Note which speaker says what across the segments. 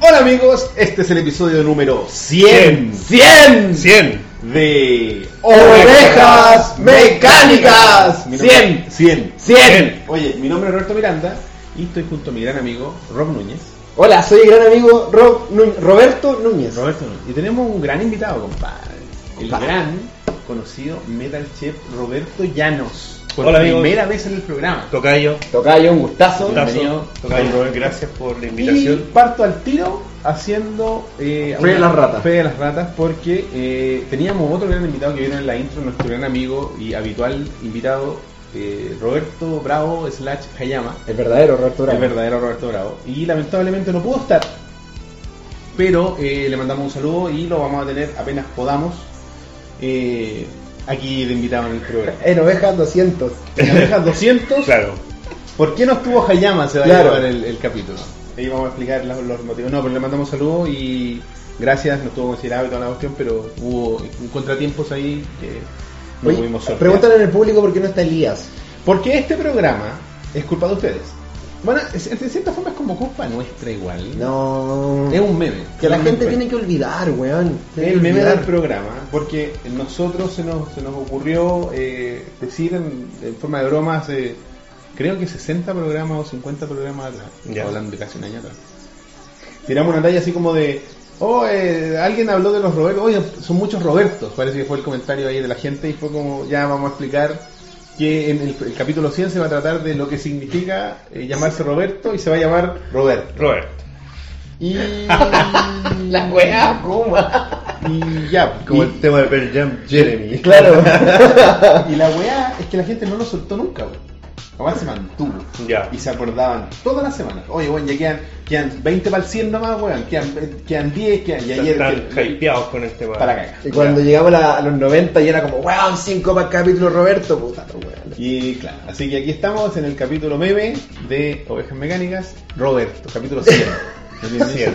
Speaker 1: Hola amigos, este es el episodio número 100.
Speaker 2: 100.
Speaker 1: 100 de
Speaker 2: Ovejas Mecánicas.
Speaker 1: Mi nombre-
Speaker 2: 100.
Speaker 1: 100.
Speaker 2: 100.
Speaker 1: Oye, mi nombre es Roberto Miranda y estoy junto a mi gran amigo Rob Núñez.
Speaker 2: Hola, soy el gran amigo Rob Nú- Roberto Núñez.
Speaker 1: Roberto Núñez. Y tenemos un gran invitado, compadre. El
Speaker 2: Compadre.
Speaker 1: gran conocido Metal Chef Roberto Llanos. Por
Speaker 3: Hola, amigos.
Speaker 1: primera vez en el programa.
Speaker 3: Tocayo,
Speaker 2: Tocayo, un gustazo.
Speaker 1: Gustazo.
Speaker 3: Tazo, Tocayo, Robert, gracias por la
Speaker 1: Y
Speaker 3: invitación.
Speaker 1: parto al tiro haciendo eh,
Speaker 2: Fe de
Speaker 1: una-
Speaker 2: las ratas.
Speaker 1: Fe de las ratas porque eh, teníamos otro gran invitado que vino en la intro, nuestro gran amigo y habitual invitado eh, Roberto Bravo slash Hayama,
Speaker 2: El verdadero Roberto Bravo.
Speaker 1: el verdadero Roberto Bravo. Y lamentablemente no pudo estar, pero eh, le mandamos un saludo y lo vamos a tener apenas podamos eh, aquí de invitado en el programa.
Speaker 2: En Ovejas 200.
Speaker 1: En Abejas 200
Speaker 3: Claro,
Speaker 1: ¿Por qué no estuvo Hayama? Se va
Speaker 2: Claro.
Speaker 1: a llevar el, el capítulo. Ahí vamos a explicar los, los motivos. No, pero le mandamos saludos y gracias, no estuvo considerado y toda la cuestión, pero hubo contratiempos ahí que no
Speaker 2: Oye,
Speaker 1: pudimos sortear.
Speaker 2: pregúntale en el público por qué no está Elías.
Speaker 1: ¿Por qué este programa es culpa de ustedes? Bueno, es- en cierta forma es como culpa nuestra igual.
Speaker 2: No.
Speaker 1: Es un meme.
Speaker 2: Que la
Speaker 1: Es un
Speaker 2: gente
Speaker 1: meme.
Speaker 2: tiene que olvidar, weón. Tiene
Speaker 1: el
Speaker 2: que
Speaker 1: meme
Speaker 2: olvidar.
Speaker 1: del programa, porque nosotros se nos, se nos ocurrió eh, decir en, en forma de broma hace, creo que 60 programas o 50 programas atrás,
Speaker 3: Ya.
Speaker 1: hablando de casi un año atrás. Tiramos una talla así como de, oh, eh, alguien habló de los Robertos, oye, son muchos Robertos, parece que fue el comentario ahí de la gente y fue como, ya vamos a explicar que en el, el capítulo 100 se va a tratar de lo que significa eh, llamarse Roberto y se va a llamar Roberto.
Speaker 3: Robert.
Speaker 1: Y...
Speaker 2: La weá, ¿cómo?
Speaker 1: Y ya,
Speaker 3: Como
Speaker 1: y-
Speaker 3: el tema de Pearl Jam, Jeremy.
Speaker 2: Claro.
Speaker 1: Y la weá es que la gente no lo soltó nunca, weón. La weá se mantuvo.
Speaker 3: Ya.
Speaker 1: Y se acordaban todas las semanas. Oye, weón, ya quedan, quedan 20 para el 100 nomás, weón. Quedan, eh, quedan 10, quedan. Y ayer.
Speaker 3: Están
Speaker 1: que-
Speaker 3: hypeados con el tema.
Speaker 1: para cagar.
Speaker 2: Y cuando llegamos a, la- a los 90 y era como, weón, 5 para el capítulo Roberto, puta, no, weón.
Speaker 1: Y claro, así que aquí estamos en el capítulo meme de Ovejas Mecánicas, Roberto, capítulo 100.
Speaker 3: Cien.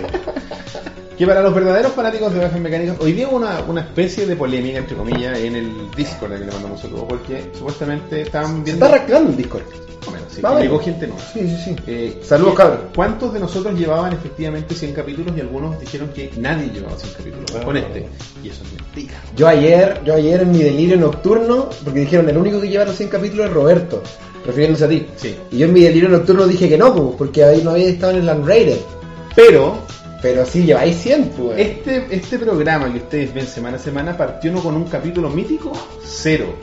Speaker 1: Que para los verdaderos fanáticos de Ovejas Mecánicas, hoy día hubo una, una especie de polémica, entre comillas, en el Discord al que le mandamos saludos, porque supuestamente estaban
Speaker 2: Se
Speaker 1: viendo.
Speaker 2: está arrancando el Discord.
Speaker 1: Más o menos, sí,
Speaker 2: Va a haber.
Speaker 1: llegó gente nueva.
Speaker 2: Sí, sí, sí.
Speaker 1: Eh,
Speaker 2: Saludos,
Speaker 1: ¿qué-
Speaker 2: cabrón.
Speaker 1: ¿Cuántos de nosotros llevaban efectivamente 100 capítulos y algunos dijeron que nadie llevaba 100 capítulos
Speaker 3: Ah.
Speaker 1: con este? Y eso es mentira.
Speaker 2: Yo ayer, yo ayer en mi delirio nocturno, porque dijeron el único que lleva los 100 capítulos es Roberto, refiriéndose a ti.
Speaker 1: Sí.
Speaker 2: Y yo en mi delirio nocturno dije que no, pues, porque ahí no había estado en el Unrated.
Speaker 1: Pero
Speaker 2: Pero sí, lleváis 100, pues.
Speaker 1: este, este programa que ustedes ven semana a semana partió no con un capítulo mítico, cero.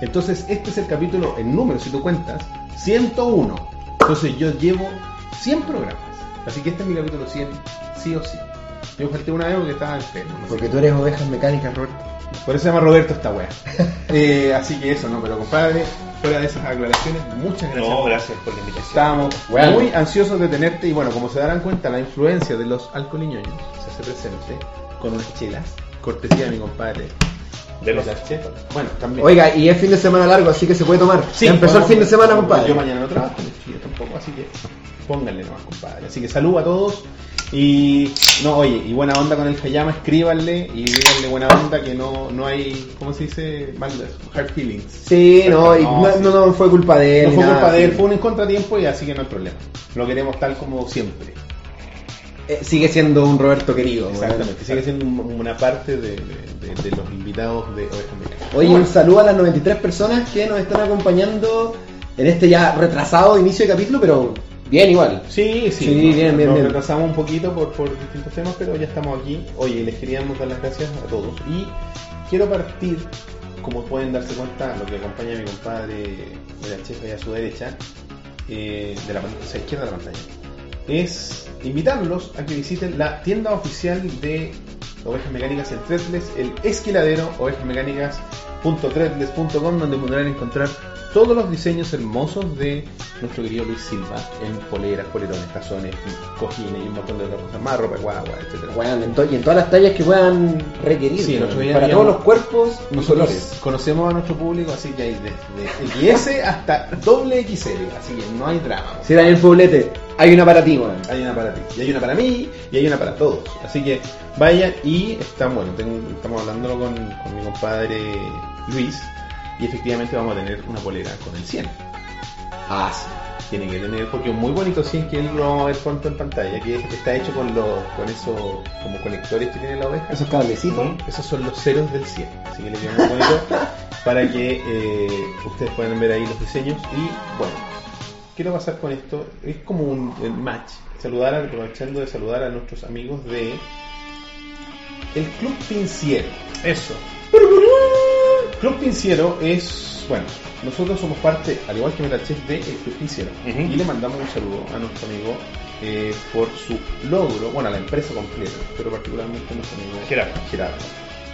Speaker 1: Entonces este es el capítulo, en número, si tú cuentas, 101. Entonces yo llevo 100 programas. Así que este es mi capítulo 100, sí o sí. Yo falté una vez porque estaba enfermo. no sé
Speaker 2: Porque tú eres ovejas mecánicas, Roberto.
Speaker 1: Por eso se llama Roberto esta wea. Eh, así que eso, no, pero compadre, fuera de esas aclaraciones, muchas gracias.
Speaker 3: No, gracias por la invitación.
Speaker 1: Estábamos
Speaker 2: Bueno.
Speaker 1: muy ansiosos de tenerte y bueno, como se darán cuenta, la influencia de los alcoholiñoños se hace presente con unas chelas, cortesía de mi compadre.
Speaker 3: De los
Speaker 1: Las chelas. Bueno, también.
Speaker 2: Oiga, y es fin de semana largo, así que se puede tomar.
Speaker 1: Sí,
Speaker 2: Ya empezó
Speaker 1: bueno,
Speaker 2: el fin de semana, compadre.
Speaker 1: Yo mañana no trabajo, ni yo tampoco, así que pónganle nomás, compadre. Así que salud a todos y no, oye, y buena onda con el Hayama, escríbanle y díganle buena onda que no, no hay, ¿cómo se dice? Mal- Hard feelings.
Speaker 2: Sí, no, y
Speaker 1: No,
Speaker 2: no,
Speaker 1: sí.
Speaker 2: no, no fue culpa de él.
Speaker 1: No
Speaker 2: ni
Speaker 1: fue
Speaker 2: nada,
Speaker 1: culpa de él,
Speaker 2: sí.
Speaker 1: fue un contratiempo y así que no hay problema. Lo queremos tal como siempre.
Speaker 2: Eh, sigue siendo un Roberto querido. weón.
Speaker 1: Exactamente, sigue siendo un- una parte de, de- de- de los invitados de Ovejas Mecánicas.
Speaker 2: Oye,
Speaker 1: Bueno,
Speaker 2: un saludo a las 93 personas que nos están acompañando en este ya retrasado inicio de capítulo, pero bien igual.
Speaker 1: Sí, sí,
Speaker 2: Sí,
Speaker 1: nos,
Speaker 2: bien, bien,
Speaker 1: nos
Speaker 2: bien.
Speaker 1: retrasamos un poquito por, por distintos temas, pero ya estamos aquí. Oye, les queríamos dar las gracias a todos. Y quiero partir, como pueden darse cuenta, lo que acompaña a mi compadre de la chefa ahí a su derecha, eh, de la pan- o sea, izquierda de la pantalla, es invitarlos a que visiten la tienda oficial de Ovejas Mecánicas en Threadless, el esquiladero ovejasmecánicas.threadless.com, donde podrán encontrar todos los diseños hermosos de nuestro querido Luis Silva en poleras, polerones, tazones, cojines y un montón de otras cosas más, ropa guagua, etcétera.
Speaker 2: Weón, en to- y en todas las tallas que puedan requerir.
Speaker 1: Sí, el otro día
Speaker 2: para
Speaker 1: habíamos-
Speaker 2: todos los cuerpos,
Speaker 1: Nosotros
Speaker 2: colores.
Speaker 1: conocemos a nuestro público, así que hay desde XS hasta doble XL, así que no hay drama.
Speaker 2: Sí, Daniel Poblete, hay una para ti, weón.
Speaker 1: Hay una para ti, y hay una para mí, y hay una para todos. Así que vayan y están, bueno, tengo- estamos hablándolo con, con mi compadre Luis, y efectivamente vamos a tener una polera con el 100.
Speaker 2: Ah, sí.
Speaker 1: Tiene que tener, porque es muy bonito si es que él no va a ver pronto en pantalla, que es- está hecho con los, con esos como conectores que tiene la oveja.
Speaker 2: Esos cablecitos. Ah,
Speaker 3: Ujú.
Speaker 1: Esos son los ceros del cielo. Así que le quedó muy bonito para que eh, ustedes puedan ver ahí los diseños. Y bueno, quiero pasar con esto. Es como un, un match. Saludar, a- aprovechando de saludar a nuestros amigos de el Club Pinciero.
Speaker 3: Eso.
Speaker 1: Club Pinciero es, bueno, nosotros somos parte, al igual que Metachef, de el Club Pinciero.
Speaker 3: Ujú.
Speaker 1: Y le mandamos un saludo a nuestro amigo eh, por su logro, bueno, a la empresa completa, pero particularmente a nuestro amigo
Speaker 3: Gerardo.
Speaker 1: Gerardo,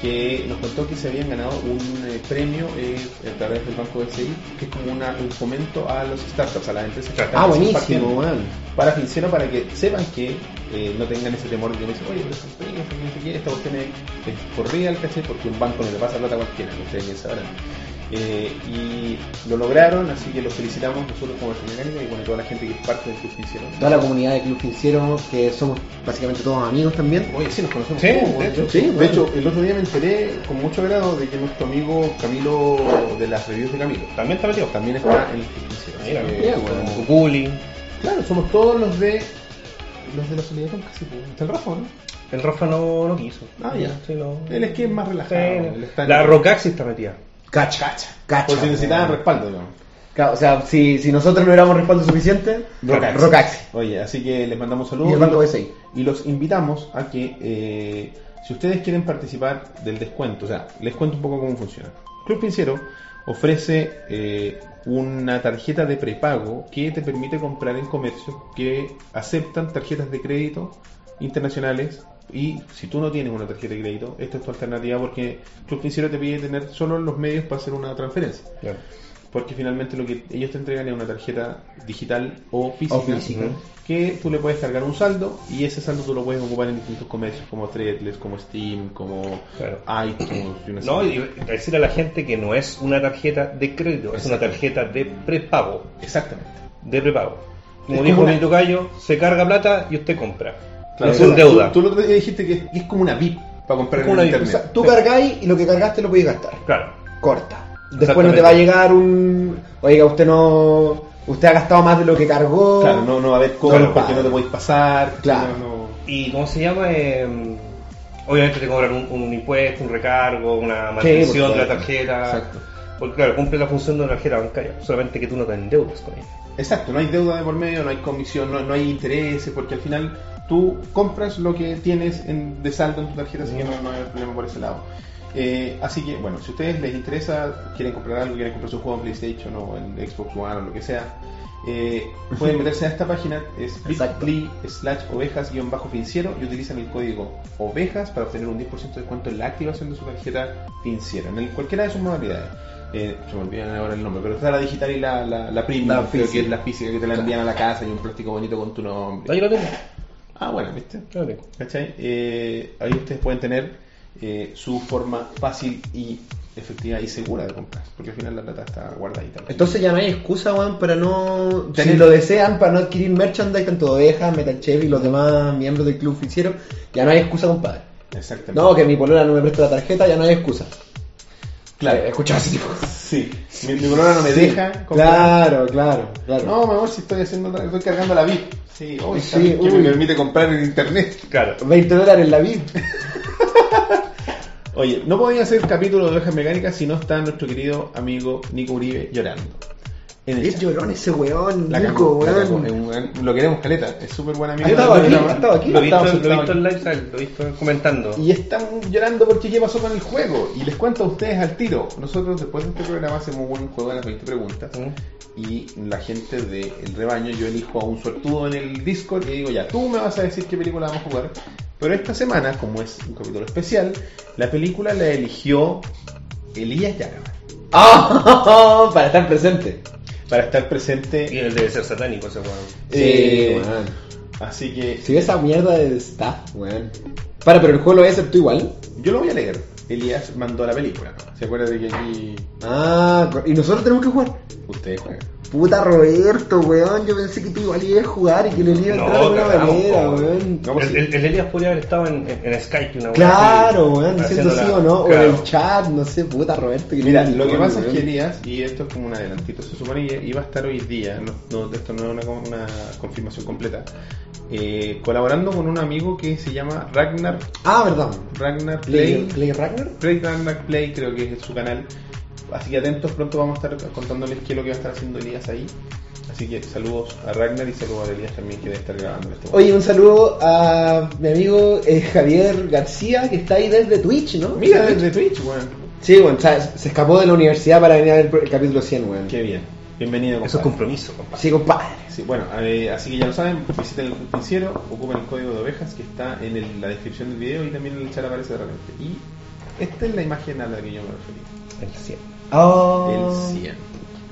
Speaker 1: que nos contó que se habían ganado un eh, premio eh, a través del Banco BCI, que es como una- un fomento a los startups, a las empresas que
Speaker 3: Ah,
Speaker 1: están
Speaker 2: Ah,
Speaker 1: recién
Speaker 2: buenísimo,
Speaker 1: partiendo
Speaker 2: weón.
Speaker 1: para Pinciero, para que sepan que eh, no tengan ese temor de que me dicen, oye, pero son amigos, que no sé qué, esta cuestión es, es por real, ¿cachai? Porque un banco no le pasa plata a cualquiera, que ustedes bien sabrán. Eh, y lo lograron, así que los felicitamos nosotros como Latinoamérica y bueno, toda la gente que es parte del Club Pinciero.
Speaker 2: Toda la comunidad de Club Financiero, que somos básicamente todos amigos también.
Speaker 1: Oye, sí, nos conocemos.
Speaker 3: Sí,
Speaker 1: todos,
Speaker 3: de
Speaker 1: bueno.
Speaker 3: hecho.
Speaker 2: Sí,
Speaker 1: de
Speaker 2: bueno.
Speaker 1: hecho, el otro día me enteré con mucho agrado de que nuestro amigo Camilo, de las reviews de Camilo,
Speaker 3: También está metido.
Speaker 1: también está en el Club Pinciero. Así
Speaker 3: Mira,
Speaker 1: que,
Speaker 2: bien,
Speaker 1: como-
Speaker 2: bueno.
Speaker 3: Cuculi.
Speaker 1: Claro, somos todos los de los de la solidaridad casi, pues. está el Rafa, ¿no?
Speaker 3: El Rafa no lo quiso.
Speaker 1: Ah, ya.
Speaker 3: Sí, lo-
Speaker 1: Él es que es más relajado. él
Speaker 3: Sí.
Speaker 1: está en-
Speaker 3: La Rocaxi está metida.
Speaker 2: Cacha, cacha, cacha.
Speaker 1: Por si necesitaban
Speaker 2: weón.
Speaker 1: respaldo, digamos.
Speaker 2: Claro, O sea, si, si nosotros no éramos respaldo suficiente,
Speaker 3: Rocaxi.
Speaker 2: Rocaxi.
Speaker 1: Oye, así que les mandamos saludos.
Speaker 2: Y el banco
Speaker 1: los-
Speaker 2: BCI.
Speaker 1: y los invitamos a que, eh, si ustedes quieren participar del descuento, o sea, les cuento un poco cómo funciona. Club Pincero ofrece eh, una tarjeta de prepago que te permite comprar en comercios que aceptan tarjetas de crédito internacionales. Y si tú no tienes una tarjeta de crédito, esta es tu alternativa porque Club Pincero te pide tener solo los medios para hacer una transferencia. Porque finalmente lo que ellos te entregan es una tarjeta digital o física,
Speaker 2: O física.
Speaker 1: que tú le puedes cargar un saldo y ese saldo tú lo puedes ocupar en distintos comercios como Threadless, como Steam, como
Speaker 3: Claro.
Speaker 1: iTunes. y una
Speaker 3: No,
Speaker 1: serie.
Speaker 3: y decir a la gente que no es una tarjeta de crédito, es una tarjeta de prepago.
Speaker 1: Exactamente.
Speaker 3: De prepago. Como
Speaker 1: Es
Speaker 3: dijo
Speaker 1: como una-
Speaker 3: mi tocayo, se carga plata y usted compra.
Speaker 1: Claro,
Speaker 3: no
Speaker 1: tú-
Speaker 3: son deuda.
Speaker 1: Tú, tú el otro día dijiste que es, que es como una VIP para comprar
Speaker 3: Es
Speaker 1: en
Speaker 3: como una VIP,
Speaker 1: internet.
Speaker 2: O sea, tú cargáis y lo que cargaste lo podéis gastar.
Speaker 3: Claro.
Speaker 2: Corta. Después no te va a llegar un. Oiga, usted no. Usted ha gastado más de lo que cargó.
Speaker 1: claro, no, no va a haber cobros
Speaker 2: No lo
Speaker 1: porque
Speaker 2: pagas.
Speaker 1: no te podéis pasar.
Speaker 2: Claro.
Speaker 1: no- no-
Speaker 3: ¿Y cómo se llama? Eh, obviamente te cobran un, un impuesto, un recargo, una
Speaker 2: Sí,
Speaker 3: mantención
Speaker 2: por
Speaker 3: de la
Speaker 2: supuesto.
Speaker 3: tarjeta.
Speaker 1: Exacto.
Speaker 3: Porque claro, cumple la función de una tarjeta bancaria, solamente que tú no te endeudas con ella.
Speaker 1: Exacto, no hay deuda de por medio, no hay comisión, no, no hay intereses, porque al final tú compras lo que tienes en- de saldo en tu tarjeta, así que no, no hay problema por ese lado. Eh, así que, bueno, si a ustedes les interesa, quieren comprar algo, quieren comprar su juego en PlayStation o en Xbox One o lo que sea, eh, pueden meterse a esta página, es
Speaker 2: Exacto.
Speaker 1: bit.ly slash ovejas-financiero y utilizan el código ovejas para obtener un 10% de descuento en la activación de su tarjeta financiera, en el- cualquiera de sus modalidades. Eh, se me olvidan ahora el nombre, pero está la digital y la, la, la premium,
Speaker 2: La
Speaker 1: creo que
Speaker 2: física.
Speaker 1: es la física que te la envían a la casa y un plástico bonito con tu nombre.
Speaker 3: Ah, yo la tengo.
Speaker 1: Ah, bueno, ¿viste?
Speaker 3: yo la tengo.
Speaker 1: ¿Cachai? Eh, ahí ustedes pueden tener eh, su forma fácil y efectiva y segura de comprar, porque al final la plata está guardadita.
Speaker 2: Entonces ya no hay excusa, weón, para no.
Speaker 1: Tener-
Speaker 2: Si lo desean, para no adquirir merchandise, tanto Oveja, Metal Chef y los demás miembros del club financiero, ya no hay excusa, compadre.
Speaker 1: Exactamente.
Speaker 2: No, que mi polola no me presta la tarjeta, ya no hay excusa.
Speaker 1: Claro.
Speaker 2: Eh, escuchaba ese tipo.
Speaker 1: Sí, mi, mi problema no me
Speaker 2: Sí.
Speaker 1: deja comprar.
Speaker 2: Claro, claro, claro.
Speaker 1: No, mi amor, si estoy haciendo otra- estoy cargando la VIP. Sí, hoy
Speaker 2: Sí,
Speaker 1: que
Speaker 2: uy.
Speaker 1: me permite comprar en internet.
Speaker 3: Claro.
Speaker 2: 20 dólares la VIP.
Speaker 1: Oye, no podía hacer capítulo de ovejas mecánicas si no está nuestro querido amigo Nico Uribe llorando. En el
Speaker 2: Es
Speaker 1: chat.
Speaker 2: llorón ese weón,
Speaker 1: La
Speaker 2: Nico,
Speaker 1: cagó, la cagó.
Speaker 2: weón.
Speaker 1: eh. Es un gran- Lo queremos, Caleta. Es súper buen amigo.
Speaker 2: Ha estado
Speaker 1: del
Speaker 2: aquí,
Speaker 1: programa.
Speaker 2: ha estado aquí.
Speaker 3: Lo he visto,
Speaker 1: Estaba
Speaker 3: lo he
Speaker 1: sentado
Speaker 3: visto en lifestyle, lo he visto comentando.
Speaker 1: Y están llorando porque qué pasó con el juego. Y les cuento a ustedes al tiro. Nosotros después de este programa hacemos un juego de las 20 preguntas.
Speaker 3: ¿Mm?
Speaker 1: y la gente del rebaño, yo elijo a un sortudo en el Discord y digo, ya, tú me vas a decir qué película vamos a jugar. Pero esta semana, como es un capítulo especial, la película la eligió Elías Yacaman
Speaker 2: Ah, para estar presente.
Speaker 1: para estar presente.
Speaker 3: Y él debe ser satánico ese weón.
Speaker 1: Eh,
Speaker 2: Sí, weón.
Speaker 1: Así que
Speaker 2: Si ves esa mierda de staff, weón. Para, pero el juego lo aceptó igual.
Speaker 1: yo lo voy a leer. Elías mandó la película. ¿no? ¿Se acuerda de que aquí
Speaker 2: Ah, cor- y nosotros tenemos que jugar.
Speaker 1: ustedes juegan?
Speaker 2: Puta Roberto, weón, yo pensé que tú igual ibas a jugar y que le iba a
Speaker 3: No,
Speaker 2: entrar de alguna
Speaker 3: cagamos,
Speaker 2: manera,
Speaker 3: po.
Speaker 2: weón.
Speaker 1: No, pues
Speaker 3: el, el- el Elías podría haber estado en, en- en Skype. Una wea
Speaker 2: Claro,
Speaker 3: así,
Speaker 2: weón, diciendo
Speaker 3: haciéndola-
Speaker 2: sí o no, o
Speaker 3: claro.
Speaker 2: en el chat, no sé, puta Roberto. que
Speaker 1: Mira,
Speaker 2: le-
Speaker 1: lo que
Speaker 2: weón,
Speaker 1: pasa es que
Speaker 2: weón.
Speaker 1: Elías, y esto es como un adelantito, se supone que iba a estar hoy día, no, no, esto no es una, una confirmación completa, eh, colaborando con un amigo que se llama Ragnar,
Speaker 2: Ah, verdad.
Speaker 1: Ragnar
Speaker 2: Play,
Speaker 1: Play,
Speaker 2: Play Ragnar.
Speaker 1: Play Ragnar Play creo que es su canal, así que atentos, pronto vamos a estar contándoles qué es lo que va a estar haciendo Elías ahí, así que saludos a Ragnar y saludos a Elías también que debe estar grabando este esto.
Speaker 2: Oye, un saludo a mi amigo eh, Javier García, que está ahí desde Twitch, ¿no?
Speaker 1: Mira, desde Twitch, weón.
Speaker 2: Sí, weón, o sea, se escapó de la universidad para venir a ver el capítulo 100, weón.
Speaker 1: Qué bien, bienvenido.
Speaker 3: Eso es
Speaker 1: compadre.
Speaker 3: compromiso, compadre.
Speaker 2: Sí, compadre.
Speaker 1: Sí, bueno, eh, así que ya lo saben, visiten el justiciero, ocupen el código de ovejas que está en el- la descripción del video y también en el chat aparece de repente. Y esta es la imagen a la que yo me referí.
Speaker 3: El cien.
Speaker 2: Oh.
Speaker 1: El 100.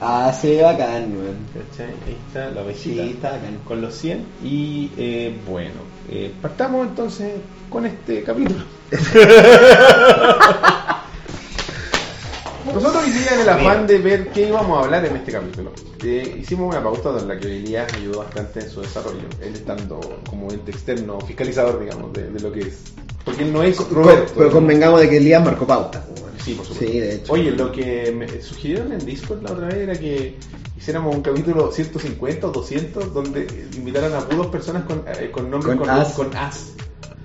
Speaker 2: Ah, se ve bacán, weón.
Speaker 1: ¿Cachai? Ahí está la ovejita.
Speaker 2: Sí, está bacán.
Speaker 1: Con los 100. Y eh, bueno, eh, partamos entonces con este capítulo. Nosotros hoy día en el afán de ver qué íbamos a hablar en este capítulo, eh, hicimos una pauta en la que Elías ayudó bastante en su desarrollo, él estando como ente externo, fiscalizador, digamos, de, de lo que es. Porque él no es Roberto.
Speaker 2: pero
Speaker 1: ¿no?
Speaker 2: convengamos de que Elías marcó pauta, weón.
Speaker 1: Sí, por supuesto.
Speaker 2: Sí, de hecho.
Speaker 1: Oye, lo que me sugirieron en Discord la otra vez era que hiciéramos un capítulo 150 o 200 donde invitaran a puros personas con, eh, con nombres
Speaker 2: Con as.
Speaker 1: con as.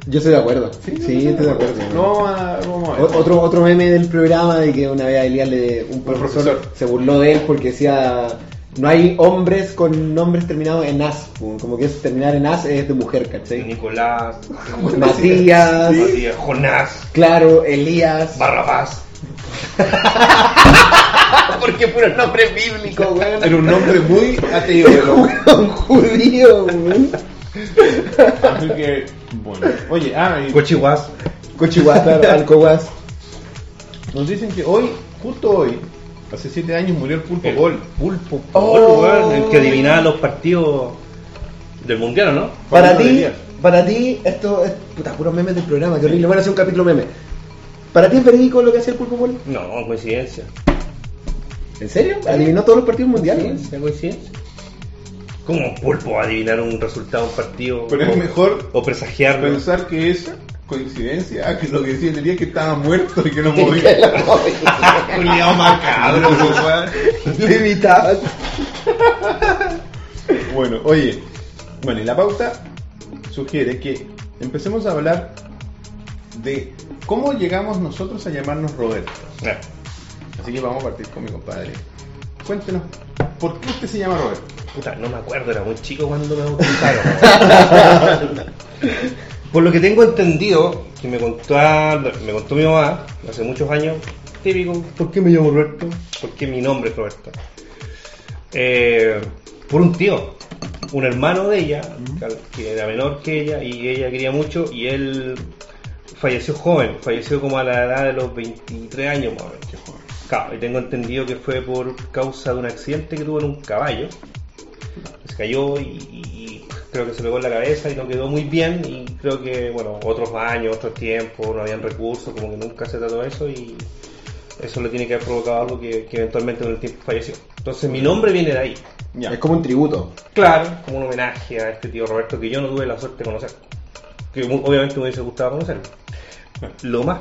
Speaker 2: Yo estoy de acuerdo. Sí, estoy de acuerdo.
Speaker 1: No, vamos a- vamos a ver.
Speaker 2: O- Otro, otro meme del programa de que una vez a Elías le, un profesor,
Speaker 1: profesor.
Speaker 2: se burló de él porque decía no hay hombres con nombres terminados en as, como como que es terminar en as es de mujer, ¿cachai?
Speaker 3: Nicolás,
Speaker 2: Matías,
Speaker 3: Matías, Jonás,
Speaker 2: claro, Elías,
Speaker 3: Barrabás.
Speaker 2: porque puro nombre bíblico,
Speaker 1: Era un nombre muy ateo. pero-
Speaker 2: Un judío, weón.
Speaker 1: Así que, bueno. Oye, ah, y
Speaker 3: Cochihuas.
Speaker 2: Cochihuatar, Alcohuas.
Speaker 1: nos dicen que hoy, justo hoy, hace 7 años murió el pulpo
Speaker 3: El
Speaker 1: gol.
Speaker 3: Pulpo.
Speaker 2: Oh.
Speaker 3: weón, el que adivinaba los partidos del mundial, ¿o ¿no?
Speaker 2: Para
Speaker 1: Fabián
Speaker 2: ti,
Speaker 1: Elías.
Speaker 2: para ti, esto es puta, puros memes del programa, qué horrible. Van a hacer un capítulo meme. ¿Para ti es verídico lo que hace el Pulpo Mol?
Speaker 3: No, coincidencia.
Speaker 2: ¿En serio? ¿Adivinó todos los partidos mundiales?
Speaker 3: ¿Coincidencia? ¿Coincidencia? ¿Cómo un pulpo va a adivinar un resultado de un partido?
Speaker 1: Pero es
Speaker 3: O-
Speaker 1: mejor
Speaker 3: O presagiarlo.
Speaker 1: pensar que es coincidencia, ah, que lo que decía Elías que estaba muerto y que no movía. Culeado macabro, weón.
Speaker 2: Levitaba.
Speaker 1: Bueno, oye. Bueno, y la pauta sugiere que empecemos a hablar de cómo llegamos nosotros a llamarnos Roberto.
Speaker 3: Ah,
Speaker 1: Así que vamos a partir con mi compadre. Cuéntenos, ¿por qué usted se llama Roberto?
Speaker 3: Puta, no me acuerdo, era muy chico cuando me bautizaron. weón. Por lo que tengo entendido, que me contó, me contó mi mamá hace muchos años, típico, ¿por qué me llamo Roberto? ¿Por qué mi nombre es Roberto? Eh, por un tío, un hermano de ella, que era menor que ella, y ella quería mucho, y él falleció joven, falleció como a la edad de los 23 años más o menos. Claro, y tengo entendido que fue por causa de un accidente que tuvo en un caballo. Se cayó y, y- y creo que se pegó en la cabeza y no quedó muy bien. Y creo que, bueno, otros años, otros tiempos, no habían recursos, como que nunca se trató eso y eso le tiene que haber provocado algo que, que eventualmente con el tiempo falleció. Entonces mi nombre viene de ahí.
Speaker 2: Es como un tributo.
Speaker 3: Claro, como un homenaje a este tío Roberto que yo no tuve la suerte de conocer. Que mu- obviamente me hubiese gustado conocerlo. Lo más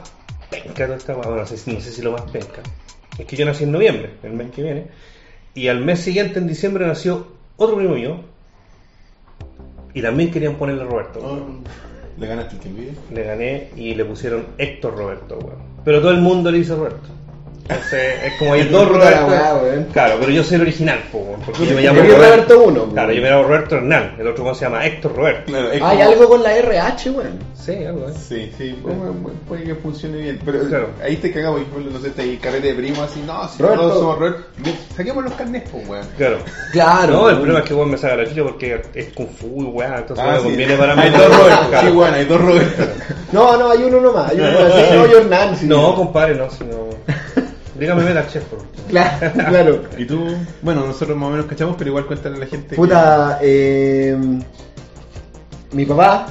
Speaker 3: penca de esta bueno, no sé, si- no sé si lo más penca. Es que yo nací en noviembre, el mes que viene. Y al mes siguiente, en diciembre, nació otro primo mío. Y también querían ponerle Roberto.
Speaker 2: Oh.
Speaker 1: ¿Le ganaste el que envidia?
Speaker 3: Le gané y le pusieron Héctor Roberto, weón. Pero todo el mundo le dice Roberto. Entonces, es como hay dos
Speaker 2: Puta la
Speaker 3: Roberto.
Speaker 2: weá, weón.
Speaker 3: Claro, pero yo soy el original, po, weón, porque yo me
Speaker 2: Yo
Speaker 3: llamo
Speaker 2: soy Roberto
Speaker 3: Roberto.
Speaker 2: uno,
Speaker 3: Claro,
Speaker 2: weón.
Speaker 3: yo me llamo Roberto Hernán. El otro weón se llama Héctor Roberto.
Speaker 1: Claro, es
Speaker 2: Ah, Hay
Speaker 1: como-
Speaker 2: algo con la RH, weón.
Speaker 3: Sí, algo, eh.
Speaker 1: Sí, sí, bueno, bueno, puede que funcione bien, pero
Speaker 3: Claro.
Speaker 1: ahí te cagamos, y, bueno, no sé, te carrete de primo así, no, si
Speaker 2: Roberto.
Speaker 1: no somos Roberto, saquemos los carnets, pues, weón.
Speaker 3: Claro.
Speaker 2: Claro.
Speaker 3: No, el problema es que weón me saca la chucha porque es Kung Fu y weá, entonces
Speaker 1: Ah,
Speaker 3: me
Speaker 1: sí.
Speaker 3: conviene para mí.
Speaker 1: Hay dos Roberto,
Speaker 3: Claro.
Speaker 1: sí, bueno, hay dos Roberto.
Speaker 2: No, no, hay uno nomás. Hay uno nomás. Sí, no, yo Hernán. sí.
Speaker 3: No, compadre, no, si no. Dígame Meta Chef, por favor.
Speaker 2: Claro, claro.
Speaker 1: ¿Y tú? Bueno, nosotros más o menos cachamos, pero igual cuéntale a la gente.
Speaker 2: Puta, eh, mi papá,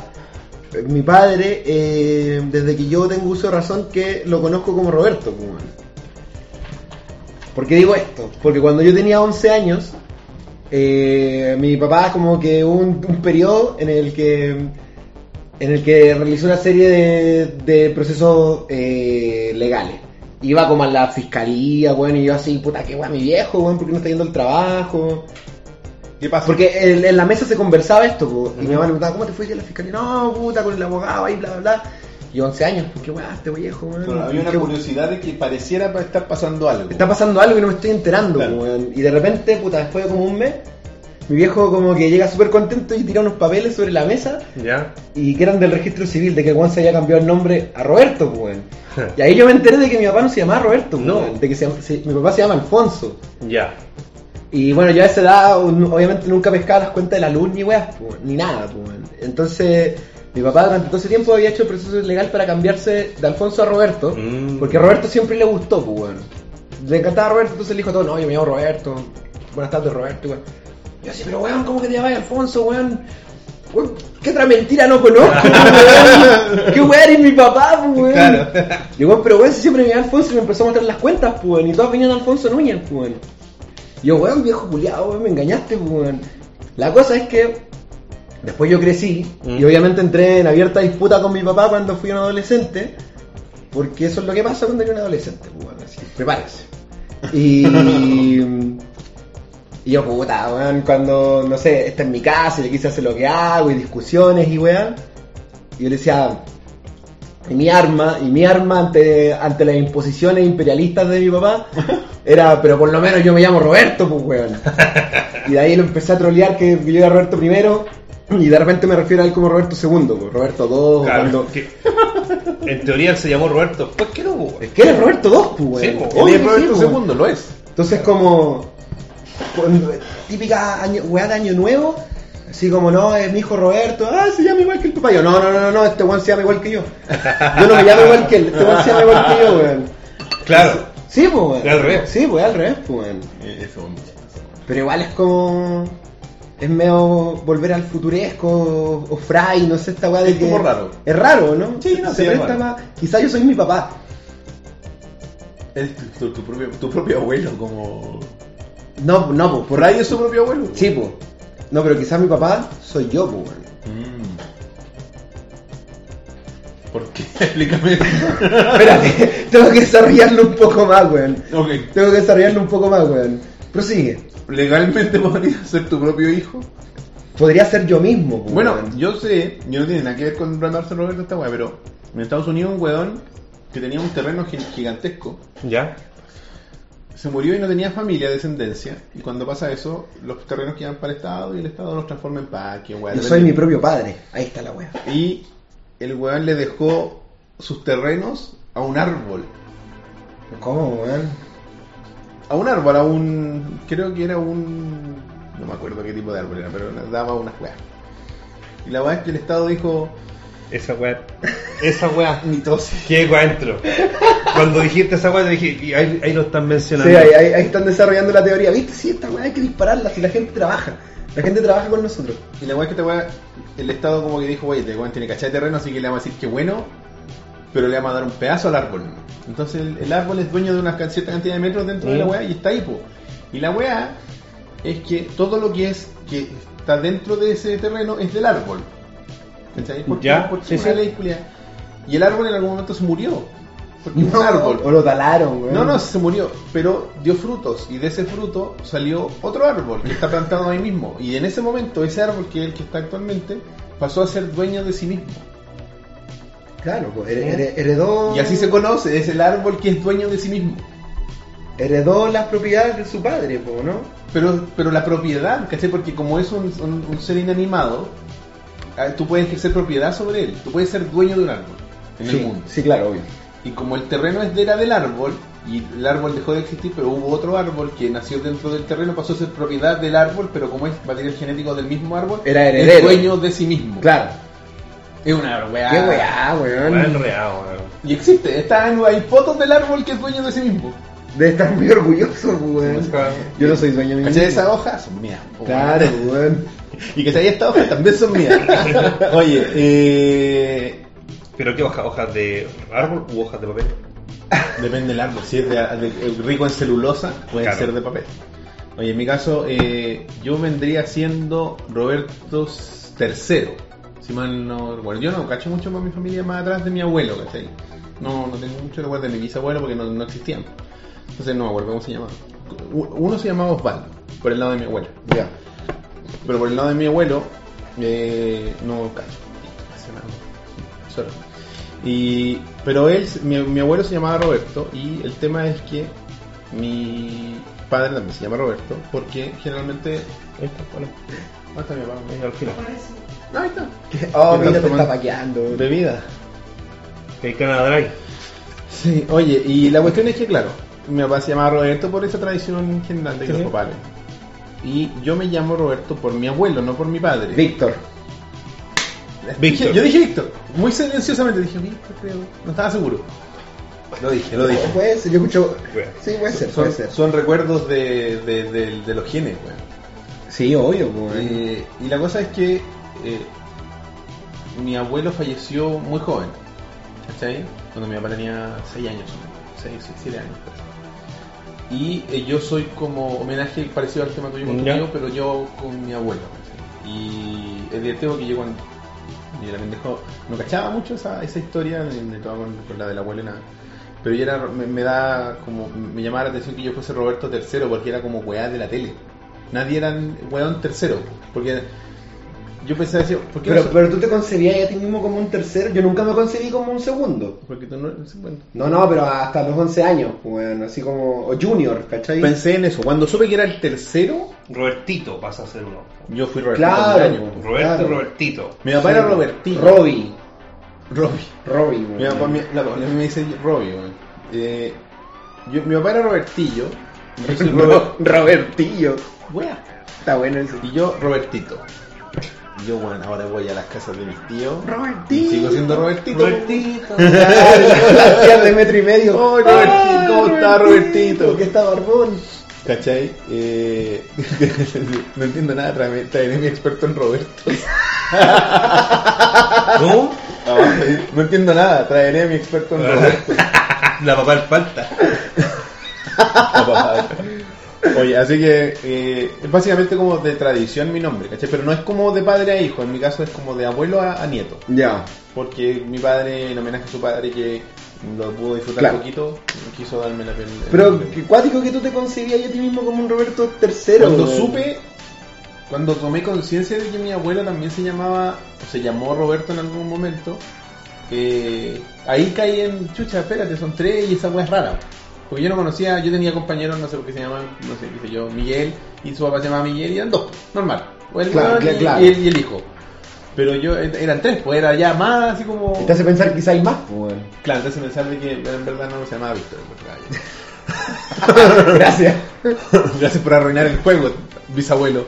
Speaker 2: eh, mi padre, eh, desde que yo tengo uso de razón que lo conozco como Roberto. pues, weón. ¿Por qué digo esto? Porque cuando yo tenía 11 años, Eh, mi papá como que hubo un, un periodo en el que en el que realizó una serie de, de procesos eh, legales. Iba como a la fiscalía, bueno, y yo así, puta, qué guay mi viejo, weón, ¿por qué no está yendo al trabajo?
Speaker 1: ¿Qué pasa?
Speaker 2: Porque en, en la mesa se conversaba esto, po, y
Speaker 3: Ujú.
Speaker 2: mi mamá le preguntaba, ¿cómo te fuiste a la fiscalía? No, puta, con el abogado ahí, bla, bla, bla. Y 11 años, pues, qué guay, este viejo, weón.
Speaker 1: Bueno, había una
Speaker 2: qué-
Speaker 1: curiosidad de que pareciera pa- estar pasando algo.
Speaker 2: Está pasando algo y no me estoy enterando,
Speaker 1: Claro.
Speaker 2: weón. Y de repente, puta, después de como un mes, mi viejo como que llega súper contento y tira unos papeles sobre la mesa
Speaker 3: ¿Ya?
Speaker 2: y que eran del registro civil, de que Juan se había cambiado el nombre a Roberto, pues, weón. Y ahí yo me enteré de que mi papá no se llamaba Roberto, pues,
Speaker 3: No.
Speaker 2: weón, de que se llama- se- mi papá se llama Alfonso.
Speaker 3: Ya.
Speaker 2: Y bueno, yo a esa edad un- obviamente nunca pescaba las cuentas de la luz ni weas, pues, weón, ni nada, pues, weón. Entonces, mi papá durante todo ese tiempo había hecho el proceso legal para cambiarse de Alfonso a Roberto,
Speaker 3: Mm.
Speaker 2: porque a Roberto siempre le gustó, pues, weón. Le encantaba Roberto, entonces le dijo todo, no, yo me llamo Roberto, buenas tardes Roberto, weón. Yo así, pero weón, ¿cómo que te llamas Alfonso, weón? Weón, ¿Qué otra mentira no conozco, weón? ¿Qué weón eres mi papá, pues, weón?
Speaker 1: Claro.
Speaker 2: Y weón, pero weón, si siempre me llamaba Alfonso y me empezó a mostrar las cuentas, pues, weón, y todas venían de Alfonso Núñez, pues, weón. Yo, weón, viejo culiado, weón, me engañaste, weón. La cosa es que después yo crecí
Speaker 3: Mm.
Speaker 2: y obviamente entré en abierta disputa con mi papá cuando fui un adolescente, porque eso es lo que pasa cuando eres un adolescente, weón, así, que prepárese. Y, y yo, puta, weón, cuando, no sé, esta es mi casa y le quise hacer lo que hago y discusiones y weón, y yo le decía, y mi arma, y mi arma ante, ante las imposiciones imperialistas de mi papá era, pero por lo menos yo me llamo Roberto, pues weón. Y de ahí lo empecé a trolear que yo era Roberto primero, y de repente me refiero a él como Roberto segundo, pues, Roberto 2,
Speaker 3: Claro,
Speaker 2: cuando...
Speaker 3: que- en teoría él se llamó Roberto. ¿Por qué no? po?
Speaker 2: Es que eres Roberto 2, pues weón.
Speaker 3: Sí, pues,
Speaker 2: Obvio
Speaker 1: Oye,
Speaker 2: que
Speaker 1: Roberto
Speaker 2: sí, pues, weón.
Speaker 1: II lo es.
Speaker 2: Entonces como cuando- típica año, weá de año nuevo, así como no, es mi hijo Roberto, ah, se llama igual que el papá. Yo, no, no, no, no, no, este weón se llama igual que yo. Yo no me llamo igual que él, este weón se llama igual que yo, weón.
Speaker 3: Claro.
Speaker 2: Sí, pues weón.
Speaker 3: Al revés.
Speaker 2: Sí, pues al revés, pues weón.
Speaker 1: Eh, Eso.
Speaker 2: Pero igual es como. Es medio volver al futuresco o, o Fry, no sé, esta weá de
Speaker 1: Es
Speaker 2: que.
Speaker 1: como raro.
Speaker 2: Es raro, ¿no?
Speaker 1: Sí, no,
Speaker 2: se
Speaker 1: sí, es
Speaker 2: presta
Speaker 1: raro.
Speaker 2: más. Quizás yo soy mi papá.
Speaker 1: Es tu, tu- tu propio, tu propio abuelo, como.
Speaker 2: No, no, pues.
Speaker 1: Por
Speaker 2: Por...
Speaker 1: radio es su propio abuelo.
Speaker 2: Sí, pues. No, pero quizás mi papá soy yo, pues, weón.
Speaker 1: Mm. ¿Por qué? Explícame.
Speaker 2: Espérate, tengo que desarrollarlo un poco más, weón.
Speaker 1: ok.
Speaker 2: Tengo que desarrollarlo un poco más, weón. Prosigue.
Speaker 1: ¿Legalmente podrías ser tu propio hijo?
Speaker 2: Podría ser yo mismo, pues,
Speaker 1: Bueno,
Speaker 2: weón.
Speaker 1: yo sé, yo no tiene nada que ver con llamarse Roberto esta weá, pero en Estados Unidos un weón que tenía un terreno gi- gigantesco
Speaker 3: Ya.
Speaker 1: se murió y no tenía familia, descendencia. Y cuando pasa eso, los terrenos quedan para el Estado y el Estado los transforma en parque, weá.
Speaker 2: Yo soy mi
Speaker 1: depende.
Speaker 2: propio padre. Ahí está la weá.
Speaker 1: Y el weón le dejó sus terrenos a un árbol.
Speaker 2: ¿Cómo, weón?
Speaker 1: A un árbol, a un. Creo que era un. No me acuerdo qué tipo de árbol era, pero daba unas weas. Y la weá es que el Estado dijo.
Speaker 3: Esa weá. Esa weá.
Speaker 1: Mitosis.
Speaker 3: Qué weá entro. Cuando dijiste esa weá, te dije, y ahí, ahí lo están
Speaker 2: Sí,
Speaker 3: mencionando.
Speaker 2: ahí, ahí- ahí están desarrollando la teoría. ¿Viste? Sí, esta weá hay que dispararla si la gente trabaja. La gente trabaja con nosotros.
Speaker 1: Y la weá es que esta weá. El Estado como que dijo, oye, este weón tiene cachada de terreno, así que le vamos a decir que bueno, pero le vamos a dar un pedazo al árbol. Entonces el, el árbol es dueño de una ca- cierta cantidad de metros dentro de la
Speaker 3: Mm.
Speaker 1: weá y está ahí, po. Y la weá es que todo lo que es que está dentro de ese terreno es del árbol. ¿Cachai? ¿Por qué?
Speaker 3: Ya,
Speaker 1: Porque
Speaker 3: sí,
Speaker 1: es una
Speaker 3: sí.
Speaker 1: ley, culiá. Y el árbol en algún momento se murió. Porque es un
Speaker 2: O
Speaker 1: árbol.
Speaker 2: lo talaron, weón.
Speaker 1: No, no, se murió, pero dio frutos y de ese fruto salió otro árbol que está plantado ahí mismo. Y en ese momento, ese árbol que es el que está actualmente pasó a ser dueño de sí mismo.
Speaker 2: Claro, pues, her- her- heredó.
Speaker 1: Y así se conoce, es el árbol que es dueño de sí mismo.
Speaker 2: Heredó las propiedades de su padre, po, ¿no?
Speaker 1: Pero, pero la propiedad, ¿cachai? Porque como es un, un- un ser inanimado, ah, tú puedes ejercer propiedad sobre él, tú puedes ser dueño de un árbol en
Speaker 2: sí,
Speaker 1: el mundo.
Speaker 2: sí, claro, obvio.
Speaker 1: Y como el terreno es de era del árbol, y el árbol dejó de existir, pero hubo otro árbol que nació dentro del terreno, pasó a ser propiedad del árbol, pero como es material genético del mismo árbol,
Speaker 2: Era
Speaker 1: es
Speaker 2: heredero.
Speaker 1: dueño de sí mismo.
Speaker 2: Claro.
Speaker 1: Es una weá.
Speaker 2: Qué weá, weón.
Speaker 3: Weá enredado, weón.
Speaker 1: Y existe, está en- hay fotos del árbol que es dueño de sí mismo.
Speaker 2: Debe estar muy orgulloso, weón. Yo no soy dueño de mí
Speaker 1: ¿Cachai?
Speaker 2: mismo.
Speaker 1: Esas hojas son mías. po,
Speaker 2: Claro,
Speaker 1: weón.
Speaker 2: weón.
Speaker 1: Y que estas hojas también son mías. Oye, eh,
Speaker 3: Pero qué hoja, hojas de árbol u hojas de papel.
Speaker 1: Depende del árbol, si es de- de- eh, rico en celulosa, puede
Speaker 3: Claro.
Speaker 1: ser de papel. Oye, en mi caso, eh, yo vendría siendo Roberto III. Si mal no recuerdo. Yo no cacho mucho más mi familia más atrás de mi abuelo, ¿cachai? No, no tengo mucho recuerdo de mi bisabuelo porque no, no existían. Entonces no me acuerdo cómo se llamaba. U- Uno se llamaba Osvaldo, por el lado de mi abuelo.
Speaker 2: Ya.
Speaker 1: Pero por el lado de mi abuelo, eh, no cacho. Hace nada. Solo. Y, pero él, mi, mi abuelo se llamaba Roberto y el tema es que mi padre también se llama Roberto porque generalmente...
Speaker 3: Ahí está, bueno,
Speaker 1: Ah, está mi papá.
Speaker 3: ahí al final.
Speaker 1: Ah, ahí está.
Speaker 2: Oh,
Speaker 1: Me
Speaker 2: mira,
Speaker 1: estás
Speaker 2: te está
Speaker 1: tomando
Speaker 2: paqueando.
Speaker 1: Bebida.
Speaker 3: Que hay Canadá Drive.
Speaker 1: Sí, oye, y la cuestión es que, claro, mi papá se llamaba Roberto por esa tradición general de que
Speaker 3: Sí.
Speaker 1: los papás. Y yo me llamo Roberto por mi abuelo, no por mi padre.
Speaker 2: Víctor.
Speaker 3: Víctor.
Speaker 1: Yo dije Víctor. Muy silenciosamente dije Víctor, creo. No estaba seguro. Lo dije, lo dije.
Speaker 2: Puede ser, yo escucho.
Speaker 3: Bueno.
Speaker 2: Sí, puede ser, puede
Speaker 1: Son,
Speaker 2: ser.
Speaker 1: son recuerdos de, de- de- de los genes, weón.
Speaker 2: Sí, obvio, pues.
Speaker 1: Eh, y la cosa es que eh, mi abuelo falleció muy joven, ¿cachai? Cuando mi papá tenía 6 años, 6, 7 años. Y eh, yo soy como homenaje parecido al tema tuyo con tu
Speaker 3: Ya.
Speaker 1: amigo, pero yo con mi abuelo. ¿cachai? Y el directivo que yo cuando yo era pendejo, no cachaba mucho esa, esa historia, ni- ni todo con, con la del abuelo y nada. Pero yo era, me, me da como, me llamaba la atención que yo fuese Roberto III porque era como weá de la tele. Nadie era weón tercero, porque yo pensé decir, ¿por qué no
Speaker 2: Pero,
Speaker 1: soy-
Speaker 2: pero tú te concebías a ti mismo como un tercero. Yo nunca me concebí como un segundo.
Speaker 1: porque tú no eres- bueno.
Speaker 2: No, no, pero hasta los 11 años, bueno, así como. O junior, ¿cachai?
Speaker 1: Pensé en eso, cuando supe que era el tercero,
Speaker 3: Robertito pasa a ser uno.
Speaker 1: yo fui Roberto
Speaker 2: Claro.
Speaker 1: por un año.
Speaker 3: Roberto,
Speaker 2: Claro.
Speaker 3: Robertito.
Speaker 1: Mi papá era Robertito.
Speaker 2: Robbie.
Speaker 1: Robbie.
Speaker 2: Robbie,
Speaker 1: Mi papá
Speaker 2: weón.
Speaker 1: mi- la- la- me dice Robbie, weón. Eh, yo- mi papá era Robertillo. Yo soy Robert-
Speaker 2: Ro- Robertillo.
Speaker 1: Weá.
Speaker 2: Está bueno eso.
Speaker 1: Y yo, Robertito. Y Yo, bueno, ahora voy a las casas de mis tíos.
Speaker 2: Robertito.
Speaker 1: Y Sigo siendo Robertito.
Speaker 3: Robertito.
Speaker 2: La tía de metro y medio.
Speaker 1: Oh, Robertito, ¿cómo está, Robertito?
Speaker 2: Que está barbón.
Speaker 1: ¿Cachai? Eh, no entiendo nada, traeme- traeré mi experto en Roberto.
Speaker 3: ¿No?
Speaker 2: Ah,
Speaker 1: No entiendo nada, traeré a mi experto en Roberto.
Speaker 3: Ah, La papá le falta.
Speaker 1: Oye, así que eh, es básicamente como de tradición mi nombre, ¿cachai? Pero no es como de padre a hijo, en mi caso es como de abuelo a, a nieto.
Speaker 2: Ya.
Speaker 1: Porque mi padre, en homenaje a su padre que lo pudo disfrutar
Speaker 2: Claro.
Speaker 1: un poquito, quiso darme la pena.
Speaker 2: Pero qué cuático que tú te concebías a ti mismo como un Roberto tercero.
Speaker 1: cuando
Speaker 2: weón.
Speaker 1: supe, cuando tomé conciencia de que mi abuelo también se llamaba, o se llamó Roberto en algún momento, eh, ahí caí en chucha, espérate, son tres y esa weá es rara. Porque yo no conocía, yo tenía compañeros, no sé por qué se llamaban, no sé, qué sé yo, Miguel, y su papá se llamaba Miguel, y eran dos, normal. O el
Speaker 2: Claro,
Speaker 1: weón
Speaker 2: cla-
Speaker 1: y,
Speaker 2: claro.
Speaker 1: y el, y el hijo. Pero yo, eran tres, pues era ya más así como...
Speaker 2: Y Te hace pensar que quizá hay más, pues, weón.
Speaker 1: Claro, entonces pensar de que en verdad no se llamaba Víctor. pues, gallo.
Speaker 2: Gracias.
Speaker 1: Gracias por arruinar el juego, bisabuelo.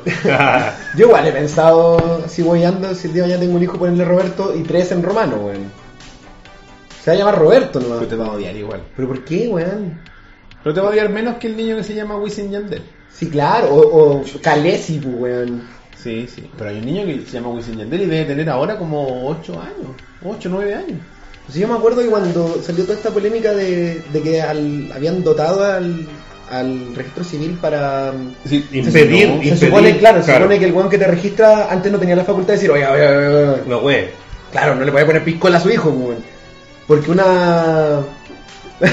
Speaker 2: Yo igual he pensado, si voy ando, si el día de mañana tengo un hijo, ponerle Roberto y tres en romano, weón. Se va a llamar Roberto nomás.
Speaker 1: Pero te va a odiar igual.
Speaker 2: ¿Pero por qué, weón?
Speaker 1: Pero te va a odiar menos que el niño que se llama Wisin Yandel.
Speaker 2: Sí, claro, o, o Calesi, pues, weón.
Speaker 1: Sí, sí. Pero hay un niño que se llama Wisin Yandel y debe tener ahora como 8 años. 8, 9 años.
Speaker 2: Pues yo me acuerdo que cuando salió toda esta polémica de, de que al- habían dotado al, al registro civil para...
Speaker 1: Sí,
Speaker 3: Impedir,
Speaker 2: se,
Speaker 3: impedir,
Speaker 2: supone, claro, se
Speaker 3: claro.
Speaker 2: supone que el weón que te registra antes no tenía la facultad de decir, oye, oye, oye, oye, oye".
Speaker 3: No, güey.
Speaker 2: claro, no le voy a poner piscola a su hijo, pues, weón. Porque una...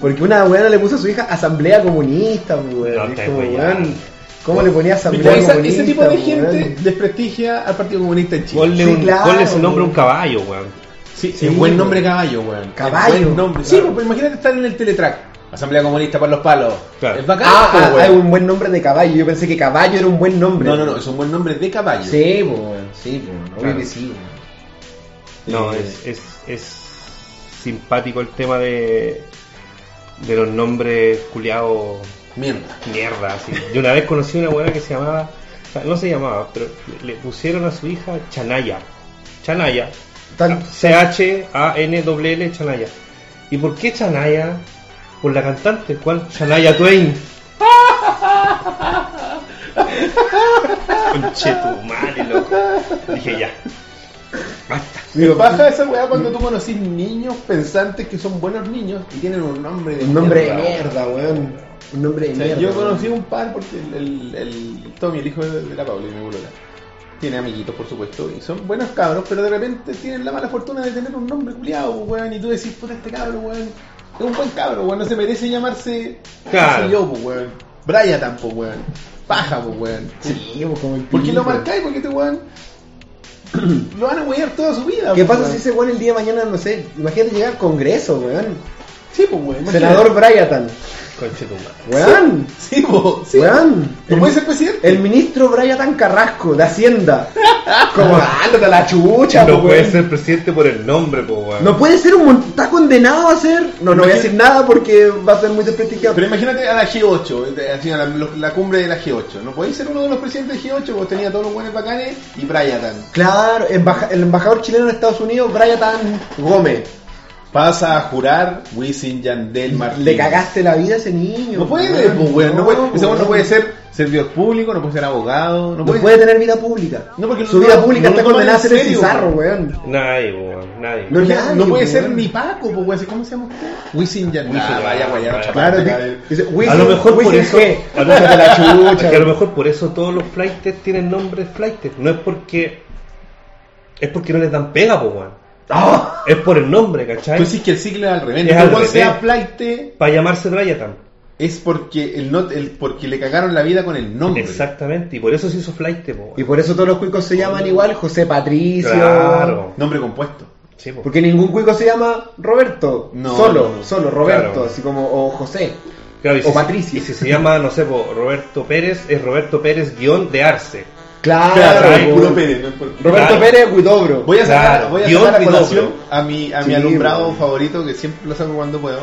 Speaker 2: Porque una weona le puso a su hija asamblea comunista, pues, weón.
Speaker 3: No
Speaker 2: Es
Speaker 3: te
Speaker 2: como,
Speaker 3: voy a-
Speaker 2: weón, ¿Cómo le ponía asamblea
Speaker 1: Esa-
Speaker 2: comunista? pues,
Speaker 1: ese tipo de gente
Speaker 2: weón?
Speaker 1: desprestigia al Partido Comunista en Chile.
Speaker 3: Ponle,
Speaker 2: Sí,
Speaker 3: un,
Speaker 2: claro,
Speaker 3: ponle ese nombre a un
Speaker 2: güey.
Speaker 3: caballo, weón.
Speaker 1: Sí,
Speaker 2: sí,
Speaker 1: es buen
Speaker 2: güey.
Speaker 1: nombre caballo, weón.
Speaker 2: Caballo.
Speaker 1: Es buen nombre. Sí,
Speaker 2: Claro.
Speaker 1: pues imagínate estar en el Teletrack. Asamblea Comunista para los palos.
Speaker 3: Claro.
Speaker 1: Es bacán,
Speaker 2: Ah,
Speaker 1: pues,
Speaker 2: ah,
Speaker 1: güey.
Speaker 2: hay un buen nombre de caballo. Yo pensé que caballo era un buen nombre.
Speaker 1: No, no, no, es un buen nombre de caballo.
Speaker 2: Sí, pues, weón, sí, pues, obvio
Speaker 3: Claro.
Speaker 2: que sí. weón.
Speaker 3: No,
Speaker 1: Eh,
Speaker 3: es, es, es simpático el tema de, de los nombres culiados
Speaker 1: Mierda.
Speaker 3: mierda. Así. Yo una vez conocí una buena que se llamaba, o sea, no se llamaba, pero le le pusieron a su hija Chanaya. Chanaya.
Speaker 1: Ah,
Speaker 2: Tal-
Speaker 3: C-H-A-N-W-L Chanaya. ¿Y por qué Chanaya? Por la cantante, ¿cuál? Chanaya Twain. Conche tu madre, loco. Dije ya. Basta.
Speaker 1: Pero baja esa weá cuando tú conocís niños pensantes que son buenos niños y tienen un nombre de
Speaker 2: Un nombre de
Speaker 1: mierda.
Speaker 2: mierda, weón. Un nombre de
Speaker 1: O sea,
Speaker 2: mierda.
Speaker 1: yo
Speaker 2: weón.
Speaker 1: conocí un par porque el, el- el Tommy, el hijo de, de la Paula y mi bolola, tiene amiguitos, por supuesto, y son buenos cabros, pero de repente tienen la mala fortuna de tener un nombre culiado, weón, y tú decís, puta, este cabro, weón, es un buen cabro, weón, no se merece llamarse,
Speaker 3: Claro.
Speaker 1: qué sé yo, pues, weón, Brian tampoco, weón, paja, pues, weón.
Speaker 2: Sí, pues, como el
Speaker 1: Porque lo
Speaker 2: pico.
Speaker 1: marcáis, porque este weón lo van a wear toda su vida.
Speaker 2: ¿Qué
Speaker 1: pues,
Speaker 2: pasa si
Speaker 1: weón.
Speaker 2: ese weón el día de mañana, no sé, imagínate llegar al Congreso, weón?
Speaker 1: Sí, pues, weón. imagínate.
Speaker 2: Senador Bryatan,
Speaker 3: Conchetumar.
Speaker 2: weón,
Speaker 1: Sí, pues, sí.
Speaker 2: weón.
Speaker 1: No
Speaker 2: El-
Speaker 1: puede ser presidente.
Speaker 2: El ministro Bryatan Carrasco, de Hacienda. Como, ándate a la chucha,
Speaker 3: No
Speaker 2: po,
Speaker 3: puede
Speaker 2: pues, weón.
Speaker 3: ser presidente por el nombre, po, weón.
Speaker 2: No puede ser un mon- está condenado a ser. No, no voy a decir nada porque va a ser muy desprestigiado.
Speaker 1: Pero imagínate a la G8, eh, así, a la, lo- la cumbre de la G8. No podéis ser uno de los presidentes de G8, vos tenía todos los buenos bacanes y Bryatan.
Speaker 2: Claro, embaja- el embajador chileno en Estados Unidos, Bryatan Gómez.
Speaker 1: Pasa a jurar Wisin Yandel Martínez.
Speaker 2: Le cagaste la vida a ese niño.
Speaker 1: No puede,
Speaker 2: weón.
Speaker 1: pues, weón, no, puede, ese weón no
Speaker 2: weón.
Speaker 1: puede ser servidor público, no puede ser abogado, no,
Speaker 2: No
Speaker 1: puede,
Speaker 2: puede, tener vida pública.
Speaker 1: No, porque
Speaker 2: Su
Speaker 1: no-
Speaker 2: vida
Speaker 1: no-
Speaker 2: pública
Speaker 1: no
Speaker 2: está
Speaker 1: lo toman
Speaker 2: condenada a
Speaker 1: en
Speaker 2: ser el
Speaker 1: serio,
Speaker 2: cizarro,
Speaker 1: weón.
Speaker 2: weón.
Speaker 3: Nadie, po, weón. Nadie.
Speaker 2: No,
Speaker 1: no,
Speaker 2: nadie,
Speaker 1: puede
Speaker 2: weón.
Speaker 1: ser ni Paco, pues, weón, ¿cómo se llama usted? Wisin Yandel.
Speaker 3: Wisin
Speaker 1: Ah, vaya,
Speaker 3: Yandel.
Speaker 1: vaya, no,
Speaker 2: Claro,
Speaker 1: chapate,
Speaker 2: sí.
Speaker 1: cabrón.
Speaker 2: Dice,
Speaker 3: a lo
Speaker 2: Wisin-
Speaker 3: mejor por
Speaker 2: Wisin
Speaker 3: eso.
Speaker 2: G.
Speaker 3: a lo-
Speaker 2: Ándate a la chucha,
Speaker 3: que a lo
Speaker 2: weón.
Speaker 3: mejor por eso todos los flightes tienen nombre de flightes. No es porque. Es porque no les dan pega, po, weón.
Speaker 2: Ah,
Speaker 3: Es por el nombre, ¿cachai?
Speaker 2: Pues
Speaker 1: Tú decís que el ciclo Pues es al revés.
Speaker 3: Es
Speaker 1: No
Speaker 3: al
Speaker 1: cual
Speaker 3: revés.
Speaker 1: sea flight
Speaker 3: Para llamarse Bryatan.
Speaker 1: es porque, el not, el, porque le cagaron la vida con el nombre.
Speaker 3: Exactamente. Y por eso se hizo flight, po, weón.
Speaker 2: Y por eso todos los cuicos se llaman igual José Patricio.
Speaker 3: Claro.
Speaker 1: Nombre compuesto.
Speaker 3: Sí, po.
Speaker 2: Porque ningún cuico se llama Roberto.
Speaker 1: No,
Speaker 2: solo,
Speaker 1: no, no.
Speaker 2: solo Roberto,
Speaker 3: Claro.
Speaker 2: así como o José.
Speaker 3: Claro, y
Speaker 2: o
Speaker 3: si-
Speaker 2: Patricio.
Speaker 3: Y si se llama, no sé, po, Roberto Pérez, es Roberto Pérez guión de Arce.
Speaker 2: Claro,
Speaker 1: Ah, Claro,
Speaker 3: Ay,
Speaker 1: es
Speaker 2: weón.
Speaker 1: puro Pérez, no es por-
Speaker 2: Roberto
Speaker 3: Claro.
Speaker 2: Pérez Guidobro.
Speaker 1: Voy a sacar,
Speaker 3: Claro,
Speaker 1: voy a
Speaker 3: Dios
Speaker 1: sacar a
Speaker 3: me
Speaker 1: colación
Speaker 3: doble.
Speaker 1: a mi, a mi
Speaker 2: Sí,
Speaker 1: alumbrado
Speaker 2: weón.
Speaker 1: favorito, que siempre lo saco cuando puedo.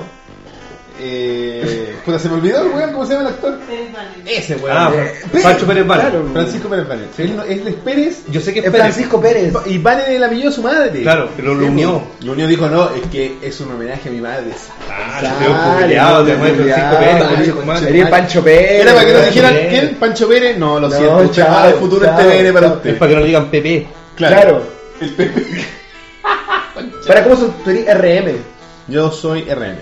Speaker 1: Eh, puta, se me olvidó el weón, ¿cómo se llama el actor?
Speaker 4: Pérez Valdés.
Speaker 1: Ese weón.
Speaker 3: Ah,
Speaker 1: Eh,
Speaker 2: Pérez,
Speaker 3: Pancho Pérez Vale.
Speaker 2: claro.
Speaker 1: Francisco Pérez Vanes. Él no- Él es Pérez
Speaker 3: Yo sé que es,
Speaker 2: Es
Speaker 3: Pérez. Ah,
Speaker 2: Francisco Pérez.
Speaker 1: y Vanes le la pilló su madre.
Speaker 3: Claro, pero lo
Speaker 1: Sí,
Speaker 3: unió.
Speaker 1: Lo unió dijo, no, es que es un homenaje a mi madre.
Speaker 3: Ah,
Speaker 2: Claro,
Speaker 3: te veo culiado, te muevo Francisco
Speaker 2: culiado,
Speaker 3: Pérez,
Speaker 1: Pancho
Speaker 3: conche tu madre.
Speaker 1: Pérez.
Speaker 2: Sería Pancho
Speaker 3: Eh,
Speaker 2: Pérez.
Speaker 1: Era para que no
Speaker 2: weón.
Speaker 1: dijeran
Speaker 3: Pérez.
Speaker 1: quién, Pancho Pérez. No, lo
Speaker 2: No,
Speaker 1: siento,
Speaker 2: chao,
Speaker 1: chaval, el futuro
Speaker 2: chao,
Speaker 1: es TVN para
Speaker 2: chao.
Speaker 1: usted.
Speaker 3: Es para que no le digan PP.
Speaker 2: Claro.
Speaker 1: El Pepe.
Speaker 2: Para cómo son, tú eres RM,
Speaker 1: Yo soy RM.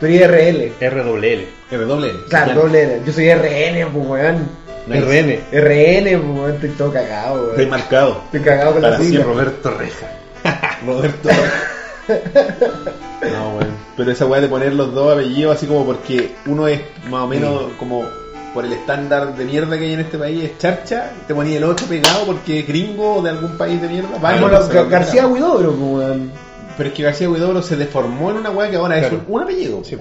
Speaker 2: tú eres RL.
Speaker 3: RWL.
Speaker 1: RWL.
Speaker 2: Claro, doble R. Yo soy RN, pues weón.
Speaker 3: RN.
Speaker 2: RN, pues weón, estoy todo cagado,
Speaker 1: Estoy
Speaker 2: weón.
Speaker 1: marcado.
Speaker 2: Estoy cagado con
Speaker 1: Para
Speaker 2: la
Speaker 1: siempre,
Speaker 2: sigla.
Speaker 1: Roberto Reja. Roberto. no, bueno. Pero esa weá de poner los dos apellidos así como porque uno es más o menos como por el estándar de mierda que hay en este país, es charcha, te ponía el otro pegado porque es gringo o de algún país de mierda. Vale,
Speaker 2: Como
Speaker 1: no
Speaker 2: los-
Speaker 1: sé,
Speaker 2: Gar-
Speaker 1: no.
Speaker 2: García Huidobro, pues weón.
Speaker 1: Pero es que García Huidobro se deformó en una weá que ahora
Speaker 3: Claro.
Speaker 1: es un, un apellido. Sí,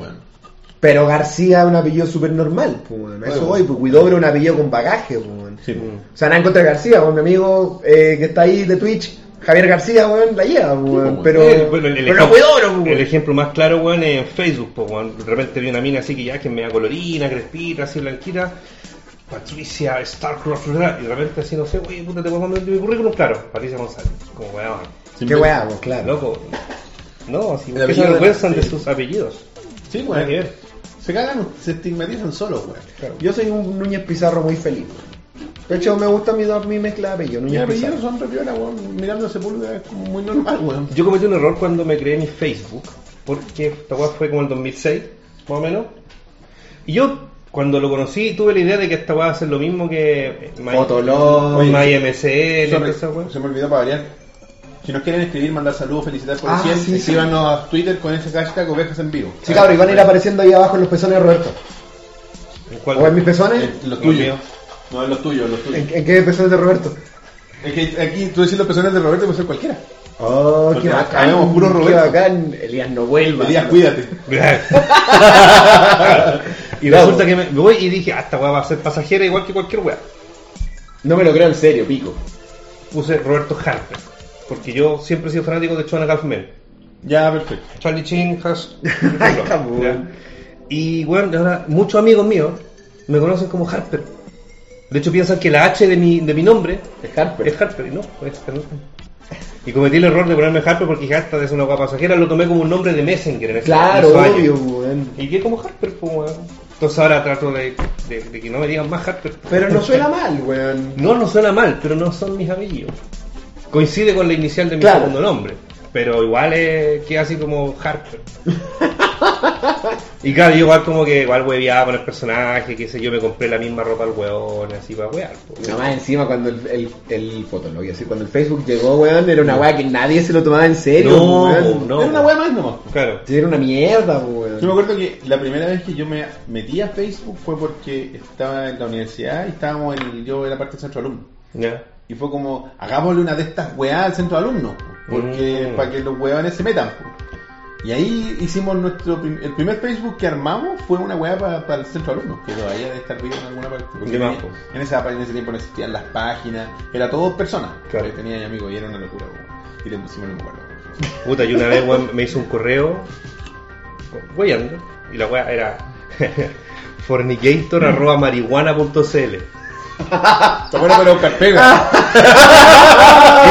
Speaker 2: Pero García es un apellido súper normal, pues weón. A Eso
Speaker 1: Bueno.
Speaker 2: voy, pues Huidobro es un apellido con bagaje, pues weón.
Speaker 1: Sí, po.
Speaker 2: O sea, nada en contra de García, weón. Mi amigo eh, que está ahí de Twitch, Javier García, weón, la lleva, pues, weón.
Speaker 1: po,
Speaker 2: Pero.
Speaker 3: Eh, bueno, el, el
Speaker 2: pero no
Speaker 3: ejemplo,
Speaker 2: Huidobro, pues,
Speaker 3: el
Speaker 2: weón.
Speaker 3: ejemplo más claro, weón, es en Facebook, po, weón. De repente vi una mina así que ya que me da colorina, crespita, así blanquita. Patricia Starcross, bla, y de repente así, no sé, oye, puta, te voy a mandar mi currículum, claro. Patricia González, como weón.
Speaker 2: Qué weá, pues, claro.
Speaker 3: Loco. No, así,
Speaker 1: El
Speaker 3: que se
Speaker 1: apellido de-
Speaker 3: avergüenzan de
Speaker 1: sí.
Speaker 3: sus apellidos.
Speaker 1: Sí,
Speaker 3: Nada que
Speaker 1: weón.
Speaker 3: ver.
Speaker 1: Se cagan, se estigmatizan solos, weón.
Speaker 2: Yo soy un Núñez Pizarro muy feliz. De hecho, me gusta mi, mi mezcla de apellido.
Speaker 1: Mis
Speaker 2: Núñez
Speaker 1: apellidos
Speaker 2: Pizarro.
Speaker 1: son re piola, weón. Mirando Sepúlveda es como muy normal, weón.
Speaker 3: Yo cometí un error cuando me creé mi Facebook, porque esta weá fue como el 2006, más o menos. Y yo, cuando lo conocí, tuve la idea de que esta weá va a ser lo mismo que eh, My-
Speaker 2: Fotolog.
Speaker 3: Oye,
Speaker 1: Sorry,
Speaker 3: MyMCL, esa weá.
Speaker 1: se me olvidó para variar. Si nos quieren escribir, mandar saludos, felicitar por el
Speaker 2: Ah,
Speaker 1: 100,
Speaker 2: sí, sí.
Speaker 1: escríbanos a Twitter con ese hashtag ovejas en vivo.
Speaker 2: Sí, cabrón, y van a ir apareciendo ahí abajo en los pezones de Roberto.
Speaker 3: ¿En cuál?
Speaker 2: ¿O en mis pezones?
Speaker 1: Eh, Los
Speaker 3: Los
Speaker 1: tuyos.
Speaker 3: míos.
Speaker 1: No, los tuyos, los tuyos.
Speaker 2: ¿En, en qué pezones de Roberto?
Speaker 1: Es que aquí tú decís los personajes de Roberto, puede ser cualquiera.
Speaker 2: Oh,
Speaker 1: Porque
Speaker 2: qué bacán.
Speaker 1: habíamos puro
Speaker 2: Qué
Speaker 1: Roberto.
Speaker 2: bacán. Elías no vuelva.
Speaker 1: Elías, cuídate.
Speaker 3: y resulta que me me voy y dije, ah, esta weá va a ser pasajera igual que cualquier weá.
Speaker 2: No me lo creo en serio, pico.
Speaker 3: Puse Roberto Harper, porque yo siempre he sido fanático de Chuan Halfman.
Speaker 1: Ya, perfecto.
Speaker 3: Charlie Chin, Has.
Speaker 2: Ay, cabrón.
Speaker 3: Ya. y bueno, ahora muchos amigos míos me conocen como Harper. De hecho, piensan que la H de mi, de mi nombre
Speaker 2: Es Harper.
Speaker 3: es Harper, y no, es Harper. Y cometí el error de ponerme Harper porque dije, "Ah, esta es una guapa pasajera, lo tomé como un nombre de Messenger en ese
Speaker 2: Claro,
Speaker 3: en esos años.
Speaker 2: obvio, weón.
Speaker 3: Y quedé como Harper, pues, weón. Entonces ahora trato de, de- de que no me digan más Harper.
Speaker 2: Pero no suena mal, weón.
Speaker 3: No, no suena mal, pero no son mis apellidos. Coincide con la inicial de mi
Speaker 2: Claro.
Speaker 3: segundo nombre, pero igual es que así como Harper. Y claro, yo igual como que igual hueveaba con el personaje, qué sé yo, me compré la misma ropa al hueón, así para huear. po.
Speaker 2: Nada más encima cuando el, el, el fotolog, así, cuando el Facebook llegó, weón, era una weá que nadie se lo tomaba en serio,
Speaker 3: No,
Speaker 2: weón.
Speaker 3: no.
Speaker 1: Era una weá más nomás.
Speaker 3: Claro.
Speaker 2: Sí, Era una mierda,
Speaker 1: Yo me
Speaker 2: weón.
Speaker 1: acuerdo que la primera vez que yo me metí a Facebook fue porque estaba en la universidad y estábamos en el, yo era parte del centro alumno.
Speaker 3: Ya.
Speaker 1: Y fue como, hagámosle una de estas weá al centro alumno, porque
Speaker 3: Mm.
Speaker 1: para que los weones se metan. po. Y ahí hicimos nuestro, prim- el primer Facebook que armamos fue una weá para el centro alumno, que todavía debe estar vivo en alguna parte. porque
Speaker 3: De más,
Speaker 1: tenía-
Speaker 3: po.
Speaker 1: en, esa, en ese tiempo no existían las páginas, era todo personas.
Speaker 3: Claro.
Speaker 1: Yo Tenía amigos y era una locura. weón. Y le pusimos el nombre.
Speaker 3: Puta, y una vez weón, me hizo un correo hueando. Y la wea era fornicator arroba marihuana.cl. Ah.
Speaker 1: Está bueno para buscar pega.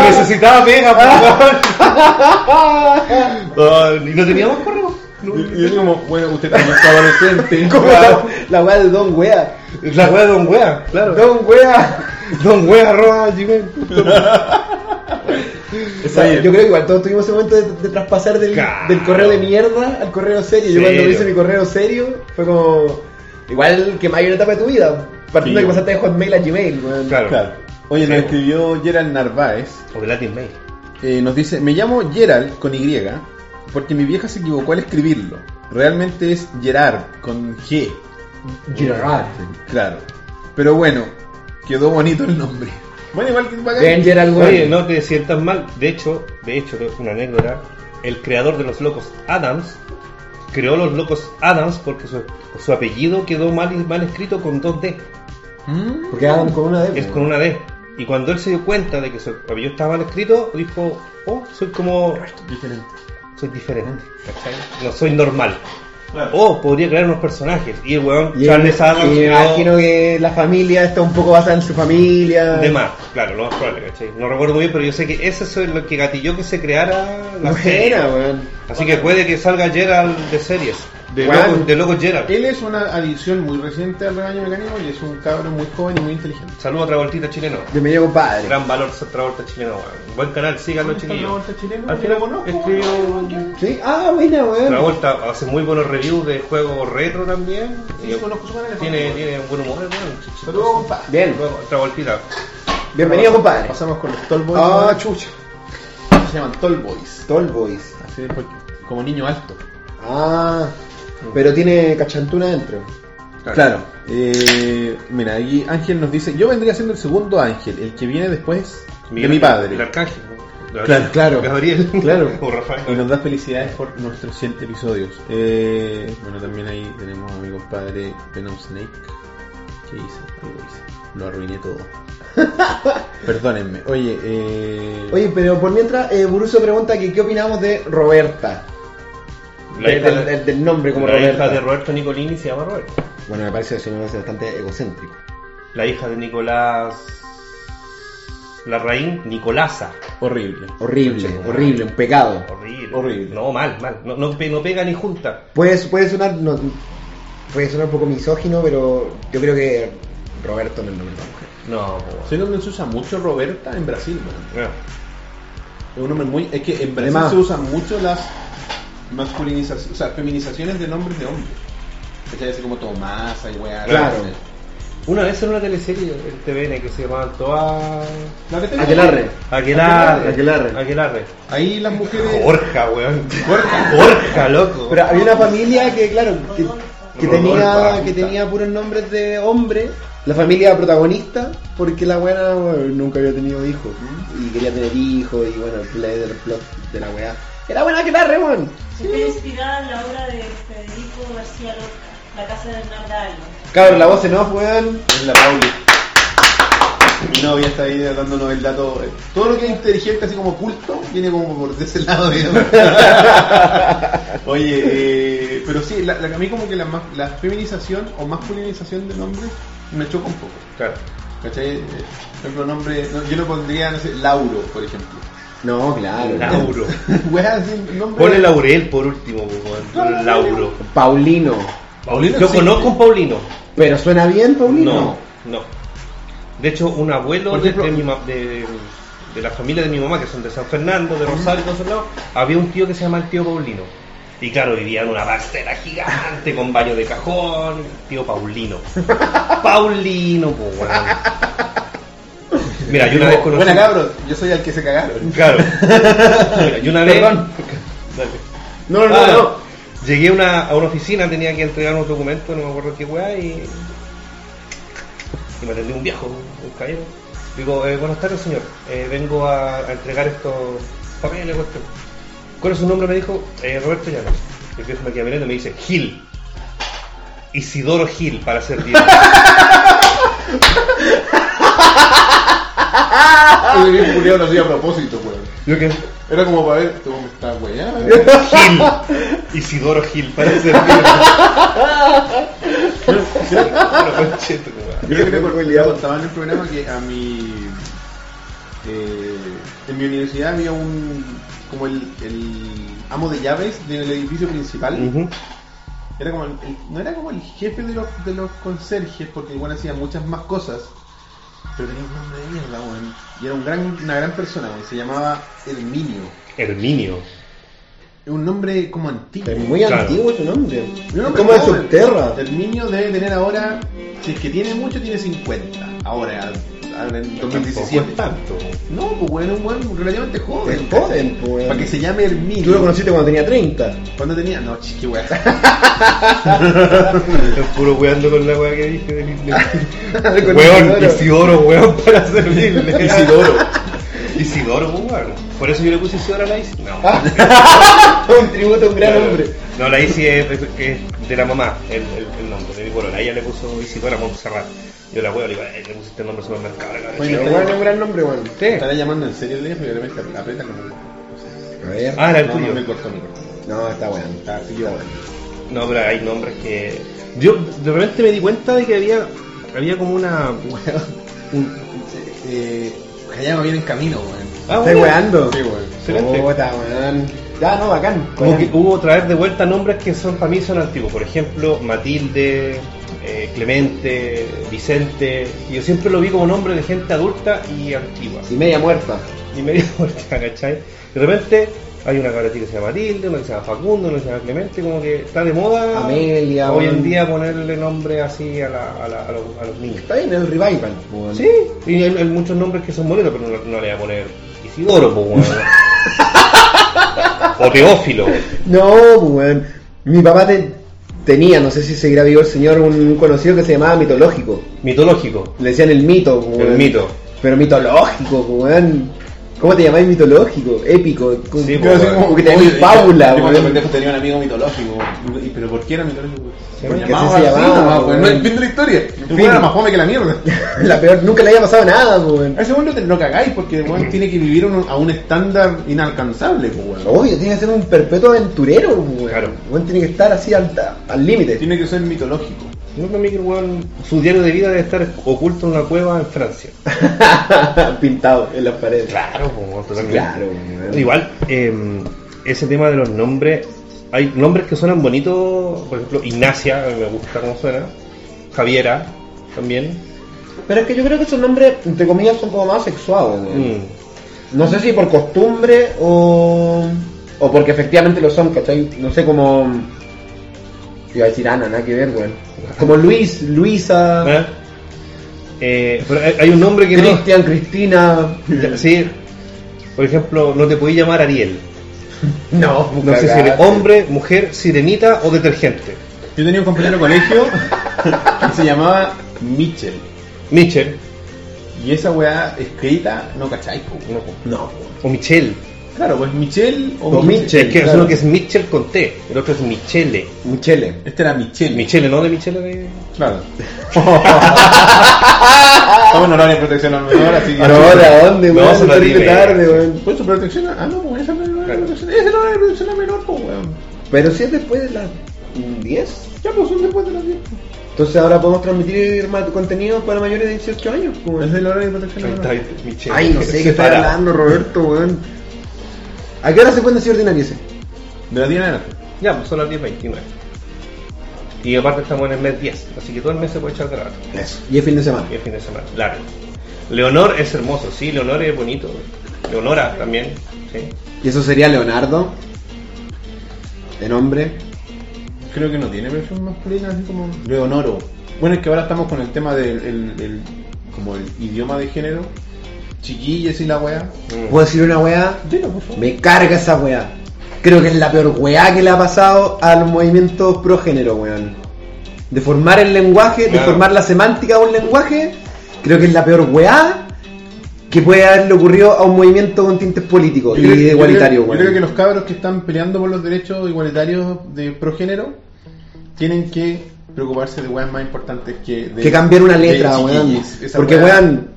Speaker 3: Y necesitaba pega, por favor. Y no teníamos correo. No.
Speaker 1: Y es como, bueno, usted también está adolescente.
Speaker 2: Como la, la weá del Don Wea.
Speaker 3: La wea de Don Wea, claro.
Speaker 2: Don Wea.
Speaker 3: Don Wea arroba gmail.
Speaker 2: Esa-
Speaker 1: Oye.
Speaker 2: yo creo que igual todos tuvimos ese momento de, de traspasar del,
Speaker 3: Claro.
Speaker 2: del correo de mierda al correo serio. Yo cuando
Speaker 3: Serio.
Speaker 2: hice mi correo serio fue como. Igual que mayor etapa de tu vida. Partiendo
Speaker 1: Sí.
Speaker 2: de que pasaste de Hotmail a Gmail, weón.
Speaker 3: Claro.
Speaker 1: Claro. Oye, nos
Speaker 3: Sí.
Speaker 1: escribió Gerald Narváez.
Speaker 3: O de Latin Mail.
Speaker 1: Eh, nos dice, me llamo Gerald con Y porque mi vieja se equivocó al escribirlo. Realmente es Gerard con G.
Speaker 2: Gerard.
Speaker 1: Claro. Pero bueno, quedó bonito el nombre. Bueno, igual que bacán.
Speaker 2: Bien, Gerard, weón.
Speaker 3: Oye, no te sientas mal. De hecho, de hecho, es una anécdota. El creador de los locos Adams creó los locos Adams porque su, su apellido quedó mal, mal escrito con dos D.
Speaker 1: Mm.
Speaker 2: Porque Adam con una de.
Speaker 3: Es con una D. Y cuando él se dio cuenta de que su apellido estaba mal escrito, dijo, oh, soy como...
Speaker 1: Diferente.
Speaker 3: Soy diferente. ¿cachai? No soy normal. Oh, podría crear unos personajes. Y el weón,
Speaker 2: Y,
Speaker 3: Charles Adams...
Speaker 2: y me
Speaker 3: creó-
Speaker 2: imagino que la familia está un poco basada en su familia.
Speaker 3: De más, claro, lo más probable, ¿cachai? No recuerdo muy bien, pero yo sé que eso es lo que gatilló que se creara la
Speaker 2: No
Speaker 3: serie.
Speaker 2: era, weón.
Speaker 3: Así que puede que salga Gerald de series. De,
Speaker 1: Juan.
Speaker 3: loco, de loco Gerald.
Speaker 1: Él es una adición muy reciente al rebaño mecánico y es un cabrón muy joven y muy inteligente.
Speaker 3: Saludos a Travoltita Chileno.
Speaker 2: Bienvenido, compadre.
Speaker 3: Gran valor ser Travolta Chileno. weón. Buen canal, síganlo
Speaker 1: ¿Dónde está
Speaker 3: chiquillos.
Speaker 1: Travolta chileno?
Speaker 3: Al
Speaker 1: Yo
Speaker 3: final
Speaker 1: lo conozco.
Speaker 3: escribió
Speaker 2: Sí, ah, buena, weón.
Speaker 3: Travolta, hace muy buenos reviews de juegos retro también.
Speaker 1: Sí,
Speaker 3: Y
Speaker 1: conozco su canal.
Speaker 3: tiene, tiene buen humor, weón.
Speaker 1: Saludos, compa.
Speaker 2: Bien,
Speaker 3: Luego, Travoltita.
Speaker 2: bienvenido, compadre.
Speaker 1: Pasamos con los Tall Boys.
Speaker 2: Ah, chucha.
Speaker 1: se llaman Tall Boys.
Speaker 2: Tall Boys.
Speaker 1: Así es porque- como niño alto.
Speaker 2: Ah, pero tiene cachantuna dentro.
Speaker 1: Claro. Eh, mira, aquí Ángel nos dice, yo vendría siendo el segundo Ángel, el que viene después de mi padre.
Speaker 3: El arcángel. ¿no?
Speaker 1: Claro, claro.
Speaker 3: Gabriel.
Speaker 1: Claro.
Speaker 3: O Rafael.
Speaker 1: Y nos da felicidades por nuestros 100 episodios. Eh, bueno, también ahí tenemos a mi compadre Venom Snake. ¿Qué hice? Algo hice. Lo arruiné todo. Perdónenme. Oye, eh...
Speaker 2: Oye, pero por mientras, eh, Buruso pregunta que qué opinamos de Roberta.
Speaker 3: La
Speaker 2: De-
Speaker 3: hija
Speaker 2: del,
Speaker 3: de-
Speaker 2: del- del nombre como
Speaker 3: la hija
Speaker 2: Roberta.
Speaker 3: de Roberto Nicolini se llama Roberto.
Speaker 2: Bueno, me parece que eso me parece bastante egocéntrico.
Speaker 3: La hija de Nicolás Larraín, Nicolasa.
Speaker 1: horrible.
Speaker 2: Horrible,
Speaker 3: Concha,
Speaker 2: horrible, un pecado.
Speaker 3: Horrible.
Speaker 1: Horrible.
Speaker 3: No, mal, mal. No, no, pe- no pega ni junta.
Speaker 2: Puede, puede sonar no, puede sonar un poco misógino, pero yo creo que Roberto no es el nombre de la mujer.
Speaker 3: No, po.
Speaker 1: Soy donde se usa mucho Roberta en Brasil, bueno.
Speaker 3: No.
Speaker 1: Es un nombre muy. Es que en Brasil
Speaker 2: Además-
Speaker 1: se usan mucho las masculinizaciones, o sea, feminizaciones de nombres de hombres. ¿Cachai? Así como Tomás, hay weá.
Speaker 2: Claro.
Speaker 1: no sé.
Speaker 3: Una vez en una teleserie en TVN que se llamaba Toa.
Speaker 1: La que tengo-
Speaker 2: Aquelarre.
Speaker 3: Aquelarre.
Speaker 2: Aquelarre.
Speaker 3: Aquelarre.
Speaker 1: Ahí las mujeres.
Speaker 3: Borja, weón.
Speaker 1: Borja.
Speaker 3: Borja, loco.
Speaker 2: Pero había una familia que, claro, que, que
Speaker 3: Rodolfo,
Speaker 2: tenía,
Speaker 3: Rafita.
Speaker 2: que tenía puros nombres de hombre. La familia protagonista, porque la buena bueno, nunca había tenido hijos. Y quería tener hijos, y bueno, el play del plot de la weá. Era buena que la remon.
Speaker 4: Estoy inspirada en la obra de Federico García Lorca, La casa de Hernán Alba.
Speaker 2: Cabrón, la voz en off, weón.
Speaker 1: Es la Pauli. Mi novia está ahí dándonos el dato. eh, Todo lo que es inteligente, así como culto, viene como por de ese lado. digamos. Oye, eh, pero sí, la, la- a mí como que la, ma- la feminización o masculinización de nombres me choca un poco.
Speaker 3: Claro.
Speaker 1: ¿Cachai? Eh, Por ejemplo, nombre, no, yo lo pondría, no sé, Lauro, por ejemplo.
Speaker 2: Ah, No, claro.
Speaker 3: Lauro.
Speaker 1: Weá, así, nombre.
Speaker 3: Ponle Laurel por último, weón. Ponle Lauro.
Speaker 2: Paulino.
Speaker 1: Paulino,
Speaker 3: Yo
Speaker 1: sí.
Speaker 3: conozco un Paulino.
Speaker 2: ¿Pero suena bien, Paulino?
Speaker 3: No, no. De hecho, un abuelo
Speaker 1: Por
Speaker 3: de,
Speaker 1: ejemplo-
Speaker 3: de mi ma- de- de la familia de mi mamá, que son de San Fernando, de Rosario, de todos esos lados, había un tío que se llama el tío Paulino. Y claro, vivía en una parcela gigante con baño de cajón. Tío Paulino. Paulino, pues, weón. Mira, yo una vez conocí.
Speaker 1: Buena cabros, yo soy el que se cagaron.
Speaker 3: Claro. Mira, yo una vez.
Speaker 1: Perdón.
Speaker 3: Dale.
Speaker 1: No, no,
Speaker 3: Ah,
Speaker 1: no.
Speaker 3: Llegué a una, a una oficina, tenía que entregar unos documentos, no me acuerdo qué weá, y, y me atendió un viejo, un caballero. Digo, eh, buenas tardes señor, Eh, vengo a, a entregar estos papeles, cuestión. ¿Cuál es su nombre? Me dijo, "Eh, Roberto Llanos. El viejo me queda mirando y me dice, Gil. Isidoro Gil, para ser bien.
Speaker 1: Y el culiao lo hacía a propósito, weón.
Speaker 3: Yo que,
Speaker 1: Era como para ver cómo me está weá.
Speaker 3: Gil. Isidoro Gil, para ser bien. Bueno, conchete, weá.
Speaker 1: Yo creo que ya contaba en el programa que a mi. eh, en mi universidad había un. como el, el amo de llaves del edificio principal.
Speaker 3: Ujú.
Speaker 1: Era como el- el- no era como el jefe de los, de los conserjes, porque igual hacía muchas más cosas. Pero tenía un nombre de mierda, weón. Y era un gran, una gran persona, weón. Se llamaba Herminio.
Speaker 3: Herminio.
Speaker 1: Es un nombre como antiguo.
Speaker 2: Es muy
Speaker 3: Claro.
Speaker 2: antiguo su nombre.
Speaker 1: Es un nombre
Speaker 2: como de
Speaker 1: joven.
Speaker 2: subterra.
Speaker 1: Herminio debe tener ahora, si es que tiene mucho, tiene 50. Ahora, ahora en 2017.
Speaker 3: Tampoco es tanto.
Speaker 1: No, pues weón, es un weón relativamente joven.
Speaker 2: Es joven, pues, weón.
Speaker 1: Para que se llame Herminio.
Speaker 2: Tú lo conociste cuando tenía 30.
Speaker 1: ¿Cuándo tenía? No, chiqui, weón.
Speaker 3: Están puro weando con la weá que dije del Isidoro.
Speaker 2: Con
Speaker 3: weón,
Speaker 2: Isidoro.
Speaker 3: Isidoro, weón, para servirle. Isidoro. Isidoro, pues, weón. Por eso yo le puse Isidoro a la Isi. No.
Speaker 2: un tributo a un Ah, gran
Speaker 3: Claro.
Speaker 2: hombre.
Speaker 3: No, la Isi es de, que es de la mamá, el, el, el nombre de mi polola. Ella le puso Isidora Montserrat. Yo la weo, le digo, eh, le pusiste el nombre al supermercado. La
Speaker 1: Oye,
Speaker 2: Pero
Speaker 3: chica.
Speaker 2: bueno, un gran nombre, weón.
Speaker 1: Estará llamando en serio el día, pero de repente aprieta como.
Speaker 2: A ver.
Speaker 3: Ah, era el
Speaker 1: No,
Speaker 3: tuyo.
Speaker 1: no, me cortó, me cortó.
Speaker 2: No, está weón.
Speaker 1: Está, sí, yo, bueno.
Speaker 3: No, pero hay nombres que. Yo de repente me di cuenta de que había, había como una.
Speaker 1: Weón, eh, Hayama viene en camino, weón.
Speaker 3: Ah,
Speaker 2: Estoy
Speaker 3: bueno.
Speaker 2: weando.
Speaker 1: Sí, weón.
Speaker 3: Excelente.
Speaker 2: Puta, weón. Ya, no, bacán.
Speaker 3: Como que uh.
Speaker 2: Bacán.
Speaker 3: hubo traer de vuelta nombres que son para mí son antiguos. Por ejemplo, Matilde, eh, Clemente, Vicente. Y yo siempre lo vi como nombre de gente adulta y antigua.
Speaker 2: Y media muerta.
Speaker 3: Y medio muerta, ¿cachai? De repente hay una cabra chica que se llama Matilde, una que se llama Facundo, una que se llama Clemente. Como que está de moda
Speaker 2: Amelia,
Speaker 3: hoy en
Speaker 2: bueno.
Speaker 3: día ponerle nombre así a, la- a la- a los, a los niños.
Speaker 2: Está bien, el revival, weón.
Speaker 3: Sí, y hay, hay muchos nombres que son bonitos, pero no, no le voy a poner Isidoro, pues, weón. O Teófilo.
Speaker 2: No, pues, weón. Mi papá te- tenía, no sé si seguirá vivo el señor, un conocido que se llamaba mitológico.
Speaker 3: Mitológico.
Speaker 2: Le decían el mito, pues, weón.
Speaker 3: El mito.
Speaker 2: Pero mitológico, pues, weón. ¿Cómo te llamáis mitológico? Épico. Como-
Speaker 3: Sí,
Speaker 2: como-
Speaker 3: po,
Speaker 2: como
Speaker 3: weón. pues,
Speaker 2: que te llamáis
Speaker 1: Oye,
Speaker 2: Paula,
Speaker 1: yo- yo cuando pendejo
Speaker 2: weón.
Speaker 1: tenía un amigo mitológico, weón. ¿Y- ¿Pero por qué era mitológico?
Speaker 2: Sí,
Speaker 1: Por
Speaker 2: porque
Speaker 1: llamado
Speaker 2: así se
Speaker 1: así
Speaker 2: llamaba,
Speaker 1: nomás, weón.
Speaker 2: weón.
Speaker 1: No, el fin de la historia. El weón era más fome que la mierda.
Speaker 2: La peor, nunca le había pasado nada, pues, weón.
Speaker 1: A ese weón no te- no cagáis porque weón tiene que vivir un- a un estándar inalcanzable, pues, weón.
Speaker 2: Obvio, tiene que ser un perpetuo aventurero, weón.
Speaker 3: Claro.
Speaker 2: Weón tiene que estar así al al límite.
Speaker 1: Tiene que ser mitológico.
Speaker 3: No, para mí que el weón, su diario de vida debe estar oculto en una cueva en Francia.
Speaker 2: Pintado en las paredes.
Speaker 3: Claro, po, totalmente.
Speaker 2: Claro, weón.
Speaker 3: Igual, eh, ese tema de los nombres, hay nombres que suenan bonitos, por ejemplo, Ignacia, a mí me gusta cómo suena, Javiera, también.
Speaker 2: Pero es que yo creo que esos nombres, entre comillas, son como más sexuados, weón.
Speaker 3: Mm.
Speaker 2: No sé si por costumbre o, o porque efectivamente lo son, ¿cachai? No sé como... Iba a decir Ana, nada que ver, weón. Como Luis, Luisa,
Speaker 3: ¿Eh? Eh, pero hay- hay un nombre que no...
Speaker 2: Cristian, Cristina...
Speaker 3: Ya, Sí, por ejemplo, no te podí llamar Ariel.
Speaker 2: No,
Speaker 3: No sé si eres hombre, mujer, sirenita o detergente.
Speaker 1: Yo tenía un compañero de colegio que se llamaba Mitchell.
Speaker 3: Mitchell,
Speaker 1: Y esa weá escrita, no cacháis, po, weón.
Speaker 3: no, po.
Speaker 2: No, weón.
Speaker 3: o Michelle.
Speaker 1: Claro, pues Michelle o,
Speaker 2: O
Speaker 1: Mitchell.
Speaker 2: Mitchell,
Speaker 3: es que es
Speaker 2: claro.
Speaker 3: uno que es Mitchell con T, el otro es Michele.
Speaker 2: Michele.
Speaker 1: Este era Michelle.
Speaker 3: Michele, ¿no? De Michele de...
Speaker 1: Claro. Estamos en horario de protección al menor, así que.
Speaker 2: Ahora, ¿a dónde,
Speaker 3: No,
Speaker 2: weón?
Speaker 3: se
Speaker 2: No,
Speaker 3: la
Speaker 2: terrible
Speaker 3: tiene.
Speaker 2: tarde, weón.
Speaker 1: Pues su protección. Ah, no, pues esa no es el horario de
Speaker 3: Claro.
Speaker 1: protección. Es el horario de protección al menor, pues, weón.
Speaker 2: Pero si es después de las 10.
Speaker 1: Ya, pues son después de las 10.
Speaker 2: Entonces ahora podemos transmitir más contenido para mayores de 18 años, pues, weón.
Speaker 1: Es el horario de protección al menor.
Speaker 3: Michele.
Speaker 2: Ay, no sé qué está
Speaker 3: Separado.
Speaker 2: hablando Roberto, weón. ¿A qué hora se cuenta si ordinariese?
Speaker 1: De la 10 en adelante.
Speaker 3: Ya, pues son las 10.29. Y aparte estamos en el mes 10, así que todo el mes se puede echar de la
Speaker 2: Eso. Y es fin de semana.
Speaker 3: Y el fin de semana, largo. Leonor es hermoso, sí, Leonor es bonito. Leonora también, sí.
Speaker 2: Y eso sería Leonardo. de nombre.
Speaker 1: Creo que no tiene versión masculina, así como Leonoro. Bueno, es que ahora estamos con el tema del el- el- como el idioma de género. Chiquillas y la wea.
Speaker 2: ¿Puedo decir una weá?
Speaker 1: Dilo, por favor.
Speaker 2: Me carga esa weá. Creo que es la peor weá que le ha pasado a los movimientos pro género, weón. Deformar el lenguaje,
Speaker 3: Claro.
Speaker 2: deformar la semántica de un lenguaje, creo que es la peor weá que puede haberle ocurrido a un movimiento con tintes políticos
Speaker 1: Yo creo-
Speaker 2: y
Speaker 1: yo creo-
Speaker 2: igualitarios, weón.
Speaker 1: Yo creo que los cabros que están peleando por los derechos igualitarios de progénero tienen que preocuparse de weas más importantes que de,
Speaker 2: que cambiar una
Speaker 1: de
Speaker 2: letra,
Speaker 1: chiquillis.
Speaker 2: weón.
Speaker 1: Esa
Speaker 2: Porque,
Speaker 1: wea-
Speaker 2: weón,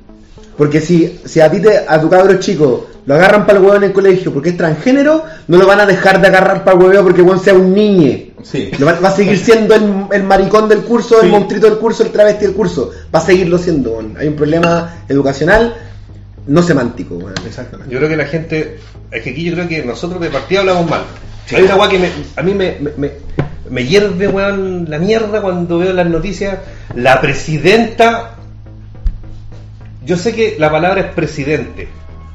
Speaker 2: porque si, si a ti, te, a tu cabro chico, lo agarran para el weón en el colegio porque es transgénero, no lo van a dejar de agarrar para el weón porque weón sea un niñe.
Speaker 1: Sí.
Speaker 2: Lo Va, va a seguir siendo el, el maricón del curso, el
Speaker 1: Sí.
Speaker 2: monstruito del curso, el travesti del curso. Va a seguirlo siendo, weón. Hay un problema educacional, no semántico, weón.
Speaker 1: Exactamente.
Speaker 3: Yo creo que la gente. Es que aquí yo creo que nosotros de partida hablamos mal. Hay una weá que me- a mí me, me, me- me hierve, weón, la mierda cuando veo las noticias. La presidenta. Yo sé que la palabra es presidente,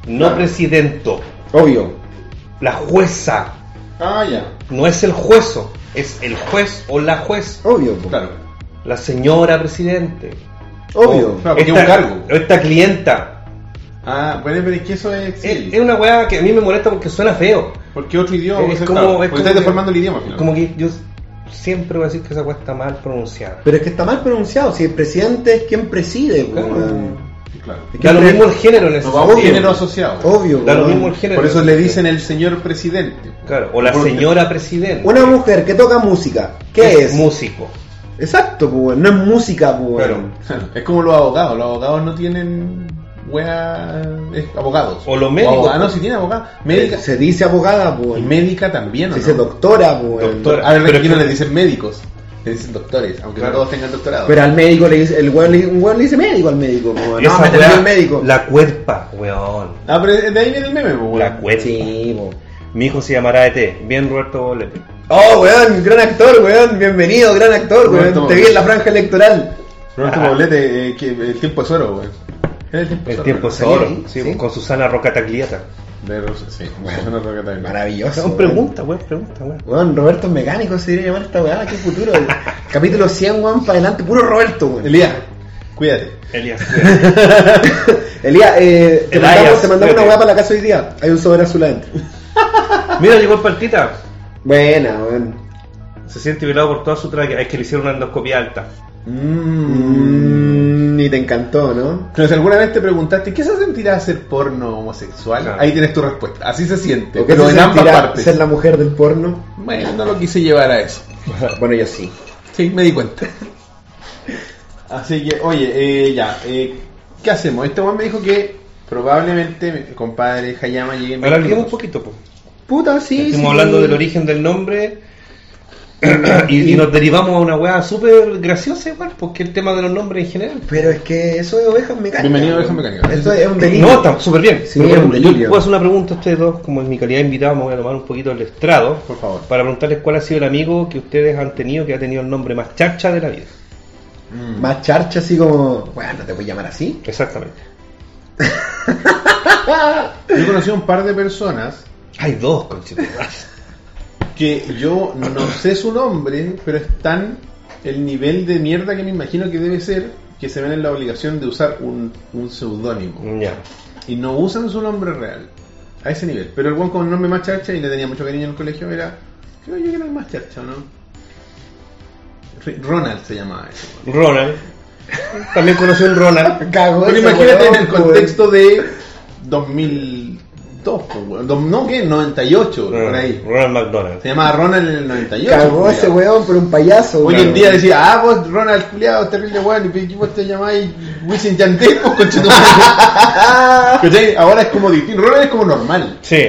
Speaker 3: no
Speaker 1: Claro.
Speaker 3: presidento.
Speaker 2: Obvio.
Speaker 3: La jueza.
Speaker 1: Ah, ya.
Speaker 3: No es el juezo, es el juez o la juez.
Speaker 2: Obvio, po.
Speaker 1: Claro.
Speaker 3: La señora presidente.
Speaker 2: Obvio.
Speaker 1: Claro, porque
Speaker 3: esta,
Speaker 1: es un cargo.
Speaker 3: esta clienta.
Speaker 1: Ah, pero, pero es que eso es.
Speaker 3: Es, es una weá que a mí me molesta porque suena feo.
Speaker 1: Porque otro idioma. pues,
Speaker 3: es como-
Speaker 1: claro,
Speaker 3: es
Speaker 1: porque
Speaker 3: como
Speaker 1: estás
Speaker 3: que-
Speaker 1: deformando el idioma. Final.
Speaker 3: Como que yo siempre voy a decir que esa weá está mal pronunciada.
Speaker 2: Pero es que está mal pronunciado. Si el presidente es quien preside,
Speaker 3: Claro.
Speaker 2: weón.
Speaker 1: Claro.
Speaker 2: Es que
Speaker 3: Da lo
Speaker 2: el pre-
Speaker 3: mismo el género en ese
Speaker 1: No va un
Speaker 2: obvio.
Speaker 1: género asociado.
Speaker 2: Obvio,
Speaker 3: Da lo
Speaker 2: weón.
Speaker 3: mismo el género.
Speaker 1: Por eso le dicen el señor presidente.
Speaker 3: Claro, o la
Speaker 1: Porque-
Speaker 3: señora presidenta.
Speaker 2: Una mujer que toca música, ¿qué es?
Speaker 3: Músico.
Speaker 2: Exacto, pues, no es música, pues.
Speaker 3: Claro.
Speaker 1: Es como los abogados, los abogados no tienen wea es abogados.
Speaker 3: O los médicos.
Speaker 1: abogados, ah, no, si tienen abogados. Médica.
Speaker 2: Se dice abogada,
Speaker 1: Y
Speaker 2: pues.
Speaker 1: médica también, ¿o
Speaker 2: Se
Speaker 1: no?
Speaker 2: dice doctora, pues.
Speaker 3: Doctora.
Speaker 1: A ver,
Speaker 3: Pero
Speaker 1: aquí
Speaker 3: es
Speaker 1: no
Speaker 3: que-
Speaker 1: le dicen médicos, le dicen doctores, aunque
Speaker 3: Claro.
Speaker 1: no todos tengan doctorado.
Speaker 2: Pero al médico le dice, el weón le, un weón le dice médico al médico, pues. No,
Speaker 3: Esa
Speaker 2: me atendió
Speaker 3: weá,
Speaker 2: el médico.
Speaker 3: La cuerpa, weón.
Speaker 1: Ah, pero de ahí viene el meme, pues, weón.
Speaker 3: La cuerpa.
Speaker 2: Sí, pues.
Speaker 3: Mi hijo se llamará ET. Bien, Roberto Bolepe.
Speaker 2: Oh, weón, gran actor, weón. Bienvenido, gran actor, weón.
Speaker 1: Roberto.
Speaker 2: Te vi en la franja electoral.
Speaker 1: Roberto Poblete, eh, que el tiempo es oro, weón. Era el tiempo
Speaker 3: El tiempo es
Speaker 2: ¿Salió
Speaker 3: oro.
Speaker 2: ahí?
Speaker 3: Sí,
Speaker 2: Sí.
Speaker 3: Con Susana Roca Tagliata.
Speaker 1: De Rosa, sí, bueno, no toca también.
Speaker 2: Maravilloso.
Speaker 3: Son
Speaker 2: weón.
Speaker 3: preguntas, weón. Preguntas, weón.
Speaker 2: Weón, Roberto es mecánico se debería llamar esta weá, qué futuro. weón. Capítulo 100, weón, para adelante, puro Roberto, weón.
Speaker 1: Elías, cuídate.
Speaker 3: Elías.
Speaker 2: Elías, eh, te
Speaker 3: El
Speaker 2: mandamos,
Speaker 3: Ayas,
Speaker 2: te mandamos una
Speaker 3: espérate.
Speaker 2: weá para la casa hoy día. Hay un sobre azul adentro.
Speaker 3: Mira, llegó el partita.
Speaker 2: Buena, weón.
Speaker 3: Se siente violado por toda su traje. Es que le hicieron una endoscopia alta.
Speaker 2: Mm, y te encantó, ¿no?
Speaker 1: Pero si alguna vez te preguntaste, ¿qué se sentirá hacer porno homosexual?
Speaker 3: Claro.
Speaker 1: Ahí tienes tu respuesta. Así se siente,
Speaker 2: ¿O qué
Speaker 1: pero
Speaker 2: se
Speaker 1: en ambas
Speaker 2: sentirá
Speaker 1: partes.
Speaker 2: ser la mujer del porno?
Speaker 1: Bueno, no lo quise llevar a eso.
Speaker 2: Bueno, yo sí.
Speaker 1: Sí, me di cuenta. Así que, oye, eh, ya, eh, ¿qué hacemos? Este weón me dijo que probablemente mi compadre Hayama llegue en 20
Speaker 3: Ahora hablemos un
Speaker 1: minutos.
Speaker 3: poquito, pues.
Speaker 2: Puta, sí.
Speaker 3: Estamos
Speaker 2: sí.
Speaker 3: hablando del origen del nombre y, y nos derivamos a una weá súper graciosa igual, porque el tema de los nombres en general.
Speaker 2: Pero es que eso de ovejas mecánicas.
Speaker 1: Bienvenido a
Speaker 2: weón.
Speaker 1: Ovejas Mecánicas.
Speaker 2: Eso es un delito.
Speaker 3: No, está súper bien.
Speaker 2: Sí,
Speaker 3: Pero,
Speaker 2: es un
Speaker 3: por ejemplo,
Speaker 2: delirio.
Speaker 3: yo puedo hacer una pregunta a ustedes dos, como en mi calidad de invitado me voy a tomar un poquito el estrado,
Speaker 1: Por favor.
Speaker 3: para preguntarles cuál ha sido el amigo que ustedes han tenido que ha tenido el nombre más charcha de la vida.
Speaker 1: Mm.
Speaker 2: Más charcha así como... Bueno, no te voy a llamar así.
Speaker 3: Exactamente.
Speaker 1: Yo conocí a un par de personas
Speaker 3: Hay dos, conchito.
Speaker 1: que yo no sé su nombre, pero están el nivel de mierda que me imagino que debe ser que se ven en la obligación de usar un, un seudónimo
Speaker 3: ya.
Speaker 1: y no usan su nombre real a ese nivel. Pero el one con nombre más charcha y le tenía mucho cariño en el colegio era, creo yo que era el más charcha, ¿o ¿no? R- Ronald se llamaba ese.
Speaker 3: Ronald. También conocí un Ronald.
Speaker 2: Cagó
Speaker 1: Pero
Speaker 2: ese
Speaker 1: imagínate
Speaker 2: weón, pues.
Speaker 1: en el
Speaker 2: weón.
Speaker 1: contexto de 2002, pues, weón. Do- no que 98, por ahí.
Speaker 3: Ronald McDonald.
Speaker 1: Se llamaba Ronald en el 98.
Speaker 2: Cagó
Speaker 1: culiao.
Speaker 2: ese weón por un payaso.
Speaker 1: Hoy
Speaker 2: weón.
Speaker 1: en día decía, ah, vos Ronald Culeado, terrible weón, y vos te llamáis Wisin Yandel, pues conchetumare. ¿Cachai? Ahora es como distinto, Ronald es como normal.
Speaker 3: Sí.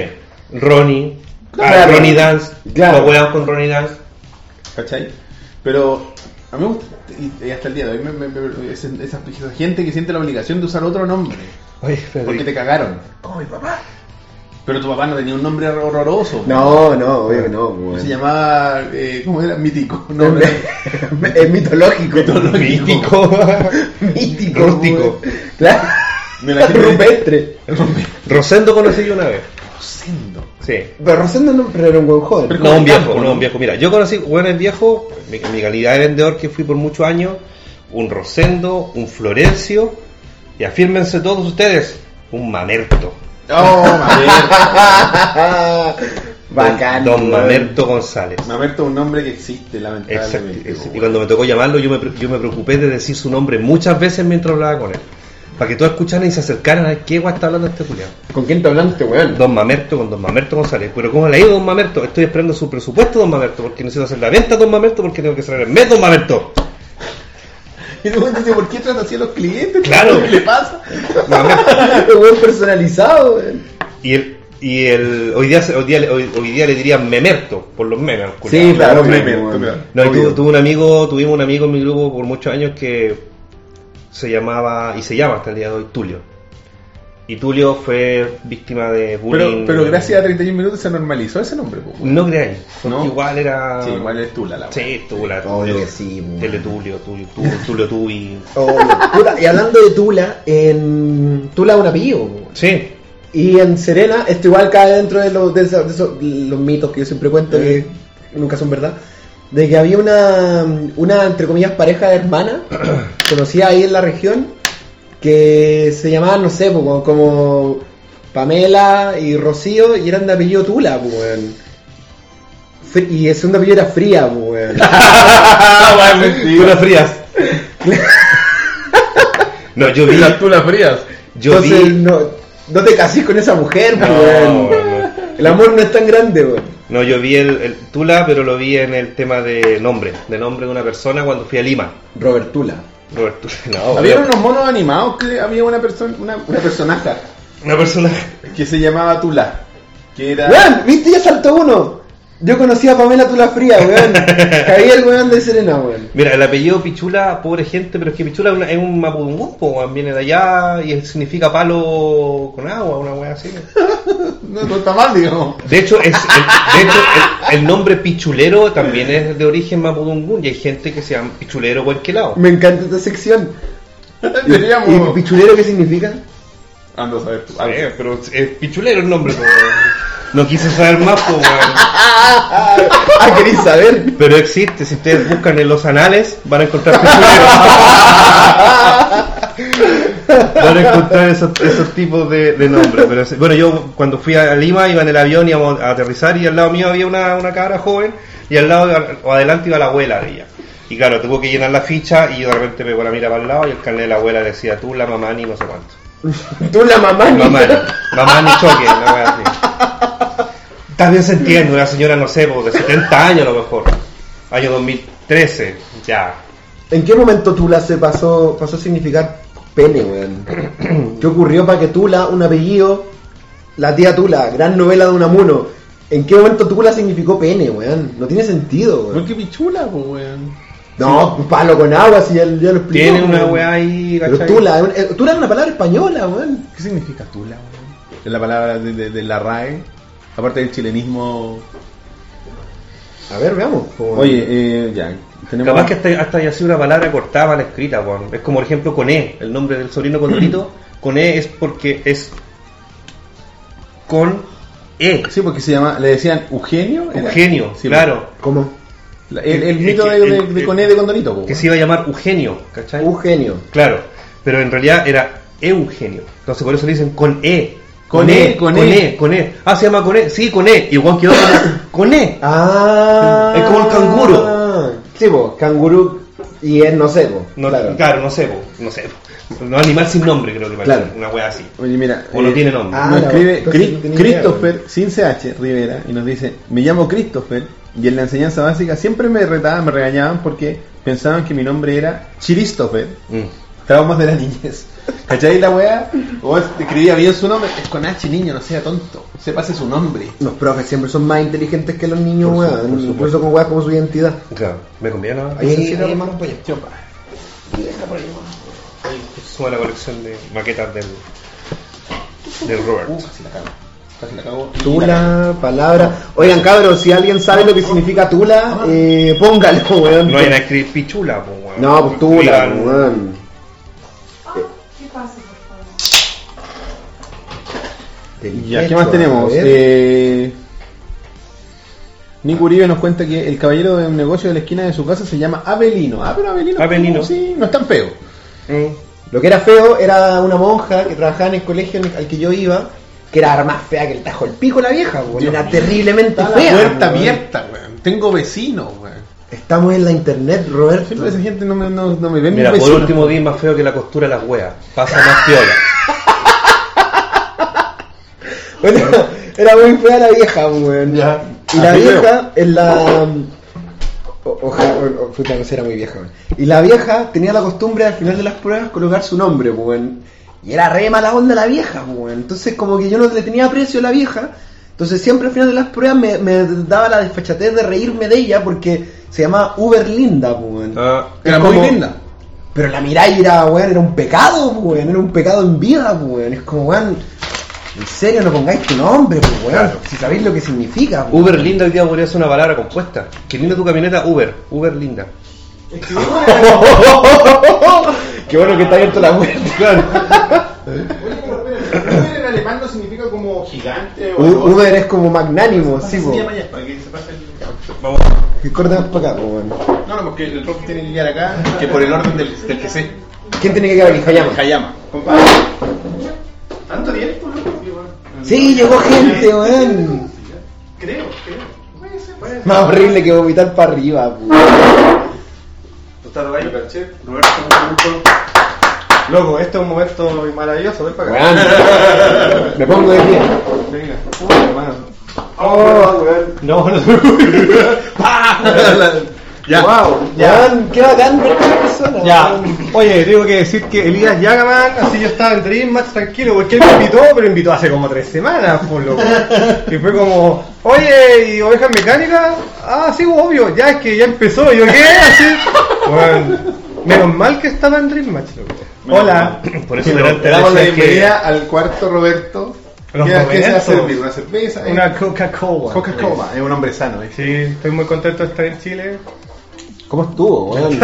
Speaker 3: Ronnie.
Speaker 2: Claro.
Speaker 3: Ah, Ronnie Dance.
Speaker 2: Claro.
Speaker 3: Los weón con Ronnie Dance.
Speaker 1: ¿Cachai? Pero a mí me gusta, y, y hasta el día de hoy, me- me- me- es- esa, esa gente que siente la obligación de usar otro nombre,
Speaker 3: Oye,
Speaker 1: porque te cagaron.
Speaker 2: Oh, mi papá.
Speaker 1: Pero tu papá no tenía un nombre horroroso.
Speaker 2: No, no, obvio que no, weón.
Speaker 1: Se llamaba, eh, ¿cómo era? Mítico. No,
Speaker 2: No,
Speaker 1: no.
Speaker 2: es mitológico.
Speaker 3: Mítico.
Speaker 2: Mítico.
Speaker 3: Rústico.
Speaker 2: weón. Claro.
Speaker 1: Me la gente-
Speaker 2: Rupestre.
Speaker 3: Rosendo conocí yo una vez.
Speaker 1: Rosendo.
Speaker 3: Sí.
Speaker 2: Pero Rosendo no pero era un buen joven.
Speaker 3: No, un viejo, no, un viejo. Mira, yo conocí hueones viejos, mi, mi calidad de vendedor que fui por muchos años, un Rosendo, un Florencio, y afírmense todos ustedes, un Mamerto.
Speaker 1: Oh, Mamerto.
Speaker 2: Bacán.
Speaker 3: Don
Speaker 2: weón.
Speaker 3: Mamerto González.
Speaker 1: Mamerto es un nombre que existe,
Speaker 3: Exacto,
Speaker 1: lamentablemente. Oh,
Speaker 3: exacto. Y cuando me tocó llamarlo, yo me, pre- yo me preocupé de decir su nombre muchas veces mientras hablaba con él. Para que todos escucharan y se acercaran a qué guay está hablando este culiado.
Speaker 2: ¿Con quién te hablaste, weón?
Speaker 3: Don Mamerto con Don Mamerto González. Pero ¿cómo le ha ido Don Mamerto? Estoy esperando su presupuesto, Don Mamerto, porque necesito hacer la venta, Don Mamerto, porque tengo que cerrar el mes, Don Mamerto.
Speaker 1: Y todo el mundo dice, ¿por qué trata así a los clientes?
Speaker 3: Claro.
Speaker 1: ¿Qué le pasa?
Speaker 3: Mamerto.
Speaker 2: Un weón personalizado, weón.
Speaker 3: Y el, y el, hoy, día, se- hoy, día, le- hoy, hoy día le dirían Memerto, por los memes. al culiao.
Speaker 2: Sí, claro,
Speaker 1: Obvio,
Speaker 2: Mamerto,
Speaker 1: obvio.
Speaker 2: claro.
Speaker 3: No, y tu-
Speaker 1: Obvio.
Speaker 3: tuve un amigo, tuvimos un amigo en mi grupo por muchos años que se llamaba, y se llama hasta el día de hoy, Tulio. Y Tulio fue víctima de
Speaker 1: Pero,
Speaker 3: bullying.
Speaker 1: pero gracias a 31 minutos se normalizó ese nombre. po.
Speaker 3: No creáis, porque
Speaker 1: No.
Speaker 3: igual era...
Speaker 1: Sí, igual es Tula la wea.
Speaker 3: Sí, Tula,
Speaker 2: Obvio
Speaker 3: Tulio,
Speaker 2: que sí, weón.
Speaker 3: Teletulio, Tulio, Tulio, Tulio, Tubi.
Speaker 2: Obvio. Oh, Puta, y hablando de Tula, en Tula es un apellido, weón.
Speaker 3: Sí,
Speaker 2: Y en Serena, esto igual cae dentro de los, de esos- de esos- los mitos que yo siempre cuento,
Speaker 3: Eh.
Speaker 2: que nunca son verdad, de que había una, una entre comillas, pareja de hermanas, conocida ahí en la región, que se llamaban, no sé, po, como, como Pamela y Rocío, y eran de apellido Tula, po, weón. Fri- Y el segundo apellido era Fría, po, weón.
Speaker 3: Ah, Tula Frías. no, yo vi,
Speaker 1: Las Tulas frías.
Speaker 3: yo
Speaker 2: Entonces,
Speaker 3: vi...
Speaker 2: no, no te casís con esa mujer, po,
Speaker 3: No,
Speaker 2: weón.
Speaker 3: no.
Speaker 2: El amor no es tan grande, weón.
Speaker 3: No, yo vi el, el Tula, pero lo vi en el tema de nombre, de nombre de una persona cuando fui a Lima.
Speaker 2: Robert Tula.
Speaker 3: Roberto, no,
Speaker 1: Había
Speaker 3: pero-
Speaker 1: unos monos animados que había una persona, una, una personaja
Speaker 3: una persona.
Speaker 1: que se llamaba Tula. Que era.
Speaker 2: Weón, viste, ya saltó uno. Yo conocí a Pamela Tula Fría, weón. Caí el weón de Serena, weón.
Speaker 3: Mira, el apellido Pichula, pobre gente, pero es que Pichula es, una- es un mapudungún, po, weón, viene de allá y significa palo con agua, una weá así.
Speaker 1: No, no está mal, digamos.
Speaker 3: De hecho, es, el, de hecho el, el nombre Pichulero también es de origen mapudungún y hay gente que se llama Pichulero cualquier lado.
Speaker 2: Me encanta esta sección. ¿Y, y
Speaker 1: Deberíamos.
Speaker 2: pichulero qué significa?
Speaker 1: Ando a saber tú.
Speaker 3: Ah, eh, pero es Pichulero el nombre, po, weón. No quise saber más, po, weón.
Speaker 2: Ah, queréis saber.
Speaker 3: Pero existe, si ustedes buscan en los anales, van a encontrar pichuleros. van a encontrar esos, esos tipos de, de nombres. Pero, sí, bueno, yo cuando fui a Lima iba en el avión, íbamos a aterrizar y al lado mío había una, una cabra joven y al lado o adelante iba la abuela de ella. Y claro, tuvo que llenar la ficha y yo de repente pegó la mira para el lado y el carnet de la abuela decía tú, la mamá ni no sé cuánto.
Speaker 2: Tú la mamá ni-
Speaker 3: Mamá, ni- mamá ni choque, una wea así. También se entiende, una señora, no sé, pues, de 70 años a lo mejor. Año 2013, ya.
Speaker 2: ¿En qué momento Tula se pasó, pasó a significar pene, weón? ¿Qué ocurrió para que Tula, un apellido, la tía Tula, gran novela de Unamuno? ¿En qué momento Tula significó pene, weón? No tiene sentido,
Speaker 1: No,
Speaker 2: weón.
Speaker 1: que pichula, po, weón.
Speaker 2: No, un palo con agua, si ya, ya lo expliqué.
Speaker 3: Tiene una weá ahí,
Speaker 2: Pero
Speaker 3: ¿cachai?
Speaker 2: Tula, es una- eh, Tula es una palabra española, weón.
Speaker 1: ¿Qué significa Tula, weón? Es la palabra de, de- de la RAE. Aparte del chilenismo.
Speaker 2: A ver, veamos. po,
Speaker 1: Oye, eh, ya. Tenemos...
Speaker 3: Capaz que hasta, hasta haya sido una palabra cortada mal escrita, weón. Es como, por ejemplo, Coné, el nombre del sobrino Condorito. Coné es porque es con E.
Speaker 1: Sí, porque se llama, le decían Eugenio. ¿era?
Speaker 3: Eugenio,
Speaker 1: Sí,
Speaker 3: claro.
Speaker 2: ¿cómo?
Speaker 1: la- El, el
Speaker 3: Es
Speaker 1: mito
Speaker 3: que-
Speaker 1: de, de,
Speaker 3: el-
Speaker 1: de
Speaker 3: el-
Speaker 1: Coné de Condorito. po,
Speaker 3: Que
Speaker 1: weón.
Speaker 3: se iba a llamar Eugenio, ¿cachai?
Speaker 2: Eugenio.
Speaker 3: Claro, pero en realidad era Eugenio. Entonces por eso le dicen con E.
Speaker 1: Con E, con
Speaker 3: con
Speaker 1: E.
Speaker 3: E, con E. Ah, se llama con E. Sí, con E. Igual quedó con, con E.
Speaker 2: Ah.
Speaker 3: Es como el canguro.
Speaker 2: Sí, po, canguro y es no sé, po,
Speaker 3: No,
Speaker 2: claro.
Speaker 3: claro. no sé, po, no sé. po. No animal sin nombre, creo que parece.
Speaker 2: Claro.
Speaker 3: Una wea así.
Speaker 1: Oye, mira. eh,
Speaker 3: O no tiene nombre.
Speaker 2: ah,
Speaker 1: nos
Speaker 2: no,
Speaker 1: escribe
Speaker 2: entonces
Speaker 1: Cri-
Speaker 2: no tenía
Speaker 1: Christopher
Speaker 2: idea,
Speaker 1: sin CH Rivera y nos dice: Me llamo Christopher y en la enseñanza básica siempre me retaban, me regañaban porque pensaban que mi nombre era Chiristopher.
Speaker 3: Mm.
Speaker 1: Traumas de la niñez. ¿Cachai la wea? O es- escribía bien su nombre. Es con H, niño, no sea tonto. Se pase su nombre.
Speaker 2: Los profes siempre son más inteligentes que los niños,
Speaker 3: Por su-
Speaker 2: weón.
Speaker 3: por supuesto.
Speaker 2: Incluso con weas como su identidad.
Speaker 3: Claro. ¿Me conviene? no?
Speaker 2: Ahí
Speaker 3: Ahí
Speaker 2: se
Speaker 3: se
Speaker 2: llama
Speaker 1: Chopa.
Speaker 3: suma la colección de maquetas del, del Robert.
Speaker 1: Uh, casi la cago. Casi la cago.
Speaker 2: Tula, palabra. Oigan, cabros, si alguien sabe lo que significa Tula, eh, póngalo, weón.
Speaker 3: Ah. No hay nada escribir pichula, po, weón.
Speaker 2: No, pues Tula,
Speaker 3: Digan-
Speaker 2: weón.
Speaker 4: Ah, ¿Qué pasa, por favor?
Speaker 1: Ya, ¿qué
Speaker 2: Perfecto,
Speaker 1: más
Speaker 2: a
Speaker 1: tenemos?
Speaker 2: ver.
Speaker 1: Eh, Nico Uribe nos cuenta que el caballero de un negocio de la esquina de su casa se llama Abelino. Ah, pero Abelino.
Speaker 3: Abelino.
Speaker 1: Sí, no es tan feo.
Speaker 3: Eh.
Speaker 2: Lo que era feo era una monja que trabajaba en el colegio en el- al que yo iba, que era ahora más fea que el tajo el pico la vieja, weón.
Speaker 1: Dios
Speaker 2: Era
Speaker 1: mío.
Speaker 2: terriblemente
Speaker 1: Está la
Speaker 2: fea.
Speaker 1: puerta
Speaker 2: weón.
Speaker 1: abierta, weón. Tengo vecinos, weón.
Speaker 2: Estamos en la internet,
Speaker 1: Siempre esa
Speaker 2: Roberto.
Speaker 1: gente no me, no, no me ve
Speaker 3: Mira,
Speaker 1: mis
Speaker 3: por
Speaker 1: vecinos.
Speaker 3: último día es más feo que la costura de las weas. Pasa más piola.
Speaker 2: Bueno, era muy fea la vieja, weón.
Speaker 1: Ya.
Speaker 2: Y la
Speaker 1: Así veo.
Speaker 2: vieja en la. mm, o- Ojalá, o- o- puta, no sé, era muy vieja, weón. Y la vieja tenía la costumbre al final de las pruebas colocar su nombre, pues, weón. Y era re mala onda la vieja, pues, weón. Entonces, como que yo no le tenía aprecio a la vieja. Entonces, siempre al final de las pruebas me, me daba la desfachatez de reírme de ella porque se llamaba Uber Linda, weón.
Speaker 3: Ah,
Speaker 1: Era
Speaker 2: Es
Speaker 1: muy
Speaker 2: como-
Speaker 1: linda.
Speaker 2: Pero la mirada era, weón, era un pecado, weón, era un pecado en vida, weón. Es como, weón, en serio no pongáis tu nombre, pues, weón.
Speaker 3: Claro.
Speaker 2: Si sabéis lo que significa, weón.
Speaker 3: Uber linda hoy día podría ser una palabra compuesta. Que linda tu camioneta, Uber. Uber linda.
Speaker 4: Escribimos
Speaker 2: Qué bueno que está abierto la web.
Speaker 1: Uber en alemán no significa como gigante
Speaker 2: U- Uber es como magnánimo,
Speaker 1: Sí,
Speaker 2: sí, weón. Que cortan para acá, po, weón.
Speaker 1: No, no, porque el rock tiene que llegar acá, que por el orden del, del que se.
Speaker 2: ¿Quién tiene que quedar aquí? Hayama.
Speaker 1: Hayama. Compadre. ¿Tanto tiempo, no?
Speaker 2: Sí, llegó gente, weón.
Speaker 1: Creo, creo. Puede ser, puede
Speaker 2: Más horrible que vomitar para arriba, weón.
Speaker 1: ser. Roberto, un gusto. Loco, este es un momento maravilloso, ven para acá.
Speaker 2: Weón. Me pongo de pie.
Speaker 1: Venga. Uy, hermano.
Speaker 2: Oh, weón.
Speaker 3: No, no te preocupes.
Speaker 1: ya.
Speaker 2: Wow, weón, qué bacán ver a esta persona,
Speaker 3: Ya.
Speaker 2: weón.
Speaker 5: Oye, tengo que decir que Elías Yagaman, así yo estaba entre ellos más tranquilo, porque él me invitó, pero invitó hace como tres semanas, por loco. Y fue como, oye, ¿y ovejas mecánicas? Ah, sí, obvio, ya es que ya empezó, y yo qué, así. Bueno, menos mal que estaba en Dream Match, loco.
Speaker 1: Menos
Speaker 5: Hola.
Speaker 3: Por eso
Speaker 1: Sí,
Speaker 3: me
Speaker 1: pero
Speaker 3: da
Speaker 1: te damos la
Speaker 3: interés que...
Speaker 1: bienvenida al cuarto Roberto.
Speaker 5: Los
Speaker 1: ¿Qué, qué se va a
Speaker 5: Robertos.
Speaker 1: servir? ¿Una cerveza? eh?
Speaker 5: Una Coca-Cola.
Speaker 1: Coca-Cola, es un hombre sano. ¿eh?
Speaker 5: Sí, estoy muy contento de estar en Chile.
Speaker 2: ¿Cómo estuvo, weón?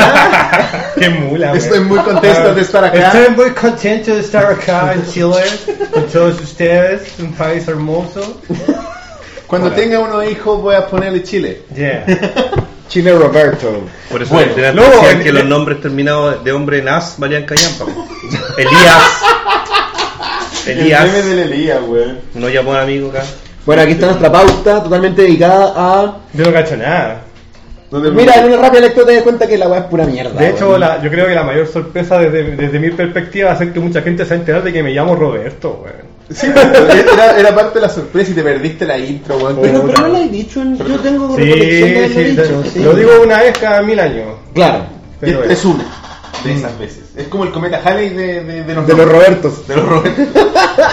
Speaker 5: Qué mula, güey.
Speaker 1: Estoy muy contento de estar acá.
Speaker 5: Estoy muy contento de estar acá en Chile, con todos ustedes, un país hermoso.
Speaker 1: Cuando tenga uno hijos voy a ponerle Chile.
Speaker 5: Yeah.
Speaker 2: Chile Roberto.
Speaker 3: Por eso
Speaker 1: Bueno,
Speaker 3: era
Speaker 5: luego-
Speaker 3: especial que los nombres terminados de hombre en as valían callampa. Elías.
Speaker 1: El meme
Speaker 3: Elías.
Speaker 1: del Elías, güey.
Speaker 3: No llamó a amigo acá.
Speaker 2: Bueno, aquí está nuestra pauta totalmente dedicada a.
Speaker 5: Yo no cacho nada.
Speaker 1: Donde-
Speaker 2: Mira, en una rápida lectura te das cuenta que la weá es pura mierda.
Speaker 5: De hecho,
Speaker 2: weón.
Speaker 5: la- yo creo que la mayor sorpresa desde, desde mi perspectiva va a ser que mucha gente se va a enterar de que me llamo Roberto, weón.
Speaker 1: Sí, pero era, era parte de la sorpresa y te perdiste la intro, güey.
Speaker 2: Pero, pero no lo he dicho, en- yo tengo recolección de haberlo
Speaker 5: Sí, sí,
Speaker 2: dicho, sí.
Speaker 5: lo digo una vez cada mil años.
Speaker 2: Claro,
Speaker 1: Y
Speaker 5: Pero Mm.
Speaker 1: esta es
Speaker 5: eso.
Speaker 1: una de esas veces. Es como el cometa Halley de, de, de los
Speaker 2: de los Robertos.
Speaker 1: de los Robertos.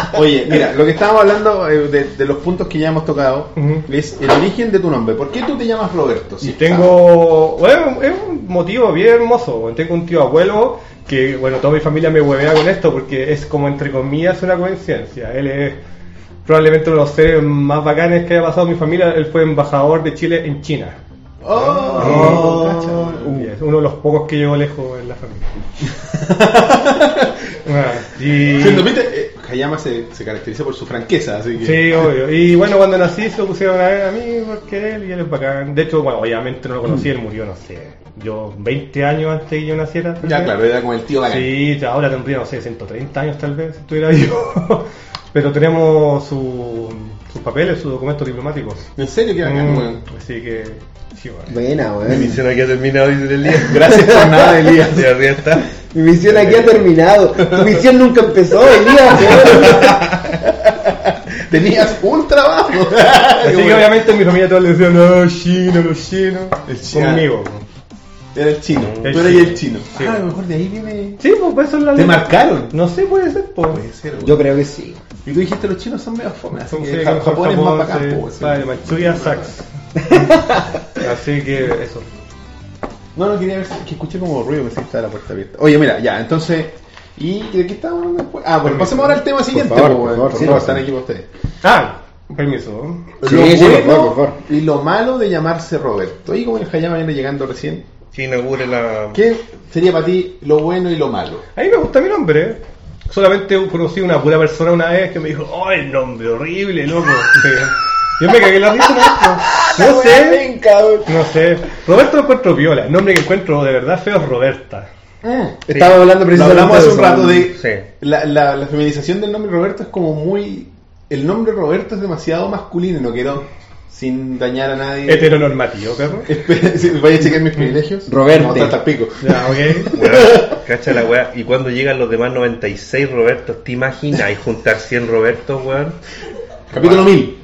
Speaker 1: Oye, mira, lo que estábamos hablando eh, de, de los puntos que ya hemos tocado
Speaker 5: Ujú.
Speaker 1: es el origen de tu nombre. ¿Por qué tú te llamas Roberto?
Speaker 5: Y
Speaker 1: Si
Speaker 5: tengo. Bueno, es un motivo bien hermoso. weón. Tengo un tío abuelo que, bueno, toda mi familia me huevea con esto porque es como, entre comillas, una coincidencia. Él es probablemente uno de los seres más bacanes que haya pasado en mi familia. Él fue embajador de Chile en China.
Speaker 1: está. ¡Oh!
Speaker 5: Oh, uh, es uno de los pocos que llegó lejos en la familia. Bueno, y-
Speaker 1: Sí, ¿viste? Eh, Hayama se, se caracteriza por su franqueza, así que.
Speaker 5: sí, obvio. Y bueno, cuando nací se lo pusieron a, él- a mí porque él y él es bacán. De hecho, bueno, obviamente no lo conocí, él murió, no sé, yo 20 años antes que yo naciera. tal
Speaker 1: Ya,
Speaker 5: vez.
Speaker 1: claro, era como el tío bacán.
Speaker 5: Sí, ahora tendría, no sé, 130 años tal vez, si estuviera vivo. Pero tenemos su- sus papeles, sus documentos diplomáticos.
Speaker 1: En serio, qué bacán, weón.
Speaker 5: Mm, así que, sí, bueno.
Speaker 2: Buena,
Speaker 3: Mi
Speaker 2: weón.
Speaker 3: misión aquí ha terminado, dice Elías.
Speaker 1: Gracias por nada, Elías.
Speaker 3: Y arriba está.
Speaker 2: Mi misión aquí ha terminado. Tu misión nunca empezó, Elías. weón.
Speaker 1: Tenías un trabajo.
Speaker 5: Así que obviamente en mi familia todos le decían, no, chino, los chinos.
Speaker 1: El chino.
Speaker 5: Conmigo.
Speaker 1: Era el chino.
Speaker 5: El
Speaker 1: Tú eras
Speaker 5: chino.
Speaker 1: el chino.
Speaker 5: Sí.
Speaker 1: Ah, a lo mejor de ahí viene.
Speaker 5: Sí, pues por eso es la
Speaker 1: ¿Te marcaron?
Speaker 5: No sé, puede ser, pues.
Speaker 1: Puede ser, weón.
Speaker 2: Yo creo que sí.
Speaker 1: Y tú dijiste los chinos son medio fome, así
Speaker 5: Son
Speaker 1: que
Speaker 5: secos,
Speaker 1: Ja-
Speaker 5: son
Speaker 1: Japón es más
Speaker 5: japoneses,
Speaker 1: bacán, pues, po, weón.
Speaker 5: vale, Manchuria Sax. Así que eso.
Speaker 1: No, no quería ver si- que escuché como ruido, pensé que estaba la puerta abierta. Oye, mira, ya, entonces. ¿Y de qué estábamos hablando después? Ah, bueno, pasemos ahora al tema siguiente,
Speaker 2: favor,
Speaker 1: po,
Speaker 2: por
Speaker 1: weón,
Speaker 2: favor,
Speaker 1: por
Speaker 2: sí,
Speaker 1: favor,
Speaker 2: sí.
Speaker 1: están aquí para ustedes.
Speaker 5: Ah, permiso.
Speaker 2: Sí,
Speaker 1: lo
Speaker 2: sí, por
Speaker 1: bueno
Speaker 2: favor, por favor.
Speaker 1: y lo malo de llamarse Roberto. Y como el Hayama viene llegando recién,
Speaker 3: Que inaugure la.
Speaker 1: ¿qué sería para ti lo bueno y lo malo?
Speaker 5: A mí me gusta mi nombre. solamente conocí una pura persona una vez que me dijo, ¡oh, el nombre horrible, loco! Sí. Yo me cagué la risa, ¿no? No sé, no sé. Roberto lo encuentro viola. El nombre que encuentro de verdad feo es Roberta.
Speaker 2: Estábamos
Speaker 1: Lo
Speaker 2: hablando Ah, precisamente
Speaker 1: hablamos
Speaker 2: de
Speaker 1: hace un
Speaker 2: eso.
Speaker 1: rato de
Speaker 3: Sí.
Speaker 1: la, la, la feminización del nombre Roberto es como muy... El nombre Roberto es demasiado masculino, no quiero, sin dañar a nadie.
Speaker 5: Heteronormativo, perro.
Speaker 1: Espe- si Vaya a chequear mis privilegios.
Speaker 2: Roberto.
Speaker 1: No, hasta el pico.
Speaker 5: Ya, ok.
Speaker 3: Weón, cacha la weá. Y cuando llegan los demás 96 Robertos, ¿te imaginas? Y juntar 100 Robertos, weón.
Speaker 1: Capítulo 1000.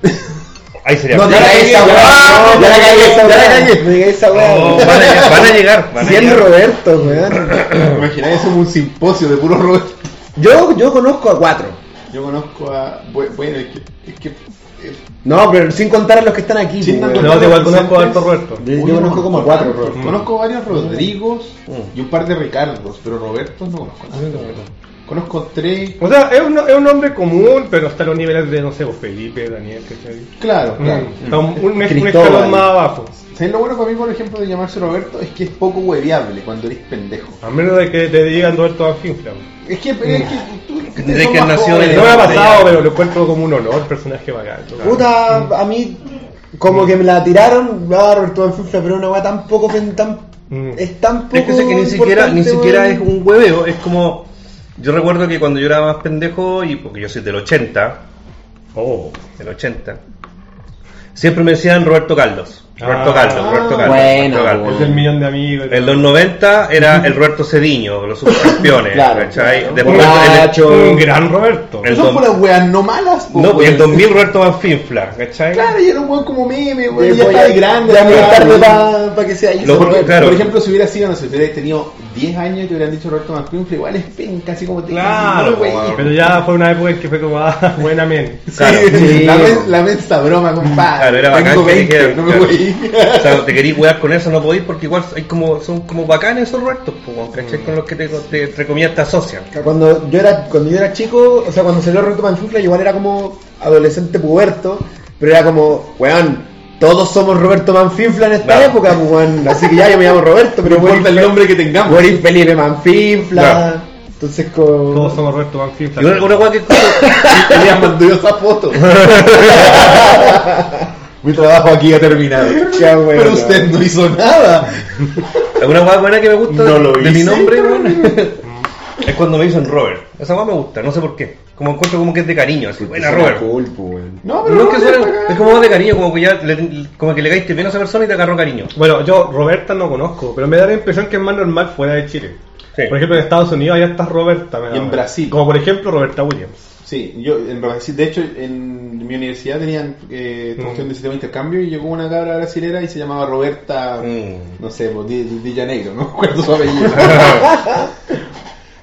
Speaker 3: Ahí sería.
Speaker 2: No te la cagué esa weá.
Speaker 1: no,
Speaker 2: Ya la
Speaker 1: no,
Speaker 2: cagué esa
Speaker 1: no,
Speaker 2: weá.
Speaker 1: no,
Speaker 2: No digas esa weá.
Speaker 3: No, van, a, llegar, van a llegar. van a
Speaker 2: 100
Speaker 3: llegar.
Speaker 2: Robertos, weón.
Speaker 1: Imagináis, hacemos un simposio de puro Roberto.
Speaker 2: Yo, yo conozco a cuatro.
Speaker 1: Yo conozco a... bu- Bueno, es que... Es que eh,
Speaker 2: No, pero sin contar a los que están aquí.
Speaker 1: Sin
Speaker 2: po,
Speaker 1: tanto-
Speaker 2: weón.
Speaker 5: No, te igual conozco a Alto Roberto.
Speaker 2: Yo, yo conozco como a cuatro, Roberto.
Speaker 1: Conozco varios Mm. Rodrigos y un par de Ricardos, pero Robertos no conozco. nada. Conozco tres...
Speaker 5: O sea, es un, es un nombre común, pero está a los niveles de, no sé, vos, Felipe, Daniel, ¿cachai?
Speaker 1: Claro, claro.
Speaker 5: Mm. Está un, un, un
Speaker 2: Cristóbal.
Speaker 5: escalón más abajo.
Speaker 1: ¿Sabes lo bueno para mí, por ejemplo, de llamarse Roberto? Es que es poco hueviable cuando eres pendejo.
Speaker 5: A menos de que te digan Roberto Banfinfla.
Speaker 1: Es que, es que tú que
Speaker 3: Desde
Speaker 1: son
Speaker 3: que
Speaker 1: más
Speaker 3: nació
Speaker 1: jóvenes.
Speaker 3: el-
Speaker 5: No me ha
Speaker 3: ya.
Speaker 5: pasado, pero lo encuentro como un honor, personaje bacán.
Speaker 2: Puta, a mí como que me la tiraron, ah, Roberto Banfufla, pero una weá tan poco fen- tan
Speaker 5: Mm.
Speaker 2: es tan poco
Speaker 3: Es que, sé que ni siquiera, ni
Speaker 2: importante,
Speaker 3: siquiera
Speaker 2: weón.
Speaker 3: es un hueveo, es como. Yo recuerdo que cuando yo era más pendejo, y porque yo soy del 80,
Speaker 5: Oh.
Speaker 3: del 80, siempre me decían Roberto Carlos. Roberto
Speaker 5: Ah.
Speaker 3: Carlos, Roberto Carlos.
Speaker 2: Bueno,
Speaker 3: Roberto Carlos.
Speaker 2: bueno.
Speaker 5: Es del millón de amigos.
Speaker 3: En los 90 era el Roberto Cediño, los subcampeones.
Speaker 2: Claro,
Speaker 3: ¿cachai?
Speaker 2: claro.
Speaker 3: Después
Speaker 2: Borracho.
Speaker 5: Un gran Roberto.
Speaker 3: el-
Speaker 1: Son puras weas no malas. po,
Speaker 3: el, no, y
Speaker 2: pues.
Speaker 1: weón.
Speaker 3: el 2000 Roberto Manfinfla, ¿cachai?
Speaker 1: Claro, y era un weón como meme, weón.
Speaker 2: Sí,
Speaker 1: Ya
Speaker 2: pues,
Speaker 1: está de
Speaker 2: ya-
Speaker 1: grande.
Speaker 2: Ya muy
Speaker 1: claro,
Speaker 2: tarde
Speaker 1: weón.
Speaker 2: para que sea ahí.
Speaker 3: Lo-
Speaker 2: ese
Speaker 3: porque-
Speaker 2: weón.
Speaker 3: claro.
Speaker 1: Por ejemplo, si hubiera sido, no sé, si hubieras tenido 10 años y te hubieran dicho Roberto Manfrinfla, igual es penca, así como te
Speaker 3: Claro,
Speaker 1: no, güey.
Speaker 3: weón.
Speaker 5: Pero ya fue una época en que fue como, ah, buena men.
Speaker 3: Claro.
Speaker 1: Sí, la,
Speaker 2: Sí,
Speaker 1: men-
Speaker 2: weón.
Speaker 1: la mensa broma, compadre.
Speaker 3: Claro, era bacán
Speaker 1: Tengo
Speaker 3: que
Speaker 1: 20,
Speaker 3: dijeran,
Speaker 1: no me
Speaker 3: claro.
Speaker 1: voy.
Speaker 3: O sea, te querís wear con eso, no podís, porque igual hay como, son como bacanes esos Robertos, po, weón,
Speaker 2: Mm.
Speaker 3: ¿cachai? Con los que te, te, entre comillas, te asocian.
Speaker 2: Cuando yo era cuando yo era chico, o sea, cuando salió Roberto Manfufla, igual era como adolescente puberto, pero era como, weón, todos somos Roberto Manfinfla en esta
Speaker 3: Claro.
Speaker 2: época, pues, weón. Así que ya yo me llamo Roberto, pero
Speaker 1: No importa el
Speaker 2: weón,
Speaker 1: nombre que tengamos.
Speaker 2: Boris Felipe Manfinfla.
Speaker 3: Claro.
Speaker 2: Entonces como
Speaker 5: Todos somos Roberto Banfinfla.
Speaker 3: Y una, una weá que
Speaker 1: Ella mandó yo esa foto. Mi trabajo aquí ha terminado.
Speaker 2: Ya, weón,
Speaker 1: Pero
Speaker 2: no.
Speaker 1: usted no hizo nada.
Speaker 3: Una hueá buena que me gusta
Speaker 1: No lo
Speaker 3: de mi
Speaker 1: hice.
Speaker 3: nombre, weón, es cuando me dicen Robert. Esa hueá me gusta, no sé por qué. Como encuentro como que es de cariño, así,
Speaker 2: pues,
Speaker 3: buena Robert.
Speaker 1: No,
Speaker 3: No es que
Speaker 1: no,
Speaker 3: suene-
Speaker 1: no, no.
Speaker 3: es como de cariño, como que ya le, como que le caíste bien a esa persona y te agarró cariño.
Speaker 5: Bueno, yo Roberta no conozco, pero me da la impresión que es más normal fuera de Chile.
Speaker 3: Sí.
Speaker 5: Por ejemplo, en Estados Unidos allá está Roberta. me da
Speaker 1: Y en
Speaker 5: la-
Speaker 1: Brasil.
Speaker 5: Como por ejemplo Roberta Williams.
Speaker 1: Sí, yo en Brasil, de hecho en mi universidad tenían eh, cuestión de sistema de intercambio y llegó una cabra brasilera y se llamaba Roberta,
Speaker 3: Mm.
Speaker 1: no sé, pues, Di, Di- Di Janeiro, no me acuerdo su apellido.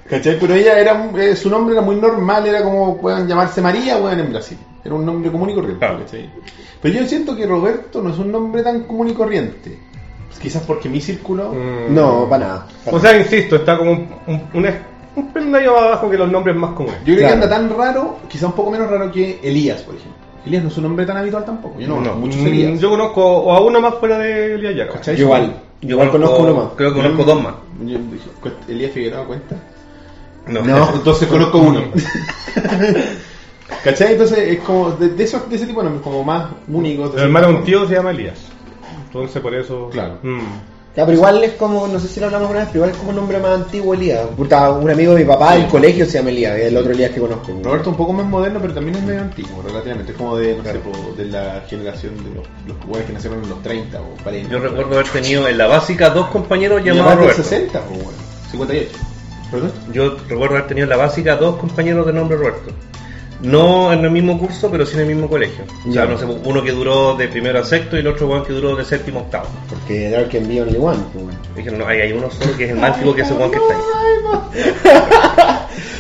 Speaker 1: ¿Cachai? Pero ella era, eh, su nombre era muy normal, era como puedan llamarse María, weón, en Brasil. Era un nombre común y corriente,
Speaker 3: Claro.
Speaker 1: ¿cachai? Pero yo siento que Roberto no es un nombre tan común y corriente. Pues quizás porque mi círculo...
Speaker 5: Mm.
Speaker 2: No, para nada. pa'
Speaker 5: O sea, insisto, está como un, un, un, un peldaño más abajo que los nombres más comunes.
Speaker 1: Yo creo
Speaker 2: Claro.
Speaker 1: que anda tan raro, quizás un poco menos raro que Elías, por ejemplo. Elías no es un nombre tan habitual tampoco. Yo no, conozco muchos
Speaker 5: Mm,
Speaker 1: Elías.
Speaker 5: Yo conozco o a uno más fuera de Elías Yaga.
Speaker 1: ¿Cachai?
Speaker 2: Yo igual.
Speaker 3: Yo
Speaker 2: igual conozco uno más.
Speaker 3: Creo que conozco dos más.
Speaker 1: Yo dije, Elías Figueroa cuenta.
Speaker 3: No.
Speaker 1: entonces conozco uno. ¿Cachai? Entonces es como de, de esos, de ese tipo de nombres, como más únicos.
Speaker 5: El hermano de un tío se llama Elías. Entonces por eso.
Speaker 1: Claro.
Speaker 5: Mm.
Speaker 2: Ya, pero igual es como, no sé si lo hablamos una vez, pero igual es como un nombre más antiguo Elías. Puta, un amigo de mi papá del colegio se llama Elías, es el otro Elías que conozco.
Speaker 1: Roberto un poco más moderno, pero también es medio antiguo, relativamente. Es como de, no sé, po, de la generación de los, los jugadores que nacieron en los 30 o 40.
Speaker 3: Yo recuerdo haber tenido en la básica dos compañeros
Speaker 1: Mi
Speaker 3: llamados
Speaker 1: papá es
Speaker 3: Roberto.
Speaker 1: del 60, o bueno, 58. ¿Perdón?
Speaker 3: Yo recuerdo haber tenido en la básica dos compañeros de nombre Roberto. No en el mismo curso, pero sí en el mismo colegio. O
Speaker 2: Ya.
Speaker 3: sea, no sé, uno que duró de primero a sexto y el otro weón que duró de séptimo a octavo.
Speaker 2: Porque era el que envía Only One. pues, bueno.
Speaker 3: Dijeron, no, hay, hay uno solo que es el más antiguo que ese weón que está ahí.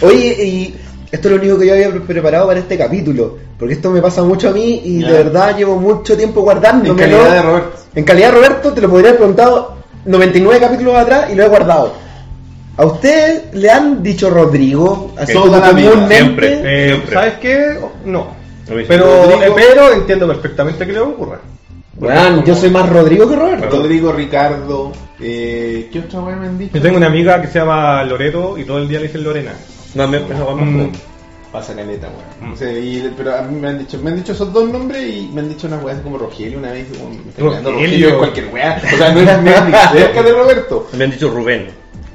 Speaker 2: Oye, y esto es lo único que yo había pre- preparado para este capítulo, porque esto me pasa mucho a mí y
Speaker 1: Ya.
Speaker 2: de verdad llevo mucho tiempo guardando.
Speaker 1: En calidad de Roberto.
Speaker 2: En calidad de Roberto te lo podría haber preguntado 99 capítulos atrás y lo he guardado. ¿A usted le han dicho Rodrigo? Así
Speaker 1: Toda
Speaker 2: como
Speaker 1: la vida,
Speaker 2: comúnmente.
Speaker 3: siempre.
Speaker 5: Eh,
Speaker 3: Siempre.
Speaker 5: ¿Sabes qué? No.
Speaker 3: Lo mismo.
Speaker 5: Pero,
Speaker 1: Rodrigo-
Speaker 5: eh, pero entiendo perfectamente que le ocurra.
Speaker 2: Bueno, yo soy más Rodrigo que Roberto.
Speaker 1: Rodrigo, Ricardo. Eh, ¿Qué otra weá me han dicho?
Speaker 5: Yo tengo una amiga que se llama Loreto y todo el día le dicen Lorena.
Speaker 3: No, me empezó más
Speaker 5: Mm.
Speaker 1: Pasa caneta, weón.
Speaker 3: Mm.
Speaker 1: O sea, y- pero a mí me han dicho, me han dicho esos dos nombres y me han dicho unas weas como Rogelio una vez, como, me está mirando
Speaker 3: Rogelio.
Speaker 1: Rogelio es cualquier wea. O sea, no es no es ni cerca de Roberto.
Speaker 3: Me han dicho Rubén.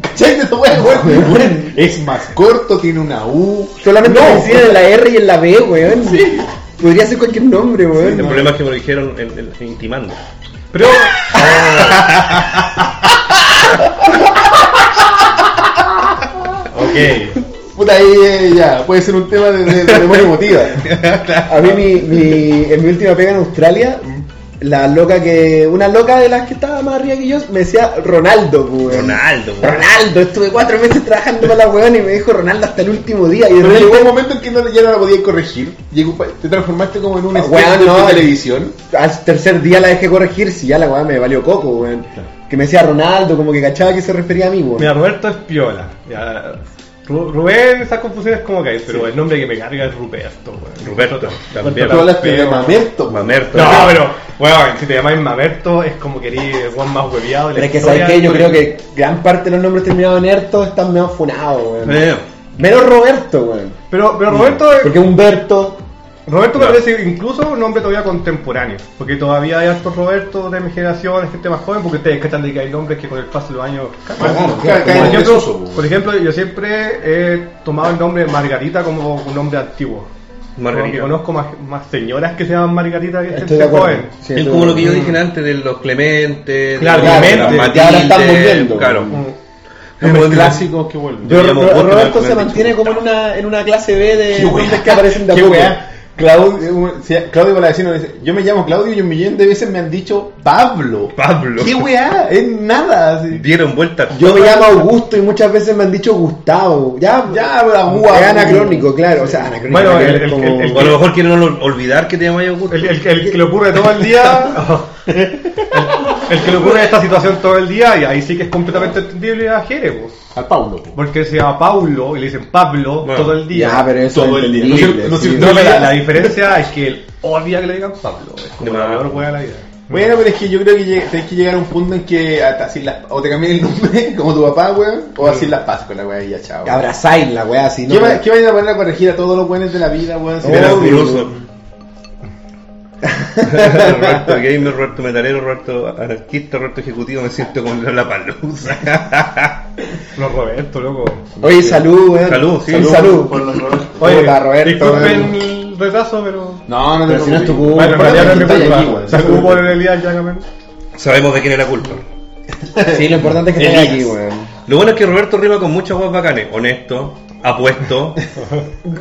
Speaker 1: ¿Cachai de esa wea, weón? Es más corto, tiene una U.
Speaker 2: Solamente
Speaker 1: No.
Speaker 2: me decían en la R y en la B, weón. Podría ser cualquier nombre, weón.
Speaker 3: El problema es que me lo dijeron en- en- intimando. Ah.
Speaker 5: Pero.
Speaker 3: Ok.
Speaker 1: Puta, ahí eh, ya, puede ser un tema de, de, de memoria emotiva.
Speaker 2: A mí, mi, mi- en mi última pega en Australia, la loca que. Una loca de las que estaba más arriba que yo me decía Ronaldo, weón.
Speaker 3: Ronaldo, weón.
Speaker 2: Ronaldo, estuve cuatro meses trabajando para la weón y me dijo Ronaldo hasta el último día. Y de
Speaker 1: Pero llegó un
Speaker 2: repente,
Speaker 1: momento en que no, ya no la podías corregir. Llegó, pa- te transformaste como en un
Speaker 2: Ah,
Speaker 1: estrella
Speaker 2: weón,
Speaker 1: de
Speaker 2: no.
Speaker 1: televisión.
Speaker 2: al tercer día la dejé corregir, si ya la weón me valió coco, weón. Que me decía Ronaldo, como que cachaba que se refería a mí, weón.
Speaker 5: Mira, Roberto es piola. Ya, Ru- Rubén, esas confusiones como que hay, pero el nombre que me carga es Ruperto, weón.
Speaker 3: Roberto. También.
Speaker 1: Tú hablaste
Speaker 5: pero-
Speaker 1: de Mamerto. weón.
Speaker 3: Mamerto.
Speaker 5: No, pero, weón, si te llamáis Mamerto es como que eres el weón más hueviado. de la
Speaker 2: Pero es que
Speaker 5: historia
Speaker 2: sabes que yo
Speaker 5: del
Speaker 2: creo
Speaker 5: colegio.
Speaker 2: que gran parte de los nombres terminados en Erto están menos funados, weón.
Speaker 3: Eh,
Speaker 2: Menos Roberto, weón.
Speaker 5: Pero, pero Roberto, es-
Speaker 2: Mm. Porque Humberto.
Speaker 5: Roberto me parece incluso un nombre todavía contemporáneo. Porque todavía hay hartos Roberto de mi generación, gente más joven, porque ustedes cachan de que hay nombres que con el paso de los años.
Speaker 1: Bueno,
Speaker 5: Por
Speaker 1: cae- cae en
Speaker 5: ejemplo,
Speaker 1: desuso, weón.
Speaker 5: por ejemplo, yo siempre he tomado el nombre Margarita como un nombre antiguo.
Speaker 3: Margarita.
Speaker 5: Porque conozco más, más señoras que se llaman Margarita que
Speaker 2: Estoy de
Speaker 5: gente
Speaker 2: acuerdo.
Speaker 5: joven.
Speaker 2: Sí,
Speaker 3: Es
Speaker 2: estoy
Speaker 3: como
Speaker 2: de
Speaker 3: lo que yo
Speaker 2: acuerdo.
Speaker 3: dije antes de los Clemente.
Speaker 5: Claro,
Speaker 3: de las
Speaker 5: Clemente,
Speaker 3: Matilde,
Speaker 2: que ahora están volviendo.
Speaker 3: Claro.
Speaker 1: Nombres clásicos que vuelven.
Speaker 2: Yo-
Speaker 3: Deberíamos
Speaker 2: Ro-
Speaker 3: votar
Speaker 2: Roberto
Speaker 3: al
Speaker 2: se mantiene como en una, en una clase B de
Speaker 1: Qué
Speaker 2: nombres
Speaker 1: wea.
Speaker 2: que aparecen de a
Speaker 1: Qué
Speaker 2: poco.
Speaker 1: wea. Claudio, eh, un- si- Claudio Palacino dice, yo me llamo Claudio y un millón de veces me han dicho Pablo.
Speaker 3: Pablo.
Speaker 1: ¿Qué weá? Es nada. así.
Speaker 3: Dieron vuelta.
Speaker 2: Yo me llamo Augusto y muchas veces me han dicho Gustavo. Ya,
Speaker 1: Ya, Agua.
Speaker 2: Es anacrónico, claro. O sea, anacrónico.
Speaker 5: Bueno,
Speaker 2: que
Speaker 5: el-
Speaker 2: es
Speaker 5: el-
Speaker 2: como-
Speaker 5: el- el-
Speaker 3: O a lo mejor quieren ol- olvidar que te llamas Augusto.
Speaker 5: El, el- el que le ocurre todo el día. el que le ocurre esta situación todo el día, y ahí sí que es completamente entendible a Jere, pues.
Speaker 1: Al Paulo. po.
Speaker 5: Porque se llama Paulo y le dicen Pablo
Speaker 3: Bueno,
Speaker 5: todo el día.
Speaker 2: ya, pero eso
Speaker 1: Todo
Speaker 2: es
Speaker 1: el día.
Speaker 2: entendible,
Speaker 1: No sé- no sé-
Speaker 2: sí.
Speaker 5: No, pero la, la diferencia es que él odia que le digan Pablo. Es como
Speaker 3: No.
Speaker 5: la peor hueá de la vida.
Speaker 1: Bueno, pero es que yo creo que lleg- tenés que llegar a un punto en que hasta así las, o te cambias el nombre como tu papá, weón, o así las pasas con la weá y ya chao.
Speaker 2: Abrazáis la weá así, ¿no?
Speaker 1: ¿Qué, va- ¿Qué vayan a poner a corregir a todos los buenos de la vida, weón? Si
Speaker 2: Oh,
Speaker 1: te la-
Speaker 3: Era
Speaker 2: obvio.
Speaker 3: curioso. Roberto Gamer, Roberto Metalero, Roberto Anarquista, Roberto Ejecutivo, me siento como la palusa.
Speaker 5: No, Roberto, loco.
Speaker 2: Oye, salud, weón.
Speaker 3: Salud, sí.
Speaker 2: salud.
Speaker 1: Por los Roberto.
Speaker 2: Puta, Roberto, eh.
Speaker 5: disculpen el retraso, pero...
Speaker 1: No, no te
Speaker 2: Pero si no es tu
Speaker 1: preocupes.
Speaker 2: culpa.
Speaker 5: Bueno, en
Speaker 1: Bueno,
Speaker 5: realidad
Speaker 1: pero
Speaker 5: no es mi
Speaker 1: está
Speaker 5: culpa.
Speaker 1: aquí, weón.
Speaker 5: Salud por el Elías Yagaman.
Speaker 3: Sabemos de quién era la culpa.
Speaker 2: Sí, lo importante es que estés aquí, weón.
Speaker 3: Lo bueno es que Roberto rima con muchas voz bacanes. Honesto, apuesto.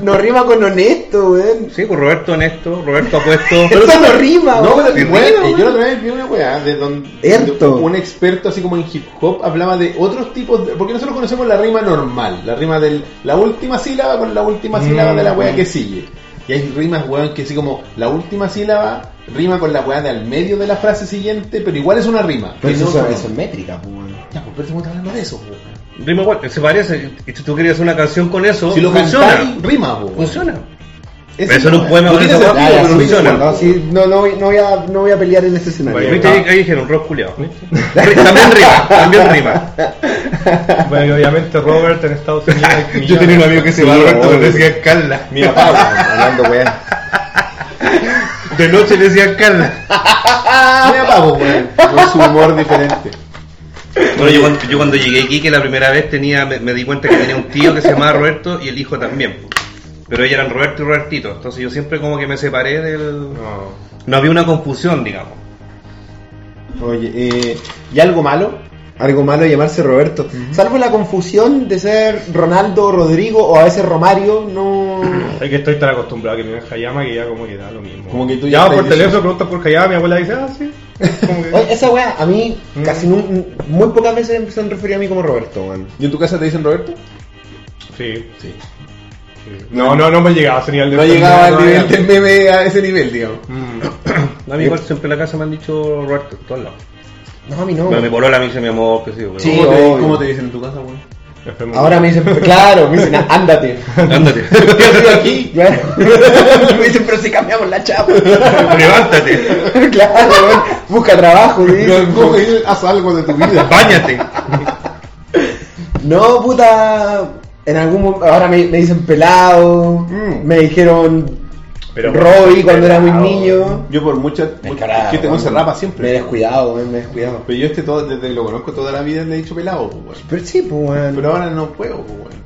Speaker 2: No rima con honesto, weón.
Speaker 3: Sí, pues Roberto honesto, Roberto apuesto.
Speaker 2: Eso no rima,
Speaker 1: No, pero
Speaker 3: Sí,
Speaker 1: bueno,
Speaker 2: bueno.
Speaker 1: yo la otra vez vi una weá de donde
Speaker 2: Cierto.
Speaker 1: un experto así como en hip hop hablaba de otros tipos de, porque nosotros conocemos la rima normal, la rima de la última sílaba con la última sílaba de la weá que sigue. Y hay rimas, weón, que así como la última sílaba rima con la weá de al medio de la frase siguiente, pero igual es una rima.
Speaker 2: Pero
Speaker 1: Que
Speaker 2: eso,
Speaker 1: no-
Speaker 2: son- eso es métrica, pues, weón.
Speaker 1: Ya, pues, pero estamos hablando de eso, weón.
Speaker 3: Rima igual, se parece. Y si tú querías hacer una canción con eso,
Speaker 1: Si lo
Speaker 3: funciona.
Speaker 1: cantáis, rima, pues, weón.
Speaker 3: Funciona.
Speaker 1: Ese
Speaker 3: Pero eso no
Speaker 1: weón.
Speaker 3: puede
Speaker 1: No tiene
Speaker 3: mejorar esa
Speaker 1: sentido,
Speaker 3: weá,
Speaker 1: pero
Speaker 3: sí,
Speaker 1: rima,
Speaker 3: funciona.
Speaker 2: No,
Speaker 1: weón.
Speaker 2: sí, no, no, voy- no, voy a, no voy a pelear en ese escenario.
Speaker 3: ¿Viste? Ahí, ahí dijeron, Rob culiao. También rima, también rima.
Speaker 5: Bueno, y obviamente Robert en Estados Unidos... hay millones.
Speaker 3: amigo que se
Speaker 2: va, Roberto,
Speaker 3: me
Speaker 2: le
Speaker 3: decía Carla.
Speaker 2: Mi papá, weón, hablando, weón.
Speaker 3: De noche le decía Carla.
Speaker 1: Me apago, pues, weón. Con su humor diferente.
Speaker 3: Bueno, yo cuando, yo cuando llegué aquí, que la primera vez tenía, me, me di cuenta que tenía un tío que se llamaba Roberto y el hijo también. Pero ellos eran Roberto y Robertito. Entonces yo siempre como que me separé del...
Speaker 5: No.
Speaker 3: No había una confusión, digamos.
Speaker 1: Oye, eh, ¿y algo malo?
Speaker 2: Algo malo llamarse Roberto. Salvo la confusión de ser Ronaldo, Rodrigo o a veces Romario, no.
Speaker 5: Es que estoy tan acostumbrado que me ven Hayama que ya como que da lo mismo.
Speaker 1: Como que tú ya
Speaker 5: Llamo por
Speaker 1: estás
Speaker 5: teléfono, preguntas por Hayama, mi abuela dice, ah, sí. Como que-
Speaker 2: Oye, esa weá, a mí
Speaker 5: Mm.
Speaker 2: casi nun- muy pocas veces se han referido a mí como Roberto, weón.
Speaker 1: ¿Y en tu casa te dicen Roberto?
Speaker 5: Sí.
Speaker 1: Sí.
Speaker 5: sí. No, no, no me llegaba a ese nivel de...
Speaker 1: No llegaba al nivel
Speaker 5: de...
Speaker 1: del meme a ese nivel, digamos.
Speaker 5: Mm.
Speaker 3: A mí igual siempre en la casa me han dicho Roberto, en todos lados.
Speaker 2: No, a mí no.
Speaker 3: Pero mi polola me dice mi amor, que sí, güey.
Speaker 2: Sí.
Speaker 1: ¿Cómo, te,
Speaker 2: obvio.
Speaker 1: cómo te dicen en tu casa, weón?
Speaker 2: Ahora me dicen, claro, me dicen, ándate.
Speaker 3: Ándate.
Speaker 1: aquí?
Speaker 2: Claro. me dicen, pero si cambiamos la chapa.
Speaker 3: Levántate.
Speaker 2: claro, weón, busca trabajo, me dicen.
Speaker 1: haz algo de tu vida.
Speaker 3: Báñate.
Speaker 2: No, puta. en algún mo- ahora me, me dicen pelado,
Speaker 5: Mm.
Speaker 2: me dijeron
Speaker 3: Pero-
Speaker 2: Robbie cuando era muy
Speaker 3: Pelado.
Speaker 2: niño.
Speaker 1: Yo por muchas.
Speaker 2: Me
Speaker 1: es que este weón se rapa siempre.
Speaker 2: Me he descuidado, weón, me he descuidado.
Speaker 1: Pero yo este todo, desde que lo conozco toda la vida le he dicho pelado, pues, weón.
Speaker 2: Pero sí, pues, weón.
Speaker 1: Pero ahora no puedo, pues, weón.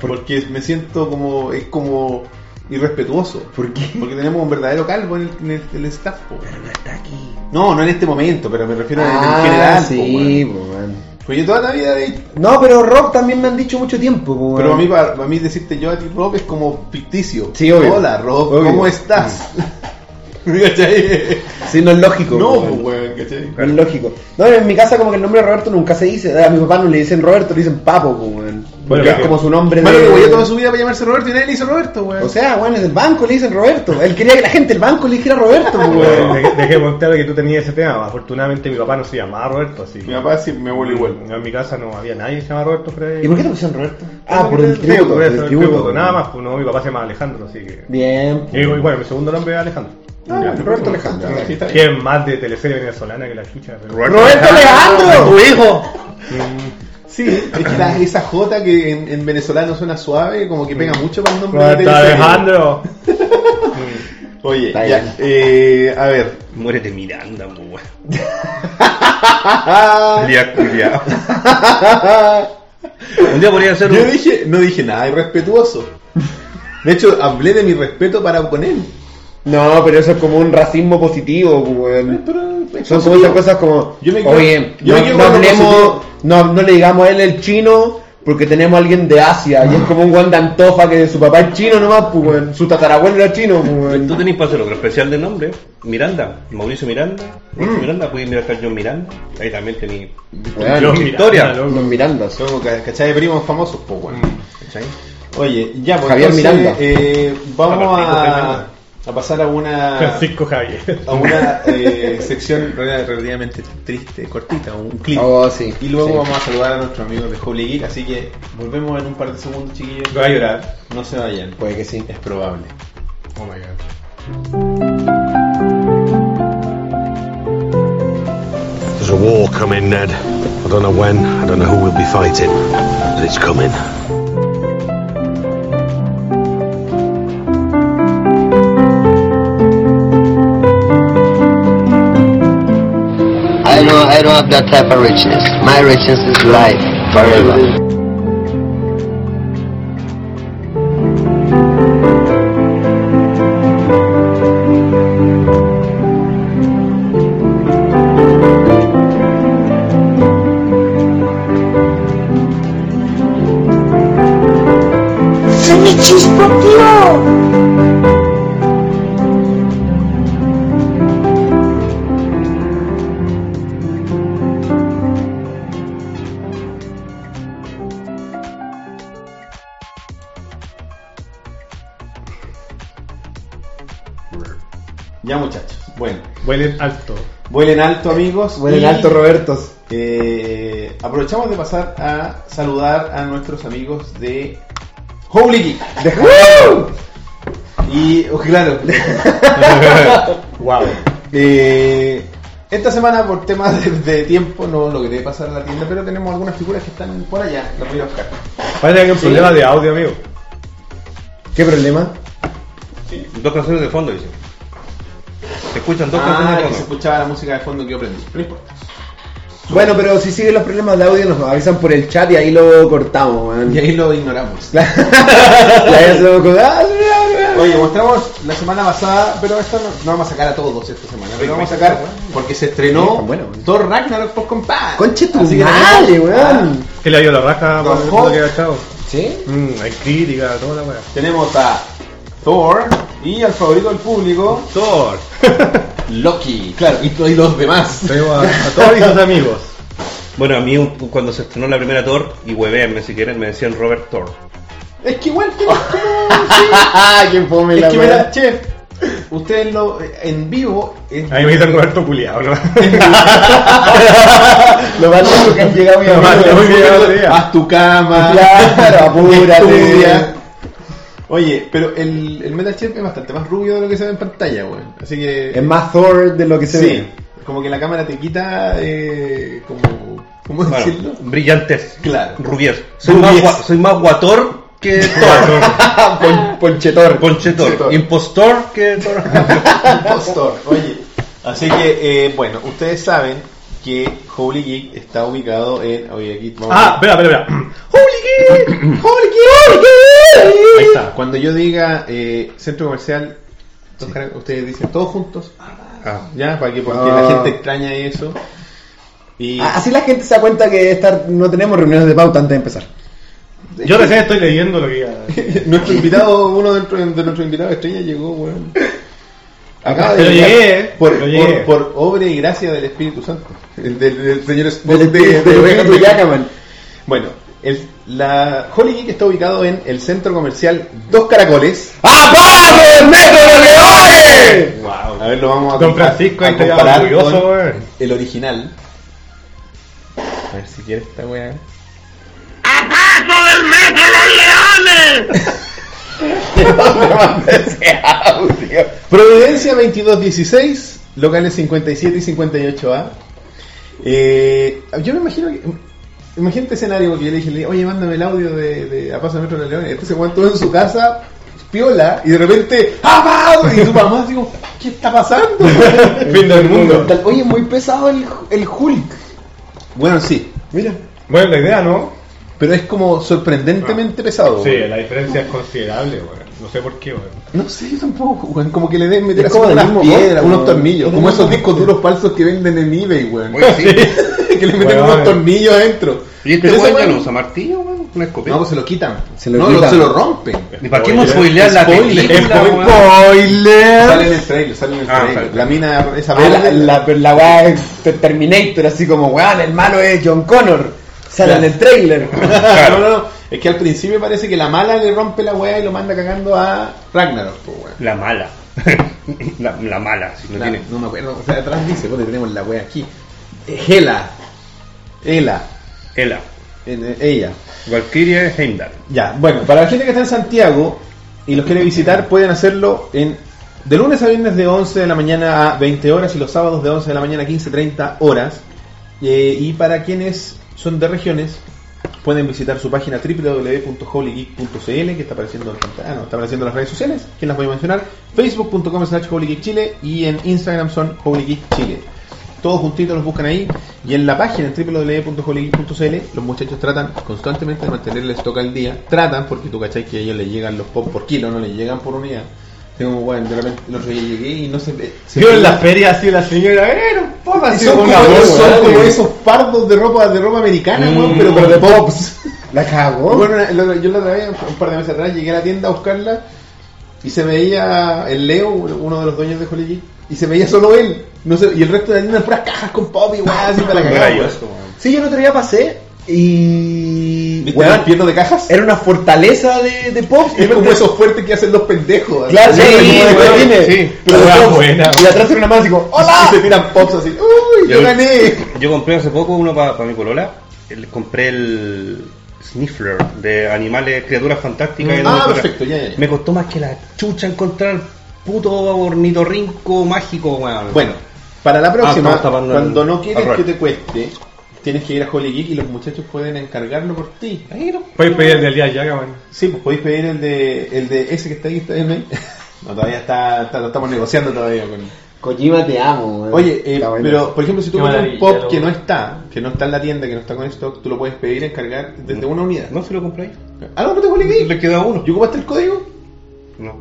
Speaker 1: Porque me siento como. es como irrespetuoso.
Speaker 2: ¿Por qué?
Speaker 1: Porque tenemos un verdadero calvo en el, en el- en el staff, po, weón.
Speaker 2: No está aquí.
Speaker 1: No, no en este momento, pero me refiero
Speaker 2: Ah,
Speaker 1: en general, po,
Speaker 2: sí,
Speaker 1: weón.
Speaker 2: pues, weón.
Speaker 1: Pues yo toda la vida he
Speaker 2: No, pero rock también me han dicho mucho tiempo, pues,
Speaker 1: Pero a
Speaker 2: weón.
Speaker 1: mí, para, para mí decirte yo a ti Rob es como ficticio.
Speaker 2: Sí, obvio.
Speaker 1: Hola Rob,
Speaker 2: Obvio. Mm.
Speaker 1: ¿cómo estás? ¿Cachai?
Speaker 2: Sí, no es lógico.
Speaker 1: No,
Speaker 2: pues,
Speaker 1: pues
Speaker 2: weón.
Speaker 1: weón, ¿cachai?
Speaker 2: No es lógico. No, en mi casa como que el nombre de Roberto nunca se dice. A mi papá no le dicen Roberto, le dicen Papo, pues, weón. Porque es
Speaker 3: claro.
Speaker 2: como su nombre
Speaker 1: Bueno,
Speaker 2: de...
Speaker 1: que voy a toda su vida para llamarse Roberto y nadie le hizo Roberto, weón.
Speaker 2: O sea, bueno, es del banco, le dicen Roberto. Él quería que la gente del banco le dijera Roberto, pues, weón.
Speaker 5: Bueno, dejé- Dejé por claro que tú tenías ese tema. Afortunadamente mi papá no se llamaba Roberto, así.
Speaker 1: mi papá sí, mi abuelo igual.
Speaker 5: No, en mi casa no había nadie que se llamaba Roberto Freddy.
Speaker 2: ¿Y por qué te pusieron Roberto? Ah, por el
Speaker 5: tributo,
Speaker 2: tributo,
Speaker 5: por
Speaker 2: por
Speaker 5: eso,
Speaker 2: el
Speaker 5: el
Speaker 2: tributo.
Speaker 5: tributo, Nada más, pues no, mi papá se llama Alejandro, así que.
Speaker 2: Bien.
Speaker 5: Y bueno, mi segundo nombre es Alejandro.
Speaker 2: Ah, bueno, Roberto Alejandro.
Speaker 1: Sí, está
Speaker 5: Que
Speaker 1: bien.
Speaker 5: es más de teleserie venezolana que la chucha. pero-
Speaker 2: ¡Roberto Alejandro! ¡Tu hijo!
Speaker 1: Sí, es que la- esa J que en, en venezolano suena suave, como que pega mucho para el nombre
Speaker 5: Roberto
Speaker 1: de teleserie.
Speaker 5: Alejandro.
Speaker 1: Oye,
Speaker 2: Está bien.
Speaker 1: ya, eh, a ver.
Speaker 3: Muérete Miranda, po, weón.
Speaker 1: Ah,
Speaker 3: Lía culiao. Un día podría hacer
Speaker 1: Yo
Speaker 3: un.
Speaker 1: dije, no dije nada irrespetuoso. De hecho, hablé de mi respeto para con él.
Speaker 2: No, pero eso es como un racismo positivo, pues, weón. Son como
Speaker 1: muchas
Speaker 2: esas cosas como,
Speaker 1: Yo me quedo-
Speaker 2: oye,
Speaker 1: yo me
Speaker 2: no,
Speaker 1: quedo
Speaker 2: no
Speaker 1: con lo
Speaker 2: hablemos,
Speaker 1: positivo.
Speaker 2: no, no le digamos a él el chino porque tenemos a alguien de Asia y es como un guan de antofa que su papá es chino nomás, pues, weón. Su tatarabuelo era chino, pues, weón.
Speaker 3: Tú tenés para hacer otro especial de nombre. Miranda, Mauricio Miranda. Mauricio Miranda, podéis mirar a John Miranda. Ahí también tenéis.
Speaker 2: Weón,
Speaker 5: Los
Speaker 2: los
Speaker 3: Victoria.
Speaker 5: Miranda, loco.
Speaker 2: Mirandas.
Speaker 1: Son como ca- ¿cachai? de primos famosos, pues, weón.
Speaker 3: ¿Cachai?
Speaker 1: Oye, ya, pues
Speaker 2: Mm. Javier
Speaker 1: entonces,
Speaker 2: Miranda.
Speaker 1: eh, vamos
Speaker 3: Francisco
Speaker 1: a,
Speaker 3: Fernández.
Speaker 1: a pasar a una,
Speaker 5: Francisco Javier.
Speaker 1: a una eh, sección rel- relativamente triste, cortita, un clip.
Speaker 2: Oh, sí.
Speaker 1: Y luego
Speaker 2: sí.
Speaker 1: vamos a saludar a nuestros amigos de Holy Geek, así que volvemos en un par de segundos, chiquillos.
Speaker 5: Voy a llorar.
Speaker 1: No se vayan,
Speaker 2: Puede que sí.
Speaker 1: es probable.
Speaker 5: Oh my god.
Speaker 6: There's a war coming, Ned. I don't know when, I don't know who we'll be fighting, but it's coming.
Speaker 7: I know I don't have that type of richness. My richness is life forever.
Speaker 1: Ya, muchachos, bueno,
Speaker 5: Huelen alto.
Speaker 1: vuelen alto, amigos.
Speaker 2: Vuelen
Speaker 1: y,
Speaker 2: alto, Robertos.
Speaker 1: eh, aprovechamos de pasar a saludar a nuestros amigos de Holy Geek. Y oh, claro,
Speaker 5: Wow.
Speaker 1: eh, esta semana por temas de, de tiempo no logré pasar a la tienda, pero tenemos algunas figuras que están por allá, las voy a buscar.
Speaker 5: Parece que hay un problema de audio, amigo.
Speaker 2: ¿Qué problema?
Speaker 3: Dos canciones de fondo, dice. Se escuchan dos
Speaker 1: Ah,
Speaker 3: canciones de
Speaker 1: que se
Speaker 3: fondo.
Speaker 1: escuchaba la música de fondo que yo aprendí, pero no importa.
Speaker 2: Bueno, pero si siguen los problemas de audio nos avisan por el chat y ahí lo cortamos, weón.
Speaker 1: Y ahí lo ignoramos.
Speaker 2: Y ahí hacemos como, "Ah,
Speaker 1: Oye, mostramos la semana pasada, pero esto no, no vamos a sacar a todos esta semana, pero vamos a sacar porque se estrenó
Speaker 2: Sí, bueno, bueno.
Speaker 1: Thor Ragnarok por compadre.
Speaker 2: Conche tu
Speaker 1: Así que
Speaker 2: madre,
Speaker 1: tenemos- Ah,
Speaker 2: weón.
Speaker 5: Que le ha ido la raja por
Speaker 1: Ojo.
Speaker 5: el mundo que ha echado.
Speaker 2: ¿Sí?
Speaker 5: Mm, hay crítica, toda la weá.
Speaker 1: Tenemos a Thor y al favorito del público,
Speaker 5: Thor.
Speaker 1: Loki. Claro, y, y los demás.
Speaker 5: Tenemos a, a Thor y sus amigos.
Speaker 3: Bueno, a mí un- cuando se estrenó la primera Thor, y hueveenme si quieren, me decían Robert Thor.
Speaker 1: Es que igual que
Speaker 2: ¡Qué fome
Speaker 1: Es
Speaker 2: la
Speaker 1: que
Speaker 2: weá.
Speaker 1: mira, chef, ustedes lo eh, en vivo eh, es-
Speaker 5: Ahí me dicen Roberto Culeado, ¿no?
Speaker 2: Lo más loco que han llegado mi
Speaker 5: Lo más
Speaker 2: amigo.
Speaker 5: loco.
Speaker 1: haz tu cama,
Speaker 2: Claro, apúrate.
Speaker 1: estudia. Oye, pero el, el Metal Chef es bastante más rubio de lo que se ve en pantalla, weón. Así que
Speaker 2: Es más Thor de lo que se
Speaker 1: sí,
Speaker 2: ve.
Speaker 1: Como que la cámara te quita, eh, como, ¿cómo
Speaker 3: Bueno,
Speaker 1: decirlo?
Speaker 3: brillantes.
Speaker 1: Claro.
Speaker 3: Rubier. Soy,
Speaker 1: Rubier.
Speaker 3: Más, gua- soy más guator que Thor.
Speaker 2: Ah,
Speaker 1: Ah. Pon- ponchetor.
Speaker 3: Ponchetor. Impostor que Thor.
Speaker 1: Impostor, oye. Así que, eh, bueno, ustedes saben que Holy Geek está ubicado en. Oye, aquí vamos.
Speaker 5: Ah, espera, espera, espera.
Speaker 1: ¡Holy Geek! ¡Holy Geek! ¡Holy Geek! Ahí está. Cuando yo diga eh, centro comercial, los caras- ustedes dicen todos juntos.
Speaker 3: Ah.
Speaker 1: Ya, para que porque
Speaker 2: Ah.
Speaker 1: la gente extraña eso. Y
Speaker 2: Ah, Así la gente se da cuenta que esta- no tenemos reuniones de pauta antes de empezar.
Speaker 5: Yo recién estoy leyendo lo que ya.
Speaker 1: nuestro invitado, uno de, nuestro- de nuestros invitados estrella llegó, weón. Acaba
Speaker 5: Pero
Speaker 1: llegar
Speaker 5: llegué,
Speaker 3: ¿eh?
Speaker 1: por,
Speaker 5: pero llegué.
Speaker 1: por- por obra y gracia del Espíritu Santo, El del, del señor Spock
Speaker 2: Del
Speaker 1: de-
Speaker 2: espíritu
Speaker 1: de-
Speaker 2: de
Speaker 1: de-
Speaker 2: Benito Yacaman.
Speaker 1: Bueno, el- la Holy Geek está ubicado en el centro comercial Dos Caracoles.
Speaker 2: ¡Abajo el metro de Leones!
Speaker 1: A ver, lo vamos a
Speaker 5: Don
Speaker 1: comprar-
Speaker 5: Francisco
Speaker 1: a
Speaker 5: ahí está
Speaker 1: comparar
Speaker 5: orgulloso,
Speaker 1: con
Speaker 5: weón.
Speaker 1: el original. A ver si quiere esta weá. Providencia 2216, locales 57 y 58A. Eh, yo me imagino que. Imagínate escenario porque yo le dije, oye, mándame el audio de, de A Paso de Metro de León. Entonces, Juan todo en su casa, piola, y de repente, ¡Ah, va! Y su mamá, digo, ¿qué está pasando? fin del mundo.
Speaker 2: Tal- Oye, muy pesado el, el Hulk.
Speaker 1: Bueno, sí,
Speaker 2: Mira.
Speaker 5: Bueno, la idea, ¿no?
Speaker 1: pero es como
Speaker 2: Ah.
Speaker 1: sorprendentemente
Speaker 3: Oh.
Speaker 1: pesado.
Speaker 5: Sí,
Speaker 1: weón.
Speaker 5: la diferencia es considerable, weón. No sé por qué, weón.
Speaker 1: No sé, yo tampoco, weón. Como que le deben meter
Speaker 2: Es
Speaker 1: así
Speaker 2: como del
Speaker 1: unas
Speaker 2: mismo
Speaker 1: piedras,
Speaker 2: golpe,
Speaker 1: unos
Speaker 2: weón.
Speaker 1: tornillos.
Speaker 2: Es
Speaker 1: Como
Speaker 2: del
Speaker 1: esos
Speaker 2: mismo
Speaker 1: discos duros falsos que venden en eBay, weón.
Speaker 3: Oye, sí.
Speaker 1: que le meten
Speaker 5: Weón.
Speaker 1: unos tornillos adentro.
Speaker 3: ¿Y este
Speaker 1: Pero esa
Speaker 3: weón ya
Speaker 1: weón-
Speaker 3: no usa ¿eh? martillo, weón? Una escopeta.
Speaker 1: No, pues se lo quitan.
Speaker 2: Se lo
Speaker 1: no,
Speaker 2: quitan.
Speaker 1: se lo rompen.
Speaker 3: ¿Y para qué hemos
Speaker 5: Spoiler.
Speaker 3: spoileado la
Speaker 1: Spoiler.
Speaker 3: película, weón?
Speaker 1: Sale
Speaker 2: ¡Spoiler!
Speaker 1: en el trailer, sale en el
Speaker 3: Ah,
Speaker 1: trailer.
Speaker 3: sale.
Speaker 1: la mina, esa
Speaker 2: Ah, la,
Speaker 1: verde-
Speaker 2: la, la weá es de Terminator, así como, weón, el malo es John Connor. Sale en el trailer.
Speaker 1: No, no, no. Es que al principio parece que la mala le rompe la weá y lo manda cagando a Ragnarok, po, weón.
Speaker 3: La mala. la, la mala, si no
Speaker 1: La-
Speaker 3: tiene.
Speaker 1: no me acuerdo, o sea, atrás dice, bueno, tenemos la weá aquí. Hela. Hela.
Speaker 3: Ela.
Speaker 1: En- eh, Ella.
Speaker 3: Valkyria Heimdall.
Speaker 1: Ya, bueno, para la gente que está en Santiago y los quiere visitar, pueden hacerlo en de lunes a viernes de 11 de la mañana a 20 horas y los sábados de 11 de la mañana a 15.30 horas. Eh, y para quienes son de regiones, pueden visitar su página www.holygeek.cl que está apareciendo en pantalla- ah, no, está apareciendo en las redes sociales, que las voy a mencionar, facebook.com slash holygeekchile y en Instagram son holygeekchile. Todos juntitos los buscan ahí y en la página en www.holygeek.cl los muchachos tratan constantemente de mantener el stock al día. Tratan porque tú cachai que a ellos les llegan los pop por kilo, no les llegan por unidad. Tengo, bueno, de repente el otro día llegué y no se ve- se
Speaker 5: Yo en
Speaker 1: veía-
Speaker 5: la feria así la señora, eh, no puedo
Speaker 1: y
Speaker 5: así
Speaker 1: son
Speaker 5: con
Speaker 1: como,
Speaker 5: una voz,
Speaker 1: son
Speaker 5: weón.
Speaker 1: como esos pardos de ropa de ropa americana, weón, pero con de pops.
Speaker 2: La cagó.
Speaker 1: Bueno, el otro- yo la otra vez, un par de meses atrás, llegué a la tienda a buscarla y se veía el Leo, uno de los dueños de Holy Geek, y se veía solo él. No sé, y el resto de la tienda en puras cajas con pop y weá, así para cagar.
Speaker 3: Rayos.
Speaker 2: Sí, yo el otro día pasé y.
Speaker 1: ¿Viste
Speaker 2: Weón,
Speaker 1: las piernas de cajas?
Speaker 2: era una fortaleza de, de pop.
Speaker 1: Es como esos fuertes que hacen los pendejos. así.
Speaker 2: Claro, sí,
Speaker 1: Siempre como de
Speaker 2: weón,
Speaker 1: cine.
Speaker 3: sí.
Speaker 2: Pero
Speaker 5: Weón,
Speaker 2: todos-
Speaker 5: buena.
Speaker 2: Y atrás tenía una mano así como,
Speaker 1: Y
Speaker 2: ¡Hola!
Speaker 1: se tiran pops así. ¡Uy, yo
Speaker 3: Yo-
Speaker 1: gané!
Speaker 3: Yo compré hace poco uno para mi colola. Le compré el Sniffler de animales, criaturas fantásticas. y no
Speaker 1: Ah,
Speaker 3: me cobra.
Speaker 1: perfecto, ya, ya, ya.
Speaker 3: Me costó más que la chucha encontrar puto ornitorrinco mágico, weón.
Speaker 1: Bueno, para la próxima,
Speaker 3: Ah, estamos tapando
Speaker 1: cuando
Speaker 3: el-
Speaker 1: no quieres
Speaker 3: al revés.
Speaker 1: que te cueste, tienes que ir a Holy Geek y los muchachos pueden encargarlo por ti.
Speaker 3: Ahí no.
Speaker 5: Puedes pedir el de Elías Yaga, weón.
Speaker 1: Sí, pues podéis pedir el de, el de ese que está ahí, está en ahí. No, todavía está, está- lo estamos negociando todavía con
Speaker 2: Kojima, te amo, weón.
Speaker 1: Oye, eh,
Speaker 2: Está bueno.
Speaker 1: pero por ejemplo, si tú
Speaker 5: Qué
Speaker 1: compras un
Speaker 5: maravilla,
Speaker 1: pop
Speaker 5: lo-
Speaker 1: que no está, que no está en la tienda, que no está con stock, tú lo puedes pedir encargar desde una unidad.
Speaker 3: No se lo compré ahí.
Speaker 1: Ah, no, no te Holy
Speaker 3: Le
Speaker 1: Geek.
Speaker 3: queda uno.
Speaker 1: ¿Yo ocupaste el código?
Speaker 3: No.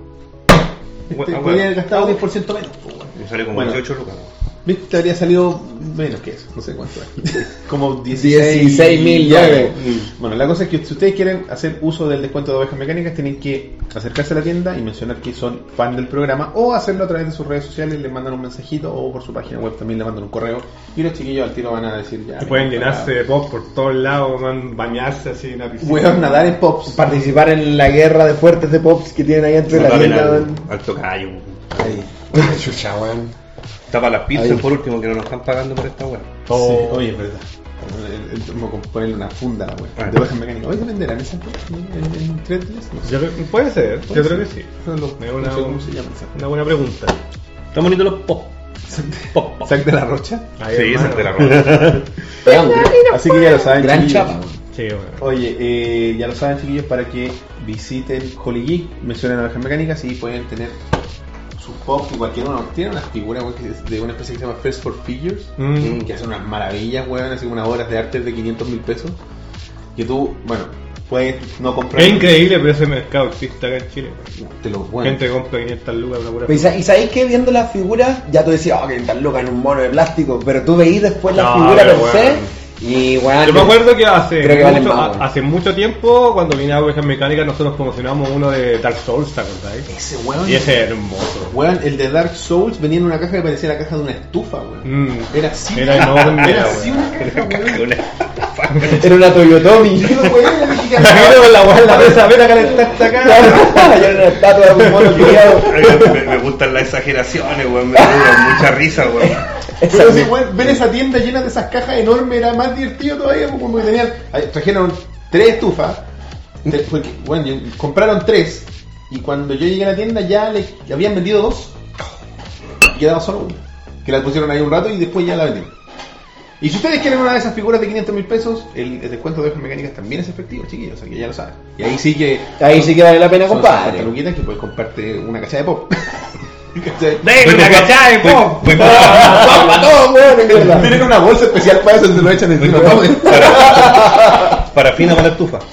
Speaker 1: Te
Speaker 3: Bueno, ah,
Speaker 1: podría haber
Speaker 3: bueno.
Speaker 1: gastado 10% menos. pues, bueno.
Speaker 3: Me sale como
Speaker 1: Bueno.
Speaker 3: 18 lucas.
Speaker 1: ¿Viste? Te habría salido menos que eso, no sé cuánto es. Como
Speaker 2: 16.000
Speaker 1: ya,
Speaker 2: dólares.
Speaker 1: mm. Bueno, la cosa es que si ustedes quieren hacer uso del descuento de ovejas mecánicas, tienen que acercarse a la tienda y mencionar que son fan del programa o hacerlo a través de sus redes sociales, les mandan un mensajito o por su página web también le mandan un correo y los chiquillos al tiro van a decir ya.
Speaker 5: Que pueden
Speaker 1: mira,
Speaker 5: llenarse de pop por todos lados, weón, bañarse así en la
Speaker 1: para-
Speaker 5: piscina.
Speaker 1: Weón, nadar en pops.
Speaker 2: Participar en la guerra de fuertes de pops que tienen ahí entre
Speaker 3: No
Speaker 2: la
Speaker 3: tapen
Speaker 2: tienda,
Speaker 3: al,
Speaker 2: weón.
Speaker 3: al tocayo. weón.
Speaker 2: Ahí. Chucha, weón.
Speaker 3: Tapa las
Speaker 2: Ahí.
Speaker 3: pizzas por último que no nos están pagando por esta weón.
Speaker 1: Sí, oye, es verdad. Eh, eh, Como con ponerle una funda a la web.
Speaker 3: Bueno.
Speaker 1: De ovejas mecánicas. Oye, ¿se venderán esas en, en, en Threadless? No sé.
Speaker 5: Yo creo- puede ser, yo creo que sí.
Speaker 1: No, lo-
Speaker 5: Es una,
Speaker 1: no sé cómo se llama esa
Speaker 5: una buena pregunta.
Speaker 3: Están bonitos los pop.
Speaker 1: Zack de la Rocha.
Speaker 3: Sí, esa es de la ropa.
Speaker 1: Así que ya lo saben.
Speaker 2: Gran
Speaker 1: chiquillos.
Speaker 2: chapa.
Speaker 5: Sí, bueno.
Speaker 1: Oye, eh, ya lo saben, chiquillos, para que visiten Holy Geek, mencionen Ovejas Mecánicas y pueden tener sus pop y cualquier uno. Tiene unas figuras weón, que es de una especie que se llama First for Figures,
Speaker 5: Mm.
Speaker 1: que hacen unas maravillas, weón, así unas obras de arte de 500 mil pesos. Que tú, bueno, puedes no comprar.
Speaker 5: Es increíble, pero ese mercado existe acá en Chile. weón.
Speaker 1: Te los bueno.
Speaker 5: Gente compra 500 lucas una pura.
Speaker 2: Pero, ¿Y sa- y sabéis que viendo las figuras, ya tú decías, oh, que tan loca en un mono de plástico, pero tú veís después las
Speaker 5: No,
Speaker 2: figuras
Speaker 5: pero
Speaker 2: per se
Speaker 5: bueno.
Speaker 2: y bueno.
Speaker 5: Yo me acuerdo Ah, que hace
Speaker 2: Creo que valen
Speaker 5: mucho,
Speaker 2: más, weón.
Speaker 5: a- hace mucho tiempo, cuando vine a Ovejas Mecánicas, nosotros promocionamos uno de Dark Souls, ¿te acordáis?
Speaker 1: Ese weón.
Speaker 5: Y ese era hermoso.
Speaker 1: Weón, el de Dark Souls venía en una caja que parecía la caja de una estufa, weón.
Speaker 5: Mm.
Speaker 1: Era así.
Speaker 5: Era enorme,
Speaker 1: Era
Speaker 5: weón.
Speaker 1: así una caja, weón.
Speaker 2: Era una Toyotomi.
Speaker 1: Yo, weón, me dije,
Speaker 5: la weá en la mesa, ven a calentar esta
Speaker 2: Era una estatua de un mono culiado.
Speaker 3: me, me gustan las exageraciones, weón. Me dan mucha risa, weón.
Speaker 1: Pero sí, weón, ver esa tienda llena de esas cajas enormes era más divertido todavía, pues, como que tenían. ahí Trajeron tres estufas. te- porque, bueno, yo- compraron tres. Y cuando yo llegué a la tienda ya le habían vendido dos. Y quedaba solo una. Que la pusieron ahí un rato y después ya la vendieron. Y si ustedes quieren una de esas figuras de 500 mil pesos, el, el descuento de hojas mecánicas también es efectivo, chiquillos, o sea que ya lo saben. Y ahí sí que.
Speaker 2: Ahí sí que vale la pena,
Speaker 1: son 50
Speaker 2: compadre.
Speaker 1: luquitas que puedes comprarte una cacha de pop. ¿Cachai?
Speaker 5: ¡Ven, una cachada de pop!
Speaker 3: Fue- fue-
Speaker 2: Para todos, weón, en verdad.
Speaker 1: Tienen una bolsa especial para eso, se lo echan encima.
Speaker 3: Para fina para la estufa.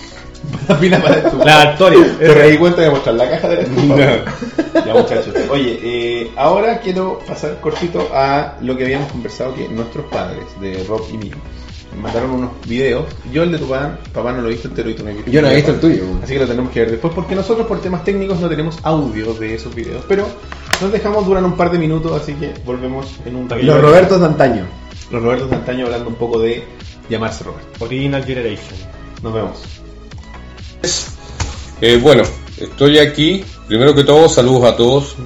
Speaker 1: La pila para esto.
Speaker 5: La Artoria.
Speaker 1: Pero ahí cuenta de mostrar la caja de la estufa. Ya muchachos. Oye, eh, ahora quiero pasar cortito a lo que habíamos conversado que nuestros padres, de Rob y mío, me mandaron unos videos. Yo el de tu papá, papá no lo he visto entero y tú no has visto
Speaker 2: Yo no he
Speaker 1: video,
Speaker 2: visto el
Speaker 1: papá.
Speaker 2: tuyo.
Speaker 1: Así que lo tenemos que ver después porque nosotros por temas técnicos no tenemos audio de esos videos. Pero nos dejamos duran un par de minutos, así que volvemos en un
Speaker 2: Los Robertos de antaño.
Speaker 1: Los Robertos de antaño hablando un poco de llamarse Robert.
Speaker 5: Original Generation.
Speaker 1: Nos vemos.
Speaker 8: Eh, bueno, estoy aquí. Primero que todo, saludos a todos.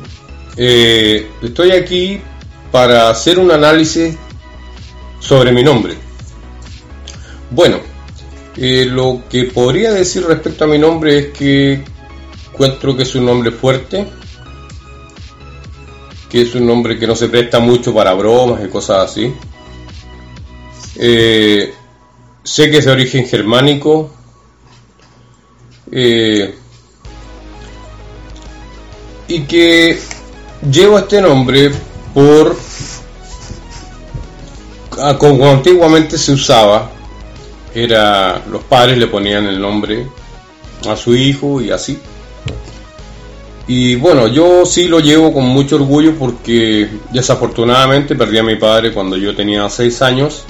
Speaker 8: Eh, estoy aquí para hacer un análisis sobre mi nombre. Bueno, eh, lo que podría decir respecto a mi nombre es que encuentro que es un nombre fuerte, que es un nombre que no se presta mucho para bromas y cosas así. Eh, sé que es de origen germánico, eh, y que llevo este nombre por a- como antiguamente se usaba era los padres le ponían el nombre a su hijo y así y bueno yo sí lo llevo con mucho orgullo porque desafortunadamente perdí a mi padre cuando yo tenía 6 años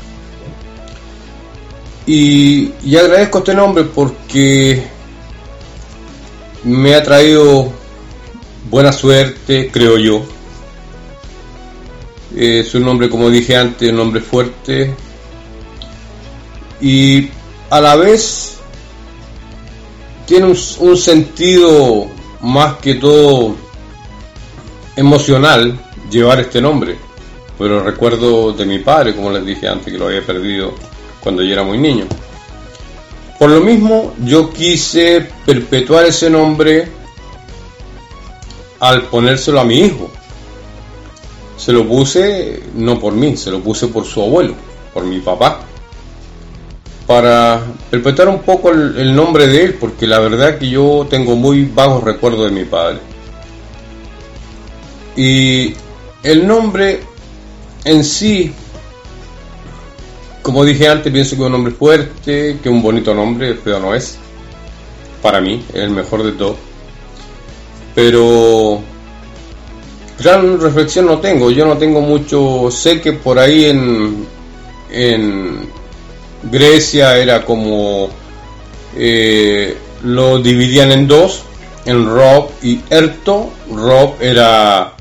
Speaker 8: y, y agradezco este nombre porque me ha traído buena suerte, creo yo. Es un nombre, como dije antes, un nombre fuerte. Y a la vez tiene un, un sentido más que todo emocional llevar este nombre. Pero recuerdo de mi padre, como les dije antes, que lo había perdido cuando yo era muy niño. Por lo mismo, yo quise perpetuar ese nombre al ponérselo a mi hijo. Se lo puse no por mí, se lo puse por su abuelo, por mi papá. Para perpetuar un poco el, el nombre de él, porque la verdad que yo tengo muy vagos recuerdos de mi padre. Y el nombre en sí como dije antes, pienso que es un hombre fuerte, que es un bonito nombre, pero no es. Para mí, es el mejor de todos. Pero gran reflexión no tengo, yo no tengo mucho. Sé que por ahí en, en Grecia era como eh, lo dividían en dos, en Rob y Erto. Rob era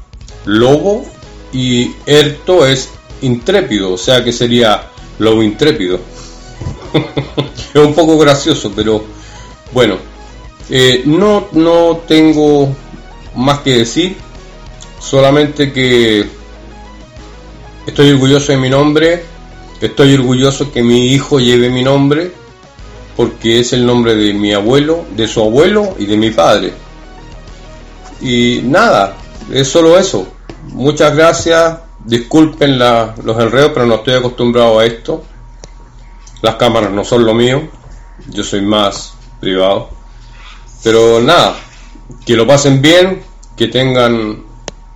Speaker 8: lobo y Erto es intrépido, o sea que sería lobo intrépido. es un poco gracioso, pero bueno, eh, no, no tengo más que decir, solamente que estoy orgulloso de mi nombre, estoy orgulloso que mi hijo lleve mi nombre, porque es el nombre de mi abuelo, de su abuelo y de mi padre. Y nada, es solo eso. Muchas gracias, Disculpen la- los enredos, pero no estoy acostumbrado a esto. Las cámaras no son lo mío. Yo soy más privado. Pero nada, que lo pasen bien, que tengan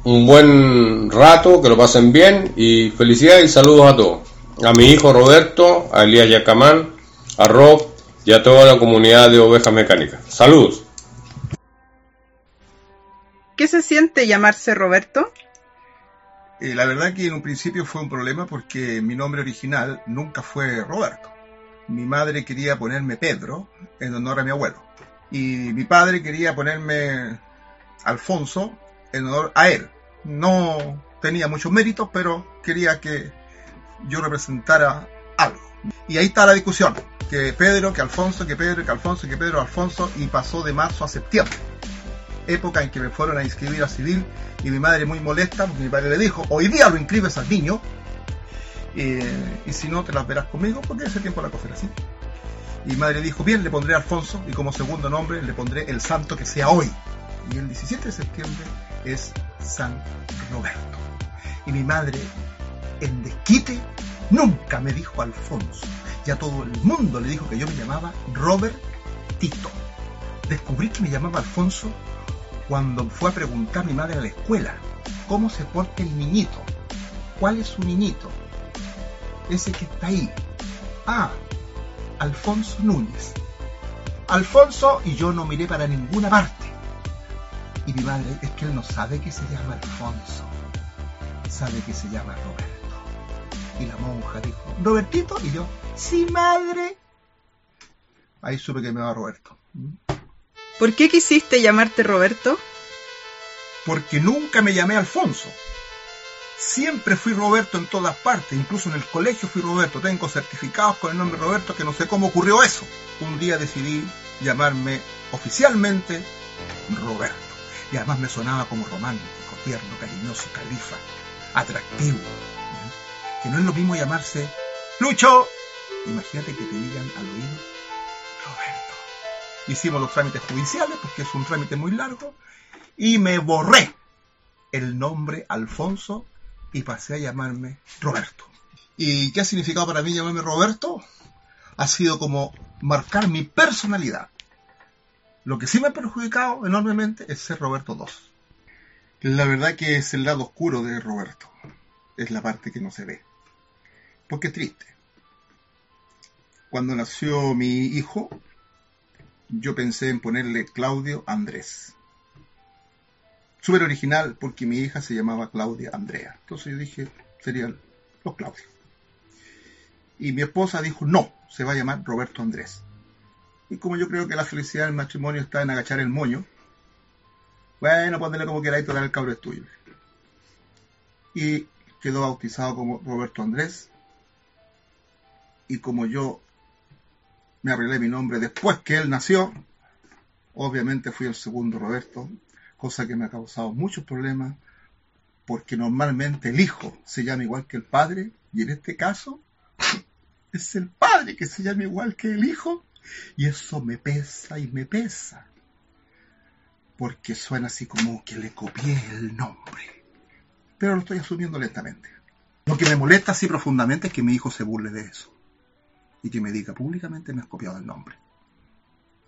Speaker 8: un buen rato, que lo pasen bien y felicidades y saludos a todos. A mi hijo Roberto, a Elías Yacamán, a Rob y a toda la comunidad de Ovejas Mecánicas. Saludos.
Speaker 9: ¿Qué se siente llamarse Roberto?
Speaker 10: Eh, la verdad que en un principio fue un problema porque mi nombre original nunca fue Roberto. Mi madre quería ponerme Pedro en honor a mi abuelo. Y mi padre quería ponerme Alfonso en honor a él. No tenía muchos méritos, pero quería que yo representara algo. Y ahí está la discusión. Que Pedro, que Alfonso, que Pedro, que Alfonso, que Pedro, Alfonso. Y pasó de marzo a septiembre época en que me fueron a inscribir a civil y mi madre muy molesta, porque mi padre le dijo, hoy día lo inscribes al niño eh, y si no te las verás conmigo porque ese tiempo la cosa era así. Y mi madre dijo, bien, le pondré Alfonso y como segundo nombre le pondré el santo que sea hoy. Y el 17 de septiembre es San Roberto. Y mi madre, en desquite, nunca me dijo Alfonso. Y a todo el mundo le dijo que yo me llamaba Robert Tito. Descubrí que me llamaba Alfonso cuando fue a preguntar mi madre a la escuela, ¿cómo se porta el niñito? ¿Cuál es su niñito? Ese que está ahí. Ah, Alfonso Núñez. Alfonso y yo no miré para ninguna parte. Y mi madre, es que él no sabe que se llama Alfonso. Sabe que se llama Roberto. Y la monja dijo, Robertito, y yo, sí, madre. Ahí supe que me va Roberto. ¿Mm?
Speaker 9: ¿Por qué quisiste llamarte Roberto?
Speaker 10: porque nunca me llamé Alfonso. Siempre fui Roberto en todas partes, incluso en el colegio fui Roberto. Tengo certificados con el nombre Roberto que no sé cómo ocurrió eso. Un día decidí llamarme oficialmente Roberto. Y además me sonaba como romántico, tierno, cariñoso, califa, atractivo. ¿no? Que no es lo mismo llamarse Lucho. Imagínate que te digan al oído Roberto. Hicimos los trámites judiciales, porque es un trámite muy largo, y me borré el nombre Alfonso y pasé a llamarme Roberto. ¿Y qué ha significado para mí llamarme Roberto? Ha sido como marcar mi personalidad. Lo que sí me ha perjudicado enormemente es ser Roberto II. La verdad que es el lado oscuro de Roberto. Es la parte que no se ve. Porque es triste. Cuando nació mi hijo, yo pensé en ponerle Claudio Andrés súper original porque mi hija se llamaba Claudia Andrea. Entonces yo dije, serían los Claudios. Y mi esposa dijo, no, se va a llamar Roberto Andrés. Y como yo creo que la felicidad del matrimonio está en agachar el moño, bueno, ponle como queráis, total el cabro es tuyo. Y quedó bautizado como Roberto Andrés. Y como yo me arreglé mi nombre después que él nació, obviamente fui el segundo Roberto cosa que me ha causado muchos problemas, porque normalmente el hijo se llama igual que el padre, y en este caso es el padre que se llama igual que el hijo, y eso me pesa y me pesa, porque suena así como que le copié el nombre, pero lo estoy asumiendo lentamente. Lo que me molesta así profundamente es que mi hijo se burle de eso, y que me diga públicamente me has copiado el nombre.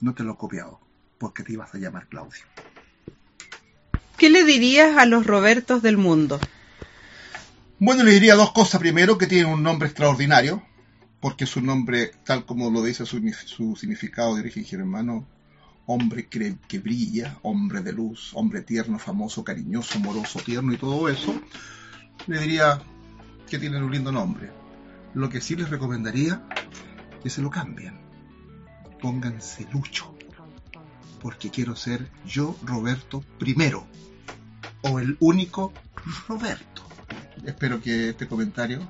Speaker 10: No te lo he copiado, porque te ibas a llamar Claudio.
Speaker 9: ¿Qué le dirías a los Robertos del mundo?
Speaker 10: Bueno, le diría dos cosas. Primero, que tiene un nombre extraordinario, porque es un nombre, tal como lo dice su, su significado de origen germano, hombre que, que brilla, hombre de luz, hombre tierno, famoso, cariñoso, amoroso, tierno y todo eso. Le diría que tienen un lindo nombre. Lo que sí les recomendaría que se lo cambien. Pónganse Lucho, porque quiero ser yo Roberto primero, o el único Roberto espero que este comentario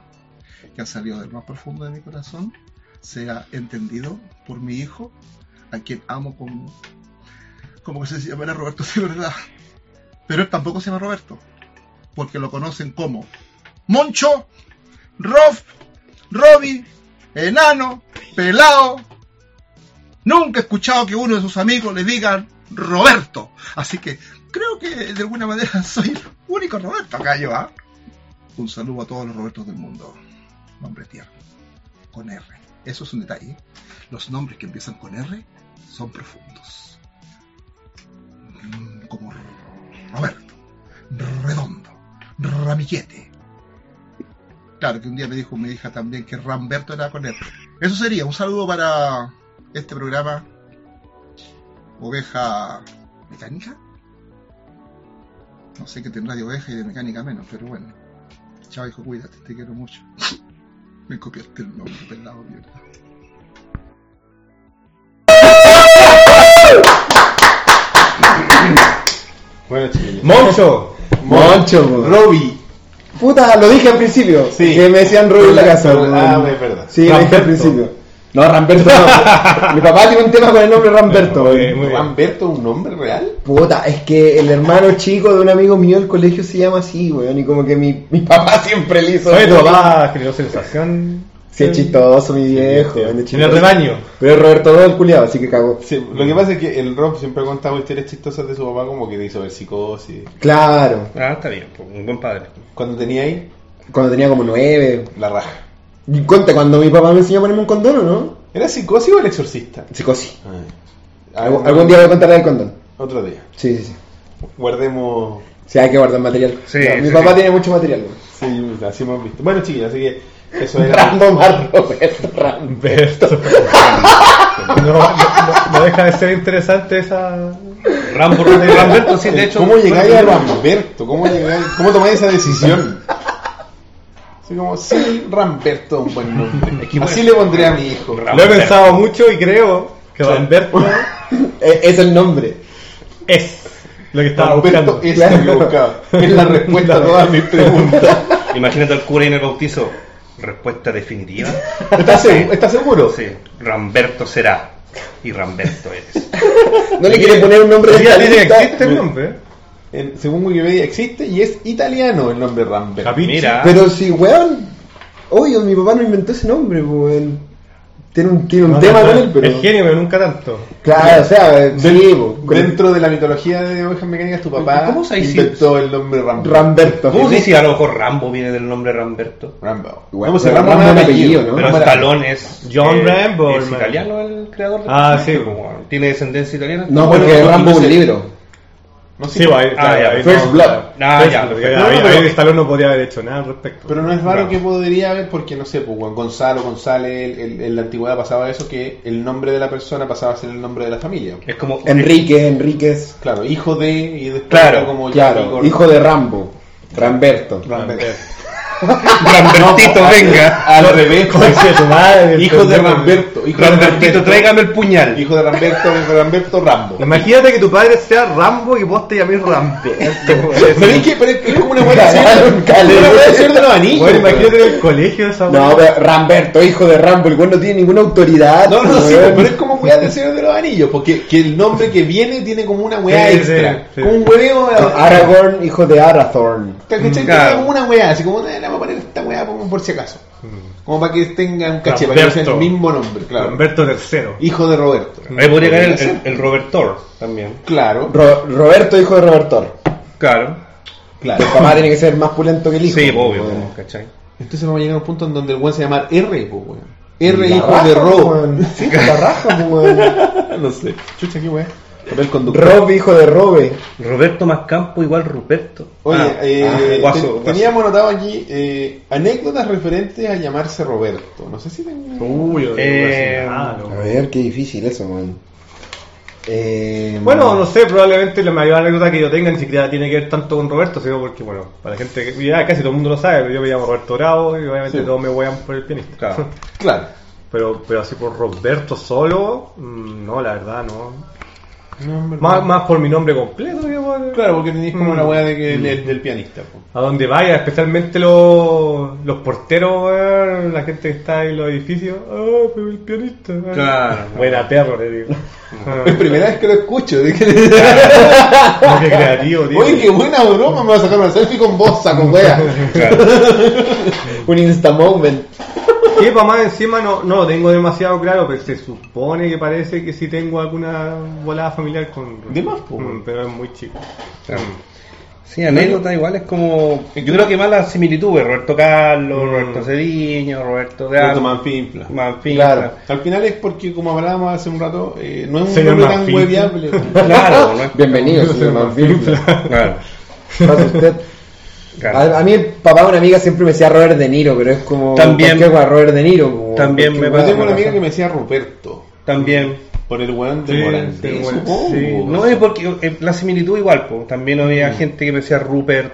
Speaker 10: que ha salido del más profundo de mi corazón sea entendido por mi hijo, a quien amo como, como que se llamara Roberto de verdad. Pero él tampoco se llama Roberto, porque lo conocen como Moncho, Rof, Robbie, Enano, Pelao. Nunca he escuchado que uno de sus amigos le digan Roberto. Así que creo que de alguna manera soy el único Roberto acá yo, ¿ah? Un saludo a todos los Robertos del mundo. Nombre tierno. Con R. Eso es un detalle. Los nombres que empiezan con R son profundos. Mm, Como R- Roberto. Redondo. Ramillete. Claro, que un día me dijo mi hija también que Ramberto era con R. Eso sería. Un saludo para este programa. Oveja mecánica. No sé qué tendrá de oveja y de mecánica menos, pero bueno. Chao, hijo, cuídate, te quiero mucho. Me copiaste el nombre, pelado, mierda.
Speaker 1: Bueno, chiquillos.
Speaker 5: Moncho.
Speaker 2: Moncho, weón.
Speaker 1: Robbie.
Speaker 2: Puta, lo dije al principio.
Speaker 1: Sí.
Speaker 2: Que me decían Rubio en la casa. weón.
Speaker 1: Ah, es verdad.
Speaker 2: Sí, lo dije al principio. No, Ramberto no. Mi papá tiene un tema con el nombre Ramberto. weón.
Speaker 1: ¿Ramberto es un nombre real?
Speaker 2: Puta, es que el hermano chico de un amigo mío del colegio se llama así, weón. Y como que mi, mi papá siempre le hizo.
Speaker 5: Oye, tu papá generó sensación.
Speaker 2: Sí, es chistoso, mi viejo.
Speaker 1: Sí,
Speaker 2: weón, es
Speaker 5: En el
Speaker 2: chistoso.
Speaker 5: rebaño.
Speaker 2: Pero es Roberto no el culiado, así que cagó.
Speaker 1: Sí, lo que pasa es que el Rob siempre ha contado historias chistosas de su papá, como que le hizo ver psicosis.
Speaker 2: Claro,
Speaker 3: Ah, está bien, pues, un buen padre.
Speaker 1: Cuando tenía ahí,
Speaker 2: cuando tenía como nueve.
Speaker 1: la raja.
Speaker 2: Y Conta, cuando mi papá me enseñó a ponerme un condón, ¿o no?
Speaker 1: ¿Era psicosis o el exorcista?
Speaker 2: Psicosis.
Speaker 1: Algo-
Speaker 2: Algún día voy a contarle el condón.
Speaker 1: Otro día.
Speaker 2: Sí, sí, sí.
Speaker 1: Guardemos.
Speaker 2: Sí, hay que guardar material.
Speaker 3: Sí,
Speaker 2: No, mi
Speaker 3: sí,
Speaker 2: papá
Speaker 3: sí.
Speaker 2: tiene mucho material. weón.
Speaker 1: Sí, así hemos visto. Bueno, chiquillos, así que eso era.
Speaker 2: Random a Roberto Ram.
Speaker 5: Berto. No, no, no- no deja de ser interesante esa.
Speaker 3: Rambo, Ramberto, sí, de hecho.
Speaker 1: ¿Cómo llegáis
Speaker 3: fue-
Speaker 1: a Ramberto? ¿Cómo, llegáis- ¿Cómo tomáis esa decisión? Así como, sí, Ramberto es un buen nombre.
Speaker 3: Es que
Speaker 1: Así
Speaker 3: bueno.
Speaker 1: le pondré a mi hijo.
Speaker 5: Lo he
Speaker 3: Ramberto.
Speaker 5: pensado mucho y creo que Ramberto
Speaker 2: Eh, Es el nombre.
Speaker 5: es lo que estaba
Speaker 1: Ramberto
Speaker 5: buscando.
Speaker 1: es lo que buscaba. Es la respuesta a todas mis preguntas.
Speaker 3: Imagínate al cura ahí en el bautizo. Respuesta definitiva.
Speaker 1: ¿Estás seguro? ¿Estás seguro?
Speaker 3: Sí, Ramberto será. Y Ramberto eres.
Speaker 2: No le quiere poner un nombre de
Speaker 5: Ya dice que
Speaker 2: talento.
Speaker 5: existe el nombre.
Speaker 1: En- según Wikipedia existe y es italiano el nombre Ramberto.
Speaker 5: Capi-
Speaker 3: Mira,
Speaker 2: Pero sí, weón. Obvio, mi papá no inventó ese nombre, weón. Tiene un, tiene un
Speaker 5: No,
Speaker 2: tema
Speaker 5: no,
Speaker 2: con
Speaker 5: no,
Speaker 2: él, pero.
Speaker 5: Es genio, pero nunca tanto.
Speaker 2: Claro, o sea, eh, sí, weón, con el-
Speaker 1: Dentro de la mitología de Ovejas Mecánicas, tu papá
Speaker 3: ¿Cómo se dice?
Speaker 1: inventó el nombre Ramberto.
Speaker 2: Ramberto.
Speaker 3: ¿cómo se dice? A lo mejor Rambo viene del nombre Ramberto.
Speaker 1: Rambo.
Speaker 2: Igual,
Speaker 1: Vamos a
Speaker 2: pero
Speaker 1: Rambo
Speaker 2: Rambo
Speaker 1: no
Speaker 2: es
Speaker 1: es
Speaker 2: un apellido, ¿no?
Speaker 3: Pero
Speaker 1: Rambo era-
Speaker 3: Stallone es. eh,
Speaker 5: John Rambo,
Speaker 3: ¿Es
Speaker 5: hermano.
Speaker 3: italiano el creador del
Speaker 5: Ah,
Speaker 3: personaje?
Speaker 5: sí,
Speaker 3: Como, ¿Tiene descendencia italiana?
Speaker 2: No, porque
Speaker 3: Bueno,
Speaker 2: Rambo es un
Speaker 3: entonces-
Speaker 2: libro.
Speaker 1: No sé.
Speaker 5: Sí, bueno, ahí-
Speaker 3: Ah,
Speaker 5: ahí-
Speaker 3: ya,
Speaker 5: ahí
Speaker 2: First
Speaker 5: no-
Speaker 2: Blood.
Speaker 3: Ah,
Speaker 5: First
Speaker 3: ya.
Speaker 5: Blood,
Speaker 3: No,
Speaker 5: ahí-
Speaker 1: no,
Speaker 5: ahí
Speaker 1: pero-
Speaker 5: Stallone no podía haber hecho nada al respecto.
Speaker 1: Pero no es raro
Speaker 3: Rambo.
Speaker 1: que podría haber, porque no sé, pues, Juan Gonzalo, González, el- el- en la antigüedad pasaba eso, que el nombre de la persona pasaba a ser el nombre de la familia.
Speaker 3: Es como.
Speaker 2: Enrique, Enríquez.
Speaker 1: Claro, hijo de, y después
Speaker 3: Claro,
Speaker 1: era como
Speaker 2: Claro, hijo de Rambo. Ramberto.
Speaker 1: Ramberto.
Speaker 3: Rambertito, venga.
Speaker 1: Al revés,
Speaker 5: Conche tu madre,
Speaker 1: hijo de
Speaker 5: pendejo.
Speaker 1: Ramberto, hijo de
Speaker 3: Rambertito,
Speaker 1: Ramberto,
Speaker 3: tráigame el puñal.
Speaker 1: hijo de Ramberto, Ramberto Rambo.
Speaker 5: Imagínate que tu padre sea Rambo y vos te llames Ramberto.
Speaker 1: Pero es que pero es que es como una buena
Speaker 2: Cagaron, cagaron.
Speaker 1: señora de los anillos.
Speaker 5: Bueno,
Speaker 1: weón.
Speaker 5: imagínate en el colegio esa
Speaker 2: No, pero Ramberto, hijo de Rambo, el güey no tiene ninguna autoridad.
Speaker 1: No, no, sí,
Speaker 2: weón.
Speaker 1: pero es como weá de Señor de los Anillos, porque que el nombre que viene tiene como una weá
Speaker 5: Sí, sí,
Speaker 1: extra.
Speaker 5: sí.
Speaker 1: Como un hueveo.
Speaker 2: Aragorn, hijo de Arathorn.
Speaker 1: ¿Te cachai?
Speaker 3: Claro.
Speaker 1: Tiene como una weá, así como "Eh, le vamos a poner esta weá por, por si acaso. Como para que tenga un caché, para que sea el
Speaker 5: Ramberto.
Speaker 1: mismo nombre, claro.
Speaker 5: Ramberto III.
Speaker 1: Hijo de Roberto.
Speaker 3: Ahí podría caer el, el, el Robertor también.
Speaker 1: Claro,
Speaker 2: Ro- Roberto, hijo de Robertor.
Speaker 3: Claro.
Speaker 1: claro.
Speaker 2: El papá tiene que ser más pulento que el hijo.
Speaker 3: Sí, obvio,
Speaker 2: weón.
Speaker 3: ¿cachai?
Speaker 1: Entonces vamos a llegar a un punto en donde el weón se llama R, pues weón. R,
Speaker 2: La
Speaker 1: hijo
Speaker 2: raja,
Speaker 1: de Rob.
Speaker 2: weón. Sí, la raja, weón.
Speaker 1: no sé. Chucha, qué weá. Papel conductor.
Speaker 2: Rob, hijo de Robe.
Speaker 3: Roberto más
Speaker 1: Ah,
Speaker 3: campo igual Ruperto.
Speaker 1: Oye,
Speaker 3: Ah,
Speaker 1: eh,
Speaker 3: ah,
Speaker 1: te-
Speaker 3: guaso, guaso.
Speaker 1: teníamos anotado aquí eh, anécdotas referentes a llamarse Roberto. No sé si tengo...
Speaker 5: Uy, yo
Speaker 3: Eh,
Speaker 5: digo, así,
Speaker 2: A
Speaker 5: nada,
Speaker 2: ver, qué difícil eso, weón. Eh,
Speaker 5: Bueno, no sé, probablemente la mayor anécdota que yo tenga ni siquiera tiene que ver tanto con Roberto, sino porque, bueno, para la gente que ya casi todo el mundo lo sabe, pero yo me llamo Roberto Bravo y obviamente
Speaker 1: Sí.
Speaker 5: todos me huean por el pianista.
Speaker 3: Claro.
Speaker 1: Claro.
Speaker 5: Pero, pero así por Roberto solo, mm, no, la verdad, no.
Speaker 1: No, en verdad.
Speaker 5: Más, más por mi nombre completo, que por-
Speaker 1: Claro, porque tenéis como
Speaker 5: Mm.
Speaker 1: una weá de que el- el- del pianista. po.
Speaker 5: A donde vaya, especialmente los, los porteros, weón, la gente que está en los edificios. Ah, pero el pianista. weón.
Speaker 3: Claro.
Speaker 5: Buena perro, le digo. Ah,
Speaker 1: Es primera vez que lo escucho. de que-
Speaker 5: no, qué creativo, tío.
Speaker 1: Oye, qué buena broma, me va a sacar una selfie con vos, con wea.
Speaker 2: Un insta moment.
Speaker 5: Que para pues, más encima no, no lo tengo demasiado claro, pero se supone que parece que sí tengo alguna volada familiar con.
Speaker 1: De más, po,
Speaker 5: Mm,
Speaker 1: weón.
Speaker 5: Pero es muy chico.
Speaker 3: Claro. Sí, anécdota igual es como. Yo creo que más las similitudes: Roberto Carlos, Roberto Cediño, Roberto de
Speaker 1: Roberto
Speaker 3: Alba,
Speaker 1: Manfimpla.
Speaker 3: Manfimpla.
Speaker 1: Claro. Al final es porque, como hablábamos hace un rato, eh, no es un
Speaker 3: Señor
Speaker 1: nombre tan
Speaker 3: Manfimpla.
Speaker 1: hueviable.
Speaker 3: Claro, ¿no?
Speaker 2: Bienvenido, señor Manfield.
Speaker 3: Claro.
Speaker 2: Pase usted. A, a mí el papá de una amiga siempre me decía Robert De Niro, pero es como...
Speaker 3: También-
Speaker 2: ¿por qué, weón, Robert De Niro? como-
Speaker 3: También me
Speaker 1: Yo
Speaker 3: pasa.
Speaker 1: tengo una amiga que me decía Ruperto.
Speaker 3: También.
Speaker 1: Por el weón de
Speaker 3: Sí,
Speaker 1: Morandé,
Speaker 3: de Morandé,
Speaker 1: supongo.
Speaker 3: sí. No es porque eh, la similitud igual, po. también había gente que me decía Rupert,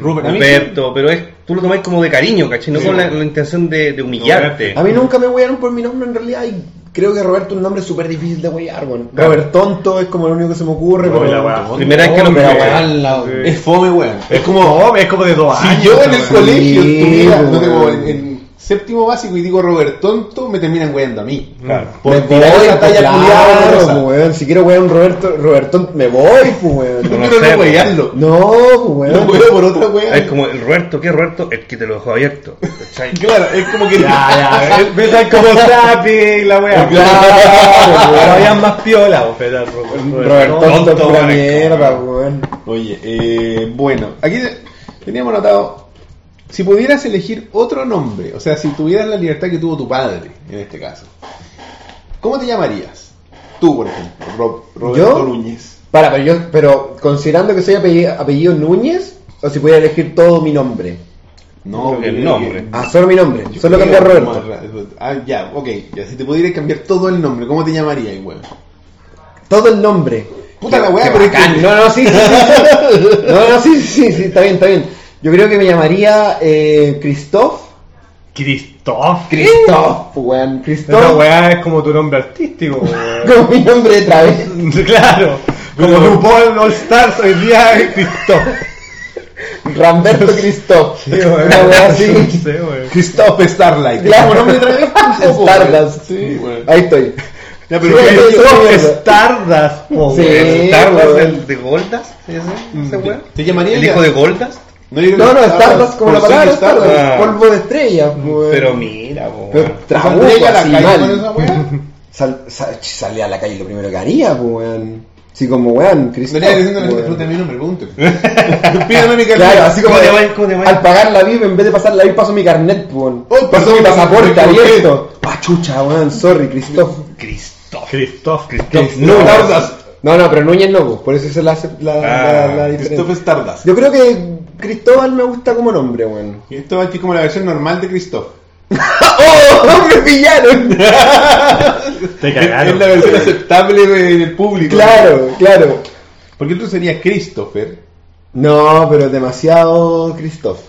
Speaker 1: Rupert.
Speaker 3: Ruperto, pero es, tú lo tomás como de cariño, ¿cachai? No
Speaker 1: Sí.
Speaker 3: con la, la intención de, de humillarte.
Speaker 2: A mí nunca me huearon por mi nombre en realidad y creo que Roberto es un nombre súper difícil de huear, weón.
Speaker 3: Claro.
Speaker 2: Robert Tonto es como lo único que se me ocurre. pero-
Speaker 5: la weá.
Speaker 2: Tonto,
Speaker 3: Primera vez que lo
Speaker 2: hombre,
Speaker 3: veo.
Speaker 2: la weá, la-
Speaker 3: Sí.
Speaker 1: Es fome, weón.
Speaker 5: Es como, es como de dos
Speaker 1: Si
Speaker 5: años.
Speaker 1: yo en el
Speaker 5: weón.
Speaker 1: colegio
Speaker 2: Sí,
Speaker 1: estuviera no
Speaker 2: weón.
Speaker 1: tengo, en, en séptimo básico y digo Robert Tonto, me terminan weando a mí.
Speaker 3: Claro.
Speaker 2: me
Speaker 1: Por
Speaker 2: voy,
Speaker 1: tirar esa
Speaker 2: pues,
Speaker 1: talla culiada,
Speaker 2: claro,
Speaker 1: cosa.
Speaker 2: pues, weón. Si quiero huear un Roberto, Roberto, me voy, pues,
Speaker 1: No
Speaker 2: weón.
Speaker 1: quiero
Speaker 3: sé,
Speaker 1: no huearlo.
Speaker 2: No, pues,
Speaker 1: Lo
Speaker 2: weón.
Speaker 1: hueo por otra wea.
Speaker 3: Es como el Roberto, ¿qué Roberto? El que te lo dejó abierto. ¿cachai?
Speaker 1: Claro, es como que.
Speaker 5: Ya, ya, ves ahí como Zapi y la weá.
Speaker 2: Claro, weón.
Speaker 5: Ahora habían más piola, weón, pero era Roberto.
Speaker 2: Roberto Tonto es
Speaker 3: Tonto,
Speaker 2: pura
Speaker 3: weón, es
Speaker 2: mierda, weón.
Speaker 1: Oye, eh, bueno, aquí teníamos notado. Si pudieras elegir otro nombre, o sea, si tuvieras la libertad que tuvo tu padre, en este caso, ¿cómo te llamarías? Tú, por ejemplo, Rob- Roberto
Speaker 2: ¿Yo?
Speaker 1: Núñez.
Speaker 2: Para, pero yo, pero considerando que soy apellido, apellido Núñez, o si pudiera elegir todo mi nombre.
Speaker 1: No,
Speaker 3: El
Speaker 1: yo creo
Speaker 3: nombre.
Speaker 1: que-
Speaker 2: Ah, solo mi nombre,
Speaker 1: yo
Speaker 2: solo
Speaker 1: creo
Speaker 2: cambiar
Speaker 1: que-
Speaker 2: Roberto.
Speaker 1: Ah, ya, ok. Ya, si te pudieras cambiar todo el nombre, ¿cómo te llamarías, weón?
Speaker 2: Todo el nombre.
Speaker 1: Puta la weá,
Speaker 2: Qué
Speaker 1: pero es
Speaker 2: bacán.
Speaker 1: que-
Speaker 2: No, no, sí, sí, sí. sí. No, no, sí, sí, sí, está bien, está bien. Yo creo que me llamaría eh, Christoph.
Speaker 5: Christoph.
Speaker 2: Christoph, weón.
Speaker 5: Esa
Speaker 2: Christoph.
Speaker 5: weá es como tu nombre artístico, weón.
Speaker 2: Con mi nombre de través.
Speaker 5: Claro. Como RuPaul All Stars hoy día es Christoph.
Speaker 2: Ramberto Christoph.
Speaker 5: Sí, weón.
Speaker 2: Una weá
Speaker 5: No
Speaker 2: así.
Speaker 5: sé, weón.
Speaker 1: Christoph Starlight.
Speaker 2: Claro.
Speaker 1: Como nombre de otra vez, tampoco, weón.
Speaker 2: Stardust.
Speaker 1: Sí, weón.
Speaker 2: Ahí estoy.
Speaker 1: Ya, pero
Speaker 2: Sí,
Speaker 1: ¿qué-
Speaker 2: yo-
Speaker 5: Christoph
Speaker 2: mierda.
Speaker 5: Stardust, po,
Speaker 2: Sí.
Speaker 5: weón.
Speaker 3: El Stardust,
Speaker 2: weón.
Speaker 3: el de Goldas, ¿sí ese, ese weón?
Speaker 1: ¿Te llamarías?
Speaker 3: El hijo de Goldas,
Speaker 1: No, yo creo que
Speaker 2: No, no, Stardust como la
Speaker 1: por ser
Speaker 2: palabra
Speaker 1: Stardust.
Speaker 2: Stardust.
Speaker 3: Ah.
Speaker 2: Polvo de estrella, weón.
Speaker 3: pero mira, po,
Speaker 2: Pero
Speaker 3: weón.
Speaker 2: trabuco,
Speaker 1: Saldría a la
Speaker 2: Ah, uh, así,
Speaker 1: calle
Speaker 2: mal.
Speaker 1: con esa weá.
Speaker 2: Sal- sal- ch, salía a la calle lo primero que haría, pues, weón. Sí, como weón,
Speaker 1: No
Speaker 2: Christoph.
Speaker 1: le diciendo a la gente,
Speaker 2: weón.
Speaker 1: "Pregúntame a mí, no me pregunten. Pídanme mi carnet.
Speaker 2: Claro, así como
Speaker 3: ¿Cómo te
Speaker 2: de-
Speaker 3: llamas? ¿Cómo te llamas?
Speaker 2: al pagar la VIP, en vez de pasar la VIP, paso mi carnet, pues, weón.
Speaker 1: Oh, pasó
Speaker 2: paso mi
Speaker 1: mi
Speaker 2: pasaporte
Speaker 1: carnet, ¿por qué?
Speaker 2: abierto. Ah, chucha, weón, sorry, Christoph.
Speaker 3: Christoph.
Speaker 5: Christoph.
Speaker 3: Christoph.
Speaker 2: No,
Speaker 1: Stardust.
Speaker 2: No, no, pero Núñez no, pues, por eso se la, la,
Speaker 3: Ah,
Speaker 2: la- la diferencia.
Speaker 1: Christoph Stardust.
Speaker 2: Yo creo que Cristóbal me gusta como nombre, weón.
Speaker 1: Y esto aquí es como la versión normal de Christoph.
Speaker 2: ¡Oh! ¡Me pillaron!
Speaker 5: Te
Speaker 1: Es la
Speaker 5: cagaron.
Speaker 1: versión aceptable de- en el público.
Speaker 2: claro, claro.
Speaker 1: ¿Por qué tú serías Christopher?
Speaker 2: No, pero demasiado Christoph.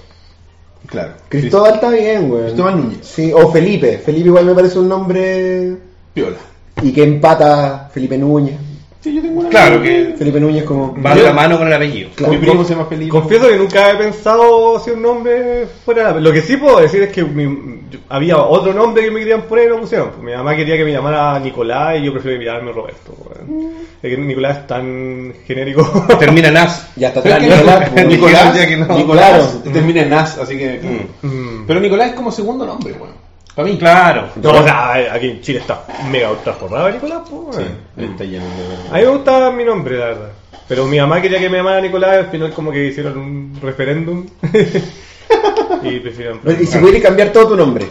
Speaker 1: Claro.
Speaker 2: Cristóbal está bien, weón.
Speaker 1: Cristóbal Núñez.
Speaker 2: Sí, o Felipe. Felipe igual me parece un nombre.
Speaker 1: Piola.
Speaker 2: Y que empata Felipe Núñez.
Speaker 1: Sí, yo tengo una.
Speaker 3: Claro que
Speaker 2: Felipe Núñez como.
Speaker 3: va de la mano con el apellido.
Speaker 1: Mi primo se llama Felipe.
Speaker 5: Confieso que nunca he pensado si un nombre fuera. Lo que sí puedo decir es que mi- yo- había otro nombre que me querían poner y no pusieron. Mi mamá quería que me llamara Nicolás y yo prefiero llamarme Roberto. weón. Es que Nicolás es tan genérico.
Speaker 3: Termina en as.
Speaker 2: Ya está
Speaker 1: ¿Sabes
Speaker 2: atrás,
Speaker 1: qué?
Speaker 2: Nicolás. pues.
Speaker 1: Nicolás, Nicolás,
Speaker 2: weón.
Speaker 3: Ya que no.
Speaker 1: Nicolás, termina en Nas, así que.
Speaker 5: Mm.
Speaker 1: Pero Nicolás es como segundo nombre, weón. Para mí.
Speaker 3: Claro.
Speaker 5: No, o sea, aquí en Chile está mega transformado Nicolás. po, weón.
Speaker 1: Está lleno de-
Speaker 5: A mí me gustaba mi nombre, la verdad. Pero mi mamá quería que me llamara Nicolás, al final como que hicieron un referéndum. y prefirieron...
Speaker 2: Y si pudieras cambiar todo tu nombre.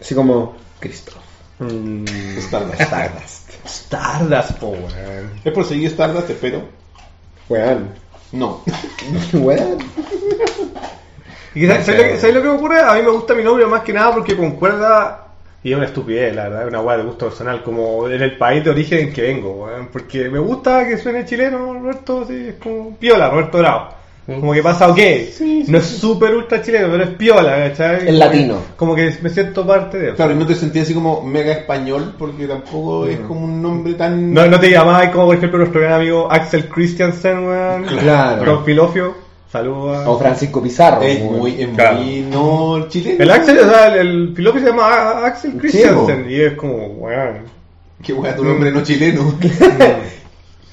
Speaker 2: Así como. Cristóbal.
Speaker 5: Mm,
Speaker 1: Stardust.
Speaker 5: Stardust, po, weón.
Speaker 1: Es por seguir Stardust, te espero.
Speaker 2: Weón.
Speaker 1: No.
Speaker 2: Weón.
Speaker 5: Y ¿sabes, sabes lo que, sabes lo que me ocurre? A mí me gusta mi nombre más que nada porque concuerda. Y es una estupidez, la verdad, es una weá de gusto personal, como en el país de origen en que vengo, weón. Porque me gusta que suene chileno, Roberto, sí, es como piola, Roberto Bravo. Como que pasa, ok, no es súper ultra chileno, pero es piola, ¿cachai?
Speaker 2: Es latino.
Speaker 5: Como que me siento parte de eso.
Speaker 1: Claro, y no te sentí así como mega español, porque tampoco es como un nombre tan.
Speaker 5: No, no te llamabas como, por ejemplo, nuestro gran amigo Axel Christiansen, weón.
Speaker 2: Claro.
Speaker 5: Don Filofio, saludos.
Speaker 2: O Francisco Pizarro.
Speaker 1: Es
Speaker 2: weón.
Speaker 1: muy, es
Speaker 3: Claro.
Speaker 1: muy no chileno.
Speaker 5: El Axel, o sea, el, el Filofio se llama A- Axel Christiansen,
Speaker 2: po.
Speaker 5: y es como, weón.
Speaker 1: Qué wea tu nombre
Speaker 3: Mm.
Speaker 1: no chileno.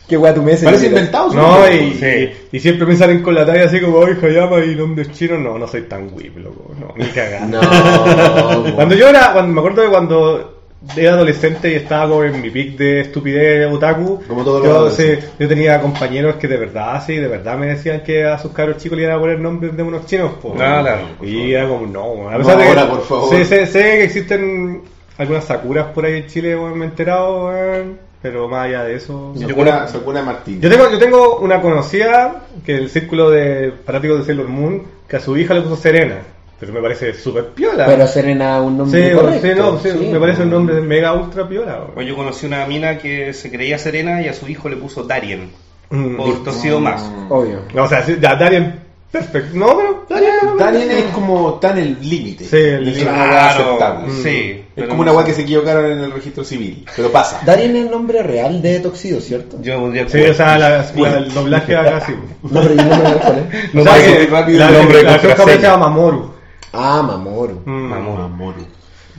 Speaker 2: Qué weón tú me dices.
Speaker 1: Parece
Speaker 2: Nicolás.
Speaker 1: inventado. su
Speaker 5: No,
Speaker 1: nombre.
Speaker 5: y, y- y siempre me salen con la talla así como, oye, llama y nombres chinos. No, no soy tan whip, loco. No, ni cagando.
Speaker 2: No.
Speaker 5: cuando yo era, cuando, me acuerdo de cuando era adolescente y estaba como en mi pic de estupidez otaku.
Speaker 1: Como todos los
Speaker 5: yo,
Speaker 1: adolescentes.
Speaker 5: sí, yo tenía compañeros que de verdad, sí, de verdad me decían que a sus cabros chicos le iban a poner nombres de unos chinos. po.
Speaker 3: Ah, claro.
Speaker 5: Y era como, no, weón. a
Speaker 1: No,
Speaker 5: pesar de que,
Speaker 1: ahora, por favor.
Speaker 5: Sé, sé- sé que existen algunas sakuras por ahí en Chile, weón, me he enterado, weón, pero más allá de eso...
Speaker 1: Sakura, Sakura Martín.
Speaker 5: Yo tengo, yo tengo una conocida que el círculo de fanáticos de Sailor Moon, que a su hija le puso Serena, pero me parece súper piola.
Speaker 2: Pero Serena un
Speaker 5: Sí,
Speaker 2: nombre
Speaker 5: bueno,
Speaker 2: correcto.
Speaker 5: sí, no, sí, me
Speaker 2: po.
Speaker 5: parece un nombre mega ultra piola. weón.
Speaker 3: Pues yo conocí una mina que se creía Serena y a su hijo le puso Darien.
Speaker 5: Mm.
Speaker 3: Por torcido más.
Speaker 1: Mm.
Speaker 2: Obvio.
Speaker 5: No, o sea, sí, ya, Darien, perfecto. No, pero Darien,
Speaker 1: Daniel es como tan el límite.
Speaker 5: Sí, el
Speaker 1: Es
Speaker 5: límite.
Speaker 1: una weá
Speaker 3: Claro,
Speaker 1: Ah,
Speaker 3: Mm.
Speaker 1: aceptable.
Speaker 3: sí,
Speaker 1: Es
Speaker 3: pero
Speaker 1: como
Speaker 3: no
Speaker 1: una weá
Speaker 3: sé.
Speaker 1: que se equivocaron en el registro civil, pero pasa.
Speaker 2: Darien es el nombre real de Toxido, ¿cierto?
Speaker 3: Yo pondría
Speaker 5: Sí, o sea, la, la- el doblaje acá sí.
Speaker 2: No, pero yo no me acuerdo cuál es.
Speaker 5: No,
Speaker 3: O
Speaker 5: la
Speaker 3: sea,
Speaker 5: que-
Speaker 3: que rápido
Speaker 5: la,
Speaker 3: el nombre de
Speaker 5: la versión
Speaker 3: contraseña.
Speaker 5: japonesa se llama Mamoru.
Speaker 2: Ah, Mamoru.
Speaker 5: Mm.
Speaker 3: Mamoru.
Speaker 1: Mamoru.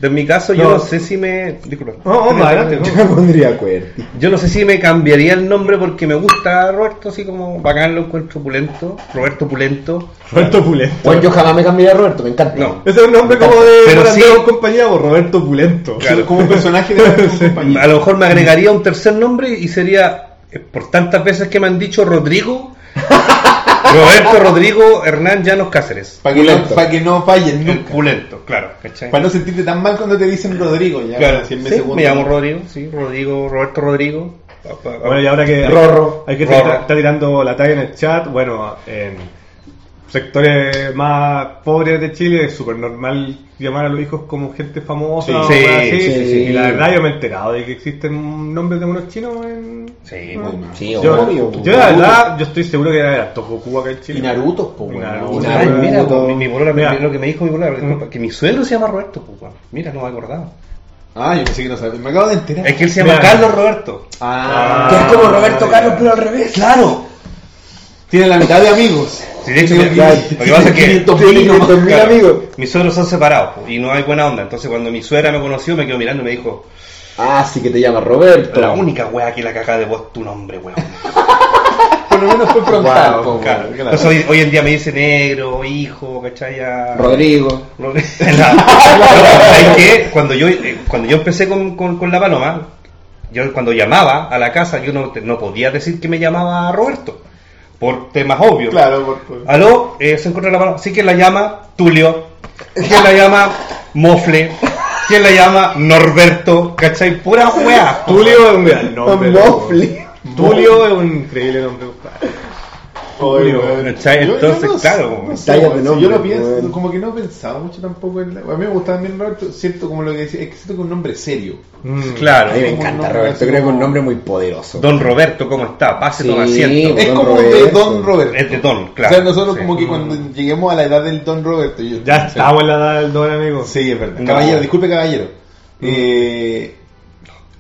Speaker 3: En mi caso,
Speaker 5: No. Oh,
Speaker 3: yo no sé si me. Disculpa.
Speaker 5: No, hombre, adelante,
Speaker 2: Yo me pondría acuerdo.
Speaker 3: Yo no sé si me cambiaría el nombre porque me gusta Roberto, así como bacán lo encuentro pulento. Roberto Pulento.
Speaker 5: Roberto Pulento.
Speaker 2: Bueno, yo jamás me cambié a Roberto, me encanta.
Speaker 3: No.
Speaker 5: Ese es un nombre como de
Speaker 3: Pero
Speaker 5: Morandé
Speaker 3: sí.
Speaker 5: con compañía o Roberto Pulento.
Speaker 3: Claro.
Speaker 1: Como un personaje de la compañía.
Speaker 3: A lo mejor me agregaría un tercer nombre y sería, eh, por tantas veces que me han dicho Rodrigo, Roberto Rodrigo Hernán Llanos Cáceres.
Speaker 1: Para que, no,
Speaker 2: Pulento.
Speaker 1: pa' que no fallen
Speaker 3: El
Speaker 1: nunca.
Speaker 3: pulento, claro. ¿cachai?
Speaker 1: Para no sentirte tan mal cuando te dicen Rodrigo. Ya,
Speaker 3: Claro,
Speaker 1: si en vez
Speaker 3: sí,
Speaker 1: de segundo-
Speaker 3: me llamo Rodrigo, sí, Rodrigo, Roberto Rodrigo. Pa- pa- pa-
Speaker 5: Bueno, y ahora que
Speaker 3: Rorro.
Speaker 5: hay que
Speaker 3: Rorro.
Speaker 5: está, está tirando la talla en el chat, bueno, en sectores más pobres de Chile es súper normal llamar a los hijos como gente famosa
Speaker 3: Sí,
Speaker 5: o
Speaker 3: sí,
Speaker 5: algo así.
Speaker 2: sí, sí.
Speaker 5: Y la verdad yo me he enterado de que existen nombres de unos chinos en...
Speaker 3: Sí,
Speaker 5: en-
Speaker 3: muy
Speaker 1: mal.
Speaker 2: Sí,
Speaker 5: yo,
Speaker 2: obvio.
Speaker 5: yo la verdad, yo estoy seguro que era Tokukuba acá en Chile.
Speaker 1: Y Naruto, po, weón.
Speaker 5: Y Naruto.
Speaker 1: Y
Speaker 3: Ay,
Speaker 1: Naruto.
Speaker 3: mira, mi, mi polola,
Speaker 5: Mira.
Speaker 3: lo que me dijo mi polola, disculpa, que mi suegro se llama Roberto, pues, weón. mira, no me acordaba.
Speaker 1: Ah, yo pensé que no sabía. Me acabo de enterar.
Speaker 3: Es que él se llama
Speaker 5: Mira.
Speaker 3: Carlos Roberto.
Speaker 1: Ah,
Speaker 2: Que es como Roberto Carlos, pero al revés. Claro.
Speaker 1: tiene la mitad de amigos.
Speaker 3: Sí, de hecho,
Speaker 1: Tiene
Speaker 3: mira,
Speaker 1: quin-
Speaker 3: lo que pasa es que-
Speaker 1: 500 mil
Speaker 2: Tiene
Speaker 1: nomás.
Speaker 2: 500 mil
Speaker 3: Claro,
Speaker 2: amigos.
Speaker 3: Mis suegros son separados pues, y no hay buena onda. Entonces, cuando mi suegra me conoció, me quedó mirando y me dijo:
Speaker 2: Ah, sí que te llama Roberto.
Speaker 3: La única weá que la caga de vos tu nombre, weón.
Speaker 1: Por lo menos fue frontal.
Speaker 2: Wow,
Speaker 1: po,
Speaker 3: Claro.
Speaker 1: weón, claro.
Speaker 3: Entonces, hoy, hoy en día me dice negro, hijo, ¿cachai? A-
Speaker 2: Rodrigo.
Speaker 3: No, no, ¿sabes qué? Cuando yo, eh, cuando yo empecé con, con- con la paloma, yo cuando llamaba a la casa, yo no, te- no podía decir que me llamaba Roberto, por temas obvios.
Speaker 1: Claro, por- por-
Speaker 3: Aló, eh, se encuentra la paloma. Sí que la llama Tulio, ¿Quién la llama Mofle, ¿Quién la llama Norberto, ¿cachai? Pura wea.
Speaker 5: Tulio es un gran nombre. loco.
Speaker 2: Mofli.
Speaker 5: Tulio es un increíble nombre.
Speaker 1: Oye,
Speaker 5: Julio,
Speaker 1: weón.
Speaker 3: ¿cachai?
Speaker 1: Yo- yo
Speaker 3: Entonces,
Speaker 1: no sé,
Speaker 3: claro,
Speaker 1: no sé,
Speaker 2: tallas de
Speaker 1: weón. Si
Speaker 2: nombre,
Speaker 1: yo lo pienso,
Speaker 2: weón.
Speaker 1: como que no pensaba mucho tampoco en la... A mí me gustaba bien Roberto, siento como lo que decía, es que siento que es un nombre serio.
Speaker 2: A
Speaker 5: Mm.
Speaker 3: Claro.
Speaker 2: mí me
Speaker 1: Como un
Speaker 2: encanta
Speaker 1: nombre
Speaker 2: Roberto,
Speaker 1: así
Speaker 2: creo que es un
Speaker 1: como-
Speaker 2: nombre muy poderoso.
Speaker 3: Don Roberto, ¿cómo está? Pase, toma
Speaker 2: Sí,
Speaker 3: asiento.
Speaker 2: pues.
Speaker 1: Es
Speaker 2: Don
Speaker 1: como de
Speaker 2: Roberto.
Speaker 1: Don Roberto.
Speaker 3: Es de Don,
Speaker 1: o
Speaker 3: claro.
Speaker 1: sea, nosotros
Speaker 3: sí.
Speaker 1: como que cuando lleguemos a la edad del Don Roberto... Yo,
Speaker 5: Ya estamos en la edad del don, amigo.
Speaker 1: Sí, es verdad.
Speaker 3: No.
Speaker 1: Caballero, disculpe caballero. Eh,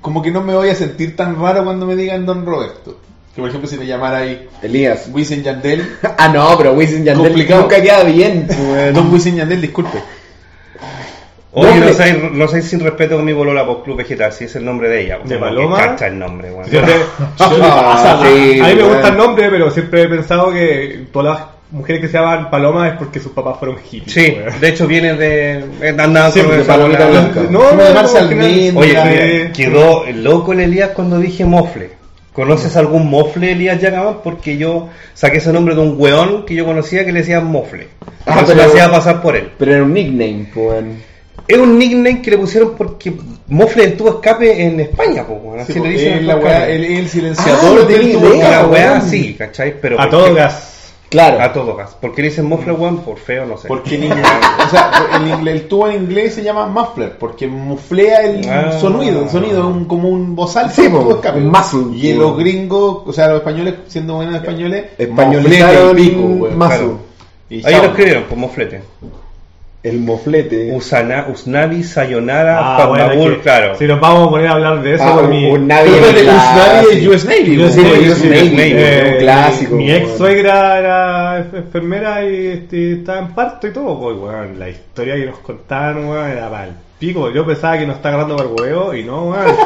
Speaker 1: como que no me voy a sentir tan raro cuando me digan Don Roberto. Que por ejemplo si me llamara ahí
Speaker 2: Elías.
Speaker 1: Wisin Yandel...
Speaker 2: Ah, no, pero Wisin Yandel
Speaker 1: Complicado.
Speaker 2: nunca queda bien.
Speaker 1: Don Wisin Yandel, disculpe.
Speaker 3: Oye,
Speaker 2: Nombre.
Speaker 3: no seáis, no seáis sin respeto con mi bolola por Club Vegetal, si es el nombre de ella.
Speaker 5: ¿De
Speaker 3: como que
Speaker 5: Paloma?
Speaker 3: Cacha el nombre, weón.
Speaker 5: Yo te-
Speaker 2: Ah, sí,
Speaker 5: a mí me
Speaker 2: weón.
Speaker 5: gusta el nombre, pero siempre he pensado que todas las mujeres que se llaman Paloma es porque sus papás fueron hippies.
Speaker 3: Sí,
Speaker 5: weón.
Speaker 3: de hecho viene de... eh, Andaban
Speaker 1: Sí,
Speaker 3: con
Speaker 1: de
Speaker 3: esa
Speaker 1: Palomita
Speaker 3: bola.
Speaker 1: Blanca.
Speaker 5: No,
Speaker 1: Como de
Speaker 5: no,
Speaker 1: Marcia
Speaker 5: no,
Speaker 1: Almín,
Speaker 5: no.
Speaker 3: Oye,
Speaker 1: la-
Speaker 5: mira.
Speaker 3: mira, quedó loco el Elías cuando dije mofle. ¿Conoces algún mofle, Elías Yagaman? Porque yo saqué ese nombre de un weón que yo conocía que le decían mofle.
Speaker 2: Ah,
Speaker 3: Entonces
Speaker 2: pero-
Speaker 3: me hacía pasar por él.
Speaker 2: Pero era un nickname, pues.
Speaker 3: Es un nickname que le pusieron porque mofle del tubo escape en España, po, weón. así
Speaker 1: Sí,
Speaker 3: le
Speaker 1: pues,
Speaker 3: dicen.
Speaker 1: es la
Speaker 3: acá.
Speaker 1: weá, el, el silenciador
Speaker 2: Ah,
Speaker 1: del
Speaker 2: tenía
Speaker 1: tubo.
Speaker 2: idea.
Speaker 3: la weá,
Speaker 2: weón.
Speaker 3: sí, ¿cachai? Pero
Speaker 5: A
Speaker 3: ¿por
Speaker 5: todo
Speaker 3: qué?
Speaker 5: gas.
Speaker 2: Claro.
Speaker 3: A todo gas. ¿Por qué le dicen mofle, weón? Por feo, no sé.
Speaker 1: Porque en inglés, o sea, en inglés- el tubo en inglés se llama muffler, porque muflea el
Speaker 3: Ah.
Speaker 1: sonido, el sonido es un- como un bozal.
Speaker 2: Sí,
Speaker 1: como
Speaker 2: po,
Speaker 1: tubo escape.
Speaker 2: un muzzle.
Speaker 1: Y en los gringos, o sea, los españoles, siendo buenos españoles,
Speaker 2: Españolizaron
Speaker 1: muflete y pico, weón.
Speaker 2: mazo.
Speaker 3: claro.
Speaker 1: Y
Speaker 3: Ahí
Speaker 1: chao.
Speaker 3: lo escribieron, pues moflete.
Speaker 2: El moflete.
Speaker 3: Usana, Usnavi, Sayonara,
Speaker 5: Ah, bueno,
Speaker 3: Farmabur,
Speaker 5: es que
Speaker 3: claro.
Speaker 5: Si nos vamos a poner a hablar de eso,
Speaker 2: Ah,
Speaker 5: por
Speaker 2: un,
Speaker 5: mi-
Speaker 2: un
Speaker 1: Pero
Speaker 2: Navy.
Speaker 1: el
Speaker 2: en
Speaker 1: Usnavi
Speaker 2: clase.
Speaker 1: es US Navy,
Speaker 5: Yo
Speaker 1: po,
Speaker 5: sí,
Speaker 1: weón.
Speaker 5: yo
Speaker 2: US
Speaker 5: sí.
Speaker 2: Navy,
Speaker 5: Eh,
Speaker 2: un clásico.
Speaker 5: Mi ex
Speaker 2: weón.
Speaker 5: suegra era enfermera y este, estaba en parto y todo. Pues, weón, la historia que nos contaban, weón, era para el pico. Yo pensaba que nos está agarrando para el huevo y no, weón.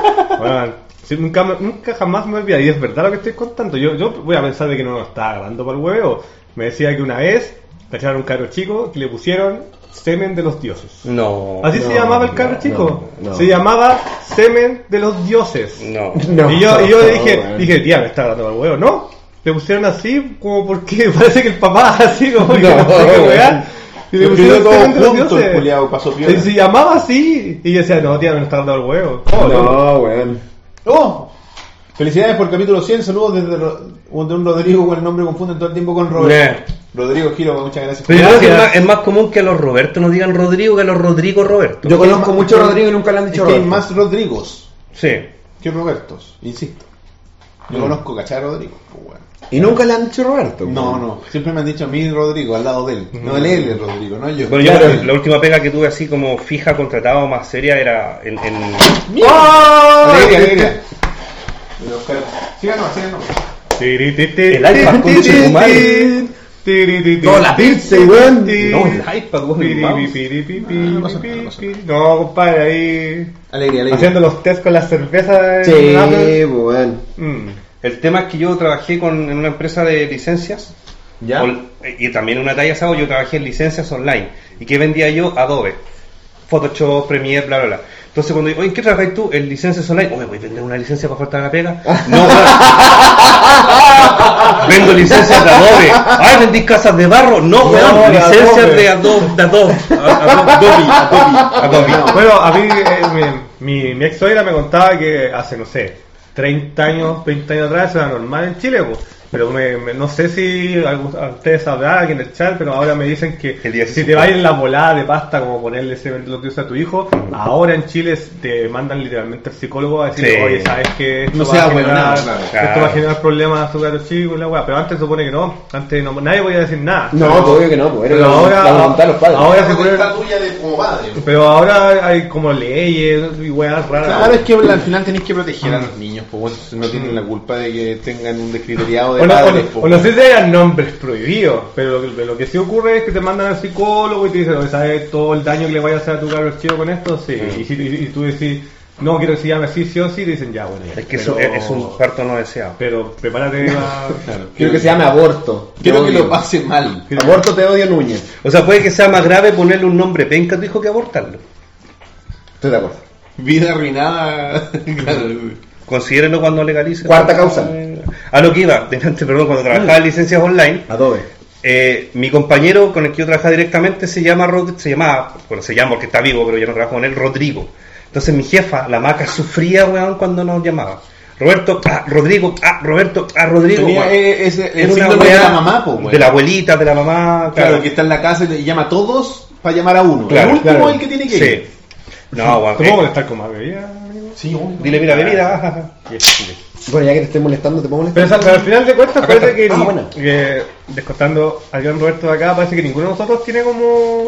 Speaker 5: Weón, sí, nunca, me- nunca jamás me olvidé. Y es verdad lo que estoy contando. Yo, yo voy a pensar de que no nos está agarrando para el huevo. Me decía que una vez Cacharon un carro chico que le pusieron semen de los dioses.
Speaker 3: No.
Speaker 5: Así se
Speaker 3: no,
Speaker 5: llamaba el carro
Speaker 3: no,
Speaker 5: chico.
Speaker 3: no, no.
Speaker 5: Se llamaba Semen de los Dioses.
Speaker 3: No.
Speaker 5: y yo, y yo
Speaker 3: No,
Speaker 5: dije,
Speaker 3: bueno.
Speaker 5: dije, tía, me está dando el huevo. No. Le pusieron así, como porque parece que el papá así, como que no,
Speaker 1: No,
Speaker 5: sé qué
Speaker 1: bueno.
Speaker 5: weá. Y le
Speaker 1: Lo escribió
Speaker 5: pusieron
Speaker 1: todo
Speaker 5: Semen de los
Speaker 1: junto, el
Speaker 5: Dioses.
Speaker 1: culiao, pasó piola.
Speaker 5: Y se llamaba así. Y yo decía, no, tía, me está dando el huevo. Oh,
Speaker 2: No, weón.
Speaker 1: ¡Oh! Felicidades por el capítulo 100. Saludos desde Ro- de un Rodrigo con el nombre confunden todo el tiempo con Roberto.
Speaker 3: Yeah.
Speaker 1: Rodrigo Giro, pues, muchas gracias.
Speaker 3: Pero yo creo que es más, es más común que a los Roberto nos digan Rodrigo que a los Rodrigo Roberto.
Speaker 1: Yo conozco mucho Rodrigo
Speaker 2: y nunca le han
Speaker 1: Es que hay más Rodrigos
Speaker 3: Sí.
Speaker 1: que Robertos, insisto. Yo
Speaker 2: Mm.
Speaker 1: conozco, ¿cachai? a Rodrigo. Pues, weón.
Speaker 2: Y nunca le han dicho Roberto.
Speaker 1: No, no, siempre me han dicho a mí Rodrigo, al lado de él. No él, él es Rodrigo, no yo.
Speaker 3: Bueno, yo la- la última pega que tuve así como fija, contratada o más seria era en... en-
Speaker 1: Alegría, alegría. Pero, pero, sigan nomás, sigan nomás.
Speaker 5: El
Speaker 3: iPad, conche tu madre.
Speaker 5: No,
Speaker 3: la
Speaker 5: pizza,
Speaker 2: weón.
Speaker 5: No,
Speaker 3: el iPad, weón, el mouse.
Speaker 5: No, compadre, ahí.
Speaker 1: Alegría, alegría.
Speaker 5: Haciendo los test con la cerveza.
Speaker 2: Sí,
Speaker 5: en Apple.
Speaker 2: weón.
Speaker 5: Mm.
Speaker 3: El tema es que yo trabajé con, en una empresa de licencias
Speaker 1: ¿Ya?
Speaker 3: Ol- y también en una talla sábado yo trabajé en licencias online. ¿Y qué vendía yo? Adobe. Photoshop, Premiere, bla, bla, bla. Entonces cuando digo, oye, ¿en qué trabajáis tú? En licencias online. Oye, voy a vender una licencia para faltar la pega. No, weón. Vendo licencias de Adobe. Ay, vendí casas de barro. No, weón.
Speaker 5: No, de
Speaker 3: licencias
Speaker 5: Adobe.
Speaker 3: de Adobe. De Adobe. Adobe. Adobe. Adobe.
Speaker 5: Bueno, a mí eh, mi, mi, mi ex suegra me contaba que hace, no sé, 30 años, 20 años atrás eso era normal en Chile, po. pero me- me- no sé si algu- a ustedes sabrán aquí en el chat, pero ahora me dicen que
Speaker 3: El día que
Speaker 5: si
Speaker 3: se
Speaker 5: te
Speaker 3: fue.
Speaker 5: va en la volada de pasta como ponerle ese lo que usa tu hijo, ahora en Chile te mandan literalmente al psicólogo a decir,
Speaker 3: Sí.
Speaker 5: oye, sabes que esto,
Speaker 1: No
Speaker 5: va,
Speaker 1: sea
Speaker 5: a
Speaker 1: bueno,
Speaker 5: generar,
Speaker 1: no, claro.
Speaker 5: esto va a generar problemas a tu caro chico, y la weá, pero antes se supone que no, antes no, nadie podía decir nada.
Speaker 2: No,
Speaker 5: Pero-
Speaker 2: obvio que no, pues, era
Speaker 5: pero
Speaker 2: la-
Speaker 5: ahora,
Speaker 2: la voluntad de los padres.
Speaker 5: ahora se ponen-
Speaker 1: Voluntad tuya de como padre.
Speaker 5: pero ahora hay como leyes y weas raras.
Speaker 1: Claro, es que al final tenéis que proteger a los niños, pues bueno, no tienen la culpa de que tengan un descriteriado de
Speaker 5: O no, o
Speaker 1: padres,
Speaker 5: no-
Speaker 1: pues,
Speaker 5: o no sé si hayan nombres prohibidos, pero lo que, lo que sí ocurre es que te mandan al psicólogo y te dicen, "Oye, ¿sabes todo el daño que le vaya a hacer a tu cabro chico con esto? Sí.
Speaker 3: Mm.
Speaker 5: Y, si- y- y tú decís, no quiero que se llame así, sí o sí, te dicen, ya, bueno, ya.
Speaker 3: Es que eso
Speaker 5: pero,
Speaker 3: es, es un parto no deseado.
Speaker 5: Pero prepárate a...
Speaker 2: Quiero que se llame aborto.
Speaker 1: Quiero
Speaker 2: Te
Speaker 1: que
Speaker 2: odio.
Speaker 1: lo pase mal.
Speaker 2: Aborto te odio Núñez.
Speaker 3: O sea, puede que sea más grave ponerle un nombre penca a tu hijo que abortarlo.
Speaker 2: Estoy de acuerdo.
Speaker 1: Vida arruinada. claro.
Speaker 3: Considérenlo cuando legalice.
Speaker 2: Cuarta causa.
Speaker 3: A lo que iba, delante, perdón, cuando
Speaker 1: Ah.
Speaker 3: trabajaba en licencias online,
Speaker 2: Adobe.
Speaker 3: eh, mi compañero con el que yo trabajaba directamente se llama Rod- se llamaba, bueno, se llama porque está vivo, pero yo no trabajo con él, Rodrigo. Entonces mi jefa, la maca, sufría, weón, cuando nos llamaba. Roberto, ah, Rodrigo, ah, Roberto, ah, Rodrigo.
Speaker 1: Tenía,
Speaker 3: weón.
Speaker 1: eh, ese- el
Speaker 3: Era una
Speaker 1: síndrome de
Speaker 3: weá
Speaker 1: la mamá, pues,
Speaker 3: De
Speaker 1: bueno.
Speaker 3: la abuelita, de la mamá,
Speaker 1: Claro, que está en la casa y le- y llama a todos para llamar a uno.
Speaker 3: Claro,
Speaker 1: el último
Speaker 5: claro.
Speaker 1: es el que tiene que
Speaker 3: Sí.
Speaker 1: ir.
Speaker 3: No, weón.
Speaker 5: ¿Cómo
Speaker 3: eh,
Speaker 5: molestar con más bebida? amigo?
Speaker 1: Sí, obvio.
Speaker 3: dile, mira, bebida. eh,
Speaker 2: Bueno, ya que te estoy molestando, ¿te puedo molestar?
Speaker 5: Pero, o sea, pero al final de cuentas parece que,
Speaker 2: Ah,
Speaker 5: ni-
Speaker 2: bueno.
Speaker 5: que, descontando a Joan Roberto de acá, parece que ninguno de nosotros tiene como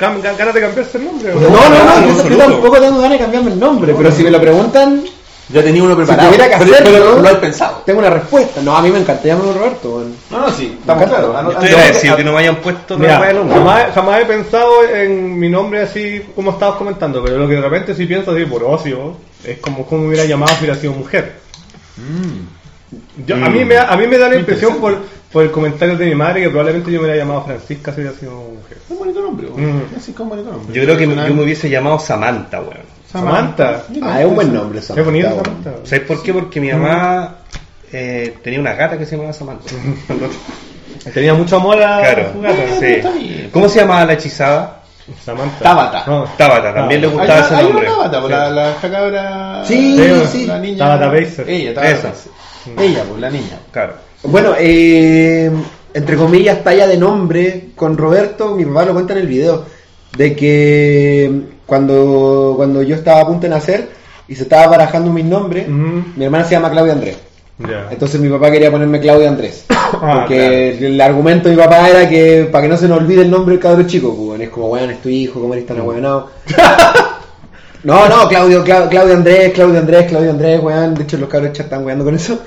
Speaker 5: cam- gan- ganas de cambiarse el nombre.
Speaker 2: No, no, no,
Speaker 3: no,
Speaker 2: yo- yo,
Speaker 3: absoluto.
Speaker 2: tampoco tengo ganas de cambiarme el nombre, pero si me lo preguntan,
Speaker 1: Ya tenía uno
Speaker 2: si
Speaker 1: preparado.
Speaker 2: tuviera que
Speaker 1: pero,
Speaker 2: hacerlo,
Speaker 1: pero lo has pensado.
Speaker 2: tengo una respuesta. No, a mí me encanta llamarme Roberto, weón.
Speaker 1: No, no, ah, sí, estamos
Speaker 2: Acá-
Speaker 1: claros. Ano-
Speaker 3: Yo te iba a decir que no me hayan puesto otra
Speaker 5: Mira,
Speaker 3: weá del hombre.
Speaker 5: jamás, jamás he pensado en mi nombre así como estabas comentando, pero lo que de repente sí pienso así por ocio es como como me hubiera llamado si hubiera sido mujer.
Speaker 2: Mm.
Speaker 5: Yo- a, mí me, da- a mí me da la impresión por, por el comentario de mi madre que probablemente yo me hubiera llamado Francisca si hubiera sido mujer.
Speaker 1: Es un bonito nombre, güey.
Speaker 5: Mm.
Speaker 1: Así que es un bonito nombre.
Speaker 3: Yo creo que
Speaker 1: Suena-
Speaker 3: yo me hubiese llamado Samantha, weón.
Speaker 5: Samantha.
Speaker 1: Mira,
Speaker 2: Ah, es un buen nombre, Samantha.
Speaker 5: Qué bonito,
Speaker 2: weón.
Speaker 5: Samantha.
Speaker 3: ¿Sabes por qué? Porque mi mamá eh, tenía una gata que se llamaba Samantha.
Speaker 5: Tenía mucho amor a
Speaker 3: claro.
Speaker 5: su gata.
Speaker 3: sí.
Speaker 1: está bien.
Speaker 3: ¿Cómo se llamaba la hechizada?
Speaker 5: Samantha.
Speaker 1: Tabata.
Speaker 5: No,
Speaker 3: Tabata, también le
Speaker 1: Hay
Speaker 3: gustaba
Speaker 1: una-
Speaker 3: ese
Speaker 1: hay una
Speaker 3: nombre.
Speaker 1: Tabata, pues, la, la jacabra.
Speaker 2: Sí,
Speaker 5: Sí,
Speaker 2: sí.
Speaker 1: La niña.
Speaker 5: Tabata Baser.
Speaker 1: Ella, Tabata
Speaker 3: Esa.
Speaker 1: Baser. Ella, pues, la niña.
Speaker 3: Claro.
Speaker 2: Bueno, eh, entre comillas, talla de nombre con Roberto, mi papá lo cuenta en el video, de que cuando, cuando yo estaba a punto de nacer y se estaba barajando mi nombre,
Speaker 5: Ujú.
Speaker 2: mi hermana se llama Claudia Andrés.
Speaker 5: Mm, Ya.
Speaker 2: Entonces mi papá quería ponerme Claudia Andrés.
Speaker 5: Ah,
Speaker 2: porque el argumento de mi papá era que para que no se nos olvide el nombre del cabro chico, pues, bueno, es como, weón, es tu hijo, cómo eres
Speaker 5: Mm.
Speaker 2: tan ahueonado. No, no, Claudio, Cla- Claudio Andrés, Claudio Andrés, Claudio Andrés, weón. De hecho, los cabros ya están weando con eso.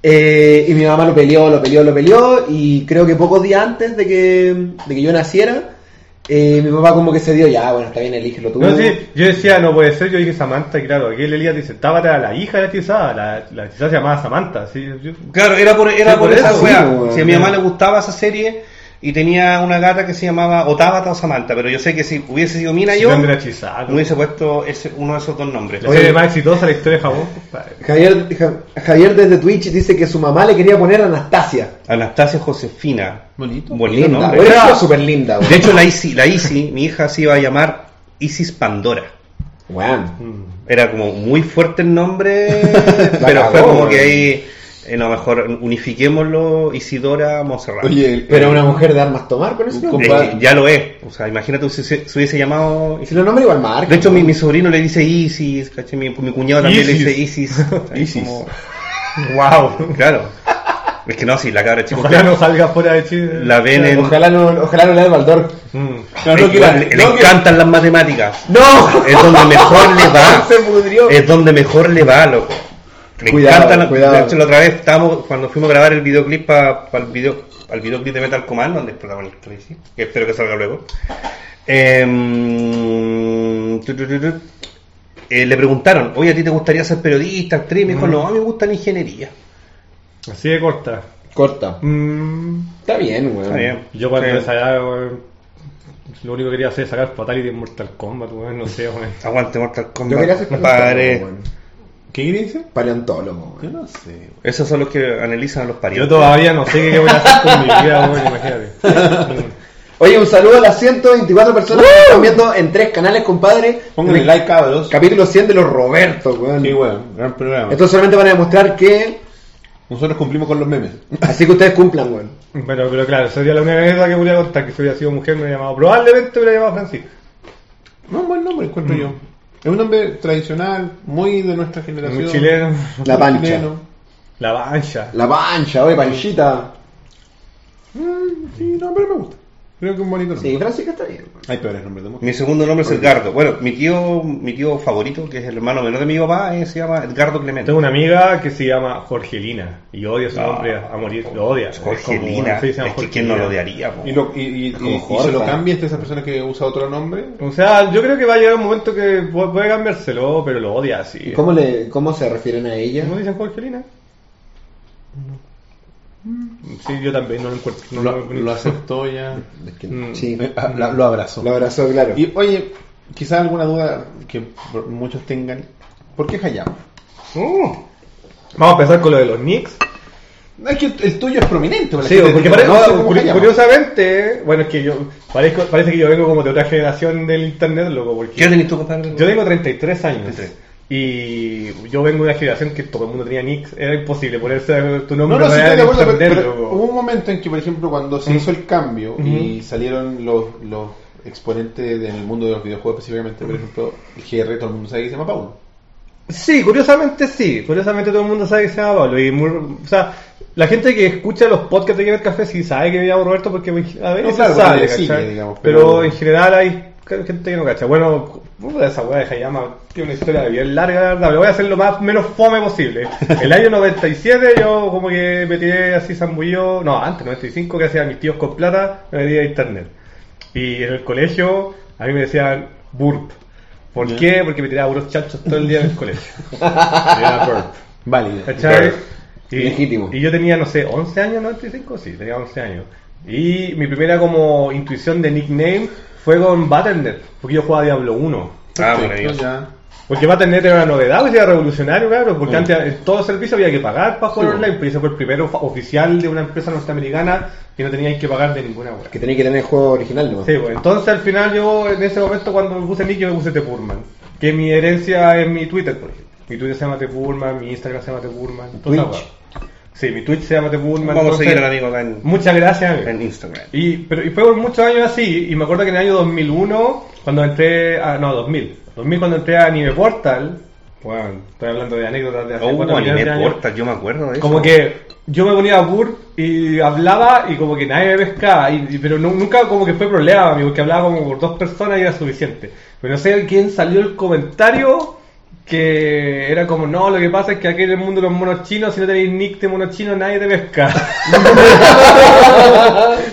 Speaker 2: Eh, y mi mamá lo peleó, lo peleó, lo peleó. Y creo que pocos días antes de que, de que yo naciera, eh, mi papá como que se dio, ya, bueno, está bien, elígelo tú.
Speaker 5: No, sí, yo decía, no puede ser, yo dije Samantha, y claro, aquí el Elías dice, Tabata, la hija de la hechizada, la, la hechizada se llamaba Samantha, sí, yo-
Speaker 3: Claro, era por, era
Speaker 5: Sí,
Speaker 3: por,
Speaker 5: por
Speaker 3: esa
Speaker 5: eso,
Speaker 3: weá.
Speaker 2: sí, weón.
Speaker 3: Si a mi mamá le gustaba esa serie, y tenía una gata que se llamaba o Tabata o Samantha, pero yo sé que si hubiese sido Mina
Speaker 5: Si
Speaker 3: yo,
Speaker 5: no hubiera
Speaker 3: me hubiese puesto ese, uno de esos dos nombres.
Speaker 5: La serie más exitosa de la historia de Japón.
Speaker 2: Javier, Ja- Javier desde Twitch dice que su mamá le quería poner Anastasia.
Speaker 3: Anastasia Josefina. Bonito. Bonito
Speaker 2: Linda,
Speaker 3: nombre.
Speaker 2: por eso es súper linda.
Speaker 3: De hecho, la Isi, la Isi, mi hija se iba a llamar Isis Pandora. Era como muy fuerte el nombre, pero fue
Speaker 1: cagó,
Speaker 3: como que
Speaker 1: weón.
Speaker 3: ahí, eh, no, mejor unifiquémoslo Isidora Monserrat.
Speaker 2: pero una mujer de armas tomar con eso.
Speaker 3: Eh, ya lo es. O sea, imagínate si se se hubiese llamado.
Speaker 2: Si lo nombra igual marca.
Speaker 3: De hecho, mi, mi sobrino le dice Isis, ¿cachai? Mi, mi cuñado también
Speaker 5: Isis.
Speaker 3: le dice Isis. Isis.
Speaker 5: Wow.
Speaker 3: Claro. Es que no, sí, la cabra chica.
Speaker 5: Ojalá no salga fuera de Chile.
Speaker 3: La ven en.
Speaker 2: Ojalá no, ojalá no le dé Baldor.
Speaker 3: Le- Mm. le le encantan las matemáticas.
Speaker 2: ¡No!
Speaker 3: Es donde mejor le va.
Speaker 2: Se pudrió.
Speaker 3: Es donde mejor le va, loco. Le
Speaker 2: Cuidado,
Speaker 3: encantan las-
Speaker 2: cuidado.
Speaker 3: De hecho, la otra vez estábamos, cuando fuimos a grabar el videoclip para el video, al videoclip de Metal Command, donde explotaba el Tracy, que espero que salga luego. em, tu, tu, tu, tu, eh, le preguntaron, oye, ¿a ti te gustaría ser periodista, actriz? Me dijo,
Speaker 5: Mm.
Speaker 3: no, a mí me gusta la ingeniería.
Speaker 5: Así de corta. Mm,
Speaker 2: Corta. Está bien, weón.
Speaker 3: Está bien.
Speaker 5: Yo cuando
Speaker 3: Sí.
Speaker 5: esa edad, weón, lo único que quería hacer es sacar Fatality en Mortal Kombat, weón, no sé, weón.
Speaker 3: Aguante Mortal
Speaker 2: Yo quería ser
Speaker 3: Kombat,
Speaker 2: paleontólogo,
Speaker 3: padre.
Speaker 2: weón.
Speaker 1: ¿Qué quería ser?
Speaker 2: Paleontólogo,
Speaker 1: Yo
Speaker 2: weón.
Speaker 1: no sé.
Speaker 3: Esos son los que analizan a los
Speaker 5: Yo
Speaker 3: parientes.
Speaker 5: todavía no sé qué voy a hacer con mi vida, weón, imagínate.
Speaker 2: Oye, un saludo a las 124 personas que están viendo en tres canales, compadre.
Speaker 1: Pónganle
Speaker 2: En el
Speaker 1: like, cabros.
Speaker 2: Capítulo 100 de los Robertos, weón.
Speaker 1: Sí, weón, gran programa.
Speaker 2: Esto solamente para demostrar que.
Speaker 1: Nosotros cumplimos con los memes.
Speaker 2: Así que ustedes cumplan, weón.
Speaker 5: Pero, pero claro, sería la única anécdota que podría contar, que si hubiera sido mujer me hubiera llamado, probablemente me hubiera llamado Francisco.
Speaker 1: No, un buen nombre, encuentro yo. Es un nombre tradicional, Mm. muy de nuestra generación.
Speaker 5: Muy chileno.
Speaker 2: La pancha.
Speaker 1: Chileno.
Speaker 5: La bancha.
Speaker 2: La pancha, oye, panchita.
Speaker 1: Mm, sí, no, pero me gusta. Creo que es un bonito nombre.
Speaker 2: Sí, Francisca está bien. weón.
Speaker 1: Hay peores nombres de mujeres.
Speaker 3: Mi segundo nombre es Edgardo. Bueno, mi tío, mi tío favorito, que es el hermano menor de mi papá, eh, se llama Edgardo Clemente.
Speaker 5: Tengo una amiga que se llama Jorgelina y odia su nombre a morir, lo odia. Es como,
Speaker 3: Ah, Jorgelina.
Speaker 5: sí, se llama
Speaker 3: es que quién no lo
Speaker 5: Jorgelina.
Speaker 3: odiaría, po?
Speaker 1: Y, lo, y, y- y-
Speaker 2: Como
Speaker 1: y
Speaker 2: Jorge.
Speaker 1: se lo cambia a esa persona que usa otro nombre.
Speaker 5: O sea, yo creo que va a llegar un momento que pu- puede cambiárselo, pero lo odia así.
Speaker 2: ¿Y ¿Cómo, le, ¿Cómo se refieren a ella?
Speaker 5: ¿Cómo dicen Jorgelina? Sí, yo también no lo encuentro. No
Speaker 1: lo,
Speaker 5: lo-
Speaker 1: lo aceptó ya.
Speaker 2: Es que-
Speaker 5: Mm.
Speaker 2: Sí.
Speaker 1: Eh, ah, la- lo abrazó.
Speaker 2: Lo abrazó, claro.
Speaker 1: Y oye, quizás alguna duda que por- muchos tengan. ¿Por qué Hayama?
Speaker 5: Oh. Vamos a empezar con lo de los Knicks.
Speaker 1: No, es que el tuyo es prominente.
Speaker 5: Sí, porque parece,
Speaker 1: no,
Speaker 5: curi- curiosamente, bueno, es que yo parezco- parece que yo vengo como de otra generación del internet, loco, porque
Speaker 3: ¿Qué edad tenés tú, compadre?
Speaker 5: Yo tengo 33 años.
Speaker 3: 33.
Speaker 5: Y yo vengo de una generación que todo el mundo tenía nicks. Era imposible ponerse tu
Speaker 1: No,
Speaker 5: nombre.
Speaker 1: no, sí,
Speaker 5: real
Speaker 1: estoy de
Speaker 5: en
Speaker 1: acuerdo, pero,
Speaker 5: internet,
Speaker 1: pero
Speaker 5: loco.
Speaker 1: hubo un momento en que, por ejemplo, cuando se
Speaker 5: Mm.
Speaker 1: hizo el cambio y
Speaker 5: Ujú.
Speaker 1: salieron los, los exponentes del mundo de los videojuegos específicamente, por ejemplo, GR, todo el mundo sabe que se llama Paulo.
Speaker 5: Sí, curiosamente sí. Curiosamente todo el mundo sabe que se llama Pablo. Y muy- o sea, la gente que escucha los podcasts de Gamer Café sí sabe que me llamo Roberto porque a veces
Speaker 1: claro, porque
Speaker 5: sabe,
Speaker 1: le sigue,
Speaker 5: ¿cachai?
Speaker 1: digamos,
Speaker 5: pero...
Speaker 1: pero-
Speaker 5: en general hay gente que no cacha. Bueno, puta, esa weá de Hayama tiene una historia bien larga, la verdad. Pero voy a hacer lo más, menos fome posible. El año 97 yo como que me tiré así zambullido, no, antes, 95, gracias a mis tíos con plata, me metí a internet. Y en el colegio a mí me decían burp. ¿Por qué? Porque me tiraba puros chanchos todo el día en el colegio.
Speaker 1: Válido.
Speaker 5: ¿Cachai? Y,
Speaker 2: Legítimo.
Speaker 5: y yo tenía, no sé, 11 años, 95, sí, tenía 11 años. Y mi primera como intuición de nickname fue con Battle.net, porque yo jugaba Diablo 1.
Speaker 3: Ah,
Speaker 1: Perfecto,
Speaker 3: maravilloso.
Speaker 1: ya.
Speaker 5: Porque Battle.net era una novedad, pues, era revolucionario, claro, porque antes en todo servicio había que pagar para jugar online, pero ese fue el primero fa- oficial de una empresa norteamericana que no teníais que pagar de ninguna web.
Speaker 2: Que tenía que tener el juego original, ¿no?
Speaker 5: Sí, pues, entonces al final yo en ese momento cuando me puse nick yo me puse Tepurman, que mi herencia es mi Twitter, por ejemplo. Mi Twitter se llama Tepurman, mi Instagram se llama Tepurman, toda esa
Speaker 1: Twitch.
Speaker 5: weá. Sí, mi Twitch se llama Tepurman.
Speaker 3: Vamos a
Speaker 5: entonces,
Speaker 3: seguir al amigo acá en,
Speaker 5: Muchas gracias. amigo.
Speaker 3: en Instagram.
Speaker 5: Y, pero, y fue por muchos años así, y me acuerdo que en el año 2001, cuando entré a... No, 2000. 2000 cuando entré a Anime Portal, bueno, estoy hablando de anécdotas de hace
Speaker 3: Oh,
Speaker 5: cuatro millones de
Speaker 3: anime
Speaker 5: años.
Speaker 3: porta, yo me acuerdo de eso.
Speaker 5: Como que yo me ponía a burp y hablaba y como que nadie me pescaba, y, y- pero nu- nunca como que fue problema, amigo, que hablaba como por dos personas y era suficiente. Pero no sé quién salió el comentario que era como, no, lo que pasa es que aquí en el mundo de los monos chinos, si no tenéis nick de monos chinos, nadie te pesca. Y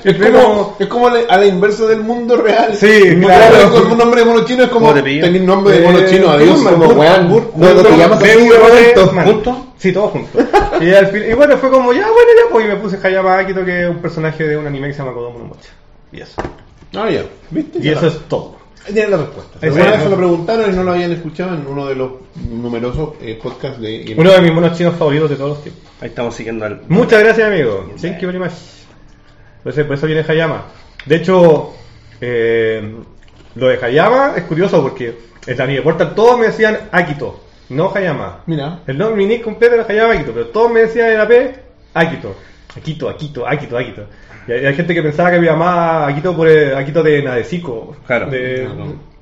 Speaker 1: Es
Speaker 5: fue
Speaker 1: como,
Speaker 5: como-
Speaker 1: es como la- a la inversa del mundo real.
Speaker 5: Sí,
Speaker 1: El mundo
Speaker 5: claro.
Speaker 1: real, Con un nombre de mono chino es como
Speaker 3: ¿Cómo te pillan?
Speaker 1: tener nombre de mono
Speaker 5: Eh,
Speaker 1: chino, adiós.
Speaker 5: Burman,
Speaker 1: como
Speaker 5: Burman,
Speaker 1: weón.
Speaker 5: Burman,
Speaker 2: no, no te
Speaker 5: Burman,
Speaker 2: llamas así,
Speaker 5: Burman,
Speaker 2: Roberto.
Speaker 5: Burman.
Speaker 3: ¿Juntos?
Speaker 5: Sí, todos juntos. Y, al fin- y bueno, fue como, ya, bueno, ya, pues, y me puse Hayama Akito, que es un personaje de un anime que se llama Kodomo no Machi. Y eso.
Speaker 1: Ah, ya. ¿Viste?
Speaker 5: Y eso es todo.
Speaker 1: Ahí tienen la respuesta.
Speaker 5: Ahí
Speaker 1: Alguna
Speaker 5: está.
Speaker 1: vez se lo preguntaron y no lo habían escuchado en uno de los numerosos eh, podcasts de...
Speaker 5: Uno de mis monos chinos favoritos de todos los tiempos.
Speaker 3: Ahí estamos siguiendo al.
Speaker 5: Muchas gracias, amigo. Thank you very much. Por eso, por eso viene Hayama. De hecho, eh, lo de Hayama es curioso porque en la portal todos me decían Akito, no Hayama.
Speaker 1: Mira.
Speaker 5: El nombre mi nick completo era Hayama Akito, pero todos me decían en la P Akito. Akito, Akito, Akito, Akito. Y hay, hay gente que pensaba que me llamaba Akito por el- Akito de Nadecico.
Speaker 3: Claro.
Speaker 5: De-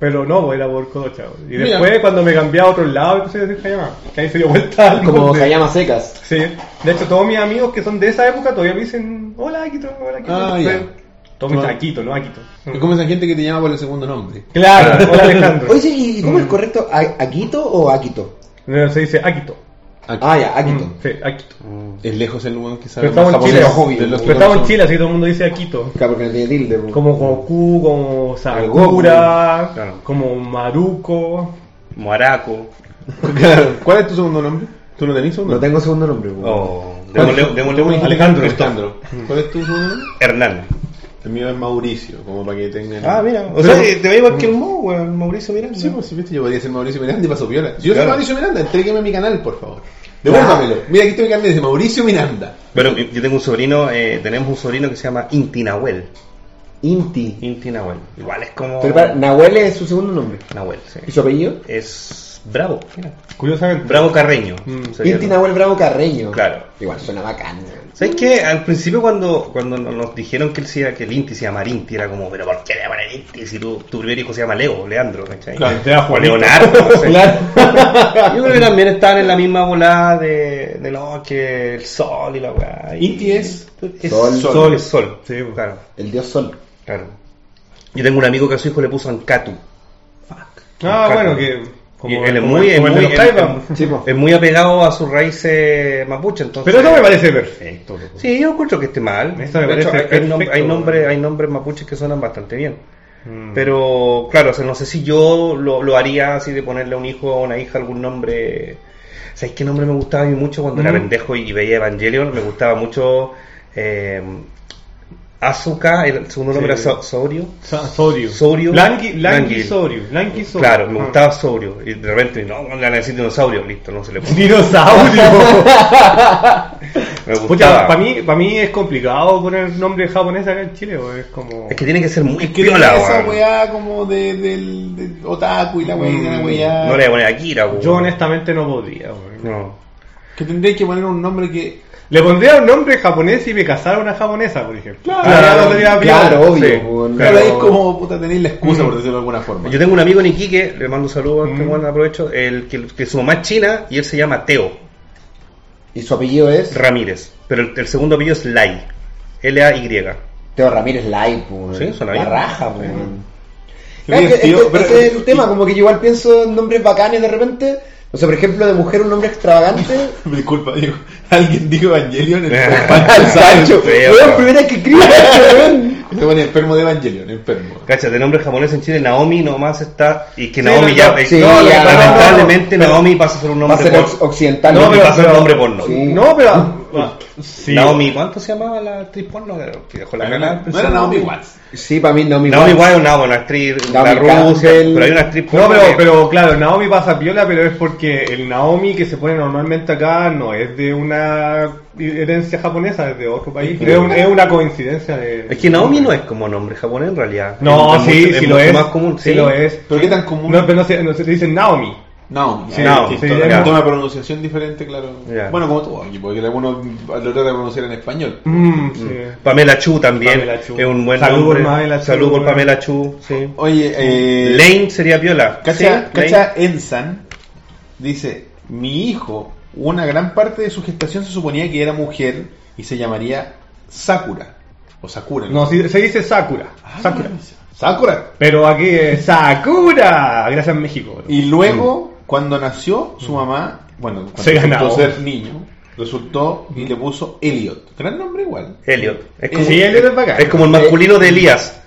Speaker 5: Pero no, pues, era por Kodocha. Y
Speaker 1: Mira.
Speaker 5: después, cuando me cambié a otro lado, empecé a decir Hayama. Que ahí se dio vuelta. al
Speaker 2: Como
Speaker 5: nombre.
Speaker 2: Hayama secas.
Speaker 5: Sí, de hecho todos mis amigos que son de esa época todavía me dicen, hola Akito, hola Akito.
Speaker 1: Ah,
Speaker 5: Pero
Speaker 1: ya.
Speaker 5: Todos me dicen
Speaker 1: Claro.
Speaker 5: Akito, no Akito.
Speaker 1: Es como esa gente que te llama por el segundo nombre.
Speaker 5: Claro, hola Alejandro.
Speaker 2: Oye, ¿y y cómo es correcto? ¿A- ¿Aquito o Aquito?
Speaker 5: No, Se dice Akito. Mm,
Speaker 2: Ah, ya, Aquito.
Speaker 5: Sí, Akito.
Speaker 1: Es lejos el lugar que sabe
Speaker 5: Pero estamos en
Speaker 1: japonés
Speaker 5: Chile,
Speaker 2: obvio.
Speaker 1: de los
Speaker 5: Pero
Speaker 1: que
Speaker 5: estamos en
Speaker 1: no son.
Speaker 5: Chile, así que todo el mundo dice Akito.
Speaker 2: Claro, porque no tiene tilde. po.
Speaker 5: Como Goku, como
Speaker 2: Goku.
Speaker 5: Sakura,
Speaker 3: Claro.
Speaker 5: como Maruko.
Speaker 3: Moaraco.
Speaker 1: Claro. ¿Cuál es tu segundo nombre? ¿Tú no tenés segundo
Speaker 2: No tengo segundo nombre. po.
Speaker 3: O. Oh, Démosle, démosle un
Speaker 1: Alejandro.
Speaker 3: Cristóbal.
Speaker 1: Alejandro. ¿Cuál es tu segundo nombre?
Speaker 3: Hernán.
Speaker 1: El mío es Mauricio, como para que tengan...
Speaker 3: Ah, mira. O sea, te va igual que
Speaker 5: Mm.
Speaker 3: el Mo, weón. Mauricio Miranda.
Speaker 1: Sí, pues si viste, yo podría ser Mauricio Miranda y paso viola. Si yo soy
Speaker 3: Claro.
Speaker 1: Mauricio Miranda, entrégueme mi canal, por favor. Devuélvamelo. Mira, aquí estoy cambiando dice Mauricio Miranda.
Speaker 3: Bueno, yo tengo un sobrino, eh, tenemos un sobrino que se llama Inti Nahuel.
Speaker 2: Inti.
Speaker 3: Inti Nahuel. Igual es como.
Speaker 2: Pero para, Nahuel es su segundo nombre.
Speaker 3: Nahuel, sí.
Speaker 2: ¿Y su apellido?
Speaker 3: Es Bravo. mira.
Speaker 5: pues. Curiosamente.
Speaker 3: Bravo Carreño. sería
Speaker 2: Inti
Speaker 3: el-
Speaker 2: Nahuel Bravo Carreño.
Speaker 3: Claro.
Speaker 2: Igual suena bacán. weón.
Speaker 3: ¿Sabes qué? Al principio cuando, cuando no- nos dijeron que, él se, iba- que el Inti se llama Inti, era como, pero ¿por qué le llaman el Inti si tu, tu primer hijo se llama Leo, Leandro, ¿cachai?
Speaker 5: Claro, te da
Speaker 3: o
Speaker 5: Juanito.
Speaker 3: Leonardo. no sé.
Speaker 2: Claro.
Speaker 3: Yo creo que también estaban en la misma volada de, de no, que el sol y la weá. Y-
Speaker 1: Inti es-
Speaker 2: Sol.
Speaker 3: sol. Sol, es sol.
Speaker 5: Sí, pues.
Speaker 3: claro,
Speaker 2: El dios sol.
Speaker 3: claro. Yo tengo un amigo que a su hijo le puso Ancatu.
Speaker 5: Ah,
Speaker 3: Claro.
Speaker 5: bueno, que...
Speaker 3: Y él es
Speaker 5: como-
Speaker 3: muy, es
Speaker 5: como el de
Speaker 3: muy,
Speaker 5: los pues.
Speaker 3: es-
Speaker 5: Taipan.
Speaker 3: es- es muy apegado a sus raíces mapuche, entonces.
Speaker 5: Pero eso me parece perfecto.
Speaker 1: Perfecto. loco.
Speaker 3: Sí, yo encuentro que esté mal.
Speaker 5: Eso me
Speaker 3: De hecho, hay,
Speaker 5: parece
Speaker 3: hay nom-
Speaker 5: perfecto.
Speaker 3: hay nombre- hay nombres mapuches que suenan bastante bien.
Speaker 5: Mm.
Speaker 3: Pero, claro, o sea, no sé si yo lo, lo haría así de ponerle a un hijo o a una hija algún nombre. ¿Sabéis qué nombre me gustaba a mí mucho cuando era
Speaker 5: Mm.
Speaker 3: pendejo y veía Evangelion? Me gustaba mucho eh, Asuka, el segundo nombre
Speaker 5: Sí.
Speaker 3: era Sa- Saurio.
Speaker 5: Sa- Soryu.
Speaker 3: Soryu.
Speaker 5: Lanky, Lanky
Speaker 3: Lanky.
Speaker 5: Soryu. Lanky Soryu.
Speaker 3: Claro, me
Speaker 5: Ah.
Speaker 3: gustaba Saurio. Y de repente, no, le necesito dinosaurio, listo, no se le puso.
Speaker 5: Dinosaurio.
Speaker 3: Me
Speaker 5: Pucha,
Speaker 3: gustaba.
Speaker 5: para mí, para mí es complicado poner nombre japonés acá en Chile, o es como...
Speaker 3: Es que tiene que ser muy
Speaker 1: Que
Speaker 3: piola,
Speaker 1: tiene esa
Speaker 3: weón.
Speaker 1: weá como de, del, del otaku y la weá, y la weá.
Speaker 3: No le voy a poner Akira, weón.
Speaker 5: Yo honestamente no podría, weón.
Speaker 3: No.
Speaker 1: Que tendréis que poner un nombre que.
Speaker 5: Le pondría un nombre japonés si me casara una japonesa, por ejemplo.
Speaker 1: Claro.
Speaker 2: Ah,
Speaker 5: Ahora no sería bien.
Speaker 2: Claro, obvio.
Speaker 5: Sí.
Speaker 2: weón.
Speaker 1: Claro,
Speaker 3: Claro.
Speaker 1: es como puta tenéis la excusa,
Speaker 5: Mm.
Speaker 1: por decirlo de alguna forma.
Speaker 3: Yo tengo un amigo en Iquique, le mando un saludo a este
Speaker 5: Mm.
Speaker 3: weón, aprovecho, el, que, que su mamá es china y él se llama Teo
Speaker 2: Y su apellido es
Speaker 3: Ramírez, pero el, el segundo apellido es Lai, L-A-Y.
Speaker 2: Teo Ramírez Lai, weón.
Speaker 3: Sí, suena
Speaker 2: La
Speaker 3: bien.
Speaker 2: raja, weón.
Speaker 1: Qué
Speaker 2: Claro,
Speaker 1: bien,
Speaker 2: es que-
Speaker 1: tío,
Speaker 2: es que-
Speaker 1: pero-
Speaker 2: ese es el tema, como que yo igual pienso en nombres bacanes de repente. O sea, por ejemplo, de mujer un nombre extravagante.
Speaker 1: Disculpa, Diego. Alguien dijo Evangelion en el
Speaker 2: Al Sancho.
Speaker 3: feo,
Speaker 2: Weón,
Speaker 3: weón.
Speaker 2: primera vez que escribo Sancho, weón.
Speaker 1: Se pone enfermo de Evangelion, enfermo.
Speaker 3: Cacha, de nombre japonés en Chile, Naomi nomás está, y que
Speaker 5: Sí,
Speaker 3: Naomi
Speaker 5: no,
Speaker 3: ya,
Speaker 5: no,
Speaker 3: eh,
Speaker 2: sí,
Speaker 3: no,
Speaker 2: ya,
Speaker 3: la-
Speaker 2: no,
Speaker 3: lamentablemente Naomi pasa a ser un
Speaker 2: Va a
Speaker 3: nombre
Speaker 2: ser
Speaker 3: por...
Speaker 2: oc- occidental.
Speaker 3: No,
Speaker 2: weón.
Speaker 3: pero- va a ser nombre porno.
Speaker 2: Sí.
Speaker 5: No, pero... ah, sí.
Speaker 3: Naomi, ¿cuánto se llamaba la actriz porno que dejó la cara?
Speaker 1: No era Naomi Watts.
Speaker 2: Sí, para mí Naomi
Speaker 3: Naomi
Speaker 2: Watts.
Speaker 3: Watts, una buena actriz, la
Speaker 2: Naomi
Speaker 3: Rusia,
Speaker 2: Campbell.
Speaker 3: pero hay una actriz porno
Speaker 5: No, pero,
Speaker 3: que-
Speaker 5: pero claro, Naomi pasa piola, pero es porque el Naomi que se pone normalmente acá no es de una herencia japonesa, es de otro país. Es, un- es una coincidencia de...
Speaker 3: Es que Naomi no es como nombre japonés en realidad.
Speaker 5: No,
Speaker 3: Es mucho-
Speaker 5: sí,
Speaker 3: es
Speaker 5: sí lo
Speaker 3: mucho
Speaker 5: es.
Speaker 3: más común,
Speaker 5: sí lo es.
Speaker 1: ¿Pero qué tan común?
Speaker 5: No, pero no se, no se le dicen Naomi.
Speaker 1: No,
Speaker 5: Sí,
Speaker 1: no,
Speaker 5: sí,
Speaker 1: sí,
Speaker 5: ya,
Speaker 1: una
Speaker 5: ya.
Speaker 1: pronunciación diferente, claro.
Speaker 3: Ya.
Speaker 1: Bueno, como todo aquí, porque algunos lo trata de pronunciar en español.
Speaker 5: Mm, sí.
Speaker 3: Pamela Chu también.
Speaker 5: Pamela Chu.
Speaker 3: Es un buen
Speaker 5: Salud por
Speaker 3: nombre.
Speaker 5: Pamela Chu.
Speaker 3: Salud por Pamela Chu. Sí.
Speaker 1: Oye, eh.
Speaker 3: Lane sería Viola.
Speaker 1: Cacha,
Speaker 3: Sí, Lane.
Speaker 1: Cacha Ensan dice, mi hijo, una gran parte de su gestación se suponía que era mujer y se llamaría Sakura. O Sakura.
Speaker 5: No, sí, se dice Sakura.
Speaker 1: Ah,
Speaker 5: Sakura.
Speaker 1: Sakura.
Speaker 5: Pero aquí es Sakura. Gracias México.
Speaker 1: Y luego, cuando nació su mamá, bueno, cuando
Speaker 5: Se
Speaker 1: resultó
Speaker 5: ganó.
Speaker 1: ser niño, resultó y le puso Elliot. Gran nombre igual.
Speaker 3: Elliot. Es como,
Speaker 5: Sí, él es bacán.
Speaker 3: es como el masculino de Elías.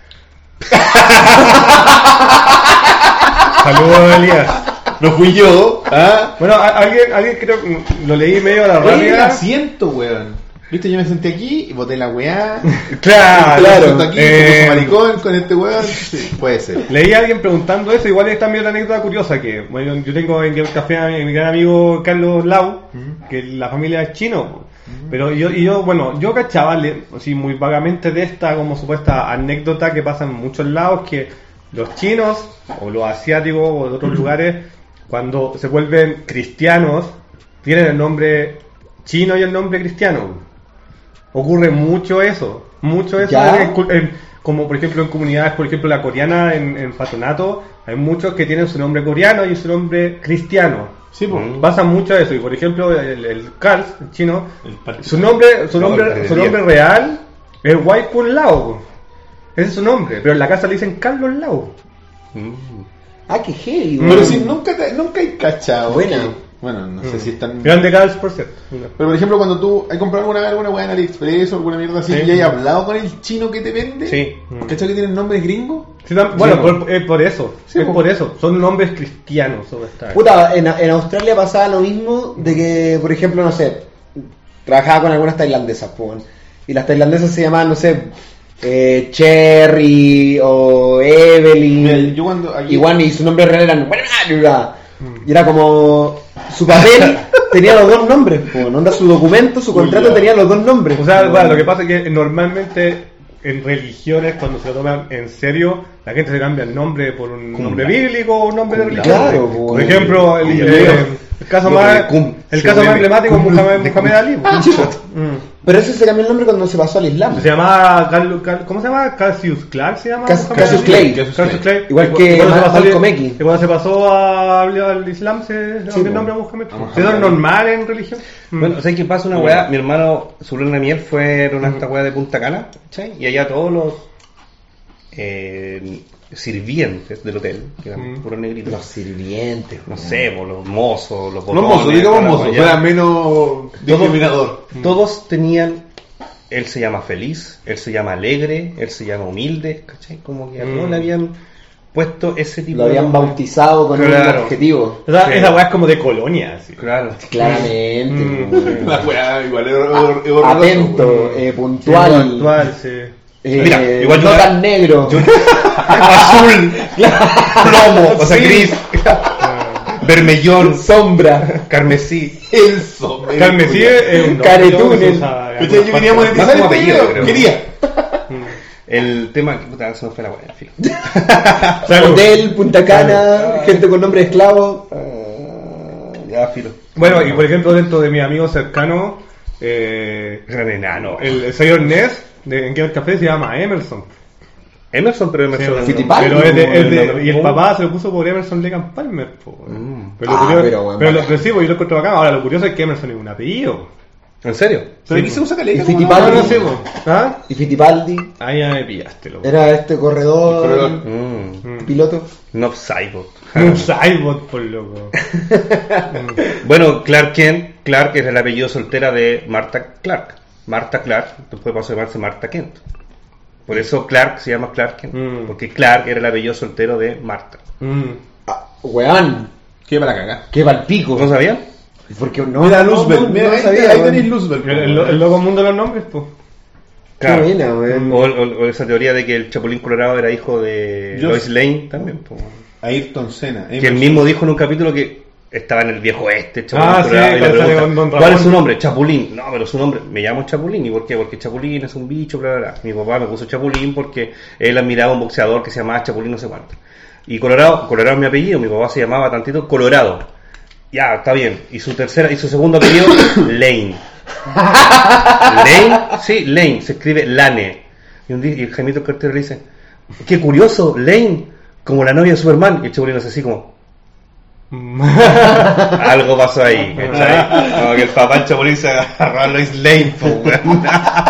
Speaker 5: Saludos, Elías.
Speaker 3: no fui yo. ¿ah?
Speaker 5: Bueno, a- alguien, alguien creo que lo leí medio a la
Speaker 1: Oye, el
Speaker 5: rápida.
Speaker 1: asiento, weón. Viste, yo me senté aquí y boté la weá.
Speaker 5: Claro,
Speaker 1: Claro,
Speaker 5: claro.
Speaker 1: siento aquí,
Speaker 5: Eh,
Speaker 1: como maricón con este weón. Sí, puede ser.
Speaker 5: Leí a alguien preguntando eso, igual es también una anécdota curiosa que, bueno, yo tengo en el café a mi, mi gran amigo Carlos Lau, que la familia es chino, pero yo, y yo, bueno, yo cachaba le- así muy vagamente de esta como supuesta anécdota que pasa en muchos lados, que los chinos o los asiáticos o de otros lugares, cuando se vuelven cristianos, tienen el nombre chino y el nombre cristiano. Ocurre mucho eso, mucho eso.
Speaker 2: Ya.
Speaker 5: en cul- en- como por ejemplo en comunidades, por ejemplo la coreana en, en patronato, hay muchos que tienen su nombre coreano y su nombre cristiano.
Speaker 1: Sí, pues.
Speaker 5: Pasa mucho eso. Y por ejemplo el, el Carl, el chino, su nombre, su
Speaker 3: No,
Speaker 5: nombre,
Speaker 3: el
Speaker 5: su
Speaker 3: día.
Speaker 5: nombre real es Wai Kun Lao. Ese es su nombre, pero en la casa le dicen Carlos Lao.
Speaker 2: Ah, qué heavy,
Speaker 3: Mm.
Speaker 1: Pero
Speaker 2: weón.
Speaker 1: si nunca, te- nunca he cachado.
Speaker 2: Buena. Mm.
Speaker 1: que- Bueno, no sé si están.
Speaker 5: Grande Carl, por cierto.
Speaker 1: Pero por ejemplo, cuando tú has comprado alguna vez alguna weá en AliExpress o alguna mierda así
Speaker 5: Sí.
Speaker 1: y has hablado con el chino que te vende,
Speaker 5: Sí.
Speaker 1: ¿cachai que tienen nombres gringos?
Speaker 5: Sí, tam- bueno,
Speaker 1: Sí,
Speaker 5: por, eh, por eso,
Speaker 1: Sí,
Speaker 5: es
Speaker 1: po.
Speaker 5: por eso. Son nombres cristianos. sobre esta-
Speaker 2: Puta, en, en Australia pasaba lo mismo de que, por ejemplo, no sé, trabajaba con algunas tailandesas, po, weón. y las tailandesas se llamaban, no sé, eh, Cherry o
Speaker 1: Mira,
Speaker 2: Evelyn,
Speaker 1: yo cuando aquí-
Speaker 2: y, bueno, y su nombre real eran... Y era como su papel tenía los dos nombres, po, weón. onda su documento, su contrato
Speaker 1: Julia.
Speaker 2: tenía los dos nombres.
Speaker 5: O sea, bueno, lo que pasa es que normalmente en religiones, cuando se lo toman en serio, la gente se cambia el nombre por un nombre bíblico o un nombre de religión.
Speaker 2: Claro,
Speaker 5: Por
Speaker 2: bueno.
Speaker 5: ejemplo, el,
Speaker 3: Cum,
Speaker 5: eh,
Speaker 3: cum.
Speaker 5: el caso
Speaker 3: Yo
Speaker 5: más,
Speaker 3: creo que cum,
Speaker 5: el
Speaker 3: sí,
Speaker 5: caso más
Speaker 3: cum.
Speaker 5: emblemático es Muhammad, Muhammad Ali. po. Mm.
Speaker 2: Pero ese se cambió el nombre cuando se pasó al Islam.
Speaker 5: Se llamaba Carlos- Car- ¿Cómo se llama? Cassius Clark se llama.
Speaker 2: Cas-
Speaker 5: Muhammad
Speaker 2: Cassius
Speaker 5: Ali.
Speaker 2: Clay.
Speaker 5: Cassius Clay.
Speaker 2: Igual
Speaker 5: Y
Speaker 2: que
Speaker 5: cu- y cuando se
Speaker 2: Mal-
Speaker 5: pasó al-
Speaker 2: Malcolm X.
Speaker 5: Y cuando se pasó a- al Islam se cambió
Speaker 2: po.
Speaker 5: el nombre a Muhammad.
Speaker 1: A Muhammad
Speaker 5: ¿Eso es
Speaker 1: Ali.
Speaker 5: normal en religión? Mm.
Speaker 3: Bueno, Mm. ¿sabes qué pasa? Una weá, mi hermano, su luna de miel fue era una esta weá de Punta Cana, ¿cachai? Y allá todos los eh, sirvientes del hotel, que eran
Speaker 5: Mm.
Speaker 3: puros negritos.
Speaker 2: Los sirvientes,
Speaker 3: no sé, po, los mozos, los
Speaker 1: Los
Speaker 3: botones,
Speaker 1: mozos, digamos mozos,
Speaker 3: ya.
Speaker 1: era menos discriminador.
Speaker 3: Mm. Todos tenían. Él se llama feliz, él se llama alegre, él se llama humilde, ¿cachai? Como que a todos
Speaker 5: Mm.
Speaker 3: le habían puesto ese tipo
Speaker 2: Lo habían
Speaker 3: de.
Speaker 2: bautizado con
Speaker 3: Claro.
Speaker 2: un objetivo.
Speaker 5: Esa,
Speaker 3: Sí.
Speaker 5: esa weá es como de colonia. así.
Speaker 3: Claro.
Speaker 2: Claramente.
Speaker 5: Mm.
Speaker 2: po, weón.
Speaker 1: La weá igual es hor- es horroroso,
Speaker 2: Ah, Atento,
Speaker 1: weón.
Speaker 2: eh, puntual,
Speaker 5: Actual, sí.
Speaker 2: eh,
Speaker 3: Mira, igual yo
Speaker 2: no
Speaker 3: la-
Speaker 2: tan negro.
Speaker 3: Azul, plomo, o sea, gris, vermellón,
Speaker 2: sombra.
Speaker 3: carmesí.
Speaker 1: El sombrero.
Speaker 5: Carmesí es un
Speaker 2: Caretúnel.
Speaker 1: Cachai, Yo quería monetizar
Speaker 3: Más como
Speaker 1: este
Speaker 3: apellido,
Speaker 1: video,
Speaker 3: creo.
Speaker 1: Quería.
Speaker 3: El tema que puta, se nos fue la buena, en fin.
Speaker 2: Hotel, Punta Cana, gente con nombre de esclavo.
Speaker 3: Ah, ya, filo.
Speaker 5: Bueno, y por ejemplo, dentro de mi amigo cercano, eh,
Speaker 3: Gran enano.
Speaker 5: el señor Ness, de, en que el café se llama Emerson.
Speaker 3: Emerson, pero Emerson.
Speaker 2: Fittipaldi.
Speaker 5: Pero es de, es de-
Speaker 3: no, no,
Speaker 5: y el
Speaker 3: no.
Speaker 5: papá se Ah, lo puso por Emerson Legan Palmer. po, weón. Pero, lo
Speaker 2: Ah,
Speaker 5: curioso-
Speaker 2: pero bueno,
Speaker 5: pero lo
Speaker 2: vale.
Speaker 5: pero sí, pues, yo lo encuentro acá. Ahora, lo curioso es que Emerson es un apellido.
Speaker 3: ¿En serio?
Speaker 1: Pero aquí se usa
Speaker 2: Y
Speaker 1: caleta. como no?
Speaker 2: Fittipaldi.
Speaker 5: No, no sé, po. ¿Ah?
Speaker 2: Y Fittipaldi
Speaker 5: Ahí ya me pillaste, loco.
Speaker 2: era este corredor,
Speaker 1: Corredor.
Speaker 3: Mm.
Speaker 5: Mm.
Speaker 2: piloto.
Speaker 3: No Psybot.
Speaker 5: Un cyborg, por loco.
Speaker 3: bueno, Clark Kent, Clark es el apellido soltera de Marta Clark. Marta Clark, después pasó a llamarse Marta Kent. Por eso Clark se llama Clark Kent.
Speaker 5: Mm.
Speaker 3: Porque Clark era el apellido soltero de Marta.
Speaker 5: Mm.
Speaker 2: Ah, weón,
Speaker 1: Qué para cagar.
Speaker 2: qué palpico.
Speaker 3: ¿No sabían?
Speaker 2: Porque no,
Speaker 1: Mira,
Speaker 2: no,
Speaker 1: Luzbel.
Speaker 2: no,
Speaker 1: Mira,
Speaker 2: no
Speaker 1: ahí
Speaker 2: sabía,
Speaker 1: te- ahí
Speaker 2: weón.
Speaker 1: tenéis Luzbel.
Speaker 5: El, el, el loco mundo de los nombres, pues.
Speaker 2: Qué buena, weón.
Speaker 3: O, o- o esa teoría de que el Chapulín Colorado era hijo de
Speaker 1: Yo-
Speaker 3: Lois Lane también. po.
Speaker 1: Ayrton Senna. eh,
Speaker 3: Que él mismo dijo en un capítulo que estaba en el viejo este, Chapulín
Speaker 5: Ah, sí,
Speaker 3: Colorado. y le
Speaker 5: cuando sale
Speaker 3: preguntan,
Speaker 5: con Don
Speaker 3: ¿Cuál
Speaker 5: Ramón?
Speaker 3: es su nombre? Chapulín. No, pero su nombre, me llamo Chapulín. ¿Y por qué? Porque Chapulín es un bicho, bla, bla, bla. Mi papá me puso Chapulín porque él admiraba a un boxeador que se llamaba Chapulín no sé cuánto. Y Colorado, Colorado es mi apellido, mi papá se llamaba tantito Colorado. Ya, está bien. Y su tercera, y su segundo apellido, Lane. Lane, sí, Lane, se escribe Lane. Y, un día, y el Jaimito Carter le dice, qué curioso, Lane, como la novia de Superman. Y el Chapulín hace así como, algo pasó ahí, ¿cachai? Como que el papá del Chapulín se agarró a Lois Lane, po, weón.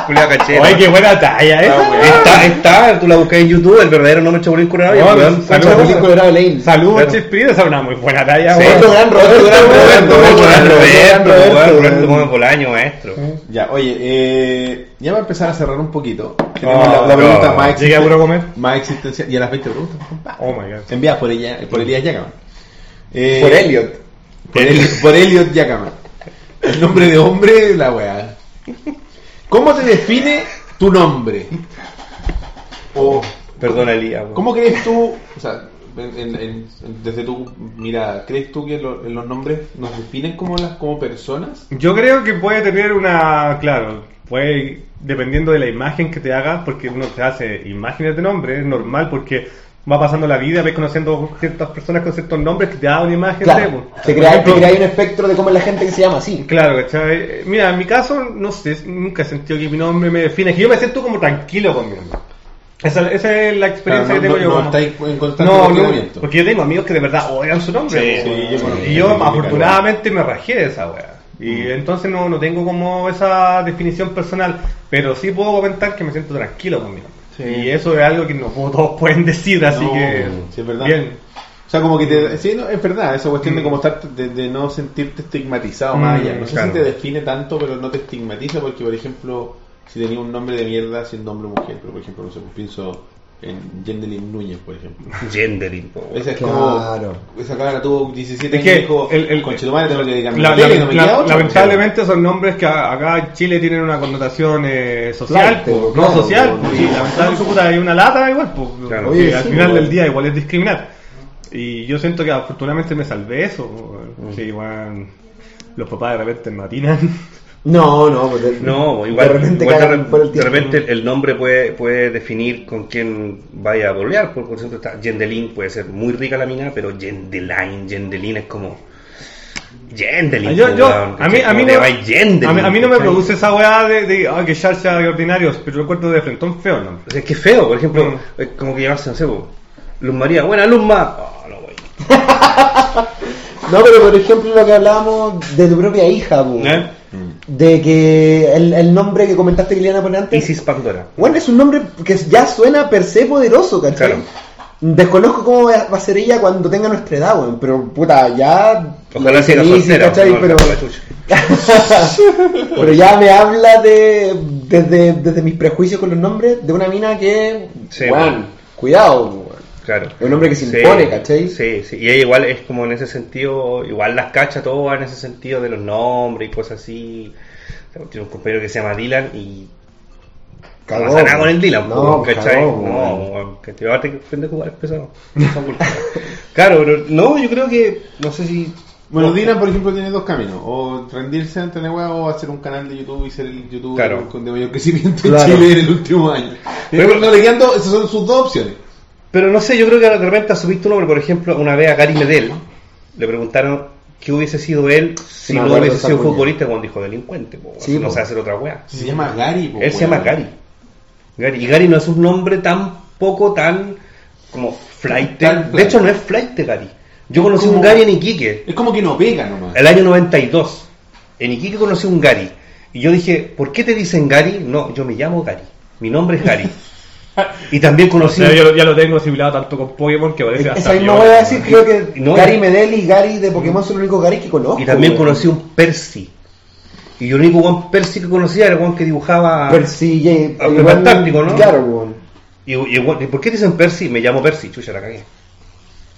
Speaker 3: Julio Cachero.
Speaker 5: Oye, qué buena talla esa, weón.
Speaker 3: Está, está, tú la buscas en YouTube, el verdadero nombre de Chapulín Colorado. y el
Speaker 2: Oh,
Speaker 5: No,
Speaker 3: weón
Speaker 5: no,
Speaker 3: fue
Speaker 5: no,
Speaker 3: Chapulín
Speaker 2: Chapulín Colorado Lane.
Speaker 5: Saludos,
Speaker 3: Claro.
Speaker 5: Chespirito, esa es una muy buena talla,
Speaker 3: Sí.
Speaker 5: weón.
Speaker 2: Roberto Gran, Roberto Gran,
Speaker 3: Roberto,
Speaker 2: Roberto
Speaker 3: Roberto,
Speaker 2: Gran,
Speaker 3: Roberto,
Speaker 2: Roberto Gran,
Speaker 3: Roberto,
Speaker 2: Roberto.
Speaker 3: Roberto Gómez Bolaño, maestro.
Speaker 1: Ya, oye, eh, ya va a empezar a cerrar un poquito. Tenemos la, la
Speaker 3: no.
Speaker 1: pregunta más,
Speaker 5: Llegué Oh, a
Speaker 1: existen-
Speaker 5: puro comer.
Speaker 1: más existencial. Y a las 20 preguntas.
Speaker 5: Oh my god.
Speaker 1: Enviadas por ella, por Elías Yagaman. Eh,
Speaker 2: Por Elliot.
Speaker 1: Por, Eli- por Elliot Yakaman. El nombre de hombre, la weá. ¿Cómo te define tu nombre? O,
Speaker 3: Perdona, Elías. weón.
Speaker 1: ¿Cómo crees tú, o sea, en- en- en- desde tu mirada, ¿crees tú que lo- los nombres nos definen como, las, como personas?
Speaker 5: Yo creo que puede tener una, claro, puede, dependiendo de la imagen que te hagas, porque uno te hace imágenes de nombre, es normal, porque va pasando la vida, ves conociendo ciertas personas con ciertos nombres que te da una imagen de...
Speaker 2: Claro,
Speaker 5: pues.
Speaker 2: te
Speaker 5: Por
Speaker 2: creáis
Speaker 5: ejemplo,
Speaker 2: te creáis un espectro de cómo es la gente que se llama así.
Speaker 5: Claro, ¿cachai? Eh, Mira, en mi caso, no sé, nunca he sentido que mi nombre me define, que yo me siento como tranquilo con mi nombre. Esa, esa es la experiencia
Speaker 1: Claro,
Speaker 5: que
Speaker 1: no-
Speaker 5: tengo yo.
Speaker 1: no-
Speaker 5: como-
Speaker 1: no estáis en constante
Speaker 5: no,
Speaker 1: cuestionamiento.
Speaker 5: no, porque yo tengo amigos que de verdad odian su nombre.
Speaker 1: Sí,
Speaker 5: po.
Speaker 1: sí, yo conozco
Speaker 5: y yo
Speaker 1: gente que Mm. le
Speaker 5: afortunadamente me rajé de esa wea. Y entonces no, no tengo como esa definición personal, pero sí puedo comentar que me siento tranquilo con mi nombre. Y eso es algo que no puedo- todos pueden decir, así
Speaker 1: No,
Speaker 5: que...
Speaker 1: sí, es verdad.
Speaker 5: Bien.
Speaker 1: O sea, como que te, sí, no, es verdad, esa cuestión de como estar, de, de no sentirte estigmatizado más
Speaker 5: Mm,
Speaker 1: allá. No sé
Speaker 5: claro.
Speaker 1: si te define tanto, pero no te estigmatiza porque, por ejemplo, si tenía un nombre de mierda, si un nombre mujer, pero por ejemplo, no sé, pues pienso en Yendelin Núñez, por ejemplo.
Speaker 3: Gendering, po, weón.
Speaker 1: Esa es
Speaker 2: Claro.
Speaker 1: como, esa cara tuvo 17
Speaker 5: Es
Speaker 1: años y
Speaker 5: que
Speaker 1: dijo,
Speaker 5: el- el-
Speaker 1: "Conchetumare, tengo que dedicarme a
Speaker 5: La-
Speaker 1: la tele, no me
Speaker 5: la-
Speaker 1: queda otra".
Speaker 5: lamentablemente son nombres que a- acá en Chile tienen una connotación eh, social,
Speaker 2: Claro,
Speaker 5: po,
Speaker 2: claro,
Speaker 5: no social,
Speaker 2: claro.
Speaker 5: po, sí, lamentablemente puta, hay una lata igual, po,
Speaker 3: Claro.
Speaker 5: porque
Speaker 2: Oye,
Speaker 5: al
Speaker 2: sí,
Speaker 5: final
Speaker 2: igual.
Speaker 5: del día igual es discriminar. Y yo siento que afortunadamente me salvé eso, po, que igual los papás de repente me atinan.
Speaker 2: No, no, pues de-
Speaker 3: No, igual,
Speaker 2: de repente
Speaker 3: igual de,
Speaker 2: cagan
Speaker 3: re-
Speaker 2: por el
Speaker 3: de
Speaker 2: tiempo.
Speaker 3: repente el nombre puede, puede definir con quién vaya a bolear. Por, por ejemplo, está Yendelin, puede ser muy rica la mina, pero Yendelin, Yendelin es como. Yendelin.
Speaker 5: Yo-
Speaker 3: po,
Speaker 5: yo-
Speaker 3: weón,
Speaker 5: a mí-
Speaker 3: ¿cachai?
Speaker 5: a mí
Speaker 3: Como te
Speaker 5: no-
Speaker 3: va Yendelin,
Speaker 5: a, mí, a mí no me
Speaker 3: ¿cachai?
Speaker 5: produce esa weá de, de ah, que Charles sea de ordinarios, pero yo recuerdo de Frentón feo el nombre.
Speaker 3: O sea, es que es feo, por ejemplo,
Speaker 5: Mm.
Speaker 3: es como que llamarse, no sé, po, Luz María, buena Luz Ma. Oh, no, wey.
Speaker 2: No, pero por ejemplo lo que hablábamos de tu propia hija, po.
Speaker 3: ¿Eh?
Speaker 2: de que el, el nombre que comentaste que le iban a poner antes,
Speaker 3: Isis Pandora.
Speaker 2: bueno, es un nombre que ya suena per se poderoso, ¿cachai?
Speaker 3: Claro.
Speaker 2: Desconozco cómo va va a ser ella cuando tenga nuestra edad, weón, pero puta, ya...
Speaker 3: Ojalá sea
Speaker 2: Sí, sí,
Speaker 3: soltera.
Speaker 2: ¿cachai?
Speaker 3: no,
Speaker 2: pero,
Speaker 3: no, la chucha.
Speaker 2: pero ya me habla de desde, desde mis prejuicios con los nombres de una mina que...
Speaker 3: Sí,
Speaker 2: weón,
Speaker 3: weón.
Speaker 2: cuidado, weón.
Speaker 3: Claro.
Speaker 2: Es un hombre que se
Speaker 3: Sí,
Speaker 2: impone, ¿cachai?
Speaker 3: Sí, sí. Y ella igual es como en ese sentido, igual las cacha todas en ese sentido de los nombres y cosas así. Tiene un compañero que se llama Dylan y.
Speaker 2: Cagó,
Speaker 3: no pasa nada con el Dylan,
Speaker 2: no,
Speaker 3: pues, ¿cachai?
Speaker 2: cagó,
Speaker 3: no,
Speaker 2: weón.
Speaker 3: weón, que te va a tener que ofender jugar pesado. No son culpa. claro, pero no, yo creo que. No sé si.
Speaker 1: Bueno, Dylan, por ejemplo, tiene dos caminos. O rendirse ante la weá o hacer un canal de YouTube y ser el youtuber
Speaker 3: Claro.
Speaker 1: con de mayor crecimiento en
Speaker 2: Claro.
Speaker 1: Chile en el último año.
Speaker 3: Pero-
Speaker 1: no le quedan dos, esas son sus dos opciones.
Speaker 3: Pero no sé, yo creo que de repente asumiste tu nombre. Por ejemplo, una vez a Gary Medel le preguntaron qué hubiese sido él si
Speaker 2: Me
Speaker 3: no
Speaker 2: acuerdo
Speaker 3: hubiese
Speaker 2: esa
Speaker 3: sido
Speaker 2: cuña.
Speaker 3: futbolista cuando dijo delincuente. po,
Speaker 2: Sí,
Speaker 3: no
Speaker 2: po.
Speaker 3: sabe hacer otra weá.
Speaker 1: Si Se llama Gary. po,
Speaker 3: Él se llama
Speaker 1: weón.
Speaker 3: Gary. Gary. Y Gary no es un nombre tan poco tan como flight.
Speaker 1: Tan
Speaker 3: De
Speaker 1: flight.
Speaker 3: hecho, no es flight Gary. Yo conocí
Speaker 1: ¿Cómo?
Speaker 3: un Gary en Iquique,
Speaker 1: Es como que no pega nomás.
Speaker 3: el año 92. En Iquique conocí un Gary. Y yo dije, ¿por qué te dicen Gary? No, yo me llamo Gary. Mi nombre es Gary. y también conocí.
Speaker 5: Ya, yo- ya lo tengo asimilado tanto con Pokémon que parece
Speaker 2: Esa
Speaker 5: hasta
Speaker 2: misma
Speaker 5: yo,
Speaker 2: voy a
Speaker 5: weón.
Speaker 2: decir, creo que
Speaker 3: No.
Speaker 2: Gary Medel y Gary de Pokémon son los únicos Gary que conozco.
Speaker 3: Y también
Speaker 2: weón.
Speaker 3: conocí un Percy. Y el único Juan Percy que conocía era el Juan que dibujaba.
Speaker 2: Percy J.
Speaker 3: Aunque
Speaker 2: igual-
Speaker 3: fantástico, ¿no?
Speaker 2: Claro, weón.
Speaker 3: Y, y el Juan- ¿y ¿Por qué te dicen Percy? Me llamo Percy. Chucha, la cagué.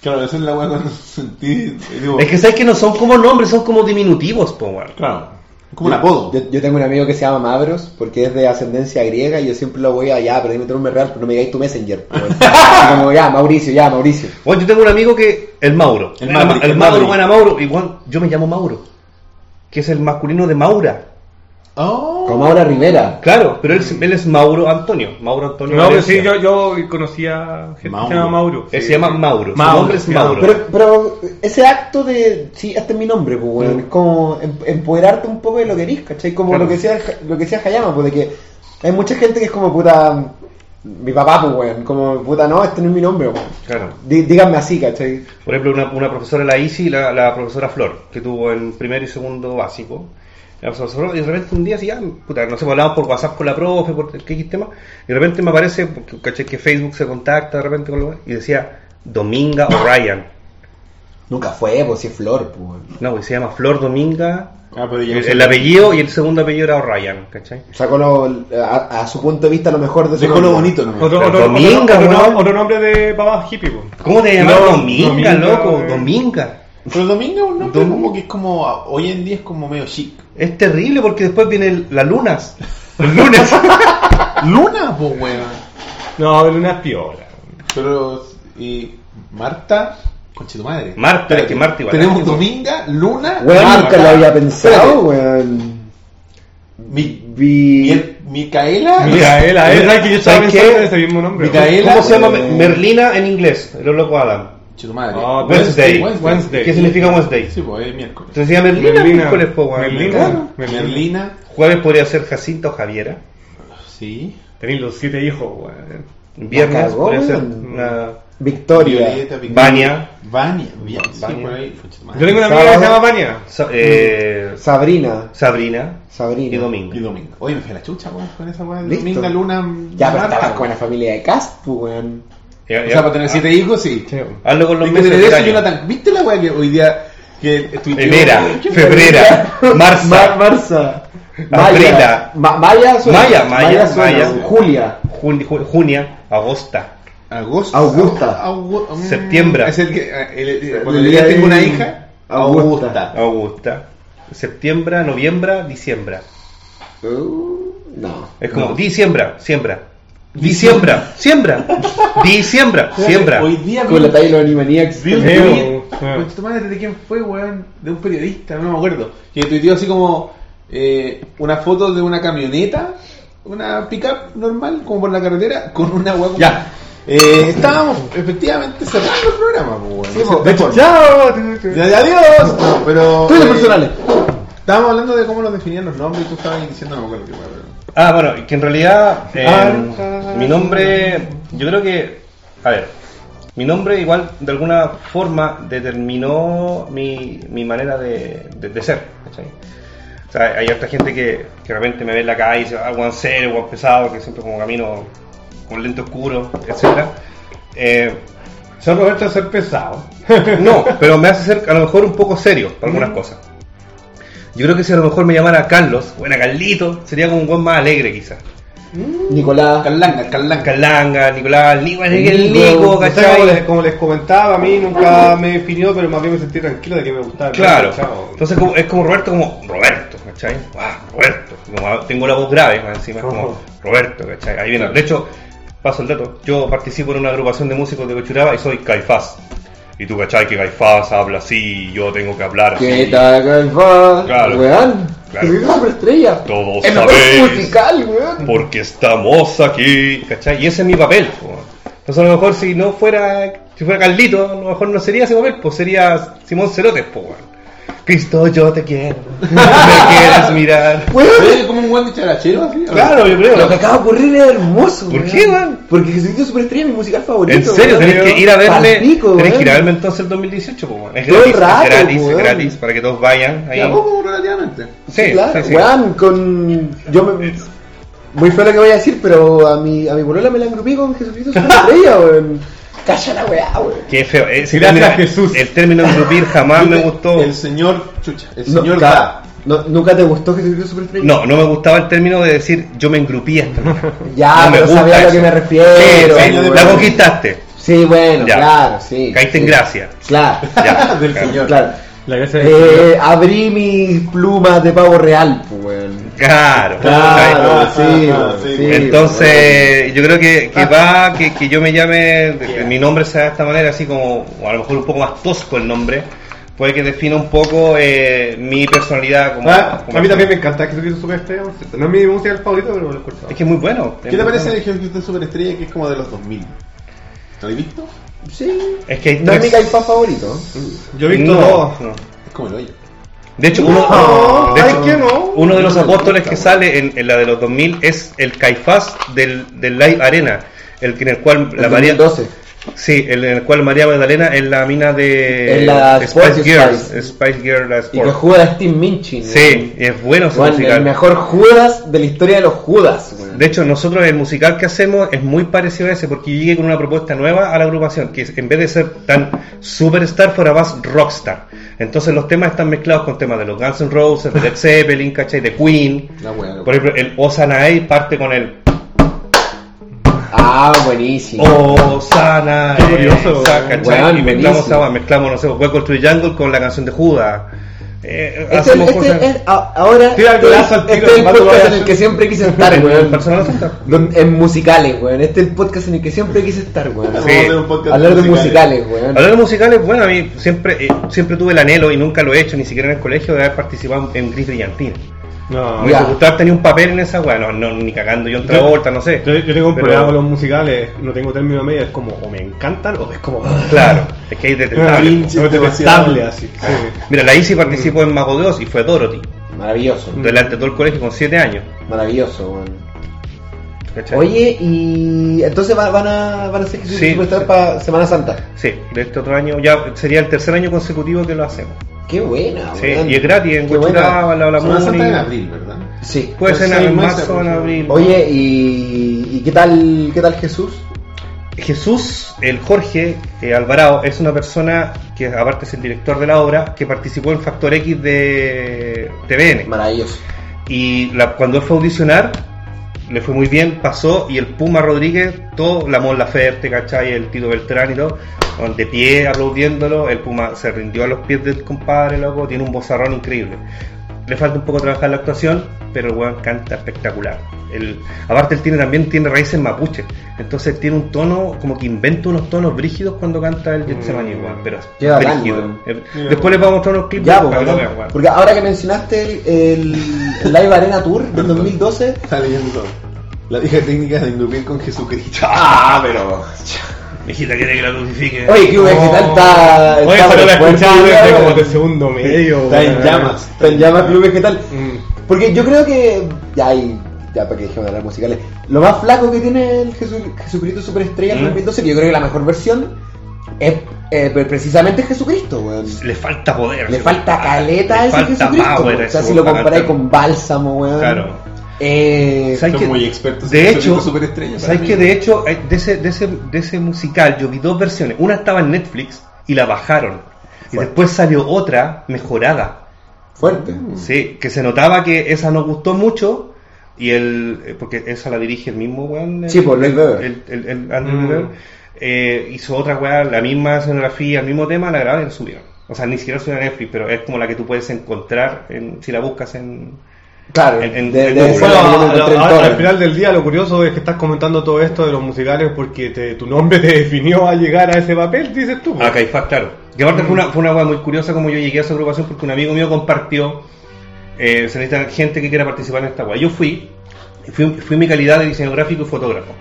Speaker 1: Claro, esa es la weá cuando sentí. digo,
Speaker 3: Es que sabes que no son como nombres, son como diminutivos, po, weón.
Speaker 1: Claro. Es como un apodo.
Speaker 2: Yo, yo tengo un amigo que se llama Mavros porque es de ascendencia griega y yo siempre lo voy a ya, pero dime tu nombre real, pero no me digáis tu messenger. weón. Y como ya, Mauricio, ya, Mauricio.
Speaker 3: Bueno, yo tengo un amigo que. El Mauro.
Speaker 1: El
Speaker 3: El,
Speaker 1: Mauri,
Speaker 3: Ma- el
Speaker 1: el
Speaker 3: Mauro,
Speaker 1: Mauri.
Speaker 3: bueno, Mauro. Igual, yo me llamo Mauro. Que es el masculino de Maura.
Speaker 1: Oh.
Speaker 2: Como ahora Rivera.
Speaker 3: Claro, pero él, es- él es Mauro Antonio. Mauro Antonio.
Speaker 5: No, pero
Speaker 3: Valencia.
Speaker 5: sí, yo, yo conocía gente que
Speaker 1: Mauro.
Speaker 5: se llama Mauro.
Speaker 3: Él
Speaker 5: sí.
Speaker 3: se llama Mauro. Su
Speaker 5: Mauro,
Speaker 3: nombre es
Speaker 5: claro.
Speaker 3: Mauro.
Speaker 2: Pero, pero ese acto de, sí, este es mi nombre, pues, weón, es como em- empoderarte un poco de lo que eres, ¿cachai? Como
Speaker 3: Claro.
Speaker 2: lo que decía lo que decía Hayama, pues, de que hay mucha gente que es como puta, mi papá, pues, weón, como puta, no, este no es mi nombre, weón.
Speaker 3: Claro.
Speaker 2: Dí- Díganme así, ¿cachai?
Speaker 3: Por ejemplo, una, una profesora, la ISI, la, la profesora Flor, que tuvo en primero y segundo básico. La profesora Flor, y de repente un día, así, ah, puta, no sé, hablamos por WhatsApp con la profe, por qué X tema, y de repente me aparece, porque caché que Facebook se contacta de repente con lo y decía Dominga O'Brien.
Speaker 2: Nunca fue, pues, si es flor, pues. weón.
Speaker 3: No, y se llama Flor Dominga
Speaker 1: Ah, pero ya
Speaker 3: El,
Speaker 1: no sé.
Speaker 3: el apellido y el segundo apellido era O'Ryan, ¿cachai?
Speaker 2: Sacó lo- a, a su punto de vista lo mejor de su
Speaker 1: Dejó lo
Speaker 2: nombre.
Speaker 1: bonito nomás.
Speaker 5: Otro,
Speaker 3: Pero
Speaker 5: otro,
Speaker 3: Dominga,
Speaker 5: otro- otro-
Speaker 3: weón.
Speaker 5: otro nombre de papá hippie, po.
Speaker 3: ¿Cómo te llamas?
Speaker 5: No,
Speaker 3: Dominga,
Speaker 5: Dominga,
Speaker 3: loco,
Speaker 5: eh.
Speaker 3: Dominga.
Speaker 1: Pero domingo es un nombre como que es como, ah, hoy en día es como medio chic.
Speaker 3: Es terrible porque después viene el- las lunas. Los lunes.
Speaker 1: Luna, pues weón.
Speaker 3: no, Luna es piola.
Speaker 1: Pero, y Marta, conche tu madre.
Speaker 3: Marta, es que Marta igual.
Speaker 1: Tenemos Dominga, Luna,
Speaker 2: Weón, nunca lo había
Speaker 1: Espérate.
Speaker 2: pensado, weón.
Speaker 1: Mi-
Speaker 2: Vi-
Speaker 1: Miel- Micaela.
Speaker 5: Micaela, es verdad que yo estaba
Speaker 3: ¿Sabes
Speaker 5: pensando
Speaker 3: qué?
Speaker 5: en ese mismo nombre.
Speaker 1: Micaela.
Speaker 3: ¿Cómo se llama?
Speaker 1: eh,
Speaker 3: Merlina en inglés. El loco Adam.
Speaker 1: Conche tu madre.
Speaker 5: Ah,
Speaker 3: Oh, Wednesday.
Speaker 5: Wednesday.
Speaker 3: ¿Qué significa Wednesday?
Speaker 1: Sí, pues es miércoles.
Speaker 3: Se decía Merlina.
Speaker 5: Merlina.
Speaker 3: miércoles, po, weón.
Speaker 5: Merlina. Merlina.
Speaker 1: Merlina,
Speaker 3: Jueves podría ser Jacinta o Javiera.
Speaker 1: sí.
Speaker 5: Tenéis los siete hijos, weón.
Speaker 3: Viernes
Speaker 2: cagó,
Speaker 3: podría ser
Speaker 2: weón.
Speaker 3: una
Speaker 2: Victoria.
Speaker 1: Violeta, Violeta.
Speaker 3: Vania.
Speaker 1: Vania, bien, sí,
Speaker 3: Vania.
Speaker 1: por ahí, conche tu madre.
Speaker 5: Yo tengo una amiga que se
Speaker 2: Sábado.
Speaker 5: llama Vania.
Speaker 3: Sa- eh,
Speaker 2: Sabrina.
Speaker 3: Sabrina
Speaker 2: Sabrina.
Speaker 3: y Domingo.
Speaker 1: Y Domingo. Oye, me fui a la chucha, weón, con esa weón.
Speaker 2: Listo.
Speaker 1: Dominga, Luna,
Speaker 2: Ya, pero
Speaker 1: Marta,
Speaker 2: estabas con
Speaker 1: weón.
Speaker 2: la Ah. familia de Cast, pues, weón.
Speaker 3: Ya,
Speaker 1: O
Speaker 3: ya.
Speaker 1: sea, para tener siete hijos, sí.
Speaker 3: Hazlo con los
Speaker 1: Viste,
Speaker 3: meses
Speaker 1: de
Speaker 3: del
Speaker 1: eso,
Speaker 3: año.
Speaker 1: Jonathan, ¿viste la weá que hoy día que
Speaker 3: Enera, febrera,
Speaker 2: Mar-
Speaker 3: marzo,
Speaker 2: Marza.
Speaker 3: Aprila.
Speaker 2: Maya. Ma- Maya suena.
Speaker 3: Maya, Maya,
Speaker 2: suena.
Speaker 3: Maya.
Speaker 2: Julia.
Speaker 3: jun- ju- junia, agosta.
Speaker 1: Agosto.
Speaker 2: Augusta.
Speaker 1: Augu- mm,
Speaker 3: Septiembre.
Speaker 1: Es el que. eh, el- el- cuando
Speaker 2: El
Speaker 1: yo
Speaker 2: día
Speaker 1: tengo
Speaker 2: de-
Speaker 1: una hija.
Speaker 2: Augusta.
Speaker 3: Augusta. Septiembre, noviembre, diciembre.
Speaker 2: Uh, no.
Speaker 3: Es como diciembre, siembra. Diciembre, siembra. Diciembre, siembra.
Speaker 1: Hoy día vi,
Speaker 2: Con la talla de los Animaniacs.
Speaker 1: vi un
Speaker 5: Veo,
Speaker 1: tweet.
Speaker 5: veo.
Speaker 1: Concha tu madre, ¿de quién fue, weón? De un periodista, no me acuerdo. Que tuiteó así como. eh, una foto de una camioneta. Una pickup normal, como por la carretera. Con una weá como.
Speaker 3: Ya.
Speaker 1: Eh, estábamos efectivamente cerrando el programa, pues, weón. Ese deporte.
Speaker 5: ¡Chao!
Speaker 1: Ya, ya, adiós. No, pero.
Speaker 2: Tuyos
Speaker 1: eh,
Speaker 2: personales.
Speaker 1: Estábamos hablando de cómo los definían los nombres y tú estabas diciendo, no me acuerdo qué weá, pero.
Speaker 3: Ah, bueno, que en realidad eh,
Speaker 5: Ah.
Speaker 3: mi nombre, yo creo que, a ver, mi nombre igual de alguna forma determinó mi, mi manera de, de- de ser. ¿cachai? O sea, hay otra gente que, que de repente me ve en la calle y dice, ah, guan serio, guan pesado, que siempre como camino con lente oscuro, etc. Eh,
Speaker 5: San Roberto es ser pesado.
Speaker 3: no, pero me hace ser a lo mejor un poco serio para algunas cosas. Yo creo que si a lo mejor me llamara Carlos, bueno, Carlito, sería como un guan más alegre quizás.
Speaker 2: Nicolás.
Speaker 1: Carlanga, Carlanga.
Speaker 3: Calanga, Nicolás, Nico, el
Speaker 2: Nico,
Speaker 3: Nico,
Speaker 5: O sea, como, les,
Speaker 3: ¿cachai?
Speaker 5: como les comentaba, a mí nunca me definió, pero más bien me sentí tranquilo de que me gustaba.
Speaker 3: Claro.
Speaker 5: Chao.
Speaker 3: Entonces como- es como Roberto, como Roberto, ¿cachai? Ah, Roberto. Como a- tengo la voz grave más encima, es como
Speaker 5: Ojo.
Speaker 3: Roberto, ¿cachai? Ahí viene. De hecho, paso el dato. Yo participo en una agrupación de músicos de Cochuraba y soy Caifás. Y tú, ¿cachai? Que Caifás habla así, yo tengo que hablar así.
Speaker 2: ¿Qué tal, Calfa?
Speaker 3: Claro.
Speaker 2: Weón.
Speaker 3: Claro.
Speaker 2: Es una estrella.
Speaker 3: Todos
Speaker 2: El mejor
Speaker 3: sabéis.
Speaker 2: musical, weón.
Speaker 3: porque estamos aquí, ¿cachai? Y ese es mi papel. po. Entonces a lo mejor si no fuera, si fuera Carlito, a lo mejor no sería ese papel, pues sería Simón Celotes, po, weón. Cristo, yo te quiero, me quieres mirar.
Speaker 2: Weón.
Speaker 1: Oye, como un buen de charachero así?
Speaker 3: Claro, yo
Speaker 2: Lo que
Speaker 3: creo.
Speaker 2: acaba de ocurrir es hermoso.
Speaker 3: ¿Por qué, weón?
Speaker 2: Porque Jesucristo Superestrella es mi musical favorito.
Speaker 3: En serio,
Speaker 2: weón.
Speaker 3: tenés que ir a verme,
Speaker 2: Palpico,
Speaker 3: tenés que
Speaker 2: weón.
Speaker 3: ir a verme entonces el 2018, po, weón. Es
Speaker 2: Todo el
Speaker 3: gratis,
Speaker 2: rato,
Speaker 3: es gratis, es
Speaker 2: weón.
Speaker 3: gratis, para que todos vayan ahí.
Speaker 1: Ya, poco relativamente.
Speaker 3: Sí,
Speaker 2: Sí, claro,
Speaker 3: sí, sí.
Speaker 2: weón, con. Yo me. Muy feo lo que voy a decir, pero a mi, a mi polola me la engrupí con Jesucristo su estrella, weón. Calla la weá, weón.
Speaker 3: Qué feo. eh, ese
Speaker 5: Gracias,
Speaker 3: término-
Speaker 5: Jesús.
Speaker 3: El término engrupir jamás me gustó.
Speaker 1: El señor Chucha, el
Speaker 2: No,
Speaker 1: señor
Speaker 2: ca-
Speaker 1: Da.
Speaker 2: no, ¿Nunca te gustó Jesucristo Superestrella?
Speaker 3: No, no me gustaba el término de decir yo me engrupí hasta el
Speaker 2: Ya,
Speaker 3: no me
Speaker 2: pero
Speaker 3: gusta
Speaker 2: sabía a lo
Speaker 3: eso.
Speaker 2: que me
Speaker 3: Sí,
Speaker 2: refiero.
Speaker 3: sí,
Speaker 2: weón.
Speaker 3: la conquistaste.
Speaker 2: Sí, bueno,
Speaker 3: Ya.
Speaker 2: claro, sí.
Speaker 3: Caíste en
Speaker 2: sí.
Speaker 3: gracia.
Speaker 2: Claro,
Speaker 3: Ya.
Speaker 1: Del señor.
Speaker 2: claro.
Speaker 5: La gracia de
Speaker 2: Eh, abrí mis plumas de pavo real, pues, weón.
Speaker 3: Claro.
Speaker 2: Claro,
Speaker 1: ah,
Speaker 2: sí,
Speaker 1: ah,
Speaker 2: weón,
Speaker 1: sí.
Speaker 2: sí,
Speaker 3: Entonces, yo creo que, que va, que, que yo me llame, que mi nombre sea de esta manera, así como, o a lo mejor un poco más tosco el nombre, puede que defina un poco eh, mi personalidad como...
Speaker 5: Ah,
Speaker 3: como
Speaker 5: a mí también me encanta que Jesucristo Superestrella. por cierto. No es mi musical favorito, pero lo he escuchado.
Speaker 3: Es que es muy bueno.
Speaker 1: ¿Qué te parece de Jesucristo Superestrella que es como de los 2000? ¿Lo habéis visto?
Speaker 2: Sí.
Speaker 3: Es que hay
Speaker 2: No es mi
Speaker 3: tres-
Speaker 2: caipa favorito.
Speaker 5: Yo he visto
Speaker 3: No,
Speaker 5: dos.
Speaker 3: no.
Speaker 1: Es como el hoyo.
Speaker 3: De hecho, uno,
Speaker 5: No,
Speaker 3: de
Speaker 5: Ah, ay,
Speaker 3: hecho,
Speaker 5: que no.
Speaker 3: uno de los apóstoles que sale en, en la de los 2000 es el Caifás del, del Live Arena, el que en el cual la
Speaker 2: El
Speaker 3: María,
Speaker 2: 2012.
Speaker 3: sí, el en el cual María Magdalena es la mina de
Speaker 2: Es la Sports
Speaker 3: Spice Girls,
Speaker 2: Spice.
Speaker 3: Spice Girl la
Speaker 2: Y que
Speaker 3: Sport.
Speaker 2: juega Steve Minchin.
Speaker 3: Sí, y es bueno ese
Speaker 2: Bueno, el
Speaker 3: musical.
Speaker 2: mejor Judas de la historia de los Judas. weón.
Speaker 3: De hecho, nosotros el musical que hacemos es muy parecido a ese porque yo llegué con una propuesta nueva a la agrupación, que es en vez de ser tan superstar, fuera más rockstar. Entonces los temas están mezclados con temas de los Guns N' Roses, de Led Zeppelin, ¿cachai? De Queen.
Speaker 1: La wea, la
Speaker 3: Por
Speaker 1: wea.
Speaker 3: ejemplo, el Osanae parte con el...
Speaker 2: ah, Ah, buenísimo.
Speaker 3: Oh, Osana,
Speaker 2: Qué curioso,
Speaker 3: esa, ¿cachai?
Speaker 2: weón,
Speaker 3: y mezclamos,
Speaker 2: buenísimo.
Speaker 3: esa- mezclamos, no sé, Welcome to the Jungle con la canción de Judas. Eh,
Speaker 2: Este-
Speaker 3: hacemos
Speaker 2: este
Speaker 3: cosas.
Speaker 2: es- a- ahora
Speaker 3: Tira el brazo al
Speaker 2: este
Speaker 3: tiro,
Speaker 2: es el
Speaker 3: mato
Speaker 2: podcast en
Speaker 3: payaso.
Speaker 2: el que siempre quise estar, weón. Don- En musicales, weón. Este es el podcast en el que siempre quise estar, weón.
Speaker 3: Sí. Vamos a hacer un podcast
Speaker 2: Hablar de
Speaker 3: de musicales.
Speaker 2: musicales, weón.
Speaker 3: Hablar de musicales, bueno, a mí siempre, eh, siempre tuve el anhelo y nunca lo he hecho, ni siquiera en el colegio, de haber participado en Gris Brillantina.
Speaker 5: No,
Speaker 3: Me gustaba tenía un papel en esa, bueno, no, ni cagando yo en Travolta, no sé.
Speaker 5: Yo, yo tengo un
Speaker 3: Pero-
Speaker 5: problema con los musicales, no tengo término medio, es como o me encantan o es como.
Speaker 3: Claro, es que hay
Speaker 2: Ah,
Speaker 3: detestable.
Speaker 5: Pinche detestable, así.
Speaker 3: Mira, la ICI participó
Speaker 2: Mm.
Speaker 3: en Mago de Oz y fue Dorothy.
Speaker 2: Maravilloso.
Speaker 3: Delante de todo el colegio con 7 años.
Speaker 2: Maravilloso, weón. Oye, y entonces va- van a, van a ser
Speaker 3: Sí.
Speaker 2: superstar para Semana Santa.
Speaker 3: Sí, de este otro año, ya sería el tercer año consecutivo que lo hacemos.
Speaker 2: Qué buena,
Speaker 3: Sí,
Speaker 2: weón.
Speaker 3: y es gratis en
Speaker 2: Ah, Qué buena.
Speaker 3: Huachuraba, la la
Speaker 2: Semana Santa
Speaker 3: Muni.
Speaker 2: en abril,
Speaker 1: ¿verdad?
Speaker 2: Sí.
Speaker 3: Puede ser en marzo o en abril.
Speaker 2: Oye, y, y qué tal qué tal Jesús?
Speaker 3: Jesús, el Jorge eh, Alvarado, es una persona que aparte es el director de la obra, que participó en Factor X de TVN.
Speaker 2: Maravilloso.
Speaker 3: Y la- cuando él fue a audicionar, le fue muy bien, pasó, y el Puma Rodríguez, todo, la Mon Laferte, ¿cachai? El Tito Beltrán y todo, con- de pie aplaudiéndolo, el Puma se rindió a los pies del compadre, loco, tiene un bozarrón increíble. Le falta un poco trabajar la actuación, pero el weón canta espectacular. El, aparte él tiene también tiene raíces mapuche, entonces tiene un tono, como que inventa unos tonos brígidos cuando canta el Getsemani, weón, pero es
Speaker 2: Qué bacán,
Speaker 3: brígido.
Speaker 2: weón.
Speaker 3: Eh, Después les vamos a mostrar unos clips
Speaker 2: Ya,
Speaker 3: para
Speaker 2: pues,
Speaker 3: que lo
Speaker 2: weón.
Speaker 3: vean, weón.
Speaker 2: porque ahora que mencionaste el, el Live Arena Tour del 2012,
Speaker 1: Está leyendo todo. La vieja técnica de engrupiar con Jesucristo.
Speaker 2: ¡Ah, pero!
Speaker 3: Mijita quiere que la crucifique.
Speaker 1: Oye,
Speaker 2: ¿qué hubo? ¿Qué tal está-
Speaker 5: Oye,
Speaker 2: está
Speaker 5: pero la
Speaker 2: bueno,
Speaker 5: escuchaba
Speaker 2: bueno,
Speaker 5: desde
Speaker 2: bueno.
Speaker 5: como de segundo medio.
Speaker 2: Está en
Speaker 5: weón.
Speaker 2: llamas. Está en llamas Club Vegetal.
Speaker 3: Mm.
Speaker 2: Porque yo creo que. Ya, hay, ya para que dejemos de hablar musicales. Lo más flaco que tiene el Jesu- Jesucristo Superestrella del
Speaker 3: Mm.
Speaker 2: 2012, que yo creo que la mejor versión, es eh, pre- precisamente Jesucristo, weón.
Speaker 3: Le falta poder.
Speaker 2: Le falta caleta a
Speaker 3: Le
Speaker 2: ese
Speaker 3: falta
Speaker 2: Jesucristo.
Speaker 3: power
Speaker 2: weón.
Speaker 3: a
Speaker 2: o sea,
Speaker 3: ese
Speaker 2: si lo
Speaker 3: weón para
Speaker 2: comparáis
Speaker 3: cantar.
Speaker 2: con Bálsamo, weón.
Speaker 3: Claro.
Speaker 2: Eh,
Speaker 3: ¿Sabes qué? De hecho, ¿sabes que de hecho, eh, de ese, de, ese, de ese musical yo vi dos versiones. Una estaba en Netflix y la bajaron. Y después salió otra mejorada.
Speaker 2: Fuerte.
Speaker 3: Sí, que se notaba que esa nos gustó mucho. Y él, eh, porque esa la dirige el mismo weón. el-
Speaker 2: Sí, por Lloyd Webber.
Speaker 3: El, el- el Andrew Lloyd Webber, eh, hizo otra weá, la misma escenografía, el mismo tema, la grabaron y la subieron. O sea, ni siquiera subieron a Netflix, pero es como la que tú puedes encontrar en- si la buscas en.
Speaker 2: Claro,
Speaker 3: en, en-
Speaker 2: de-
Speaker 3: en
Speaker 2: de-
Speaker 3: Google.
Speaker 5: Bueno,
Speaker 2: Yo me
Speaker 5: a-
Speaker 2: encontré en
Speaker 5: a-
Speaker 2: Torrent.
Speaker 5: al final del día lo curioso es que estás comentando todo esto de los musicales porque te- tu nombre te definió a llegar a ese papel, dices tú.
Speaker 3: A Caifás, claro. Que aparte fue una, fue una hueá muy curiosa como yo llegué a esa agrupación porque un amigo mío compartió, eh, se necesita gente que quiera participar en esta hueá. Yo fui, fui, fui en mi calidad de diseño gráfico y fotógrafo.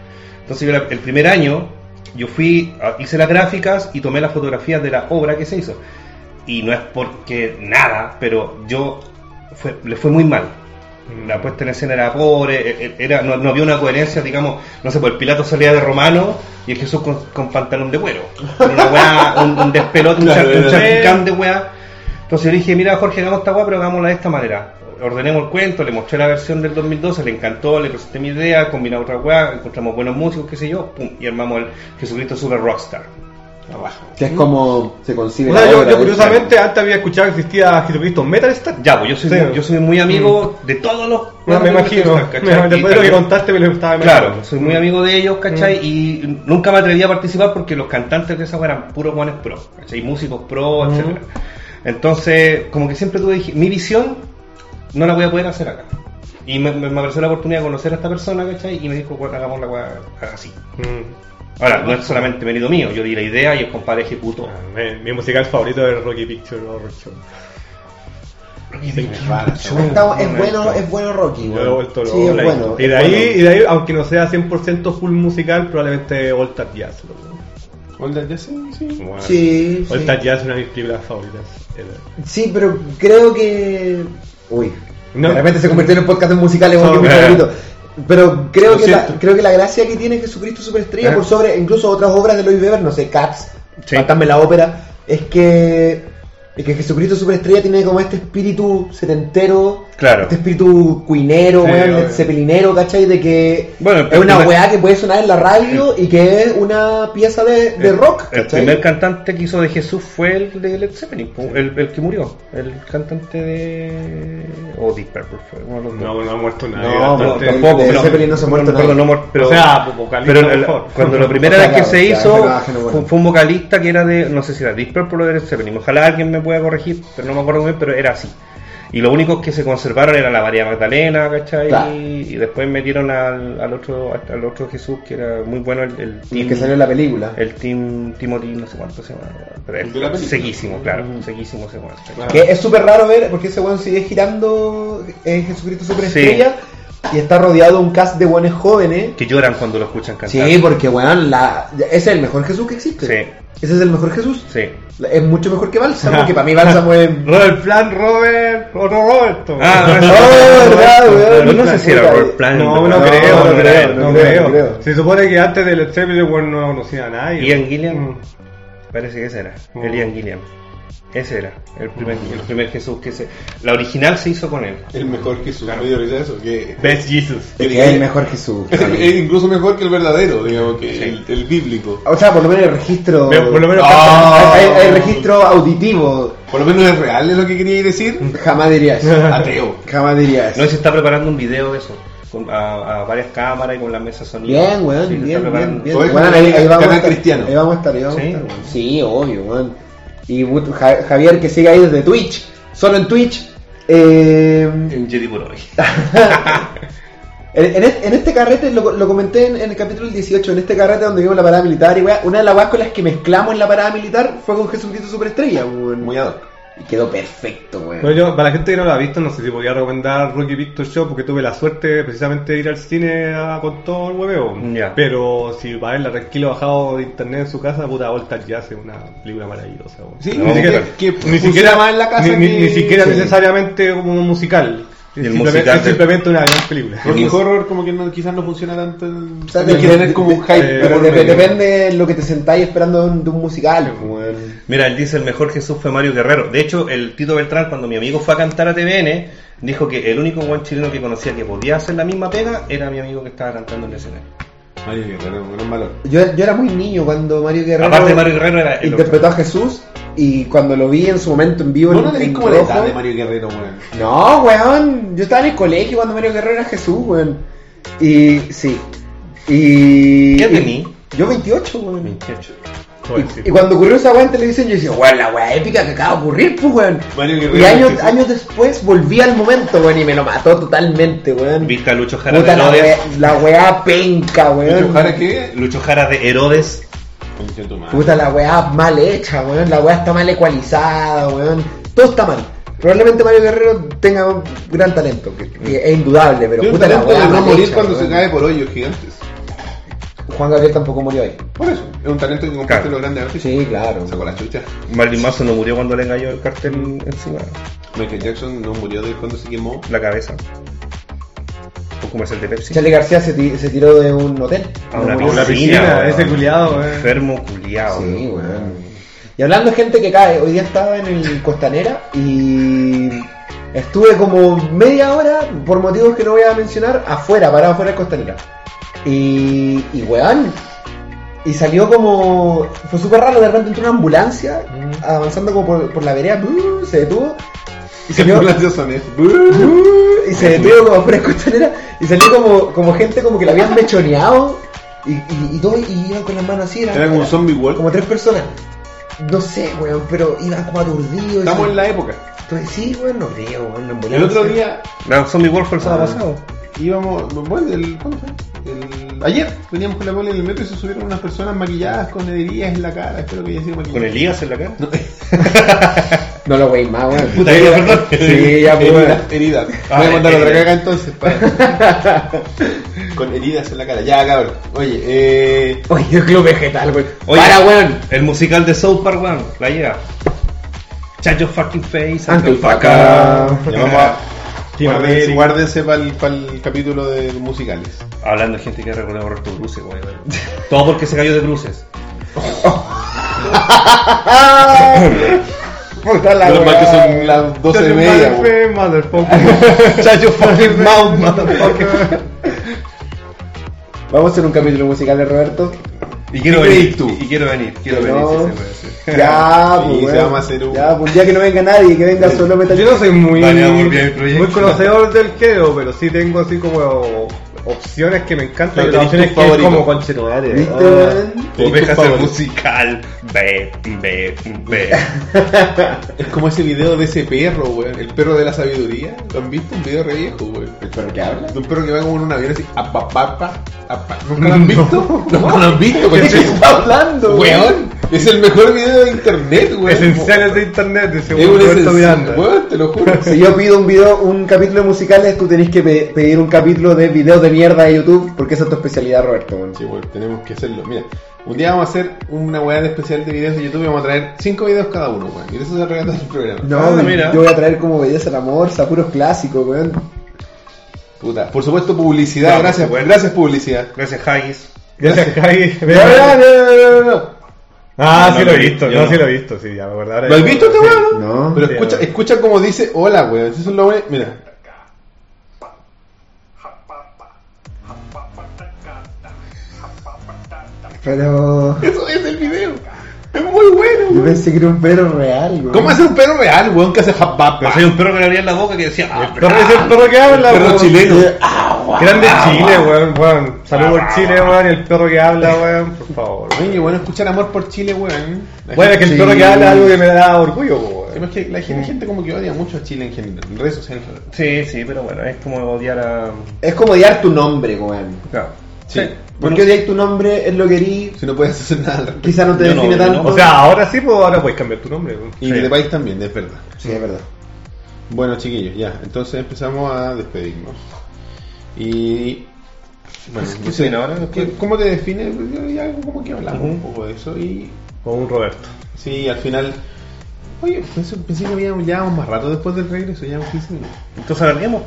Speaker 3: Entonces yo la- el primer año yo fui, a- hice las gráficas y tomé las fotografías de la obra que se hizo. Y no es porque nada, pero yo fue- le fue muy mal. La puesta en escena era pobre, e- e- era, no, no había una coherencia, digamos, no sé, pues el Pilato salía de romano y el Jesús con, con pantalón de cuero. Era Una weá, un, un despelote, un,
Speaker 5: Claro,
Speaker 3: char- un
Speaker 5: era-
Speaker 3: charquicán de weá. Entonces yo le dije, mira Jorge, hagamos esta weá, pero hagámosla de esta manera. Ordenemos el cuento, le mostré la versión del 2012, le encantó, le presenté mi idea, combinamos otra weá, encontramos buenos músicos, qué sé yo, pum, y armamos el Jesucristo Super Rockstar.
Speaker 2: Que es como se concibe
Speaker 5: O sea,
Speaker 2: la
Speaker 5: yo,
Speaker 2: obra
Speaker 5: yo
Speaker 2: de-
Speaker 5: curiosamente antes había escuchado que existía Jesucristo Metal Star.
Speaker 3: Ya, pues yo soy,
Speaker 5: Sí.
Speaker 3: yo soy muy amigo de todos los...
Speaker 5: No, Ah, me imagino.
Speaker 3: ¿cachai?
Speaker 5: Me-
Speaker 3: Y
Speaker 5: Después de lo que
Speaker 3: también-
Speaker 5: contaste me lo estaba imaginando. Mm.
Speaker 3: Claro, soy muy amigo de ellos,
Speaker 2: Mm.
Speaker 3: ¿cachai? Y nunca me atreví a participar porque los cantantes de esa weá eran puros guanes pro, ¿cachai? Músicos
Speaker 2: Mm.
Speaker 3: pro, etcétera. Entonces, como que siempre tuve, dije, mi visión no la voy a poder hacer acá. Y me, me- me apareció la oportunidad de conocer a esta persona, ¿cachai? Y me dijo, bueno, hagamos la weá así. Ahora, no es solamente mérito mío, yo di la idea y el compadre ejecutó.
Speaker 5: Mi, mi musical favorito es Rocky Picture Horror Show.
Speaker 2: Está- es bueno, es bueno Rocky,
Speaker 5: ah, Yo he
Speaker 2: weón.
Speaker 5: vuelto
Speaker 2: Sí, es
Speaker 5: loco.
Speaker 2: bueno.
Speaker 5: Y
Speaker 2: es
Speaker 5: de ahí,
Speaker 2: bueno.
Speaker 5: y de ahí, aunque no sea 100% full musical, probablemente All That Jazz. loco.
Speaker 1: Old ya sí, sí.
Speaker 5: Bueno,
Speaker 2: Sí,
Speaker 5: All
Speaker 2: sí.
Speaker 5: That Jazz es una de mis películas favoritas. ever.
Speaker 2: Sí, pero creo que. Uy.
Speaker 5: No.
Speaker 2: De repente se convirtió en un podcast de musicales,
Speaker 5: No,
Speaker 2: weón, que es mi
Speaker 5: claro.
Speaker 2: favorito. Pero creo
Speaker 5: Lo
Speaker 2: que, la,
Speaker 5: siento.
Speaker 2: creo que la gracia que tiene Jesucristo Superestrella,
Speaker 5: Ajá.
Speaker 2: por sobre incluso otras obras de Lloyd Webber, no sé, Cats, Fantasma en la Ópera, es que, es que Jesucristo Superestrella tiene como este espíritu setentero
Speaker 3: Claro.
Speaker 2: Este espíritu cuinero,
Speaker 3: Sí,
Speaker 2: weón,
Speaker 3: obvio.
Speaker 2: cepelinero, ¿cachai? De que
Speaker 3: Bueno,
Speaker 2: es una
Speaker 3: primer-
Speaker 2: weá que puede sonar en la radio y que es una pieza de, de rock,
Speaker 3: El
Speaker 2: ¿cachai?
Speaker 3: primer cantante que hizo de Jesús fue el de Led Zeppelin, po, el, el que murió, el cantante de... o Deep Purple fue uno de los dos.
Speaker 1: No, no ha muerto nadie.
Speaker 3: No,
Speaker 1: bastante-
Speaker 3: pero tampoco.
Speaker 1: de
Speaker 3: pero-
Speaker 1: Zeppelin no se ha muerto
Speaker 3: tampoco
Speaker 1: nadie.
Speaker 3: no muer- pero,
Speaker 1: O sea, pues, vocalista,
Speaker 3: pero el-
Speaker 1: mejor.
Speaker 3: cuando la primera
Speaker 1: O sea,
Speaker 3: vez que
Speaker 1: claro,
Speaker 3: se
Speaker 1: ya,
Speaker 3: hizo
Speaker 1: pero, ah, que no muere.
Speaker 3: fue, fue un vocalista que era de, no sé si era Deep Purple o de Led Zeppelin. Ojalá alguien me pueda corregir, pero no me acuerdo muy bien, pero era así. Y lo único que se conservaron era la María Magdalena, ¿cachai?
Speaker 2: Claro.
Speaker 3: Y, y después metieron al, al otro al otro Jesús, que era muy bueno el, el
Speaker 2: que salió en la película.
Speaker 3: El team Timothy, no sé cuánto se llama. Pero
Speaker 2: El de la
Speaker 3: es
Speaker 2: película.
Speaker 3: seguísimo, claro. Seguísimo ese weón, ¿cachai?
Speaker 2: Que es súper raro ver, porque ese weón sigue girando, es Jesucristo superestrella, y está rodeado de un cast de buenos jóvenes.
Speaker 3: Que lloran cuando lo escuchan cantar.
Speaker 2: Sí, porque weón, la, ese es el mejor Jesús que existe. Ese es el mejor Jesús.
Speaker 3: Sí.
Speaker 2: Es mucho mejor que Bálsamo, que para mí Bálsamo es...
Speaker 5: Robert Plan, Robert, otro Roberto.
Speaker 3: Ah, no, no,
Speaker 2: verdad,
Speaker 3: no, no sé si era Robert Plant.
Speaker 5: No, no
Speaker 3: No,
Speaker 5: creo,
Speaker 3: no
Speaker 5: no creo,
Speaker 3: creo,
Speaker 5: no
Speaker 3: no creo,
Speaker 5: creo.
Speaker 3: no creo.
Speaker 5: Se supone que antes del Zeppelin, bueno, no conocía a nadie.
Speaker 3: Ian Gillian. Parece que ese era. El Ian Gilliam. Ese era. El primer, el primer Jesús que se. La original se hizo con él.
Speaker 1: El mejor Jesús. me dio risa eso, que-
Speaker 3: Best Jesus.
Speaker 1: que-
Speaker 2: Es el mejor Jesús.
Speaker 1: Es, es incluso mejor que el verdadero, digamos, que el, el bíblico.
Speaker 2: O sea, por lo menos el registro...
Speaker 1: Pero por lo menos- Oh.
Speaker 2: Ah, hay, hay registro auditivo.
Speaker 1: Por lo menos es real, es lo que quería decir.
Speaker 2: Jamás dirías.
Speaker 1: Ateo.
Speaker 2: Jamás dirías.
Speaker 3: No se está preparando un video de eso. Con, a, a varias cámaras y con la mesa sonido.
Speaker 2: Bien, weón,
Speaker 3: Sí, lo está
Speaker 2: bien, bien,
Speaker 3: preparando.
Speaker 2: bien. Weón, ahí, ahí vamos a estar, ahí vamos a estar, ahí vamos a
Speaker 3: Sí,
Speaker 2: estar. Sí, obvio, weón. Y puto, Ja- Javier que sigue ahí desde Twitch, solo en Twitch. Eh,
Speaker 3: En Jedi por hoy.
Speaker 2: en, en es- en este carrete, lo, lo comenté en, en el capítulo 18, en este carrete donde vimos la parada militar y weá, una de las weas con las que mezclamos en la parada militar fue con Jesucristo Superestrella, weón. Muy
Speaker 1: ad hoc.
Speaker 2: Y quedó perfecto, weón.
Speaker 5: Bueno, yo, para la gente que no lo ha visto, no sé si podría recomendar Rocky Picture Show porque tuve la suerte precisamente de ir al cine a- con todo el hueveo.
Speaker 3: Ya.
Speaker 5: Pero si va a verla tranquilo bajado de internet en su casa, puta vuelta ya hace una película maravillosa. weón.
Speaker 1: Sí,
Speaker 5: No,
Speaker 1: ni siquiera-
Speaker 5: que-
Speaker 1: que
Speaker 5: ni
Speaker 1: funciona
Speaker 5: siquiera
Speaker 1: más en la casa
Speaker 5: ni- ni-
Speaker 1: que-
Speaker 5: ni siquiera
Speaker 1: Sí.
Speaker 5: necesariamente como un musical.
Speaker 3: Y el
Speaker 5: Es simplemente-
Speaker 3: musical
Speaker 5: es
Speaker 3: del-
Speaker 5: simplemente una gran película.
Speaker 1: Rocky Horror como que no- quizás no funciona tanto. en-
Speaker 2: O sea,
Speaker 1: Hay que
Speaker 2: de-
Speaker 1: tener pues, como un
Speaker 2: de-
Speaker 1: hype.
Speaker 2: pero
Speaker 1: por
Speaker 2: de-
Speaker 1: medio.
Speaker 2: depende de lo que te sentáis esperando de un, de un musical, weón.
Speaker 3: Mira, él dice el mejor Jesús fue Mario Guerrero. De hecho, el Tito Beltrán, cuando mi amigo fue a cantar a TVN, dijo que el único buen chileno que conocía que podía hacer la misma pega era mi amigo que estaba cantando en el escenario.
Speaker 1: Mario Guerrero, gran valor.
Speaker 2: Yo, yo era muy niño cuando Mario Guerrero,
Speaker 3: Aparte, Mario Guerrero era el
Speaker 2: interpretó a Jesús y cuando lo vi en su momento en vivo
Speaker 1: Vos
Speaker 2: en-
Speaker 1: no tenés
Speaker 2: en
Speaker 1: como la edad
Speaker 2: rojo-
Speaker 1: de Mario Guerrero, weón.
Speaker 2: No, weón, yo estaba en el colegio cuando Mario Guerrero era Jesús, weón. Y sí. Y
Speaker 3: ¿Qué edad
Speaker 2: y-
Speaker 3: tení?
Speaker 2: Yo 28, weón.
Speaker 3: 28.
Speaker 2: Y cuando ocurrió esa weá en televisión, yo decía, weón, la weá épica que acaba de ocurrir, pues, weón.
Speaker 1: Mario Guerrero.
Speaker 2: Y años,
Speaker 1: Jesús.
Speaker 2: años después volví al momento, weón, y me lo mató totalmente, weón.
Speaker 3: Viste a Lucho Jara
Speaker 2: Puta,
Speaker 3: de
Speaker 2: la weá,
Speaker 3: Herodes.
Speaker 2: la weá penca, weón.
Speaker 1: ¿Lucho Jara qué?
Speaker 3: Lucho Jara de Herodes.
Speaker 1: Concha tu madre.
Speaker 2: Puta, la weá mal hecha, weón. La weá está mal ecualizada, weón. Todo está mal. Probablemente Mario Guerrero tenga un gran talento, que, que es indudable, pero
Speaker 1: Tiene un
Speaker 2: puta la
Speaker 1: talento
Speaker 2: weá.
Speaker 1: de no
Speaker 2: mal
Speaker 1: morir
Speaker 2: hecha,
Speaker 1: cuando
Speaker 2: weón.
Speaker 1: se cae por hoyos gigantes.
Speaker 2: Juan Gabriel tampoco murió ahí.
Speaker 1: Por eso, es un talento que comparte
Speaker 3: Claro.
Speaker 1: los grandes artistas.
Speaker 2: Sí, claro.
Speaker 1: Sacó la chucha.
Speaker 3: Marlin Mazo no murió cuando le engañó el cartel encima.
Speaker 1: Michael Jackson no murió de cuando se quemó.
Speaker 3: La cabeza. Un comercial de Pepsi.
Speaker 2: Charlie García se, ti- se tiró de un hotel.
Speaker 3: A una,
Speaker 2: No
Speaker 3: piscina,
Speaker 2: murió.
Speaker 3: weón.
Speaker 5: ese culiado, weón.
Speaker 3: Enfermo culiado.
Speaker 2: Sí, weón. Y hablando de gente que cae, hoy día estaba en el Costanera y estuve como media hora, por motivos que no voy a mencionar, afuera, parado afuera del Costanera. Y, y weón, y salió como. Fue súper raro, de repente entró una ambulancia avanzando como por, por la vereda, ¡bu! se detuvo. Y
Speaker 1: Qué
Speaker 2: salió,
Speaker 1: ambulancias son esas.
Speaker 2: y se detuvo como fuera de costanera y salió como, como gente como que la habían mechoneado y, y, y todo y iban con las manos así era,
Speaker 1: Era como un zombie world.
Speaker 2: como tres personas no sé weón pero iban como aturdidos
Speaker 1: Estamos
Speaker 2: y-
Speaker 1: en la época.
Speaker 2: Entonces, sí weón no creo weón no
Speaker 1: El otro día
Speaker 3: La Zombie Wolf fue el sábado
Speaker 1: Ah.
Speaker 3: pasado.
Speaker 1: íbamos. Bueno, el, ¿cuándo fue? El- ayer veníamos con la bola en el metro y se subieron unas personas maquilladas con heridas en la cara. Espero que haya sido
Speaker 3: Con
Speaker 1: maquilladas.
Speaker 3: Elías en la cara.
Speaker 2: no lo wey más weón
Speaker 3: Puta, ya, perdón.
Speaker 2: sí ya pues, weón.
Speaker 1: Heridas, heridas.
Speaker 3: Ah,
Speaker 1: Voy a mandar otra
Speaker 3: heridas.
Speaker 1: caga entonces. para- Con heridas en la cara. Ya, cabrón. Oye, eh.
Speaker 2: oye el club vegetal weón
Speaker 3: Oye,
Speaker 2: para weón
Speaker 3: El musical de South Park, weón. La llega. Change your fucking face.
Speaker 2: Uncle
Speaker 3: Paca.
Speaker 2: Paca.
Speaker 1: Ya vamos a. Guárdense, guárdense para el, capítulo de musicales.
Speaker 3: Hablando de gente que recuerda borrar tus bruces, weón. Todo porque se cayó de bruces.
Speaker 5: Puta la
Speaker 8: Menos mal que
Speaker 5: weá.
Speaker 8: son las 12 de
Speaker 5: Chacho,
Speaker 8: media,
Speaker 5: motherfucker, motherfucker.
Speaker 8: Chacho fucking mouth,
Speaker 5: motherfucker.
Speaker 2: Vamos a hacer un capítulo musical de Roberto.
Speaker 3: Y quiero
Speaker 2: ¿Qué
Speaker 3: venir.
Speaker 2: crees tú?
Speaker 3: Y quiero venir, quiero
Speaker 2: Que
Speaker 3: venir,
Speaker 2: no.
Speaker 3: sí, se puede hacer.
Speaker 2: Ya, pues,
Speaker 3: Y se
Speaker 2: weón.
Speaker 3: llama hacer un-
Speaker 2: Ya, pues, un día que no venga nadie, que venga solo metal.
Speaker 5: Yo no soy muy,
Speaker 3: Vale, volví a mi proyecto.
Speaker 5: muy conocedor del género, pero sí tengo así como opciones que me encantan.
Speaker 3: Pero
Speaker 5: y otras
Speaker 3: tenés
Speaker 5: opciones
Speaker 3: tu
Speaker 5: que es
Speaker 3: favorito.
Speaker 5: como conchetumare.
Speaker 2: ¿Viste,
Speaker 5: ah.
Speaker 2: weón?
Speaker 3: Ovejas el musical. Ve, ve, ve.
Speaker 1: Es como ese video de ese perro, weón. El perro de la sabiduría. ¿Lo han visto? Un video re viejo, weón.
Speaker 2: ¿El perro que habla?
Speaker 1: De un perro que va como en un avión así. Apa, papa, apa. ¿Nunca lo han visto? No, lo han visto,
Speaker 2: ¿De qué
Speaker 1: conche-
Speaker 2: está hablando?
Speaker 1: Weón, es el mejor video de internet, weón.
Speaker 5: Esenciales de internet, de
Speaker 1: Es
Speaker 5: según
Speaker 1: un
Speaker 5: Roberto
Speaker 1: esencial,
Speaker 5: Miranda.
Speaker 1: weón, te lo juro.
Speaker 2: Si yo pido un video, un capítulo de musicales, tú tenés que pe- pedir un capítulo de videos de mierda de YouTube, porque esa es tu especialidad, Roberto. weón.
Speaker 1: Sí, weón, tenemos que hacerlo. Mira, un día vamos a hacer una weá de especial de videos de YouTube y vamos a traer 5 videos cada uno, weón. Y de eso se regala el programa.
Speaker 2: No,
Speaker 3: Ah,
Speaker 2: weón,
Speaker 3: mira.
Speaker 2: yo voy a traer como belleza la morsa, puros clásicos, weón.
Speaker 1: Puta, por supuesto, publicidad.
Speaker 3: Vamos,
Speaker 1: gracias,
Speaker 3: weón.
Speaker 1: gracias, publicidad.
Speaker 3: Gracias, Haggis.
Speaker 5: Gracias, Javi.
Speaker 2: No, no, no, no, no, no.
Speaker 5: Ah,
Speaker 3: No, no
Speaker 5: sí lo he
Speaker 3: lo vi,
Speaker 5: visto,
Speaker 3: yo
Speaker 5: no,
Speaker 3: no.
Speaker 5: sí lo he visto, sí, ya me acuerdo. ahora
Speaker 1: ¿Lo has
Speaker 5: ya-
Speaker 1: visto este
Speaker 5: sí.
Speaker 1: weón?
Speaker 2: No.
Speaker 1: Pero
Speaker 5: Sí,
Speaker 1: escucha,
Speaker 5: weón.
Speaker 1: escucha como dice, hola, weón. Eso es lo weón. Mira.
Speaker 2: Pero
Speaker 1: Eso es el video. Es muy bueno,
Speaker 2: yo
Speaker 1: weón.
Speaker 2: pensé que era un perro real, weón.
Speaker 1: ¿Cómo hace un perro real, weón, que hace jabba?
Speaker 3: Pero soy un perro que le abría la boca que decía. "Ah,
Speaker 5: Perro es el perro que habla,
Speaker 1: Perro
Speaker 5: weón. Ah,
Speaker 1: chileno. Ah,
Speaker 5: Grande Chile, weón, weón. Saludos Chile, weón, el perro que habla, weón, por favor.
Speaker 1: Oye, qué bueno, escuchar amor por Chile, weón. La
Speaker 5: Bueno, es que el
Speaker 2: Sí.
Speaker 5: perro que habla es algo que me da orgullo, po,
Speaker 1: gente-
Speaker 5: weón.
Speaker 1: es que la gente, la gente como que odia mucho a Chile en general, en redes sociales. en general.
Speaker 3: Sí, sí, pero bueno, es como odiar a.
Speaker 2: Es como odiar tu nombre, weón.
Speaker 3: Claro.
Speaker 1: Sí.
Speaker 2: ¿Por qué odiar tu nombre? Es lo que erí.
Speaker 1: Si no puedes hacer nada. al respecto.
Speaker 2: Quizá no te
Speaker 3: Yo no
Speaker 2: define
Speaker 3: odio,
Speaker 2: tanto.
Speaker 3: ¿no?
Speaker 5: O sea, ahora sí, pues ahora puedes cambiar tu nombre, weón.
Speaker 1: Y de país también, es verdad.
Speaker 2: sí, es verdad.
Speaker 1: Bueno, chiquillos, ya. Entonces empezamos a despedirnos. Y. Bueno,
Speaker 5: Pues,
Speaker 3: ¿Qué
Speaker 1: no
Speaker 3: se
Speaker 1: sé,
Speaker 3: viene ahora?
Speaker 1: ¿qué- ¿cómo te define? Yo ya como que hablamos
Speaker 3: Ujú.
Speaker 1: un poco de eso. Y
Speaker 5: Con un Roberto.
Speaker 1: sí, al final. Oye, pensé, pensé que habíamos llevado más rato después del regreso, ya 15 minutos.
Speaker 3: Entonces alarguemos.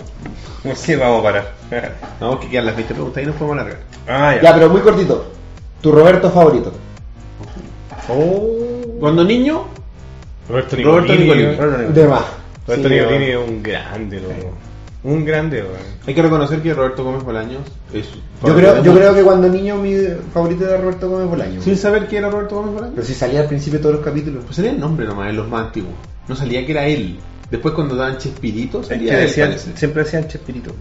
Speaker 3: No sé, vamos a parar.
Speaker 1: No, que quedan las 20 preguntas y nos podemos alargar.
Speaker 3: Ah, ya.
Speaker 2: Ya, pero muy cortito. Tu Roberto favorito.
Speaker 1: Cuando niño,
Speaker 5: Roberto Nicolini.
Speaker 1: Oh. Roberto Nicolini.
Speaker 5: Roberto
Speaker 2: De más.
Speaker 5: Roberto
Speaker 2: Sí,
Speaker 5: Nicolini
Speaker 2: weón.
Speaker 5: es un grande, loco. Un grande, weón.
Speaker 1: hay que reconocer que Roberto Gómez Bolaños es.
Speaker 2: Yo creo, yo creo que cuando niño mi favorito era Roberto Gómez Bolaño.
Speaker 1: Sin saber quién era Roberto Gómez Bolaños.
Speaker 2: Pero si salía al principio de todos los capítulos.
Speaker 1: Pues salía el nombre nomás de los más antiguos. No salía que era él. Después cuando daban Chespirito,
Speaker 3: Es
Speaker 1: salía
Speaker 3: que
Speaker 1: él,
Speaker 3: decían,
Speaker 1: parece.
Speaker 3: siempre decían Chespirito.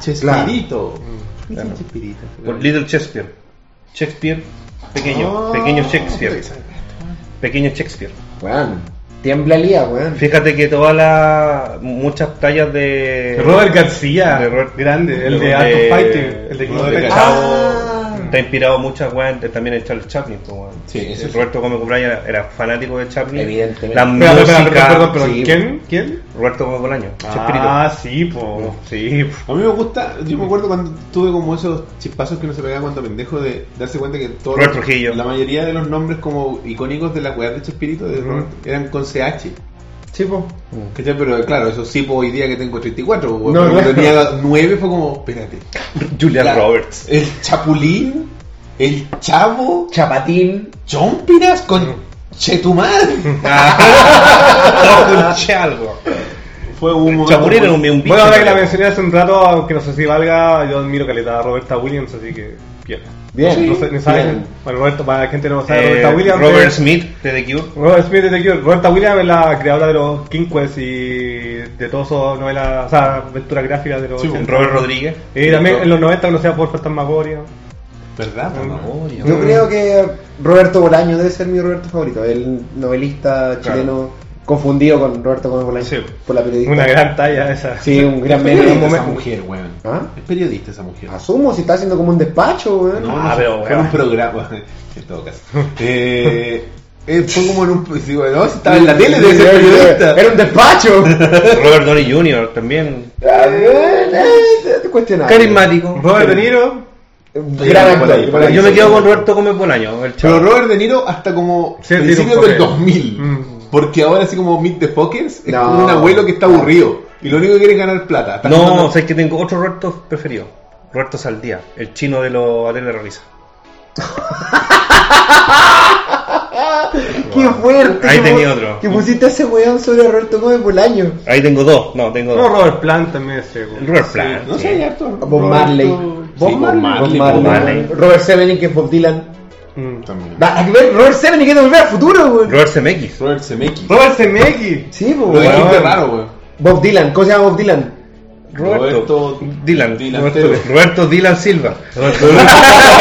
Speaker 1: Chespirito. ¿Qué
Speaker 5: Mm,
Speaker 3: Claro.
Speaker 1: es Chespirito?
Speaker 3: Por Little Shakespeare. Shakespeare, pequeño,
Speaker 1: Ah,
Speaker 3: pequeño Shakespeare.
Speaker 1: esa-
Speaker 3: Pequeño Shakespeare.
Speaker 2: Weón. Tiembla el día, weón.
Speaker 3: Fíjate que todas las. muchas tallas de.
Speaker 5: Robert García.
Speaker 3: de Robert-
Speaker 5: grande, el de
Speaker 3: de-
Speaker 5: Art of Fighting. El de
Speaker 3: No,
Speaker 5: Kino
Speaker 3: de
Speaker 5: de
Speaker 3: Cachao.
Speaker 2: Ah.
Speaker 3: Está inspirado muchas weas de- también en Charles Chaplin. pues, weón.
Speaker 1: Sí, eso sí.
Speaker 3: Roberto Gómez Bolaño era, era fanático de Chaplin.
Speaker 2: Evidentemente.
Speaker 3: La
Speaker 5: Espera, espera,
Speaker 3: música.
Speaker 5: perdón, perdón, perdón.
Speaker 2: sí.
Speaker 5: ¿Quién? ¿Quién?
Speaker 3: Roberto Gómez Bolaño. Chespirito.
Speaker 5: Ah, sí, po. Sí, po.
Speaker 1: A mí me gusta, yo me acuerdo cuando tuve como esos chispazos que uno se pegaba cuando pendejo de darse cuenta que todos
Speaker 3: Robert Trujillo.
Speaker 1: la mayoría de los nombres como icónicos de la weá de Chespirito de Robert, eran con CH.
Speaker 5: Sí, po.
Speaker 1: ¿Cachai? Pero claro, eso sí, pues, hoy día que tengo 34, pues,
Speaker 5: No,
Speaker 1: pero cuando
Speaker 5: claro.
Speaker 1: tenía 9 fue como, espérate.
Speaker 3: Julia
Speaker 1: La-
Speaker 3: Roberts.
Speaker 1: El Chapulín, el Chavo,
Speaker 2: Chapatín.
Speaker 1: Chompiras con Chetumal.
Speaker 3: Ah, escuché algo.
Speaker 1: Fue un momento
Speaker 3: Chapulín era un,
Speaker 1: muy-
Speaker 3: un bicho.
Speaker 5: Bueno, ahora que la mencioné hace un rato, aunque no sé si valga, yo admiro caleta a Roberta Williams, así que bien.
Speaker 2: Bien.
Speaker 5: No sé, ni saben.
Speaker 2: Bien.
Speaker 5: Bueno, Roberto, para la gente que no sabe,
Speaker 3: Eh,
Speaker 5: Roberta Williams.
Speaker 3: Robert
Speaker 5: es-
Speaker 3: Smith de The Cure.
Speaker 5: Robert Smith es de Cure. Roberta Williams es la creadora de los King Quest y de todas sus novelas, o sea, aventuras gráficas de los.
Speaker 1: Sí,
Speaker 5: 80.
Speaker 3: Robert Rodríguez.
Speaker 5: y también en los 90 conocida por Fantasmagoria.
Speaker 1: ¿Verdad? po, no?
Speaker 2: Yo creo que Roberto Bolaño debe ser mi Roberto favorito, el novelista chileno confundido con Roberto Gómez Bolaño
Speaker 5: Sí.
Speaker 2: por la periodista.
Speaker 5: Una gran talla esa.
Speaker 2: Sí, un gran
Speaker 1: Es
Speaker 2: meme.
Speaker 1: periodista esa
Speaker 2: momento.
Speaker 1: mujer, weón.
Speaker 2: ¿Ah?
Speaker 1: Es periodista esa mujer.
Speaker 2: Asumo si está haciendo como un despacho, weón.
Speaker 1: No,
Speaker 3: Ah,
Speaker 1: no,
Speaker 3: pero,
Speaker 1: fue en
Speaker 3: weón.
Speaker 1: un programa. En todo caso. Eh, eh, fue como en un. sí, bueno, no, si estaba en la tele de ese
Speaker 2: Era-
Speaker 1: periodista.
Speaker 2: Era un despacho.
Speaker 3: Robert Downey Jr. también.
Speaker 2: Ah, weón, eh, Cuestionable.
Speaker 3: Carismático.
Speaker 5: Robert De Niro.
Speaker 2: Un Gran
Speaker 1: por ahí, por
Speaker 2: actor.
Speaker 1: ahí.
Speaker 3: Yo me quedo con Roberto Gómez Bolaño. El
Speaker 1: Pero
Speaker 3: chavo.
Speaker 1: Robert De Niro hasta como
Speaker 5: Sí, tiene un
Speaker 1: principios
Speaker 5: papel.
Speaker 1: del 2000.
Speaker 5: Mm.
Speaker 1: Porque ahora, así como Meet the Pokers, es
Speaker 2: No.
Speaker 1: como un abuelo que está aburrido. Y lo único que quiere es ganar plata. Está
Speaker 3: No,
Speaker 1: jugando-
Speaker 3: o sea, es que tengo otro Roberto preferido. Roberto Saldía, el chino de los hoteles de risa.
Speaker 2: ¡Qué fuerte!
Speaker 3: Ahí
Speaker 2: que
Speaker 3: tenía
Speaker 2: pu-
Speaker 3: otro.
Speaker 2: Que pusiste a ese weón sobre Roberto Gómez Bolaño.
Speaker 3: Ahí tengo dos, no, tengo
Speaker 5: No,
Speaker 3: dos.
Speaker 5: Robert Plant también ese. güey.
Speaker 3: Robert Plant.
Speaker 1: No
Speaker 3: sí.
Speaker 1: sé, hay harto.
Speaker 2: Bob Marley.
Speaker 1: Bob Marley.
Speaker 2: Bob
Speaker 3: Bob
Speaker 2: Marley.
Speaker 3: Marley.
Speaker 2: Robert Severin, que es Bob Dylan.
Speaker 5: Mm.
Speaker 1: También.
Speaker 2: Va, hay que ver, Robert Severin que volver al futuro, weón.
Speaker 3: Robert Zemeckis.
Speaker 1: Robert Zemeckis.
Speaker 5: Robert Zemeckis.
Speaker 2: Sí, po,
Speaker 1: Lo
Speaker 2: weón.
Speaker 1: dijiste raro, weón.
Speaker 2: Bob Dylan, ¿cómo se llama Bob Dylan?
Speaker 1: Roberto
Speaker 3: Dylan.
Speaker 1: Dylan
Speaker 3: Roberto,
Speaker 1: Teo.
Speaker 3: Roberto Dylan Silva.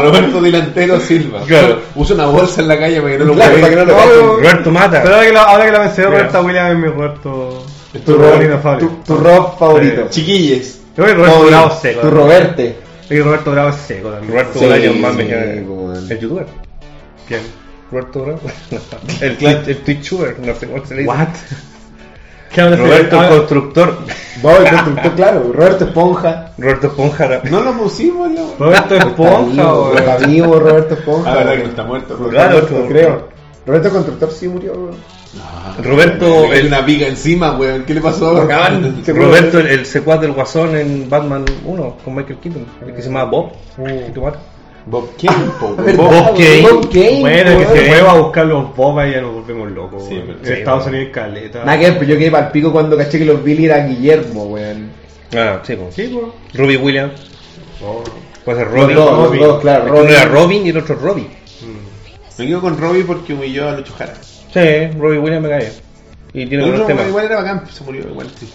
Speaker 1: Roberto Delantero Silva.
Speaker 3: Claro.
Speaker 1: Usa una bolsa en la calle para que no lo
Speaker 2: Claro,
Speaker 1: mueva.
Speaker 2: para que no lo
Speaker 5: No,
Speaker 2: cachen.
Speaker 5: weón.
Speaker 3: Roberto Mata.
Speaker 5: Pero ahora que la, ahora que la mencioné,
Speaker 3: Mira.
Speaker 5: Roberta Williams es mi Roberto.
Speaker 1: Es tu
Speaker 5: Tu
Speaker 1: Robert-
Speaker 5: Roberto inefable.
Speaker 2: Tu, tu rock favorito.
Speaker 1: Chiquilles.
Speaker 5: Yo creo que
Speaker 2: No,
Speaker 5: Roberto Bravo es
Speaker 2: Tu
Speaker 5: seco.
Speaker 2: Roberte.
Speaker 5: Oye, Roberto Bravo es seco también.
Speaker 3: Roberto
Speaker 2: Sí,
Speaker 3: Bolaño más
Speaker 2: sí,
Speaker 3: me queda-
Speaker 2: weón.
Speaker 3: El youtuber.
Speaker 5: ¿Quién?
Speaker 3: Roberto Bravo. el, Twitch- el Twitchuber, no sé cómo se le dice.
Speaker 5: What? ¿Qué hablas de-
Speaker 3: Roberto el
Speaker 5: Ah,
Speaker 3: Constructor.
Speaker 2: Bob, el constructor, claro. Roberto Esponja.
Speaker 3: Roberto Esponja.
Speaker 1: No lo pusimos, la weón.
Speaker 5: Roberto
Speaker 2: Está
Speaker 5: Esponja,
Speaker 2: vivo,
Speaker 5: weón.
Speaker 2: Está vivo Roberto Esponja.
Speaker 1: Ah, verdad que no
Speaker 2: weón.
Speaker 1: está muerto. weón.
Speaker 3: Claro,
Speaker 2: Roberto,
Speaker 3: tú.
Speaker 2: creo. Roberto Constructor sí murió, weón.
Speaker 3: Roberto-
Speaker 1: Hay una viga encima, weón. ¿Qué le pasó a Roberto?
Speaker 3: Ah, Roberto, el, el secuaz del Guasón en Batman 1 con Michael Keaton, el que se llama Bob.
Speaker 1: Bob Kane, po, weón.
Speaker 2: Verdad,
Speaker 3: Bob Kane.
Speaker 2: Bob Kane,
Speaker 5: Bueno, que
Speaker 2: weón.
Speaker 5: se mueva a buscar los bombas y ya nos volvemos locos.
Speaker 1: Sí,
Speaker 5: weón.
Speaker 1: pero-
Speaker 5: en
Speaker 3: sí,
Speaker 5: Estados
Speaker 3: weón.
Speaker 5: Unidos hay caleta.
Speaker 2: Nada que ver, pero yo quedé pa'l pico cuando caché que los Billy eran Guillermo, weón.
Speaker 3: Ah, sí, pues.
Speaker 5: Sí, weón.
Speaker 3: Robbie Williams. Puede ser Robin.
Speaker 2: Los dos,
Speaker 5: Robin.
Speaker 2: los dos, claro.
Speaker 3: Uno
Speaker 2: Robin.
Speaker 3: era Robin y el otro Robbie.
Speaker 5: Mm.
Speaker 1: Me quedo con Robbie porque humilló a Lucho Jara.
Speaker 3: Sí, Robbie Williams me cae. Y tiene
Speaker 1: No,
Speaker 3: buenos
Speaker 1: no,
Speaker 3: temas.
Speaker 1: igual era bacán, se murió igual, sí.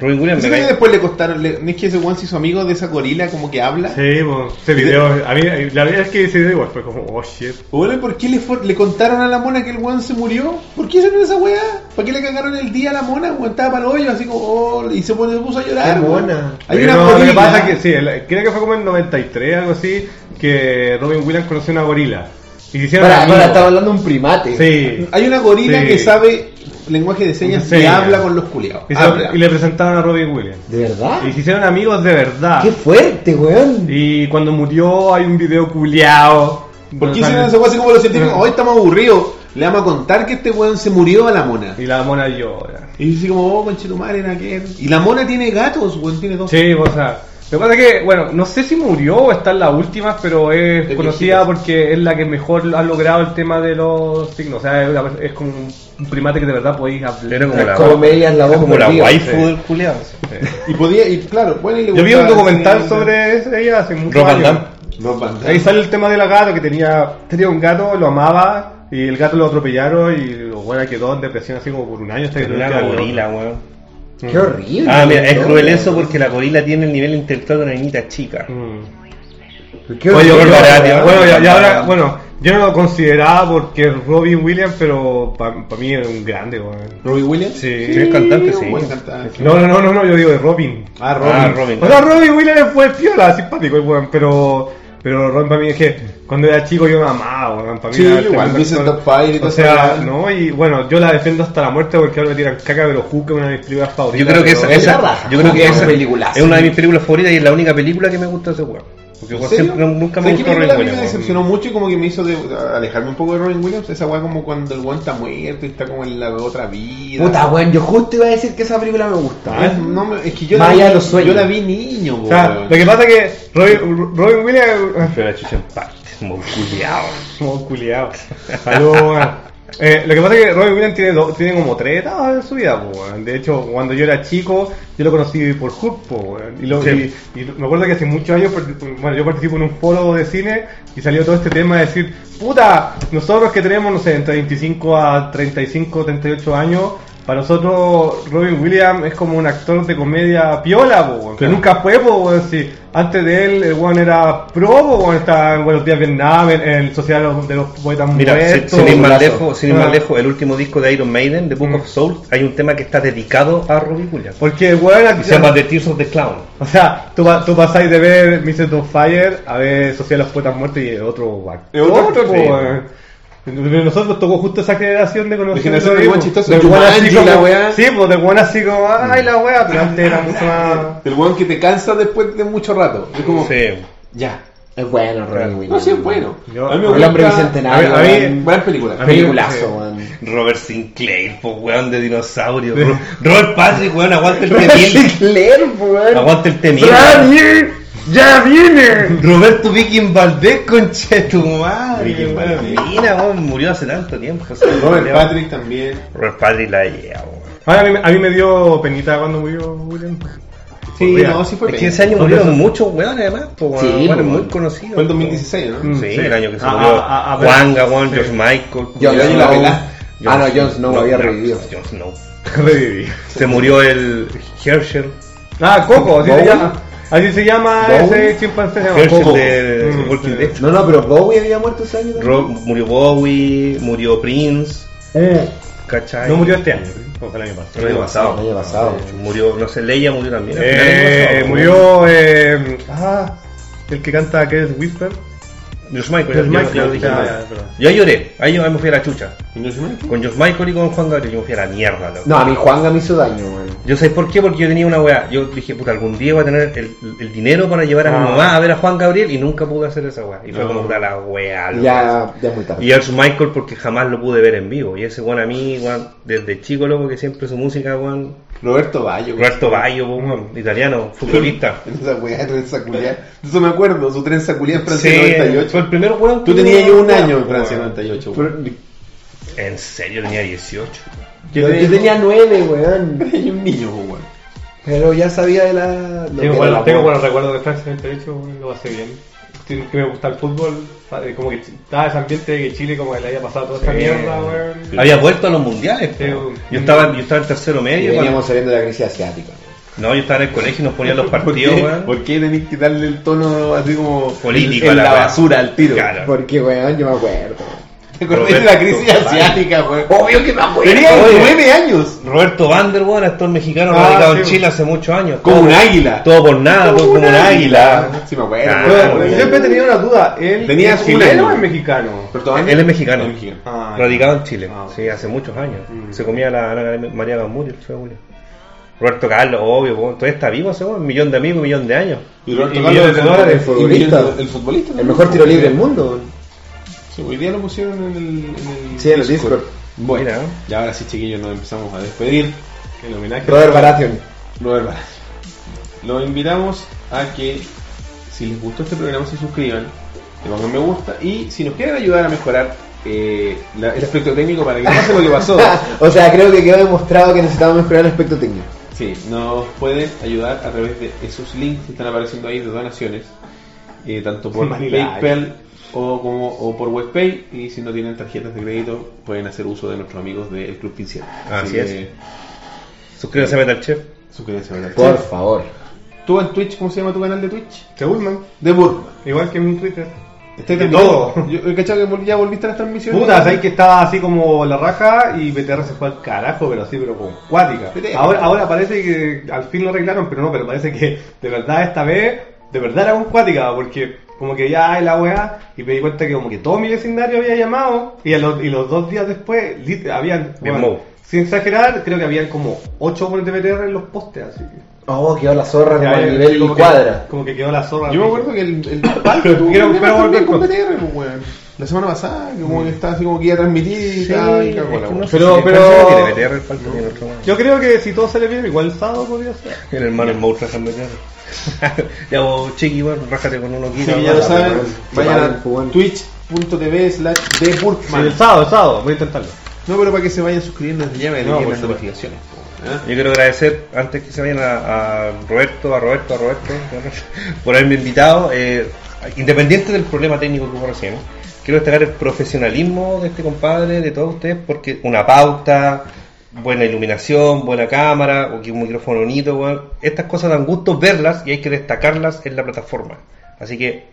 Speaker 3: Robin Williams
Speaker 1: Ese
Speaker 3: me
Speaker 1: gallo
Speaker 3: cae.
Speaker 1: después le costaron, le- no es que ese Juan se hizo amigo de esa gorila como que habla.
Speaker 5: Sí, weón. Ese video, a mí, la verdad es que ese video igual fue como, oh shit.
Speaker 1: Bueno, ¿por qué le, for- le contaron a la mona que el Juan se murió? ¿Por qué hicieron esa weá? ¿Por qué le cagaron el día a la mona? Weón, estaba para el hoyo, así como, oh, y se, pone, se puso a llorar.
Speaker 2: Qué
Speaker 1: weón.
Speaker 2: mona.
Speaker 1: Hay
Speaker 5: Pero
Speaker 1: una
Speaker 5: no, lo
Speaker 1: gorila.
Speaker 5: que pasa que sí, el- creo que fue como en 93, algo así, que Robin Williams conoció una gorila. Y se hicieron
Speaker 2: Para,
Speaker 5: amigos.
Speaker 2: para, estaba hablando de un primate.
Speaker 5: Sí.
Speaker 1: Hay una gorila
Speaker 5: Sí.
Speaker 1: que sabe lenguaje de señas
Speaker 5: Sí.
Speaker 1: y habla con los culiados.
Speaker 5: Y, se-
Speaker 1: Habla.
Speaker 5: y le presentaron a Robin Williams.
Speaker 2: ¿De verdad?
Speaker 5: Y se hicieron amigos de verdad.
Speaker 2: ¡Qué fuerte, weón!
Speaker 5: Y cuando murió hay un video culiao.
Speaker 1: ¿Por qué
Speaker 5: Donde
Speaker 1: hicieron
Speaker 5: sale-
Speaker 1: esa weá así como los científicos? Hoy estamos aburridos. Le vamos a contar que este weón se murió a la mona.
Speaker 5: Y la mona llora.
Speaker 1: Y dice como, oh, conchetumare, en aquel. Y la mona tiene gatos, weón, tiene dos.
Speaker 5: Sí, o sea. Lo que pasa es que, bueno, no sé si murió o está en las últimas, pero es
Speaker 1: Es
Speaker 5: conocida
Speaker 1: viejita.
Speaker 5: porque es la que mejor ha logrado el tema de los signos. O sea, es, una- es como un primate que de verdad podéis hablar.
Speaker 3: Era como la,
Speaker 2: Como me digas la voz
Speaker 3: como la
Speaker 2: perdida.
Speaker 3: waifu del culiado.
Speaker 1: Y podía, y claro, bueno, y le
Speaker 5: Yo vi un
Speaker 1: gustaba
Speaker 5: documental
Speaker 1: ese-
Speaker 5: sobre ella hace mucho
Speaker 3: Rob Van
Speaker 5: años.
Speaker 3: Damme.
Speaker 1: Rob Van Damme.
Speaker 5: Ahí sale el tema de la gato que tenía, tenía un gato, lo amaba y el gato lo atropellaron y bueno, quedó en depresión así como por un año hasta que
Speaker 3: Era una
Speaker 5: quedó-
Speaker 3: gorila, weón.
Speaker 2: ¡Qué horrible!
Speaker 3: Ah, mira, es
Speaker 2: weón.
Speaker 3: cruel eso porque la gorila tiene el nivel intelectual de una niñita chica.
Speaker 5: Mm.
Speaker 2: ¡Qué
Speaker 5: Oye,
Speaker 2: horrible!
Speaker 5: bueno,
Speaker 3: barbaridad.
Speaker 5: bueno, ya, ya ahora, bueno, yo no lo consideraba porque Robin Williams, pero para mí era un grande, weón.
Speaker 1: Robbie Williams.
Speaker 5: Sí.
Speaker 3: Sí, es cantante,
Speaker 1: un
Speaker 3: sí.
Speaker 1: buen cantante.
Speaker 5: No, no, no, no, no, yo digo de Robin.
Speaker 1: Ah, Robin.
Speaker 3: Ah, Robin.
Speaker 5: O sea, Robin Williams fue piola, simpático el weón, pero. Pero Robin para mí es que cuando era chico yo me amaba, weón. Para mí
Speaker 1: Sí,
Speaker 5: era
Speaker 1: igual,
Speaker 5: tremendo
Speaker 1: Vincent
Speaker 5: actor.
Speaker 1: D'Onofrio y
Speaker 5: O
Speaker 1: todo
Speaker 5: sea,
Speaker 1: eso.
Speaker 5: ¿no? Y bueno, yo la defiendo hasta la muerte porque ahora me tiran caca, pero Hook es una de mis películas
Speaker 3: Yo
Speaker 5: favoritas.
Speaker 3: creo que
Speaker 5: pero-
Speaker 3: esa,
Speaker 2: es
Speaker 3: esa-
Speaker 2: la raja.
Speaker 3: yo creo que
Speaker 2: Es un
Speaker 3: esa
Speaker 2: peliculazo.
Speaker 3: es una de mis películas favoritas y es la única película que me gusta de ese weón. Porque
Speaker 1: ¿En
Speaker 3: weón,
Speaker 1: serio?
Speaker 3: siempre- nunca me
Speaker 1: ¿Sabes
Speaker 3: gustó
Speaker 1: qué
Speaker 3: Robin
Speaker 1: película a mí me
Speaker 3: Williams.
Speaker 1: decepcionó mucho y como que me hizo de- alejarme un poco de Robin Williams? Esa weá como cuando el weón está muerto y está como en la otra vida.
Speaker 2: Puta, weón, yo justo iba a decir que esa película me
Speaker 5: Ah,
Speaker 2: gusta.
Speaker 1: Es- no me- es que yo
Speaker 2: Más
Speaker 1: la, vi-
Speaker 2: allá de los sueños.
Speaker 1: yo la vi niño,
Speaker 5: O sea,
Speaker 1: weón.
Speaker 5: lo que pasa es que Robin, Robin Williams.
Speaker 3: Pero la chucha en partes, como culiao.
Speaker 5: Como culiao. Saludos, weón. Eh, lo que pasa es que Robin Williams tiene, do- tiene como tres etapas en su vida, po, weón. De hecho, cuando yo era chico, yo lo conocí por Hook, po, weón. Y, lo,
Speaker 3: Sí.
Speaker 5: y, y me acuerdo que hace muchos años, part- bueno, yo participo en un foro de cine y salió todo este tema de decir, puta, nosotros que tenemos, no sé, entre 25 a 35, 38 años, para nosotros Robin Williams es como un actor de comedia piola, po, weón. Pero nunca fue, po, weón. Si antes de él, el weón era pro, po, weón, estaba en Buenos Días Vietnam, en, en el Sociedad de los, de los Poetas
Speaker 3: Mira,
Speaker 5: Muertos.
Speaker 3: sin, sin ir más
Speaker 5: Brazo.
Speaker 3: lejos, sin ir más
Speaker 5: Ah.
Speaker 3: lejos, el último disco de Iron Maiden, The Book
Speaker 5: Mm.
Speaker 3: of Souls, hay un tema que está dedicado a Robin Williams.
Speaker 5: Porque, weón,
Speaker 3: Y se llama The Tears of the Clown.
Speaker 5: o sea, tú, pa- tú pasáis de ver Mrs. on Fire a ver Sociedad de los Poetas Muertos y el otro actor,
Speaker 1: otro actor, eh.
Speaker 5: po,
Speaker 1: sí.
Speaker 5: weón. Nosotros tocó justo esa generación de
Speaker 1: La
Speaker 5: conocer.
Speaker 1: generación del weón chistoso,
Speaker 5: Del weón así
Speaker 1: Jumanji,
Speaker 5: como,
Speaker 1: la weá. Mm.
Speaker 5: Sí, pues del weón así como, ay la weá, pero antes era mucho más.
Speaker 1: El weón que te cansa después de mucho rato. Es como,
Speaker 3: Sí.
Speaker 1: ya.
Speaker 2: Es bueno, Robin Williams.
Speaker 1: No, sí es bueno.
Speaker 5: Yo-
Speaker 1: a mí me
Speaker 2: El hombre
Speaker 1: gusta-
Speaker 2: bicentenario.
Speaker 5: a mí- a mí-
Speaker 2: weón.
Speaker 1: Buena película.
Speaker 5: a mí-
Speaker 2: Peliculazo, weón.
Speaker 3: Robert Sinclair, po, weón de dinosaurio. Ro- Robert Patrick, weón, aguanta el temil.
Speaker 2: Sinclair, weón.
Speaker 3: Aguanta el temil.
Speaker 2: Brad
Speaker 3: weón.
Speaker 2: Pitt.
Speaker 5: ¡Ya viene! Roberto Viking Valdés, conche tu madre.
Speaker 3: Viking
Speaker 5: weón.
Speaker 3: Valdés.
Speaker 5: Mira, weón, murió hace tanto tiempo.
Speaker 1: Robert Patrick también.
Speaker 3: Robert Patrick la lleva, weón.
Speaker 5: Ahora a mí, a mí me dio penita cuando murió William.
Speaker 1: Sí,
Speaker 5: Mira,
Speaker 1: no, sí fue
Speaker 3: Es que
Speaker 1: pena.
Speaker 3: ese año
Speaker 5: Por
Speaker 3: murieron
Speaker 5: eso-
Speaker 3: muchos weones además, po, weón.
Speaker 2: Sí,
Speaker 3: Weones
Speaker 2: po,
Speaker 3: muy
Speaker 2: weón.
Speaker 3: conocidos.
Speaker 1: Fue en
Speaker 3: po.
Speaker 1: 2016, ¿no?
Speaker 5: Mm,
Speaker 3: Sí,
Speaker 5: sí.
Speaker 3: el año que se
Speaker 5: Ah,
Speaker 3: murió
Speaker 5: ah, ah, pero-
Speaker 3: Juanga, weón, George Michael.
Speaker 2: Jon
Speaker 1: Ya, ya la
Speaker 2: Snow.
Speaker 1: pelá.
Speaker 2: Ah, no, Jon Snow había revivido.
Speaker 3: Jon Snow.
Speaker 5: Reviví.
Speaker 3: Se murió el Herschel.
Speaker 5: Ah, Coco, así se
Speaker 2: Bowie.
Speaker 5: llama. Así se llama
Speaker 2: Bowie.
Speaker 5: ese chimpancé. se llama
Speaker 3: Herschel
Speaker 5: Coco.
Speaker 3: de
Speaker 5: Mm,
Speaker 3: Walking
Speaker 5: sí.
Speaker 3: Dead.
Speaker 2: No, no, pero Bowie había muerto ese año. también.
Speaker 3: Ro- murió Bowie, murió Prince,
Speaker 5: Eh,
Speaker 3: ¿cachai?
Speaker 5: no murió este año, o fue el año pasado.
Speaker 3: El año pasado. Eh,
Speaker 2: El año pasado.
Speaker 3: Murió, no sé, Leia murió también. al final del año
Speaker 5: Eh,
Speaker 3: pasado.
Speaker 5: murió eh, ah, el que canta que es Whisper.
Speaker 3: George Michael,
Speaker 5: George
Speaker 3: ya-
Speaker 5: Michael,
Speaker 3: ya lo dije.
Speaker 5: ya, ya, perdón.
Speaker 3: Yo lloré, ahí yo ahí me fui a la chucha.
Speaker 1: ¿Y no se muere?
Speaker 3: Con George Michael y con Juan Gabriel yo me fui a la mierda, loco.
Speaker 2: No, a mí Juanga me hizo daño, weón.
Speaker 3: Yo sé por qué, porque yo tenía una weá. Yo dije, puta, algún día voy a tener el, el dinero para llevar a
Speaker 5: Ah.
Speaker 3: mi mamá a ver a Juan Gabriel y nunca pude hacer esa weá. Y fue
Speaker 1: No.
Speaker 3: como puta la weá. loco.
Speaker 2: Ya, ya es muy
Speaker 3: Y
Speaker 2: tarde.
Speaker 3: George Michael porque jamás lo pude ver en vivo. Y ese weón a mí, weón, desde chico, loco, que siempre su música, weón.
Speaker 1: Roberto Bayo. güey.
Speaker 3: Roberto Bayo, weón,
Speaker 5: Mm.
Speaker 3: italiano, futbolista.
Speaker 1: En esa weá de trenza culiá. Eso me acuerdo, su trenza culiá en Francia
Speaker 3: Sí, fue
Speaker 1: 98.
Speaker 3: el primer weón.
Speaker 1: Tú
Speaker 3: que-
Speaker 1: tenías yo un año en
Speaker 3: weón.
Speaker 1: Francia 98. güey.
Speaker 3: En serio, tenía 18.
Speaker 2: Yo, yo tenía nueve, weón.
Speaker 1: Hay un niño, pues, güey.
Speaker 2: Pero ya sabía de la. lo que
Speaker 5: Tengo,
Speaker 2: era
Speaker 5: buenos-
Speaker 2: la
Speaker 5: tengo
Speaker 2: moda.
Speaker 5: buenos recuerdos de Francia, de hecho, güey, lo hace bien. Sí, Que me gusta el fútbol, eh, como que estaba ese ambiente de que Chile como que le había pasado toda esa
Speaker 3: Sí.
Speaker 5: mierda, weón.
Speaker 3: Había vuelto a los mundiales.
Speaker 5: Sí,
Speaker 3: po.
Speaker 5: weón.
Speaker 3: Yo estaba, yo estaba en tercero medio.
Speaker 2: Y
Speaker 3: cuando-
Speaker 2: veníamos saliendo de la crisis asiática.
Speaker 3: No, yo estaba en el colegio y nos ponían los
Speaker 1: ¿Por
Speaker 3: partidos,
Speaker 1: qué,
Speaker 3: weón.
Speaker 1: ¿Por qué tenés que darle el tono así como
Speaker 3: Político
Speaker 1: en,
Speaker 3: a
Speaker 1: la,
Speaker 3: la weá.
Speaker 1: basura al tiro?
Speaker 3: Claro.
Speaker 2: Porque, weón, yo me acuerdo.
Speaker 1: ¿Te acordás de la crisis
Speaker 3: Roberto
Speaker 1: asiática, güey?
Speaker 2: Obvio que me acuerdo.
Speaker 1: Tenía
Speaker 3: Oye.
Speaker 1: 9 años.
Speaker 3: Roberto Vanderwood, actor mexicano
Speaker 5: Ah,
Speaker 3: radicado en
Speaker 5: sí.
Speaker 3: Chile hace muchos años.
Speaker 1: Como
Speaker 3: Todo-
Speaker 1: un águila.
Speaker 3: Todo por nada, todo como un águila.
Speaker 1: Sí, me acuerdo.
Speaker 3: Ah,
Speaker 1: güey.
Speaker 5: Pero,
Speaker 3: bueno.
Speaker 5: siempre he tenido una duda, ¿él
Speaker 1: Tenía
Speaker 5: es chileno
Speaker 1: chileno.
Speaker 5: o es mexicano?
Speaker 1: Roberto Bayo.
Speaker 3: Él es mexicano.
Speaker 1: Él es mexicano.
Speaker 5: Ah,
Speaker 3: radicado en Chile.
Speaker 5: Ah. Mm.
Speaker 3: sí, hace muchos años. Se comía la Ana María Gamuri el 3 de julio. Roberto Carlos, obvio, po. todavía está vivo ese po, un millón de amigos, un millón de años.
Speaker 1: Y Roberto
Speaker 5: Y
Speaker 1: Carlos
Speaker 5: millones de
Speaker 1: el-
Speaker 5: dólares,
Speaker 1: el
Speaker 2: futbolista.
Speaker 1: El, el futbolista.
Speaker 2: El mejor tiro libre del mundo, weón.
Speaker 1: Sí, hoy día lo pusieron en el. En el
Speaker 2: Sí, en el Discord.
Speaker 1: Bueno,
Speaker 3: Mira.
Speaker 1: y ahora sí, chiquillos, nos empezamos a despedir. El homenaje.
Speaker 2: Robert Baratheon.
Speaker 1: Robert Baratheon. Los invitamos a que, si les gustó este programa, se suscriban, le pongan me gusta y si nos quieren ayudar a mejorar eh, la- el aspecto técnico para que no pase lo que pasó,
Speaker 2: o sea, creo que quedó demostrado que necesitamos mejorar el aspecto técnico.
Speaker 1: sí, nos pueden ayudar a través de esos links que están apareciendo ahí de donaciones, eh, tanto por
Speaker 5: Manila.
Speaker 1: PayPal o, como, o por WebPay. Y si no tienen tarjetas de crédito, pueden hacer uso de nuestros amigos del Club Pincel.
Speaker 3: Así es. Suscríbanse a Metal Chef.
Speaker 1: Suscríbanse a
Speaker 2: Por favor.
Speaker 1: ¿Tú en Twitch, cómo se llama tu canal de Twitch?
Speaker 5: Se Ulman,
Speaker 1: De Burma.
Speaker 5: igual que en mi Twitter.
Speaker 1: Este
Speaker 5: De
Speaker 1: todo.
Speaker 5: todo.
Speaker 1: Yo he cachado que vol- ya volviste a las transmisiones.
Speaker 5: Puta, sabéis que estaba así como la raja y BTR se fue al carajo, pero así, pero con cuática.
Speaker 1: BTR.
Speaker 5: Ahora, ahora parece que al fin lo arreglaron, pero no, pero parece que de verdad esta vez, de verdad era con cuática, porque como que ya ay, la weá, y me di cuenta que como que todo mi vecindario había llamado, y, a los, y los dos días después lit- habían,
Speaker 3: Bien
Speaker 5: bueno,
Speaker 3: mou.
Speaker 5: sin exagerar, creo que habían como 8 oponentes de BTR en los postes, así que.
Speaker 2: Oh, quedó la zorra como
Speaker 5: Ya,
Speaker 2: a
Speaker 5: ya,
Speaker 2: nivel
Speaker 5: sí, como que-
Speaker 2: cuadra.
Speaker 5: como que quedó la zorra.
Speaker 1: Yo me
Speaker 5: así.
Speaker 1: acuerdo que el, el palco tuvo
Speaker 5: Quiero-
Speaker 1: problemas
Speaker 5: quiero
Speaker 1: también
Speaker 5: volver
Speaker 1: con
Speaker 5: con-
Speaker 1: BTR, pues, weón. La semana pasada, que como que estaba así como que iba a transmitir y estaba ahí, cagó la
Speaker 3: es que
Speaker 1: weón.
Speaker 3: no sé
Speaker 5: Pero-
Speaker 3: si-
Speaker 5: pero-
Speaker 3: parece que tiene BTR el palco, tiene otro más.
Speaker 5: Yo creo que si todo sale bien, igual el sábado podría ser.
Speaker 3: El hermano el Mou rajando ya. ya vos, chiqui, bueno, rájate con uno
Speaker 1: Así
Speaker 3: quita.
Speaker 1: que ya lo
Speaker 3: pues,
Speaker 1: saben,
Speaker 2: Vayan,
Speaker 1: vayan a
Speaker 2: jugan.
Speaker 1: twitch.tv slash de Burkman.
Speaker 5: el sábado, el sábado, voy a intentarlo.
Speaker 1: No, pero para que se vayan suscribiendo desde ya me
Speaker 5: No,
Speaker 1: lleguen
Speaker 5: por
Speaker 1: las
Speaker 5: supuesto.
Speaker 1: notificaciones. po, weón, ¿eh?
Speaker 3: Yo quiero agradecer, antes que se vayan a, a Roberto, a Roberto, a Roberto, por haberme invitado. Eh, independiente del problema técnico que hubo recién, quiero destacar el profesionalismo de este compadre, de todos ustedes, porque una pauta, buena iluminación, buena cámara, o que un micrófono bonito, weón, estas cosas dan gusto verlas y hay que destacarlas en la plataforma. Así que,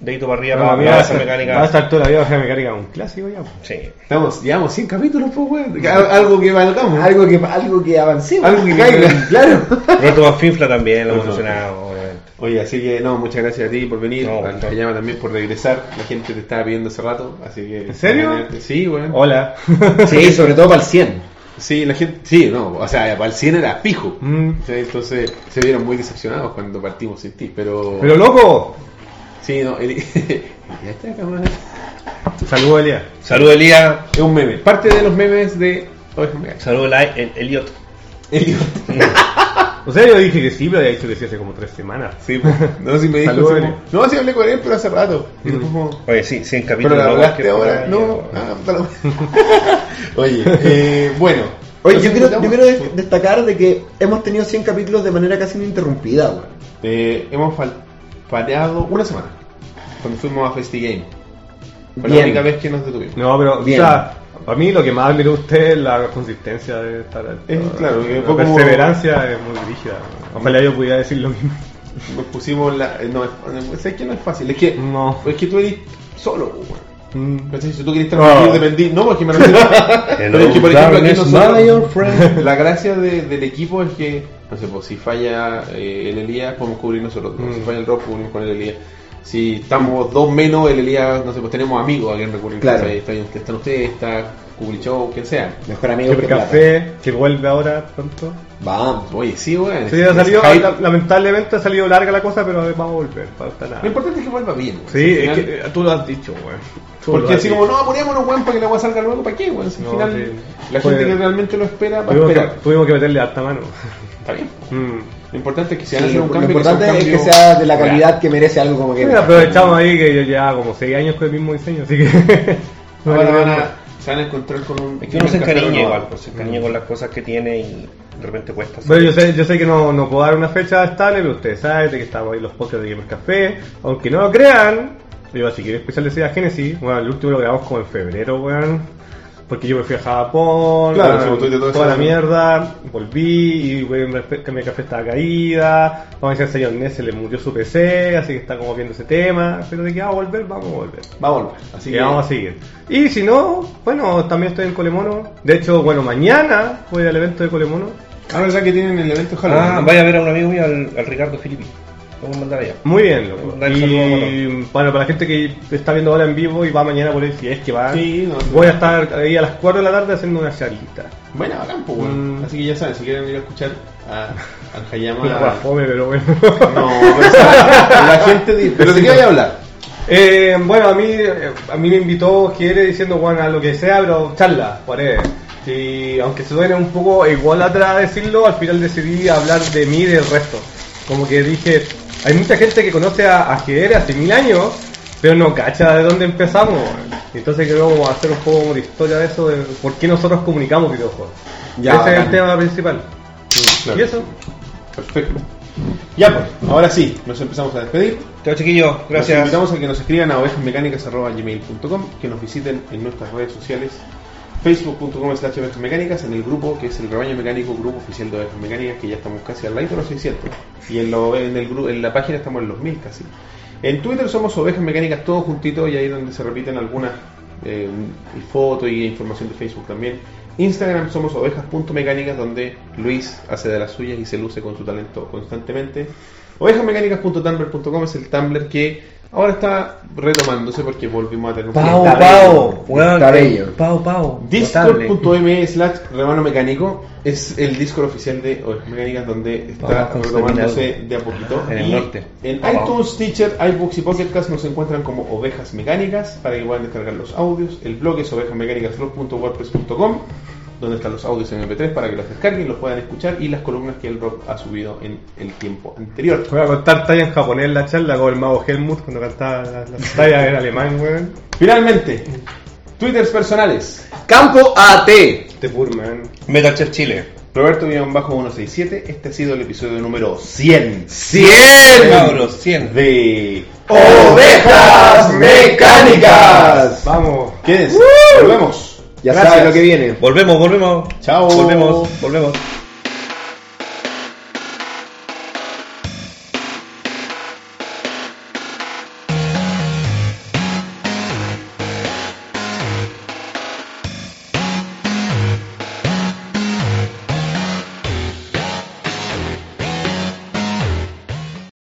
Speaker 3: dedito para
Speaker 1: Ah,
Speaker 3: arriba, para la mesa mecánica.
Speaker 5: Va a estar toda la vida baja mecánica un clásico ya.
Speaker 3: Sí.
Speaker 1: Estamos, llevamos 100 capítulos, pues, weón. Al- Algo que valgamos.
Speaker 2: Algo que, algo que avancemos.
Speaker 1: Algo que caiga.
Speaker 2: Claro.
Speaker 3: Roberto Manfinfla también, lo hemos
Speaker 1: Perfecto.
Speaker 3: mencionado, obviamente.
Speaker 1: Oye, así que no, muchas gracias a ti por venir,
Speaker 3: No,
Speaker 1: a
Speaker 3: no.
Speaker 1: Llama también por regresar, la gente te estaba pidiendo hace rato, así que...
Speaker 5: ¿En serio? Oh.
Speaker 1: Sí, weón.
Speaker 5: Hola.
Speaker 2: Sí, sobre todo para el 100.
Speaker 1: Sí, la gente, sí, no, o sea, para el 100 era pijo.
Speaker 5: Mm.
Speaker 1: Sí, Entonces se vieron muy decepcionados cuando partimos sin ti, pero...
Speaker 5: Pero loco.
Speaker 1: Sí, no, el- ya está, cabrón.
Speaker 5: Saludos, Elías.
Speaker 3: Saludos, Elías.
Speaker 1: Es un meme, parte de los memes de... Ovejas Mecánicas.
Speaker 3: Saludos, Eli- El- Eliot.
Speaker 2: pues.
Speaker 5: O sea, yo dije que sí, pero había dicho que sí hace como tres semanas.
Speaker 1: Sí, pues. no, si me dijo. así como, no, si hablé con él, pero hace rato. Y fue como,
Speaker 3: Oye, sí, 100
Speaker 1: pero
Speaker 3: capítulos.
Speaker 1: la
Speaker 3: ¿no?
Speaker 1: hablaste
Speaker 3: Que-
Speaker 1: ahora. No, ah, puta la- Oye, eh, bueno.
Speaker 2: Oye,
Speaker 1: Entonces,
Speaker 2: yo quiero,
Speaker 1: estamos-
Speaker 2: yo quiero des- destacar de que hemos tenido 100 capítulos de manera casi ininterrumpida, weón.
Speaker 1: Eh, hemos fal- pateado una semana. Cuando fuimos a FestiGame. Fue la
Speaker 2: Bien.
Speaker 1: única vez que nos detuvimos.
Speaker 5: No, pero,
Speaker 2: Bien.
Speaker 5: o sea, para mí lo que más admira usted es la consistencia de estar.
Speaker 1: Es claro, que
Speaker 5: la
Speaker 1: fue como-
Speaker 5: perseverancia es muy rígida. Ojalá yo pudiera decir lo mismo.
Speaker 1: Nos pusimos la. eh, No, es, sé que no es fácil. Es que,
Speaker 5: No.
Speaker 1: es que tú eres solo, weón. ¿Cachai? Si tú quieres
Speaker 5: Ah.
Speaker 2: Oh.
Speaker 1: transmitir, dependí. No, porque me lo
Speaker 5: Eh,
Speaker 1: Pero es que, por ejemplo, aquí nosotros. La gracia de- del equipo es que, no sé, pues, si falla eh, el Elías, podemos cubrir nosotros. dos. Si
Speaker 5: Mm.
Speaker 1: falla el Rob, cubrimos con el Elías. Si estamos dos menos, el Elías, no sé, pues tenemos amigos a quien recurrir.
Speaker 2: Claro.
Speaker 1: ¿cachai? Está- Están, ustedes, está Cubrichó, quien sea.
Speaker 2: Mejor amigo
Speaker 5: El
Speaker 2: que plata.
Speaker 5: café, que vuelve ahora pronto.
Speaker 2: Vamos.
Speaker 1: Oye, sí, weón.
Speaker 5: Sí, ha salido,
Speaker 1: Hype.
Speaker 5: la- lamentablemente ha salido larga la cosa, pero a ver, vamos a volver. Falta nada.
Speaker 1: Lo importante es que vuelva bien, weón.
Speaker 5: Sí,
Speaker 1: Al
Speaker 5: es
Speaker 1: final-
Speaker 5: que eh, tú lo has dicho, weón. Tú lo
Speaker 1: Porque
Speaker 5: has
Speaker 1: así
Speaker 5: dicho.
Speaker 1: como, no, ponémonos, weón, para que la agua salga luego, ¿para qué, weón? Si al
Speaker 5: No,
Speaker 1: final,
Speaker 5: sí.
Speaker 1: la
Speaker 5: Fue-
Speaker 1: gente que realmente lo espera, va a
Speaker 5: Tuvimos que,
Speaker 1: esperar.
Speaker 5: tuvimos que meterle harta mano.
Speaker 1: Está bien.
Speaker 5: Mm.
Speaker 1: Lo importante es que si van a
Speaker 2: Sí,
Speaker 1: hacer un
Speaker 2: lo
Speaker 1: cambio,
Speaker 2: importante
Speaker 1: sea un
Speaker 2: es que
Speaker 1: cambio
Speaker 2: sea de la
Speaker 1: real.
Speaker 2: calidad que merece algo como que.
Speaker 5: Sí, aprovechamos ahí que yo llevaba como 6 años con el mismo diseño, así que.
Speaker 1: Ahora van a, se van a encontrar con un.
Speaker 3: Es que uno se encariña
Speaker 1: renovado.
Speaker 3: igual, pues, se encariña con las cosas que tiene y de repente cuesta.
Speaker 5: Bueno, yo sé, yo sé que no, no puedo dar una fecha estable, pero ustedes saben de que estamos ahí los podcasts de Gamer Café. Aunque no lo crean, yo así que el especial de Sega Genesis, bueno, el último lo grabamos como en febrero, weón. Porque yo me fui a Japón,
Speaker 1: Claro,
Speaker 5: weón,
Speaker 1: sí, tuviste todo
Speaker 5: toda
Speaker 1: eso,
Speaker 5: la
Speaker 1: ¿no?
Speaker 5: mierda, volví y weón, mi café- mi café estaba caída. Vamos a decir, al señor Ness se le murió su PC, así que está como viendo ese tema. Pero de que va a volver, vamos a volver.
Speaker 1: Va a volver. Mm, Así
Speaker 5: Así que vamos a seguir. Y si no, bueno, también estoy en Colemono. De hecho, bueno, mañana voy al evento de Colemono.
Speaker 1: Ah, verdad que tienen el evento Halloween.
Speaker 3: Ah,
Speaker 1: ¿no?
Speaker 3: vaya a ver a un amigo mío, al, al Ricardo Filippi. Vamos a mandar allá.
Speaker 5: Muy bien, loco.
Speaker 3: Dale, saludos a
Speaker 5: Y bueno, para la gente que está viendo ahora en vivo y va mañana por ahí, si es que va,
Speaker 1: Sí, no, sí.
Speaker 5: voy a estar ahí a las 4 de la tarde haciendo una charlita.
Speaker 1: Bueno, bacán, pues, weón.
Speaker 5: Mm.
Speaker 1: Así que ya saben, si quieren ir a escuchar a, al Hayama.
Speaker 5: Una
Speaker 1: No,
Speaker 5: fome, pero bueno.
Speaker 1: pero la gente dice. ¿Pero de qué voy a hablar?
Speaker 5: Eh, bueno, a mí, eh, a mí me invitó Quiere diciendo, bueno, a lo que sea, pero charla, whatever. Y aunque suene un poco eh, igual atrás decirlo, al final decidí hablar de mí y del resto. Como que dije, hay mucha gente que conoce a, a Giere hace mil años, pero no cacha de dónde empezamos. Entonces creo como hacer un poco como de historia de eso, de por qué nosotros comunicamos videojuegos.
Speaker 2: Ya,
Speaker 5: Ese es
Speaker 2: bacán.
Speaker 5: el tema principal.
Speaker 1: Claro.
Speaker 5: Y eso,
Speaker 1: Perfecto. Ya, pues, ahora sí, nos empezamos a despedir.
Speaker 3: Chao, chiquillos.
Speaker 1: Los
Speaker 3: Gracias.
Speaker 1: invitamos a que nos escriban a ovejasmecánicas.gmail.com, que nos visiten en nuestras redes sociales, facebook.com slash ovejasmecánicas, en el grupo que es el rebaño mecánico, grupo oficial de ovejas mecánicas, que ya estamos casi al like de los 600. Y en, lo- en el, gru- en la página estamos en los 1000 casi. En Twitter somos ovejas mecánicas todos juntitos y ahí es donde se repiten algunas eh, y fotos y información de Facebook también. Instagram somos ovejas.mecánicas donde Luis hace de las suyas y se luce con su talento constantemente. Ovejasmecánicas.tumblr.com es el Tumblr que ahora está retomándose porque volvimos a tener un
Speaker 2: Pau,
Speaker 1: Está
Speaker 2: pau.
Speaker 3: Weón,
Speaker 2: Está bello.
Speaker 3: Pau, Pau. Notable.
Speaker 1: Discord.me slash remano mecánico es el Discord oficial de Ovejas Mecánicas donde está
Speaker 3: Vamos con
Speaker 1: retomándose
Speaker 3: terminal.
Speaker 1: de a poquito.
Speaker 3: En el
Speaker 1: Y
Speaker 3: norte.
Speaker 1: En
Speaker 3: Vamos.
Speaker 1: iTunes, Teacher, iBooks y Pocket Cast nos encuentran como Ovejas Mecánicas para que puedan descargar los audios. El blog es ovejasmecánicasblog.wordpress.com donde están los audios en MP3 para que los descarguen, los puedan escuchar y las columnas que el Rob ha subido en el tiempo anterior.
Speaker 5: voy a contar talla en japonés en la charla con el mago Helmut cuando cantaba las la tallas en alemán, weón.
Speaker 1: Finalmente,
Speaker 3: Mm.
Speaker 1: twitters personales.
Speaker 2: Campo AT.
Speaker 5: Te Burman.
Speaker 3: Metal Chef Chile.
Speaker 1: Roberto-167, este ha sido el episodio número 100
Speaker 2: 100
Speaker 3: Cabros, 100.
Speaker 1: de
Speaker 2: ovejas mecánicas.
Speaker 5: Vamos.
Speaker 1: Quédense, volvemos.
Speaker 2: Ya
Speaker 1: Gracias.
Speaker 2: sabes lo que viene.
Speaker 3: Volvemos, volvemos.
Speaker 1: Chao.
Speaker 3: Volvemos, volvemos.